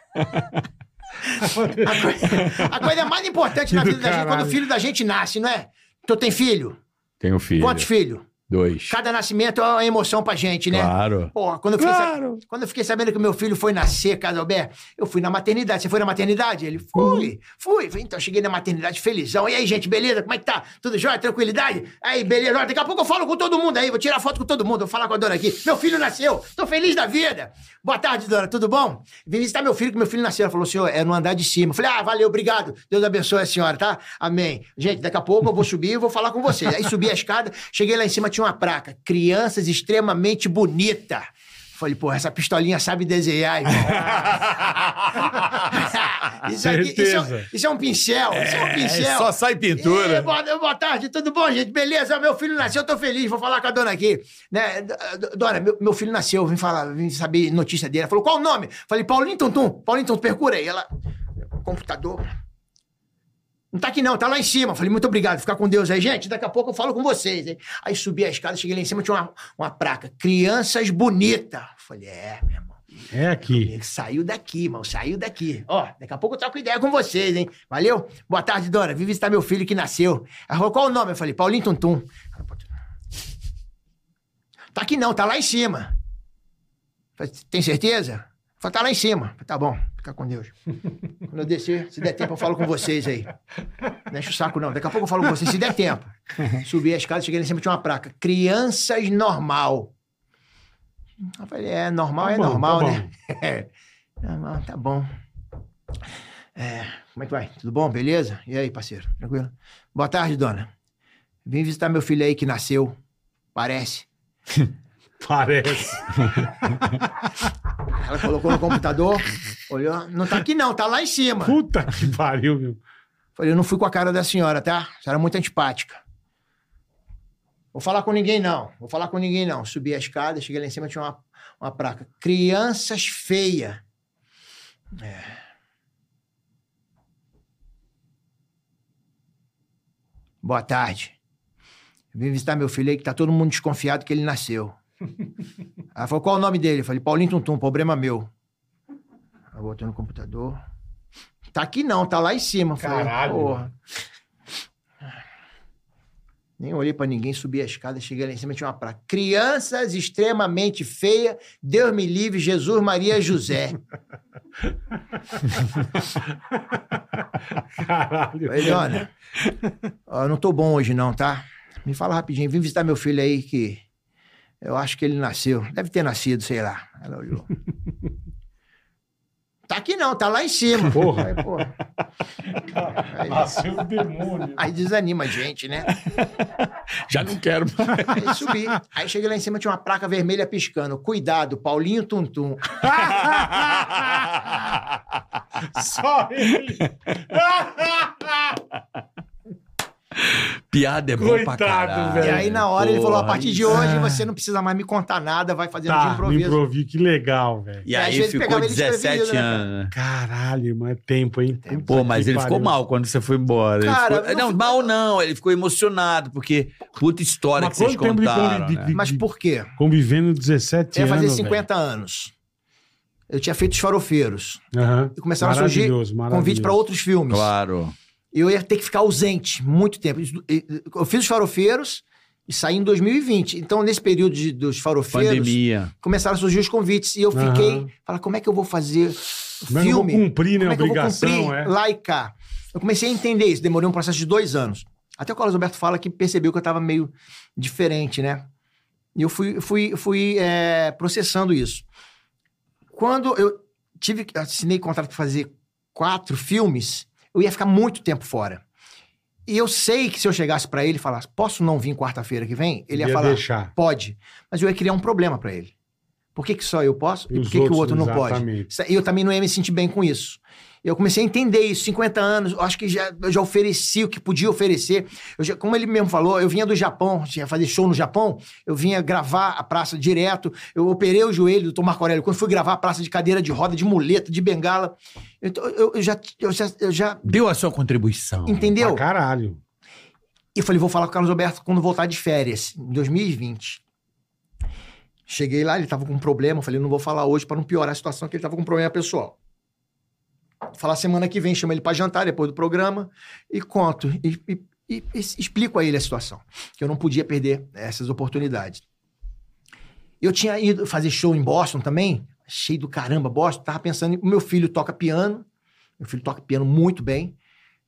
Speaker 1: A coisa, a coisa mais importante na
Speaker 3: Que do
Speaker 1: vida da gente é quando o
Speaker 3: caralho.
Speaker 1: filho da gente nasce, não é? Tu tem filho?
Speaker 5: um
Speaker 10: Tenho filho.
Speaker 1: Quantos filhos?
Speaker 10: Dois.
Speaker 1: Cada nascimento é uma emoção pra gente, né?
Speaker 10: Claro.
Speaker 1: Porra, quando eu, fiquei sa- quando eu fiquei sabendo que meu filho foi nascer, Casalbé, eu fui na maternidade. Você foi na maternidade? Ele, fui, fui. Falei, Então, cheguei na maternidade felizão. E aí, gente, beleza? Como é que tá? Tudo jóia? Tranquilidade? Aí, beleza. Olha, Daqui a pouco eu falo com todo mundo aí. Vou tirar foto com todo mundo. Vou falar com a dona aqui. Meu filho nasceu. Tô feliz da vida. Boa tarde, dona. Tudo bom? Vim visitar meu filho, que meu filho nasceu. Ela falou, senhor, é no andar de cima. Eu Falei, ah, valeu, obrigado. Deus abençoe a senhora, tá? Amém. Gente, daqui a pouco eu vou subir e vou falar com vocês. Aí subi a escada. Cheguei lá em cima, tinha uma placa. Crianças extremamente bonita. Falei, pô, essa pistolinha sabe desenhar, irmão. (laughs) isso, aqui, isso, é,
Speaker 3: Certeza.
Speaker 1: isso é um pincel, isso é um pincel.
Speaker 10: só sai pintura.
Speaker 1: Ê,
Speaker 3: É,
Speaker 1: boa, boa tarde, tudo bom, gente? Beleza? Meu filho nasceu, tô feliz, vou falar com a dona aqui. Né? D- d- Dona, meu, meu filho nasceu, vim falar, vim saber notícia dele. Ela falou, qual o nome? Falei, Paulinho Tuntum, Paulinho Tuntum, percura aí. Ela, computador. Não tá aqui não, tá lá em cima. Falei, muito obrigado, fica com Deus aí. Gente, daqui a pouco eu falo com vocês. Hein? Aí subi a escada, cheguei lá em cima, tinha uma, uma placa. Crianças bonita. Falei, é, meu irmão.
Speaker 3: É aqui.
Speaker 1: Ele saiu daqui, irmão, saiu daqui. Ó, daqui a pouco eu troco ideia com vocês, hein? Valeu? Boa tarde, dona. Vim visitar meu filho que nasceu. Ela falou, qual o nome? Eu falei, Paulinho Tuntum. Ela, "Pô, tu- Tá aqui não, tá lá em cima. Eu falei, tem certeza? Ela falou, tá lá em cima. Eu falei, tá bom, fica com Deus. Quando eu descer, se der tempo, eu falo com vocês aí. Não enche o saco, não. Daqui a pouco eu falo com vocês, se
Speaker 3: (laughs)
Speaker 1: der tempo. Subi a escada, cheguei lá em cima, tinha uma placa. Crianças normal. Eu falei, é, normal
Speaker 3: Tá
Speaker 1: é
Speaker 3: bom, tá
Speaker 1: normal,
Speaker 3: bom.
Speaker 1: né? (laughs) É. Ah, tá bom. É, como é que vai? Tudo bom? Beleza? E aí, parceiro? Tranquilo? Boa tarde, dona. Vim visitar meu filho aí que nasceu. Parece.
Speaker 3: Parece.
Speaker 1: Ela colocou no computador,
Speaker 3: (laughs)
Speaker 1: olhou. Não tá aqui não, tá lá em cima.
Speaker 3: Puta que pariu, meu.
Speaker 1: Falei, eu não fui com a cara da senhora, tá? A senhora é muito antipática. Vou falar com ninguém, não. Vou falar com ninguém, não. Subi a escada, cheguei lá em cima, tinha uma, uma placa. Crianças feia. É. Boa tarde. Vim visitar meu filho aí, que tá todo mundo desconfiado que ele nasceu. Ela falou, qual o nome dele? Eu falei, Paulinho Tuntum, problema meu. Aí eu botei no computador. Tá aqui não, tá lá em cima. Eu Falei,
Speaker 3: Caralho.
Speaker 1: Porra. Nem olhei pra ninguém, subi a escada, cheguei lá em cima, tinha uma placa. Crianças extremamente feia, Deus me livre, Jesus, Maria, José.
Speaker 3: Caralho.
Speaker 1: Falei, dona, ó, eu não tô bom hoje não, tá? Me fala rapidinho, vim visitar meu filho aí que eu acho que ele nasceu. Deve ter nascido, sei lá.
Speaker 3: (laughs)
Speaker 1: Ela olhou. Tá aqui não, tá lá em cima.
Speaker 3: Porra.
Speaker 1: Aí, porra. Aí,
Speaker 3: Nasceu o
Speaker 1: (laughs)
Speaker 3: demônio.
Speaker 1: aí desanima a gente, né?
Speaker 10: Já não quero mais.
Speaker 1: Aí subi. Aí cheguei lá em cima, tinha uma placa vermelha piscando. Cuidado, Paulinho Tuntum.
Speaker 3: Só ele.
Speaker 4: Piada é bom pra
Speaker 3: Coitado,
Speaker 4: caralho.
Speaker 3: velho.
Speaker 1: E aí, na hora, ele falou: a
Speaker 4: Porra,
Speaker 1: partir de hoje, você não precisa mais me contar nada, vai fazendo de
Speaker 3: é. Tá, no
Speaker 1: improviso.
Speaker 3: improviso, que legal, velho.
Speaker 4: E
Speaker 1: E às
Speaker 4: aí
Speaker 1: vezes
Speaker 4: ficou
Speaker 1: pegava ele
Speaker 4: 17
Speaker 1: desprevenido, né,
Speaker 4: anos. né?
Speaker 3: Caralho, irmão, é tempo, hein? Puta
Speaker 5: Pô,
Speaker 3: que
Speaker 5: mas ele
Speaker 3: pariu.
Speaker 5: ficou mal quando você foi embora. Ele
Speaker 1: Cara,
Speaker 5: ficou-
Speaker 1: não
Speaker 5: Não,
Speaker 1: fica-
Speaker 5: mal não. Ele ficou emocionado, porque puta história
Speaker 3: Mas
Speaker 5: que vocês
Speaker 3: quanto tempo ele
Speaker 5: contaram.
Speaker 3: convive-
Speaker 5: né?
Speaker 3: de-
Speaker 1: Mas
Speaker 3: de-
Speaker 1: por quê?
Speaker 3: Convivendo 17
Speaker 1: Eu ia
Speaker 3: anos.
Speaker 1: fazer
Speaker 3: velho.
Speaker 1: 50 anos. Eu tinha feito os farofeiros.
Speaker 3: Aham.
Speaker 1: E começaram a é surgir
Speaker 3: Maravilhoso, maravilhoso.
Speaker 1: convite para outros filmes.
Speaker 5: né? Claro.
Speaker 1: E Eu ia ter que ficar ausente muito tempo. Isso- e- e- Eu fiz os farofeiros e saí em 2020. Então, nesse período de- dos farofeiros,
Speaker 5: Pandemia.
Speaker 1: começaram a surgir os convites. E eu fiquei.
Speaker 3: Aham.
Speaker 1: Falei, como é que eu vou fazer
Speaker 3: Mas
Speaker 1: filme?
Speaker 3: não vou cumprir, né?
Speaker 1: como é que eu vou
Speaker 3: obrigação,
Speaker 1: cumprir
Speaker 3: é.
Speaker 1: lá e cá? Eu comecei a entender isso. Demorei um processo de dois anos. Até o Carlos Alberto fala que percebeu que eu tava meio diferente, né? E eu fui, fui, fui é, processando isso. Quando eu tive, assinei contrato para fazer quatro filmes, eu ia ficar muito tempo fora. E eu sei que se eu chegasse para ele e falasse, posso não vir quarta-feira que vem? Ele ia, falar,
Speaker 3: deixar.
Speaker 1: pode. Mas eu ia criar um problema para ele. Por que, que só eu posso e,
Speaker 3: E
Speaker 1: por
Speaker 3: os
Speaker 1: que, que o
Speaker 3: outros,
Speaker 1: outro não
Speaker 3: exatamente.
Speaker 1: pode? Isso- E eu também não ia me sentir bem com isso. Eu comecei a entender isso, 50 anos, eu acho que já, eu já ofereci o que podia oferecer. Eu já- como ele mesmo falou, eu vinha do Japão, tinha que fazer show no Japão, eu vinha gravar a praça direto, eu operei o joelho do Tom Marco Aurélio. Quando fui gravar a praça de cadeira de roda, de muleta, de bengala, então eu, eu já, eu já- eu já-
Speaker 4: Deu a sua contribuição.
Speaker 1: Entendeu?
Speaker 3: Pra caralho.
Speaker 1: E eu falei, vou falar com o Carlos Alberto quando voltar de férias, em 2020. Cheguei lá, ele tava com um problema, eu falei, não vou falar hoje para não piorar a situação, que ele tava com um problema pessoal. Falar semana que vem, chama ele para jantar depois do programa e conto. E, e- e- e explico a ele a situação, que eu não podia perder essas oportunidades. Eu tinha ido fazer show em Boston também, cheio do caramba, Boston, tava pensando, em- o meu filho toca piano, meu filho toca piano muito bem,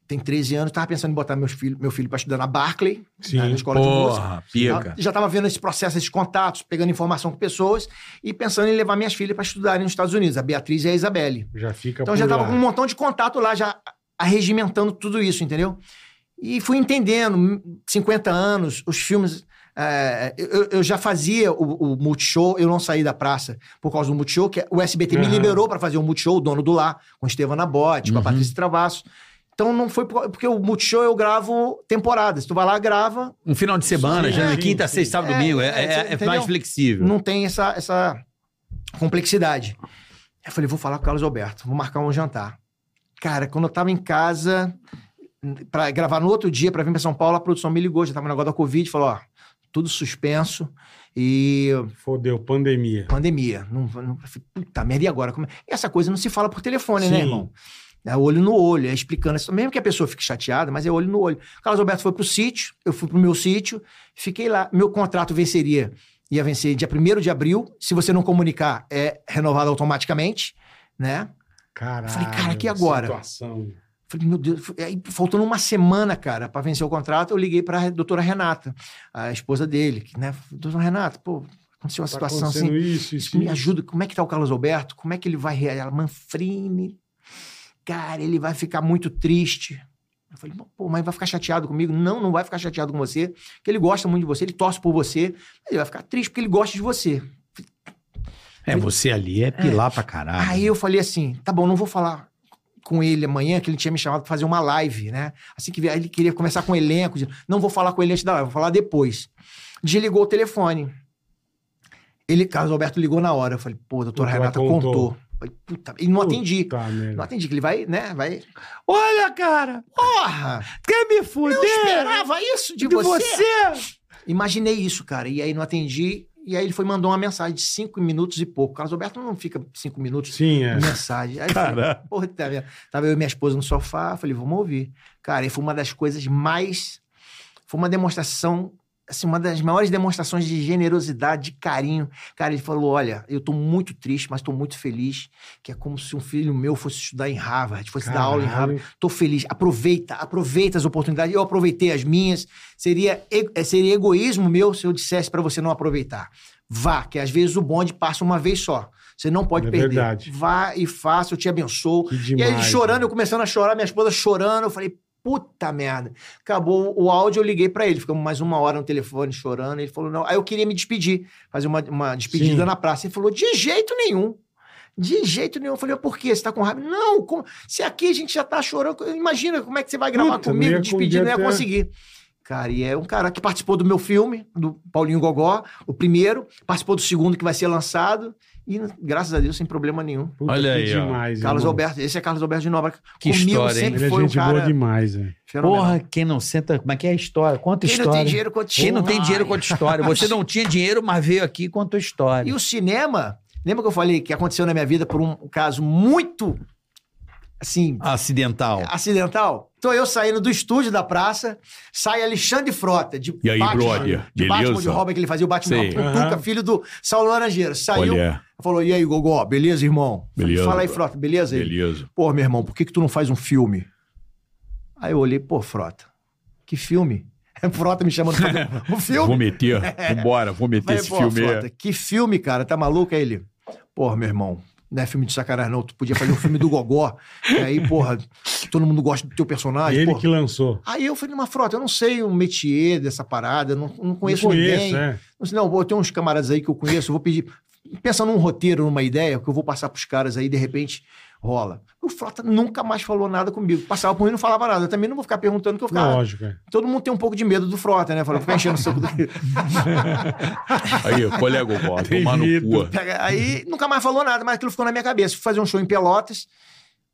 Speaker 1: tem 13 anos, tava pensando em botar meus filho, meu filho para estudar na Barclay,
Speaker 3: Sim.
Speaker 1: na escola de música.
Speaker 4: Porra,
Speaker 1: Já-
Speaker 4: pica.
Speaker 1: Já estava vendo esse processo, esses contatos, pegando informação com pessoas e pensando em levar minhas filhas para estudarem nos Estados Unidos, a Beatriz e a Isabelle.
Speaker 3: Já fica
Speaker 1: Então
Speaker 3: por
Speaker 1: já
Speaker 3: lá.
Speaker 1: estava com um montão de contato lá, já arregimentando tudo isso, entendeu? E fui entendendo, hum, 50 anos, os filmes. é, eu, eu já fazia o, o Multishow, eu não saí da praça por causa do Multishow, que o SBT me
Speaker 3: Aham.
Speaker 1: liberou para fazer o Multishow, o dono do lar, com Estevam Nabote, com a
Speaker 4: Uhum.
Speaker 1: Patrícia Travasso. Então não foi por- porque o Multishow eu gravo temporadas. Tu vai lá, grava,
Speaker 4: Um final de semana,
Speaker 3: Sim,
Speaker 4: já
Speaker 3: sim,
Speaker 4: quinta,
Speaker 3: sim.
Speaker 4: sexta, sábado,
Speaker 1: É,
Speaker 4: domingo. É,
Speaker 1: é,
Speaker 4: é-
Speaker 1: você
Speaker 4: é
Speaker 1: entendeu?
Speaker 4: mais flexível.
Speaker 1: não tem essa, essa complexidade. Eu falei, vou falar com o Carlos Alberto, vou marcar um jantar. Cara, quando eu tava em casa para gravar no outro dia, para vir para São Paulo, a produção me ligou, já tava no negócio da Covid, falou, ó, tudo suspenso e
Speaker 3: Fodeu, pandemia.
Speaker 1: pandemia. Não, não, eu falei, puta merda, e agora? Como é? E essa coisa não se fala por telefone, né,
Speaker 3: Sim.
Speaker 1: irmão? É olho no olho, é explicando isso. Mesmo que a pessoa fique chateada, mas é olho no olho. O Carlos Alberto foi pro sítio, eu fui pro meu sítio, fiquei lá. Meu contrato venceria, ia vencer dia 1 de abril. Se você não comunicar, é renovado automaticamente, né?
Speaker 3: Caralho.
Speaker 1: Falei, cara, que
Speaker 3: que
Speaker 1: agora?
Speaker 3: Situação.
Speaker 1: Falei, meu Deus, aí faltando uma semana, cara, para vencer o contrato, eu liguei para a doutora Renata, a esposa dele, que, né? Doutora Renata, pô, aconteceu uma
Speaker 3: Tá
Speaker 1: situação assim.
Speaker 3: acontecendo Isso, isso,
Speaker 1: Me
Speaker 3: isso.
Speaker 1: ajuda, como é que tá o Carlos Alberto? Como é que ele vai reagir? Ela, Manfrini, cara, ele vai ficar muito triste. Eu falei, pô, mas vai ficar chateado comigo? Não, não vai ficar chateado com você, porque ele gosta muito de você, ele torce por você, mas ele vai ficar triste porque ele gosta de você.
Speaker 4: É, você ali é pilar pra caralho.
Speaker 1: Aí eu falei assim, tá bom, não vou falar com ele amanhã, que ele tinha me chamado pra fazer uma live, né? Assim que vier, ele queria conversar com o elenco, de- não vou falar com ele antes da live, vou falar depois. Desligou o telefone. Ele, Carlos Alberto ligou na hora. Eu falei, pô,
Speaker 3: Doutora
Speaker 1: doutora Renata
Speaker 3: contou.
Speaker 1: contou. Eu Falei, puta, e não atendi.
Speaker 3: Puta merda.
Speaker 1: Não atendi, que ele vai, né? Vai.
Speaker 4: Olha, cara,
Speaker 1: Porra!
Speaker 4: quer me fuder?
Speaker 1: Esperava isso de,
Speaker 4: de
Speaker 1: você.
Speaker 4: você?
Speaker 1: Imaginei isso, cara. E aí não atendi. E aí ele foi e mandou uma mensagem de cinco minutos e pouco. Carlos Alberto não fica cinco minutos
Speaker 3: Sim, é.
Speaker 1: mensagem. Aí eu falei, puta merda. Tava eu e minha esposa no sofá, falei, vamos ouvir. Cara, e foi uma das coisas mais. Foi uma demonstração, assim, uma das maiores demonstrações de generosidade, de carinho. Cara, ele falou: olha, eu tô muito triste, mas tô muito feliz, que é como se um filho meu fosse estudar em Harvard, fosse dar aula em Harvard.
Speaker 3: Caralho.
Speaker 1: Tô feliz. Aproveita, aproveita as oportunidades. Eu aproveitei as minhas. Seria, e- eh, seria egoísmo meu se eu dissesse pra você não aproveitar. Vá, que às vezes o bonde passa uma vez só. Você não pode
Speaker 3: É
Speaker 1: perder.
Speaker 3: verdade.
Speaker 1: Vá e faça, eu te abençoo.
Speaker 3: Que
Speaker 1: E
Speaker 3: demais.
Speaker 1: aí ele chorando, eu começando a chorar, minha esposa chorando. Eu falei, puta merda. Acabou o áudio, eu liguei pra ele. Ficamos mais uma hora no telefone chorando. Ele falou, não. Aí eu queria me despedir, fazer uma, uma despedida
Speaker 3: Sim.
Speaker 1: na praça. Ele falou, de jeito nenhum. De jeito nenhum. Eu falei, "Mas por quê? Você tá com raiva? Não, como- se aqui a gente já tá chorando, imagina como é que você vai gravar
Speaker 3: Puta, não
Speaker 1: comigo,
Speaker 3: ia
Speaker 1: despedir, não ia
Speaker 3: até-
Speaker 1: conseguir. Cara, e é um cara que participou do meu filme, do Paulinho Gogó, o primeiro, participou do segundo que vai ser lançado, e graças a Deus, sem problema nenhum.
Speaker 3: né? Puta,
Speaker 10: Olha
Speaker 3: que
Speaker 10: aí, ó.
Speaker 3: demais,
Speaker 1: Carlos
Speaker 3: irmão.
Speaker 1: Alberto, esse é Carlos Alberto de Nobra.
Speaker 4: Que história, hein?
Speaker 1: sempre
Speaker 3: Ele é
Speaker 1: foi um
Speaker 3: gente boa
Speaker 1: cara
Speaker 3: demais, é. velho.
Speaker 1: fenomenal.
Speaker 4: Porra, quem não senta. Mas que é a história? Conta
Speaker 1: Quem não
Speaker 4: história.
Speaker 1: tem dinheiro, continua.
Speaker 4: Quem não tem dinheiro, conta história. Você não tinha dinheiro, mas veio aqui e contou história.
Speaker 1: E o cinema, lembra que eu falei que aconteceu na minha vida por um caso muito, assim,
Speaker 4: Acidental.
Speaker 1: acidental? Então eu saindo do estúdio da praça, sai Alexandre Frota, de
Speaker 10: E aí, brother?
Speaker 1: de Batman de
Speaker 10: Beleza?
Speaker 1: Robin, que ele fazia o Batman
Speaker 10: Sei.
Speaker 1: com o Tuca,
Speaker 3: Aham.
Speaker 1: filho do Saulo Laranjeira. Saiu,
Speaker 10: Olha,
Speaker 1: falou, e aí, Gogó, beleza, irmão? Falei,
Speaker 10: Beleza.
Speaker 1: Fala aí, Frota, beleza? Ele,
Speaker 10: beleza.
Speaker 1: Pô, meu irmão, por que, que tu não faz um filme? Aí eu olhei, pô, Frota, que filme? (laughs) Frota me chamando pra fazer um filme?
Speaker 10: Vou meter, vambora, vou meter
Speaker 1: Falei,
Speaker 10: esse
Speaker 1: pô,
Speaker 10: filme. aí.
Speaker 1: Frota, que filme, cara? Tá maluco? Aí ele, porra, meu irmão, não é filme de sacanagem, não. Tu podia fazer um filme do Gogó. E aí, porra, todo mundo gosta do teu personagem.
Speaker 3: Ele
Speaker 1: porra.
Speaker 3: que lançou.
Speaker 1: Aí eu falei, mas Frota, eu não sei o métier dessa parada, eu não, não conheço,
Speaker 3: Não
Speaker 1: ninguém.
Speaker 3: é.
Speaker 1: Eu disse, assim, não, vou ter uns camaradas aí que eu conheço, eu vou pedir. Pensa num roteiro, numa ideia, que eu vou passar pros caras aí, de repente, rola. O Frota nunca mais falou nada comigo. Passava por mim e não falava nada. Eu também não vou ficar perguntando que eu ficava.
Speaker 3: Lógico, é.
Speaker 1: Todo mundo tem um pouco de medo do Frota, né? Falei, vou ficar enchendo o saco dele.
Speaker 10: Aí, colega, eu gosto,
Speaker 3: Tem
Speaker 10: tomar no
Speaker 3: medo.
Speaker 10: cu.
Speaker 1: Pega- Aí nunca mais falou nada, mas aquilo ficou na minha cabeça. Fui fazer um show em Pelotas.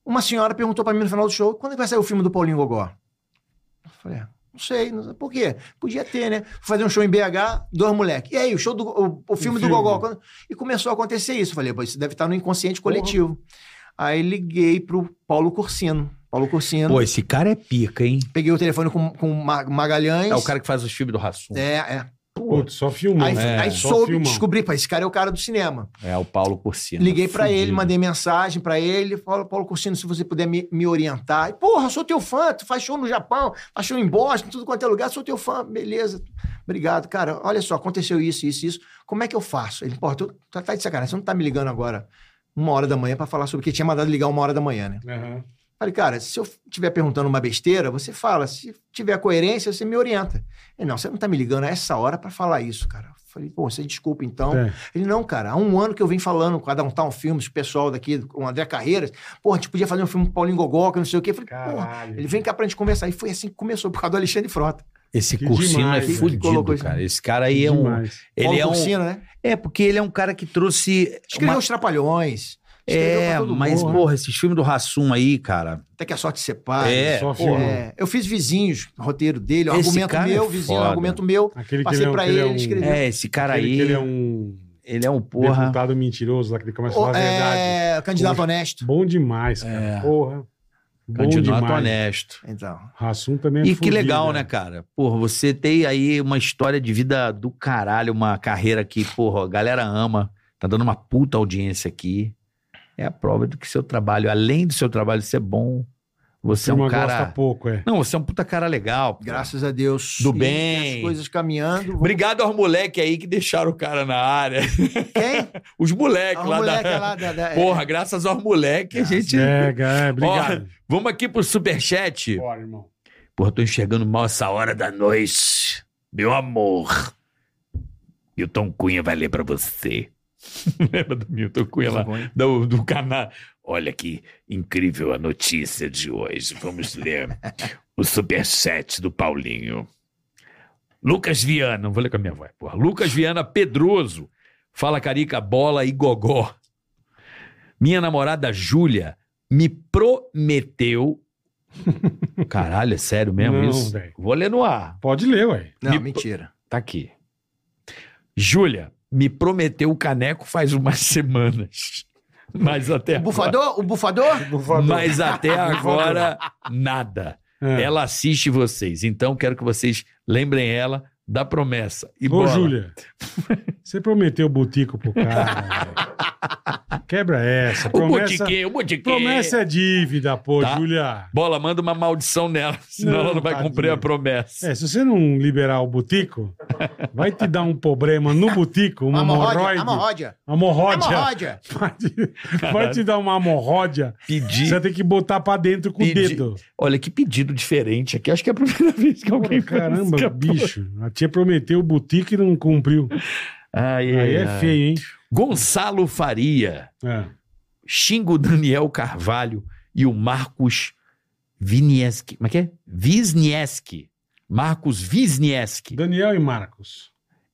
Speaker 1: Uma senhora perguntou pra mim no final do show: quando é que vai sair o filme do Paulinho Gogó? Eu falei: "Ah, não sei, não sei. por quê? Podia ter, né? Fui fazer um show em BH, dois moleques. E aí, o show do o, o filme do
Speaker 3: filme.
Speaker 1: Gogó. Quando- E começou a acontecer isso. Eu Falei, pô, isso deve estar no inconsciente coletivo. Aí liguei pro Paulo Corsino. Paulo Corsino.
Speaker 4: Pô, esse cara é pica, hein?
Speaker 1: Peguei o telefone com, com o Ma- Magalhães.
Speaker 4: É o cara que faz os filmes do Rassum.
Speaker 1: É, é.
Speaker 3: Putz, só filmou.
Speaker 1: Aí,
Speaker 3: É,
Speaker 1: aí
Speaker 3: só
Speaker 1: soube,
Speaker 3: filmão.
Speaker 1: descobri, pá, esse cara é o cara do cinema.
Speaker 4: É, o Paulo Corsino.
Speaker 1: Liguei pra
Speaker 4: Fudido.
Speaker 1: ele, mandei mensagem pra ele, Paulo, Paulo Cursino, se você puder me, me orientar. E, Porra, sou teu fã, tu faz show no Japão, faz show em Boston, tudo quanto é lugar, sou teu fã, beleza. Obrigado, cara. Olha só, aconteceu isso, isso, isso. Como é que eu faço? Ele, porra, tu tá, tá de sacanagem, você não tá me ligando agora uma hora da manhã pra falar sobre o que tinha mandado ligar uma hora da manhã, né?
Speaker 3: Aham.
Speaker 1: Falei, cara, se eu estiver perguntando uma besteira, você fala. Se tiver coerência, você me orienta. Ele, não, você não tá me ligando a essa hora pra falar isso, cara. Falei, pô, você desculpa então.
Speaker 3: É.
Speaker 1: Ele, não, cara, há um ano que eu venho falando com a Downtown Filmes, o pessoal daqui, com o André Carreiras. Pô, a gente podia fazer um filme com o Paulinho Gogó, que não sei o quê. Falei, porra,
Speaker 3: Caralho.
Speaker 1: ele vem cá pra gente conversar. E foi assim que começou, por causa do Alexandre Frota.
Speaker 4: Esse
Speaker 3: Que
Speaker 4: Cursino
Speaker 3: demais, né?
Speaker 4: é
Speaker 3: velho.
Speaker 1: Colocou
Speaker 4: fudido,
Speaker 1: isso.
Speaker 4: cara. Esse cara aí é um.
Speaker 3: Demais.
Speaker 4: Ele
Speaker 1: Paulo
Speaker 4: é um.
Speaker 1: Cursino, né?
Speaker 4: É, porque ele é um cara que trouxe.
Speaker 1: Escreveu
Speaker 4: Uma...
Speaker 1: Os Trapalhões. escreveu
Speaker 4: É,
Speaker 1: pra todo
Speaker 4: mas,
Speaker 1: mundo.
Speaker 4: porra, esses filmes do Rassum aí, cara.
Speaker 1: Até que a sorte separe.
Speaker 4: É,
Speaker 3: só
Speaker 4: pô,
Speaker 3: filmou.
Speaker 1: É, eu fiz vizinhos, roteiro dele,
Speaker 4: Esse
Speaker 1: argumento
Speaker 4: cara é
Speaker 1: meu, vizinho,
Speaker 4: foda.
Speaker 1: argumento meu.
Speaker 3: Aquele que
Speaker 1: Passei
Speaker 3: ele é um-
Speaker 1: pra
Speaker 3: que ele,
Speaker 1: ele,
Speaker 3: é um,
Speaker 1: ele escreveu.
Speaker 4: É, esse cara
Speaker 3: aquele que
Speaker 4: aí.
Speaker 3: ele é um
Speaker 4: Ele é um porra.
Speaker 3: deputado mentiroso lá que ele começa a
Speaker 1: O-
Speaker 3: falar a verdade.
Speaker 1: é, candidato
Speaker 3: Hoje-
Speaker 1: honesto.
Speaker 3: Bom demais, cara.
Speaker 4: É.
Speaker 3: Porra. Bom
Speaker 4: Candidato
Speaker 3: demais.
Speaker 4: honesto.
Speaker 1: Então.
Speaker 3: Rassum também é
Speaker 4: né? E que
Speaker 3: fudido,
Speaker 4: legal, né, cara? Porra, você tem aí uma história de vida do caralho, uma carreira que, porra, a galera ama. Tá dando uma puta audiência aqui. É a prova de que seu trabalho, além do seu trabalho ser bom, você é um
Speaker 3: Turma
Speaker 4: cara.
Speaker 3: gosta pouco, é.
Speaker 4: Não, você é um puta cara legal. pô.
Speaker 1: Graças a Deus.
Speaker 4: Do
Speaker 1: E
Speaker 4: bem.
Speaker 1: As
Speaker 4: (laughs)
Speaker 1: coisas caminhando.
Speaker 4: Obrigado aos moleques aí que deixaram o cara na área.
Speaker 1: Quem?
Speaker 4: Os moleques
Speaker 1: A
Speaker 4: É lá
Speaker 1: moleque é
Speaker 4: da.
Speaker 1: lá da... da-
Speaker 4: Porra, graças aos moleques, a gente.
Speaker 3: Pega, é, obrigado.
Speaker 4: Vamos aqui pro superchat.
Speaker 3: Bora, irmão.
Speaker 4: Porra, tô enxergando mal essa hora da noite. Meu amor. Milton Cunha vai ler pra você. (laughs) Lembra do Milton Cunha lá? Do, do canal. Olha que incrível a notícia de hoje. Vamos
Speaker 3: (laughs)
Speaker 4: ler o superchat do Paulinho. Lucas Viana, vou ler com a minha voz, porra. Lucas Viana Pedroso. Fala, Carica, bola e gogó. Minha namorada Júlia me
Speaker 3: (laughs)
Speaker 4: prometeu. Caralho, é sério mesmo
Speaker 3: Não,
Speaker 4: isso?
Speaker 3: velho.
Speaker 4: Vou ler no ar.
Speaker 3: Pode ler, ué.
Speaker 1: Não,
Speaker 4: Me-
Speaker 1: mentira.
Speaker 4: Tá aqui. Júlia, me prometeu o caneco faz umas (laughs) semanas. Mas até
Speaker 3: Um
Speaker 1: O
Speaker 4: agora,
Speaker 1: bufador? O bufador?
Speaker 4: mas até agora nada.
Speaker 3: É.
Speaker 4: Ela assiste vocês, então quero que vocês lembrem ela da promessa. E
Speaker 3: Ô,
Speaker 4: bola. (laughs)
Speaker 3: Júlia, você prometeu o botico pro cara. velho. Quebra essa.
Speaker 4: o
Speaker 3: Promessa,
Speaker 4: botiquinho, o botiquinho.
Speaker 3: promessa é dívida, pô,
Speaker 4: Tá.
Speaker 3: Júlia.
Speaker 4: Bola, manda uma maldição nela, (laughs) senão
Speaker 3: Não,
Speaker 4: ela não vai
Speaker 3: tadinha.
Speaker 4: cumprir a promessa.
Speaker 3: É, se você não liberar o botico, vai te dar um problema no botico, uma hemorroide.
Speaker 1: Amorródia.
Speaker 3: Hemorródia. (laughs)
Speaker 1: Amorródia.
Speaker 3: Vai te- Vai te dar uma hemorródia.
Speaker 4: Pedi.
Speaker 3: Você vai ter que botar pra dentro com
Speaker 4: Pedi-
Speaker 3: o dedo.
Speaker 4: Olha que pedido diferente aqui. Acho que é a primeira (laughs) vez que alguém faz
Speaker 3: Caramba,
Speaker 4: isso.
Speaker 3: bicho. A tia prometeu o botico e não cumpriu.
Speaker 4: Ai, ai,
Speaker 3: Aí é
Speaker 4: ai.
Speaker 3: feio, hein?
Speaker 4: Gonçalo Faria.
Speaker 3: É.
Speaker 4: xingo o Daniel Carvalho e o Marcos Vinieski. Como é que é? Wisniewski. Marcos Wisniewski.
Speaker 3: Daniel e Marcos.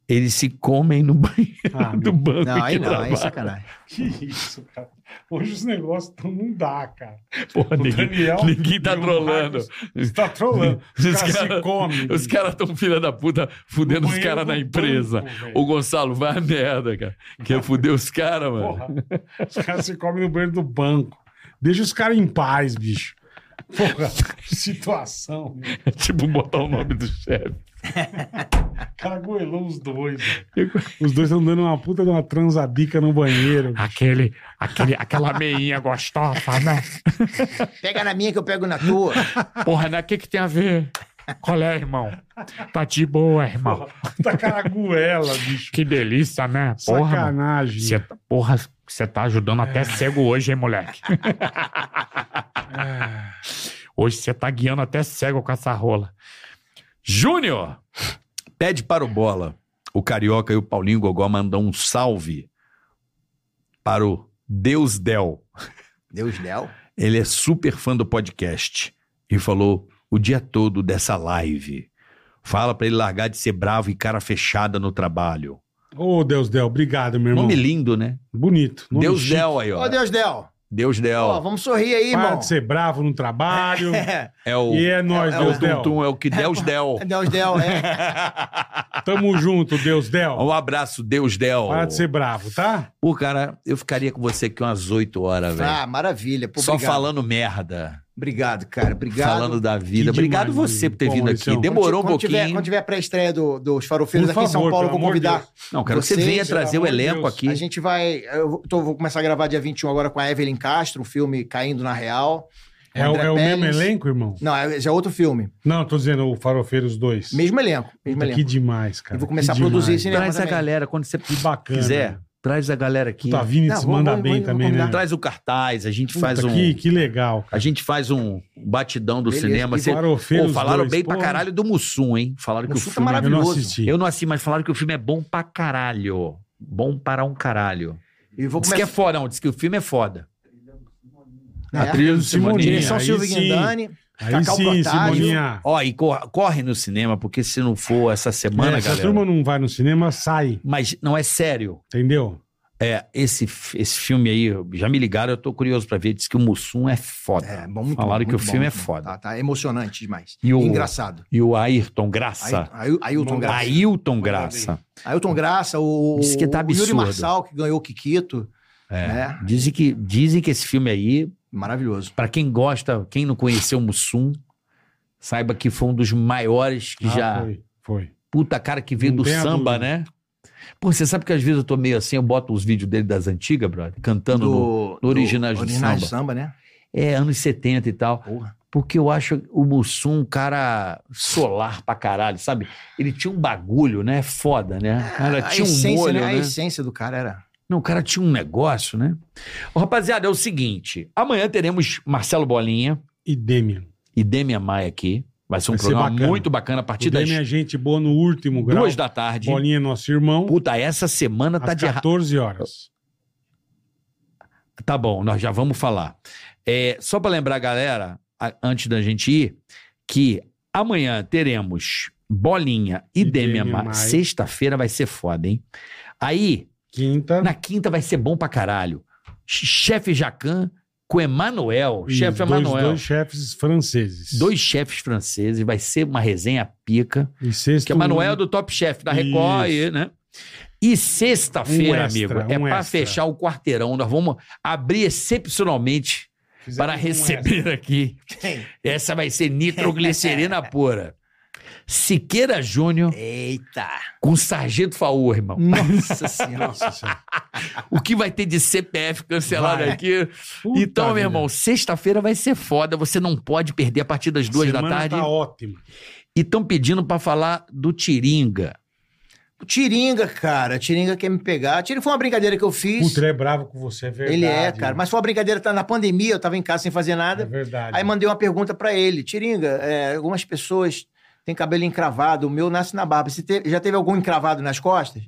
Speaker 4: Eles se comem no banheiro
Speaker 3: Ah,
Speaker 4: do
Speaker 3: meu,
Speaker 4: banco.
Speaker 1: Não, aí
Speaker 4: de
Speaker 1: não, aí é
Speaker 4: trabalho.
Speaker 1: sacanagem.
Speaker 3: que isso, cara. Hoje os negócios tão- não dá, cara.
Speaker 11: Porra,
Speaker 3: O
Speaker 11: ninguém,
Speaker 3: Daniel.
Speaker 11: ninguém tá
Speaker 3: e o
Speaker 11: trolando.
Speaker 3: Marcos, Você tá trolando. Os
Speaker 11: Os
Speaker 3: caras
Speaker 11: cara-
Speaker 3: se comem.
Speaker 11: Os caras tão filha da puta
Speaker 3: No
Speaker 11: fudendo os
Speaker 3: banheiro
Speaker 11: caras
Speaker 3: do
Speaker 11: na empresa.
Speaker 3: banco, velho.
Speaker 11: Ô Gonçalo, vai a merda, cara. Quer fuder os caras, mano?
Speaker 3: Porra, os caras se comem no banheiro do banco. Deixa os caras em paz, bicho. Porra, que situação. meu.
Speaker 11: É tipo botar o nome do chefe.
Speaker 3: O cara goelou os dois. velho. Os dois estão dando uma puta de uma transabica no banheiro.
Speaker 11: Aquele, aquele, aquela meinha gostosa, né?
Speaker 1: Pega na minha que eu pego na (laughs) tua.
Speaker 11: Porra, né? O que, que tem a ver? Qual é, irmão? Tá de boa, irmão.
Speaker 3: Porra, puta caraguela, bicho.
Speaker 11: Que delícia, né? Porra, mano.
Speaker 3: Sacanagem.
Speaker 11: Cê, porra, você tá ajudando
Speaker 3: É.
Speaker 11: até cego hoje, hein, moleque?
Speaker 3: É.
Speaker 11: Hoje você tá guiando até cego com essa rola. Júnior!
Speaker 4: Pede para o Bola. O Carioca e o Paulinho Gogó mandam um salve para o Deus Del.
Speaker 1: Deus Léo.
Speaker 4: Ele é super fã do podcast e falou o dia todo dessa live. Fala pra ele largar de ser bravo e cara fechada no trabalho.
Speaker 3: Ô, Deus Del, obrigado, meu irmão.
Speaker 4: Nome lindo, né?
Speaker 3: Bonito. Nome
Speaker 4: Deus
Speaker 3: chique.
Speaker 4: Del aí,
Speaker 1: Ô,
Speaker 4: ó.
Speaker 1: Deus Del.
Speaker 4: Deus
Speaker 1: Ó,
Speaker 4: Del.
Speaker 1: vamos sorrir aí,
Speaker 3: Para
Speaker 1: irmão.
Speaker 3: de ser bravo no trabalho.
Speaker 1: (laughs) É,
Speaker 4: É o,
Speaker 3: E é nóis,
Speaker 4: é
Speaker 3: Deus
Speaker 4: o
Speaker 3: Del.
Speaker 4: Tum-Tum, é o que
Speaker 3: (laughs)
Speaker 4: Deus Del.
Speaker 1: Deus Del, é.
Speaker 3: Tamo junto, Deus Del.
Speaker 4: Um abraço, Deus Del.
Speaker 3: Para de ser bravo, tá?
Speaker 4: Pô, cara, eu ficaria com você aqui umas 8 horas, velho.
Speaker 1: Ah, maravilha. Pô,
Speaker 4: Só
Speaker 1: obrigado.
Speaker 4: falando merda.
Speaker 1: Obrigado, cara. Obrigado.
Speaker 4: Falando da vida.
Speaker 3: Que
Speaker 4: Obrigado
Speaker 3: demais,
Speaker 4: você por ter
Speaker 3: pô,
Speaker 4: vindo
Speaker 3: Mauricião.
Speaker 4: aqui. Demorou um
Speaker 1: Quando
Speaker 4: pouquinho.
Speaker 1: tiver- quando tiver a pré-estreia do- dos farofeiros
Speaker 3: Por
Speaker 1: aqui em São
Speaker 3: favor,
Speaker 1: Paulo, eu
Speaker 3: pelo
Speaker 1: vou
Speaker 3: amor de
Speaker 1: convidar.
Speaker 3: Deus.
Speaker 4: Não, quero que você
Speaker 1: Vocês,
Speaker 4: venha
Speaker 3: pelo
Speaker 4: trazer o
Speaker 3: amor de
Speaker 4: elenco
Speaker 3: Deus.
Speaker 4: aqui.
Speaker 1: A gente vai. Eu vou- tô- vou começar a gravar dia 21 agora com a Evelyn Castro, um filme Caindo na Real.
Speaker 3: É, o-
Speaker 1: André
Speaker 3: é o mesmo
Speaker 1: Pérez.
Speaker 3: elenco, irmão?
Speaker 1: Não, é- já é outro filme.
Speaker 3: Não, eu tô dizendo o Farofeiros 2.
Speaker 1: Mesmo elenco. Mesmo
Speaker 3: Puta, Que
Speaker 1: elenco.
Speaker 3: demais, cara.
Speaker 1: Eu vou começar
Speaker 3: que
Speaker 1: a produzir
Speaker 3: demais.
Speaker 1: cinema.
Speaker 4: Traz a
Speaker 1: também.
Speaker 4: galera, quando você
Speaker 3: Que bacana.
Speaker 4: quiser, traz a galera aqui.
Speaker 3: Puta, a Vini
Speaker 1: Não,
Speaker 3: se
Speaker 1: vou-
Speaker 3: manda
Speaker 1: vou-
Speaker 3: bem
Speaker 1: vou-
Speaker 3: também,
Speaker 1: vou
Speaker 3: né?
Speaker 1: combinar.
Speaker 4: Traz o cartaz, a gente
Speaker 3: Puta,
Speaker 4: faz um.
Speaker 3: que, que legal, cara.
Speaker 4: A gente faz um batidão do
Speaker 1: Beleza,
Speaker 4: cinema.
Speaker 1: e
Speaker 4: Cê-
Speaker 3: Farofeiros
Speaker 4: Pô, falaram
Speaker 3: dois,
Speaker 4: bem pra
Speaker 3: porra.
Speaker 4: caralho do Mussum, hein? Falaram que o
Speaker 1: Mussum tá
Speaker 4: filme.
Speaker 3: Eu não
Speaker 1: maravilhoso.
Speaker 3: assisti.
Speaker 4: Eu não assisti, mas falaram que o filme é bom pra caralho. Bom para um caralho.
Speaker 1: E vou
Speaker 4: Diz que é
Speaker 1: começar.
Speaker 4: foda, não. Diz que o filme é foda.
Speaker 1: É.
Speaker 3: do
Speaker 4: Simoninha.
Speaker 1: Direção
Speaker 3: Aí
Speaker 1: Silvio
Speaker 3: sim.
Speaker 1: Guindani.
Speaker 3: Aí
Speaker 1: Cacau
Speaker 3: sim,
Speaker 1: Portales.
Speaker 3: Simoninha.
Speaker 4: Ó, e cor- corre no cinema, porque se não for essa semana,
Speaker 3: É, se a
Speaker 4: galera.
Speaker 3: turma não vai no cinema, sai,
Speaker 4: Mas não é sério.
Speaker 3: entendeu?
Speaker 4: É, esse, f- esse filme aí, já me ligaram, eu tô curioso pra ver. Diz que o Mussum é foda.
Speaker 1: É, bom, muito
Speaker 4: Falaram
Speaker 1: bom,
Speaker 4: que o
Speaker 1: muito
Speaker 4: filme
Speaker 1: bom,
Speaker 4: é
Speaker 1: muito bom.
Speaker 4: foda.
Speaker 1: Tá, tá enemocionante demais.
Speaker 4: E o-
Speaker 1: Engraçado.
Speaker 4: E o Ayrton Graça.
Speaker 1: Aí, aí, Ailton Graça.
Speaker 4: Ailton Graça.
Speaker 1: Ailton Graça, o,
Speaker 4: Diz que tá
Speaker 1: o Yuri
Speaker 4: absurdo.
Speaker 1: Marçal, que ganhou o Kikito.
Speaker 4: É.
Speaker 1: É.
Speaker 4: Dizem, que, dizem que esse filme aí,
Speaker 1: Maravilhoso.
Speaker 4: pra quem gosta, quem não conheceu o Mussum, saiba que foi um dos maiores que
Speaker 3: Ah,
Speaker 4: já.
Speaker 3: Foi, foi.
Speaker 4: Puta cara que veio
Speaker 3: Não
Speaker 4: do
Speaker 3: tem a
Speaker 4: samba,
Speaker 3: dúvida.
Speaker 4: né? Pô, você sabe que às vezes eu tô meio assim, eu boto os vídeos dele das antigas, brother, cantando no.
Speaker 1: do
Speaker 4: Originais do
Speaker 1: Originais
Speaker 4: Samba.
Speaker 1: samba, né?
Speaker 4: É, anos 70 e tal.
Speaker 1: Porra.
Speaker 4: Porque eu acho o Mussum um cara solar pra caralho, sabe? Ele tinha um bagulho, né? Foda, né? O Cara,
Speaker 1: a
Speaker 4: tinha um
Speaker 1: essência,
Speaker 4: molho,
Speaker 1: né? A
Speaker 4: né?
Speaker 1: essência do cara era.
Speaker 4: Não, o cara tinha um negócio, né? Ô, rapaziada, é o seguinte. Amanhã teremos Marcelo Bolinha
Speaker 3: E Demian.
Speaker 4: e Demian Maia aqui. Vai ser um
Speaker 3: Vai ser
Speaker 4: programa
Speaker 3: bacana.
Speaker 4: muito bacana a
Speaker 3: O
Speaker 4: partir das
Speaker 3: Demian é gente boa no último grau.
Speaker 4: duas da tarde.
Speaker 3: Bolinha é nosso irmão.
Speaker 4: Puta, essa semana tá
Speaker 3: às
Speaker 4: de... ra-
Speaker 3: 14 horas.
Speaker 4: Tá bom, nós já vamos falar. É, só pra lembrar, galera, a- antes da gente ir, que amanhã teremos Bolinha e,
Speaker 3: E
Speaker 4: Demian,
Speaker 3: Demian
Speaker 4: Maia.
Speaker 3: Maia.
Speaker 4: Sexta-feira vai ser foda, hein? Aí,
Speaker 3: Quinta.
Speaker 4: na quinta vai ser bom pra caralho. Ch- Chefe Jacan com Emanuel.
Speaker 3: e
Speaker 4: Chefe
Speaker 3: dois,
Speaker 4: Emanuel.
Speaker 3: Dois chefes franceses.
Speaker 4: dois chefes franceses, vai ser uma resenha pica,
Speaker 3: E sexto.
Speaker 4: que é Manuel do Top Chef da Record,
Speaker 3: Isso.
Speaker 4: e, né? E sexta-feira,
Speaker 3: Um extra,
Speaker 4: amigo, é
Speaker 3: um
Speaker 4: pra
Speaker 3: extra.
Speaker 4: fechar o quarteirão. Nós vamos abrir excepcionalmente
Speaker 3: Fizemos
Speaker 4: para
Speaker 3: um
Speaker 4: receber aqui. Essa vai ser
Speaker 3: (laughs)
Speaker 4: nitroglicerina pura. Siqueira Júnior
Speaker 1: Eita!
Speaker 4: com Sargento Faú, irmão. (laughs)
Speaker 1: Nossa
Speaker 3: extra.
Speaker 1: senhora.
Speaker 3: Nossa senhora.
Speaker 4: O que vai ter de CPF cancelado
Speaker 3: Vai.
Speaker 4: aqui?
Speaker 3: Puta
Speaker 4: então, meu
Speaker 3: vida.
Speaker 4: irmão, sexta-feira vai ser foda. Você não pode perder a partir das duas da
Speaker 3: Semana
Speaker 4: tarde.
Speaker 3: Tá ótima.
Speaker 4: E estão pedindo pra falar do Tiringa.
Speaker 1: O Tiringa, cara. Tiringa quer me pegar. Tiringa foi uma brincadeira que eu fiz.
Speaker 3: Puta, ele é bravo com você, é verdade.
Speaker 1: ele é, cara. Mas foi uma brincadeira, tá na pandemia, eu tava em casa sem fazer
Speaker 3: É
Speaker 1: nada.
Speaker 3: verdade.
Speaker 1: Aí mandei uma pergunta pra ele. Tiringa, é, algumas pessoas tem cabelo encravado, o meu nasce na barba. Se te- já teve algum encravado
Speaker 3: (laughs)
Speaker 1: nas costas?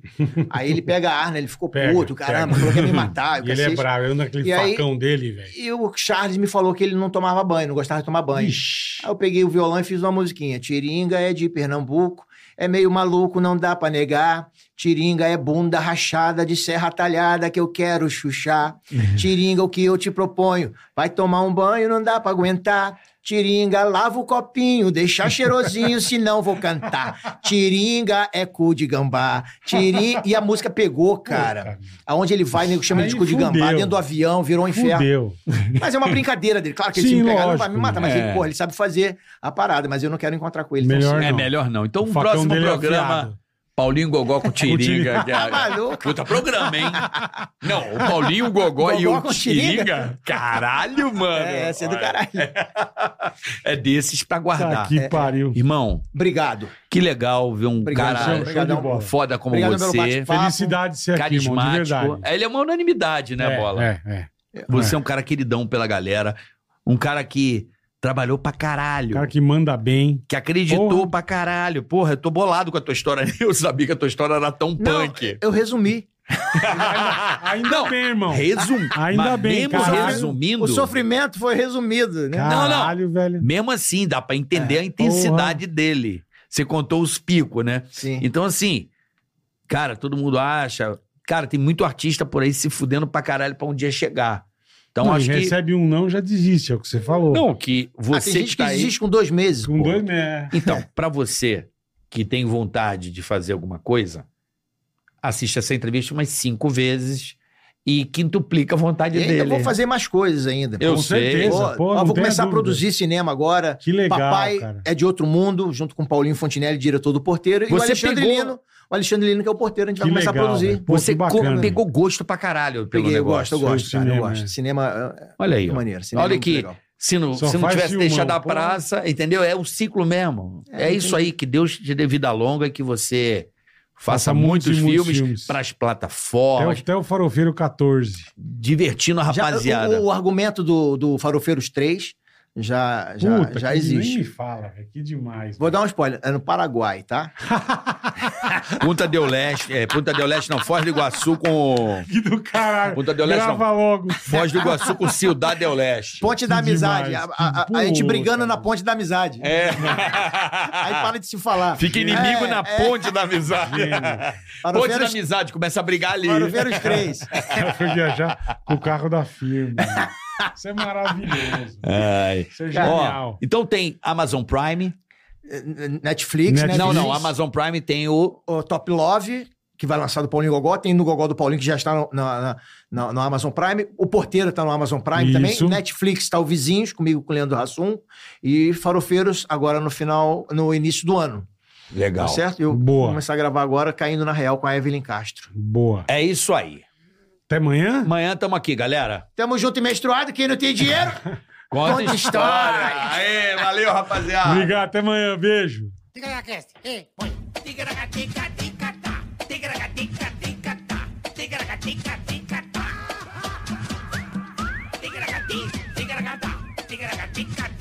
Speaker 1: Aí ele pega a arma, ele
Speaker 4: um
Speaker 1: ficou
Speaker 3: Pega,
Speaker 1: puto, caramba, falou
Speaker 3: (laughs)
Speaker 1: que ia me matar. o
Speaker 3: E ele é
Speaker 1: cacete.
Speaker 3: bravo, eu naquele
Speaker 1: E aí-
Speaker 3: facão dele, velho.
Speaker 1: E o Charles me falou que ele não tomava banho, não gostava de tomar banho.
Speaker 3: Ixi.
Speaker 1: Aí eu peguei o violão e fiz uma musiquinha. Tiringa é de Pernambuco, é meio maluco, não dá pra negar. Tiringa é bunda rachada de serra talhada que eu quero chuchar.
Speaker 3: É.
Speaker 1: Tiringa, o que eu te proponho? Vai tomar um banho, não dá pra aguentar. Tiringa, lava o copinho,
Speaker 3: (laughs)
Speaker 1: deixa cheirosinho, senão vou cantar. Tiringa é cu de gambá. Tiringa... E a música pegou, cara.
Speaker 3: Puta,
Speaker 1: Aonde ele vai, nego chama ele de
Speaker 3: Aí
Speaker 1: cu de gambá,
Speaker 3: fudeu.
Speaker 1: dentro do avião, virou um inferno.
Speaker 3: Fudeu.
Speaker 1: Mas é uma brincadeira dele. Claro que ele
Speaker 3: Sim,
Speaker 1: se me pegar, ele não vai
Speaker 3: lógico,
Speaker 1: me matar. Mas
Speaker 4: né?
Speaker 1: ele,
Speaker 4: É.
Speaker 1: porra, ele sabe fazer a parada, mas eu não quero encontrar com ele. assim,
Speaker 3: Melhor
Speaker 4: É
Speaker 3: não.
Speaker 4: melhor não. Então,
Speaker 3: O
Speaker 4: o
Speaker 3: facão
Speaker 4: próximo
Speaker 3: dele é
Speaker 4: programa,
Speaker 3: afiado.
Speaker 4: Paulinho Gogó
Speaker 3: (laughs)
Speaker 4: com Tiringa. que é-
Speaker 1: Tá maluco?
Speaker 4: Puta programa, hein? Não, o Paulinho,
Speaker 3: (laughs)
Speaker 4: o Gogó e
Speaker 1: Gogó
Speaker 4: o
Speaker 1: com
Speaker 4: Tiringa.
Speaker 1: Tiringa?
Speaker 4: Caralho, mano.
Speaker 1: É, essa é do
Speaker 4: Olha,
Speaker 1: caralho.
Speaker 4: É desses pra
Speaker 3: Tá
Speaker 4: guardar. É.
Speaker 3: que pariu.
Speaker 4: Irmão,
Speaker 1: Obrigado.
Speaker 4: que legal ver um
Speaker 1: Obrigado,
Speaker 4: cara
Speaker 1: Alexandre.
Speaker 3: show de
Speaker 1: obrigadão.
Speaker 3: bola.
Speaker 4: foda como
Speaker 1: Obrigado pelo
Speaker 4: você,
Speaker 1: bate-papo.
Speaker 3: Felicidade de ser aqui, irmão, de
Speaker 4: carismático.
Speaker 3: verdade.
Speaker 4: Ele é uma unanimidade, né,
Speaker 3: É,
Speaker 4: Bola?
Speaker 3: É, é.
Speaker 4: Você é um cara queridão pela galera. Um cara que trabalhou pra caralho.
Speaker 3: Cara que manda bem.
Speaker 4: Que acreditou
Speaker 3: Porra.
Speaker 4: pra caralho. Porra, eu tô bolado com a tua história. (laughs) Eu sabia que a tua história era tão
Speaker 1: Não,
Speaker 4: punk.
Speaker 1: Eu resumi.
Speaker 3: Ainda
Speaker 4: Não,
Speaker 3: bem, irmão.
Speaker 4: Resum...
Speaker 3: Ainda
Speaker 4: Mas
Speaker 3: bem,
Speaker 4: mesmo
Speaker 3: caralho.
Speaker 4: resumindo,
Speaker 1: O sofrimento foi resumido, né?
Speaker 4: não.
Speaker 3: Caralho, velho.
Speaker 4: mesmo assim, dá pra entender
Speaker 1: É,
Speaker 4: a intensidade dele. Você contou os picos, né?
Speaker 1: Sim.
Speaker 4: Então, assim, cara, todo mundo acha. Cara, tem muito artista por aí se fudendo pra caralho pra um dia chegar. Então,
Speaker 3: não, e
Speaker 4: acho que.
Speaker 3: recebe um não, já desiste, é o que você falou.
Speaker 4: Não, que
Speaker 1: Ah, tem
Speaker 4: você
Speaker 1: gente
Speaker 4: que
Speaker 1: que
Speaker 4: tá aí.
Speaker 1: desiste com dois meses.
Speaker 3: Com
Speaker 1: pô.
Speaker 3: dois né? meses.
Speaker 1: (laughs)
Speaker 4: Então, pra você que tem vontade de fazer alguma coisa, assiste essa entrevista umas cinco vezes e quintuplica a vontade
Speaker 1: E ainda
Speaker 4: dele.
Speaker 1: vou fazer mais coisas ainda.
Speaker 4: Eu
Speaker 3: Com
Speaker 4: sei.
Speaker 1: Pô,
Speaker 3: certeza. pô,
Speaker 1: ó,
Speaker 3: não
Speaker 1: vou
Speaker 3: tenha
Speaker 1: começar a
Speaker 3: dúvida.
Speaker 1: produzir cinema agora.
Speaker 3: Que legal,
Speaker 1: Papai
Speaker 3: cara.
Speaker 1: é de outro mundo, junto com Paulinho Fontinelli, diretor do Porteiro, e o
Speaker 4: Você
Speaker 1: Alexandre
Speaker 4: pegou-
Speaker 1: Lino. O Alexandre Lino, que é o porteiro, a gente
Speaker 3: Que
Speaker 1: vai começar
Speaker 3: legal,
Speaker 1: a produzir.
Speaker 3: velho. Pô,
Speaker 4: Você
Speaker 3: que
Speaker 4: co-
Speaker 3: bacana.
Speaker 4: pegou gosto pra caralho pelo
Speaker 1: Peguei, eu
Speaker 4: negócio.
Speaker 1: gosto, eu gosto, cara, eu
Speaker 3: Cinema,
Speaker 1: gosto.
Speaker 3: é.
Speaker 1: Cinema é
Speaker 4: Olha aí,
Speaker 1: é
Speaker 4: ó.
Speaker 1: maneiro. Cinema
Speaker 4: Olha
Speaker 1: é muito
Speaker 4: que-
Speaker 1: legal.
Speaker 4: Se não,
Speaker 3: Só
Speaker 4: se não
Speaker 3: faz
Speaker 4: tivesse
Speaker 3: filmão,
Speaker 4: deixado a
Speaker 3: pô.
Speaker 4: praça, entendeu? É o ciclo mesmo.
Speaker 1: É,
Speaker 4: É,
Speaker 1: não
Speaker 4: isso
Speaker 1: tem-
Speaker 4: aí, que Deus te dê vida longa e que você faça
Speaker 3: Faça muitos
Speaker 4: muitos,
Speaker 3: e muitos filmes.
Speaker 4: filmes para as
Speaker 3: Até o-
Speaker 4: plataformas,
Speaker 3: Até o Farofeiro 14.
Speaker 4: divertindo a
Speaker 1: Já-
Speaker 4: rapaziada.
Speaker 1: o, o argumento do, do Farofeiros 3 já, já,
Speaker 3: Puta,
Speaker 1: já
Speaker 3: que
Speaker 1: existe.
Speaker 3: Nem me fala, velho. Que demais.
Speaker 1: Vou dar um spoiler. É no Paraguai, tá?
Speaker 4: Punta del Leste, é, Punta del Leste não, Foz do Iguaçu com...
Speaker 3: Que do caralho.
Speaker 4: Puta, deu leste,
Speaker 3: Grava logo.
Speaker 4: Foz do Iguaçu com Ciudad del Leste.
Speaker 1: Ponte da
Speaker 3: Que
Speaker 1: Amizade.
Speaker 3: demais,
Speaker 1: a, a- a-
Speaker 3: que
Speaker 1: a gente
Speaker 3: puta.
Speaker 1: brigando na Ponte da Amizade.
Speaker 4: É. (laughs)
Speaker 1: Aí para de se falar.
Speaker 4: Fica inimigo
Speaker 1: É,
Speaker 4: na
Speaker 1: é.
Speaker 4: Ponte da Amizade. Ponte da
Speaker 1: Farofeiros,
Speaker 4: Amizade, começa a brigar ali. (laughs)
Speaker 1: Farofeiros 3.
Speaker 3: Ela foi viajar com o carro da firma. mano. Isso é maravilhoso.
Speaker 4: Ai.
Speaker 3: Isso é
Speaker 4: Ó,
Speaker 3: genial.
Speaker 4: então tem Amazon Prime.
Speaker 1: Netflix, né?
Speaker 4: Não, não,
Speaker 1: Netflix.
Speaker 4: Amazon Prime tem o.
Speaker 1: O Top Love, que vai lançar do Paulinho Gogó. Tem no Gogó do Paulinho, que já está no, na- na- na- no Amazon Prime. O Porteiro está no Amazon Prime
Speaker 3: Isso.
Speaker 1: também. Netflix está o Vizinhos, comigo com o Leandro Hassum. E Farofeiros agora no final, no início do ano. Tá
Speaker 4: Legal.
Speaker 1: certo? Eu
Speaker 3: Boa.
Speaker 1: vou começar a gravar agora, caindo na real com a Evelyn Castro.
Speaker 3: Boa.
Speaker 4: É isso aí.
Speaker 3: Até amanhã?
Speaker 4: Amanhã tamo aqui, galera.
Speaker 1: Tamo junto e menstruado, quem não
Speaker 3: (laughs)
Speaker 1: tem dinheiro...
Speaker 4: Conta,
Speaker 1: Conta
Speaker 4: história.
Speaker 1: história.
Speaker 4: Aê, valeu, rapaziada.
Speaker 3: Obrigado, até amanhã. Beijo.
Speaker 9: Diga na cast. Ei, põe.
Speaker 12: Tigra-tica-tica-tica-tica-tica-tica-tica-tica.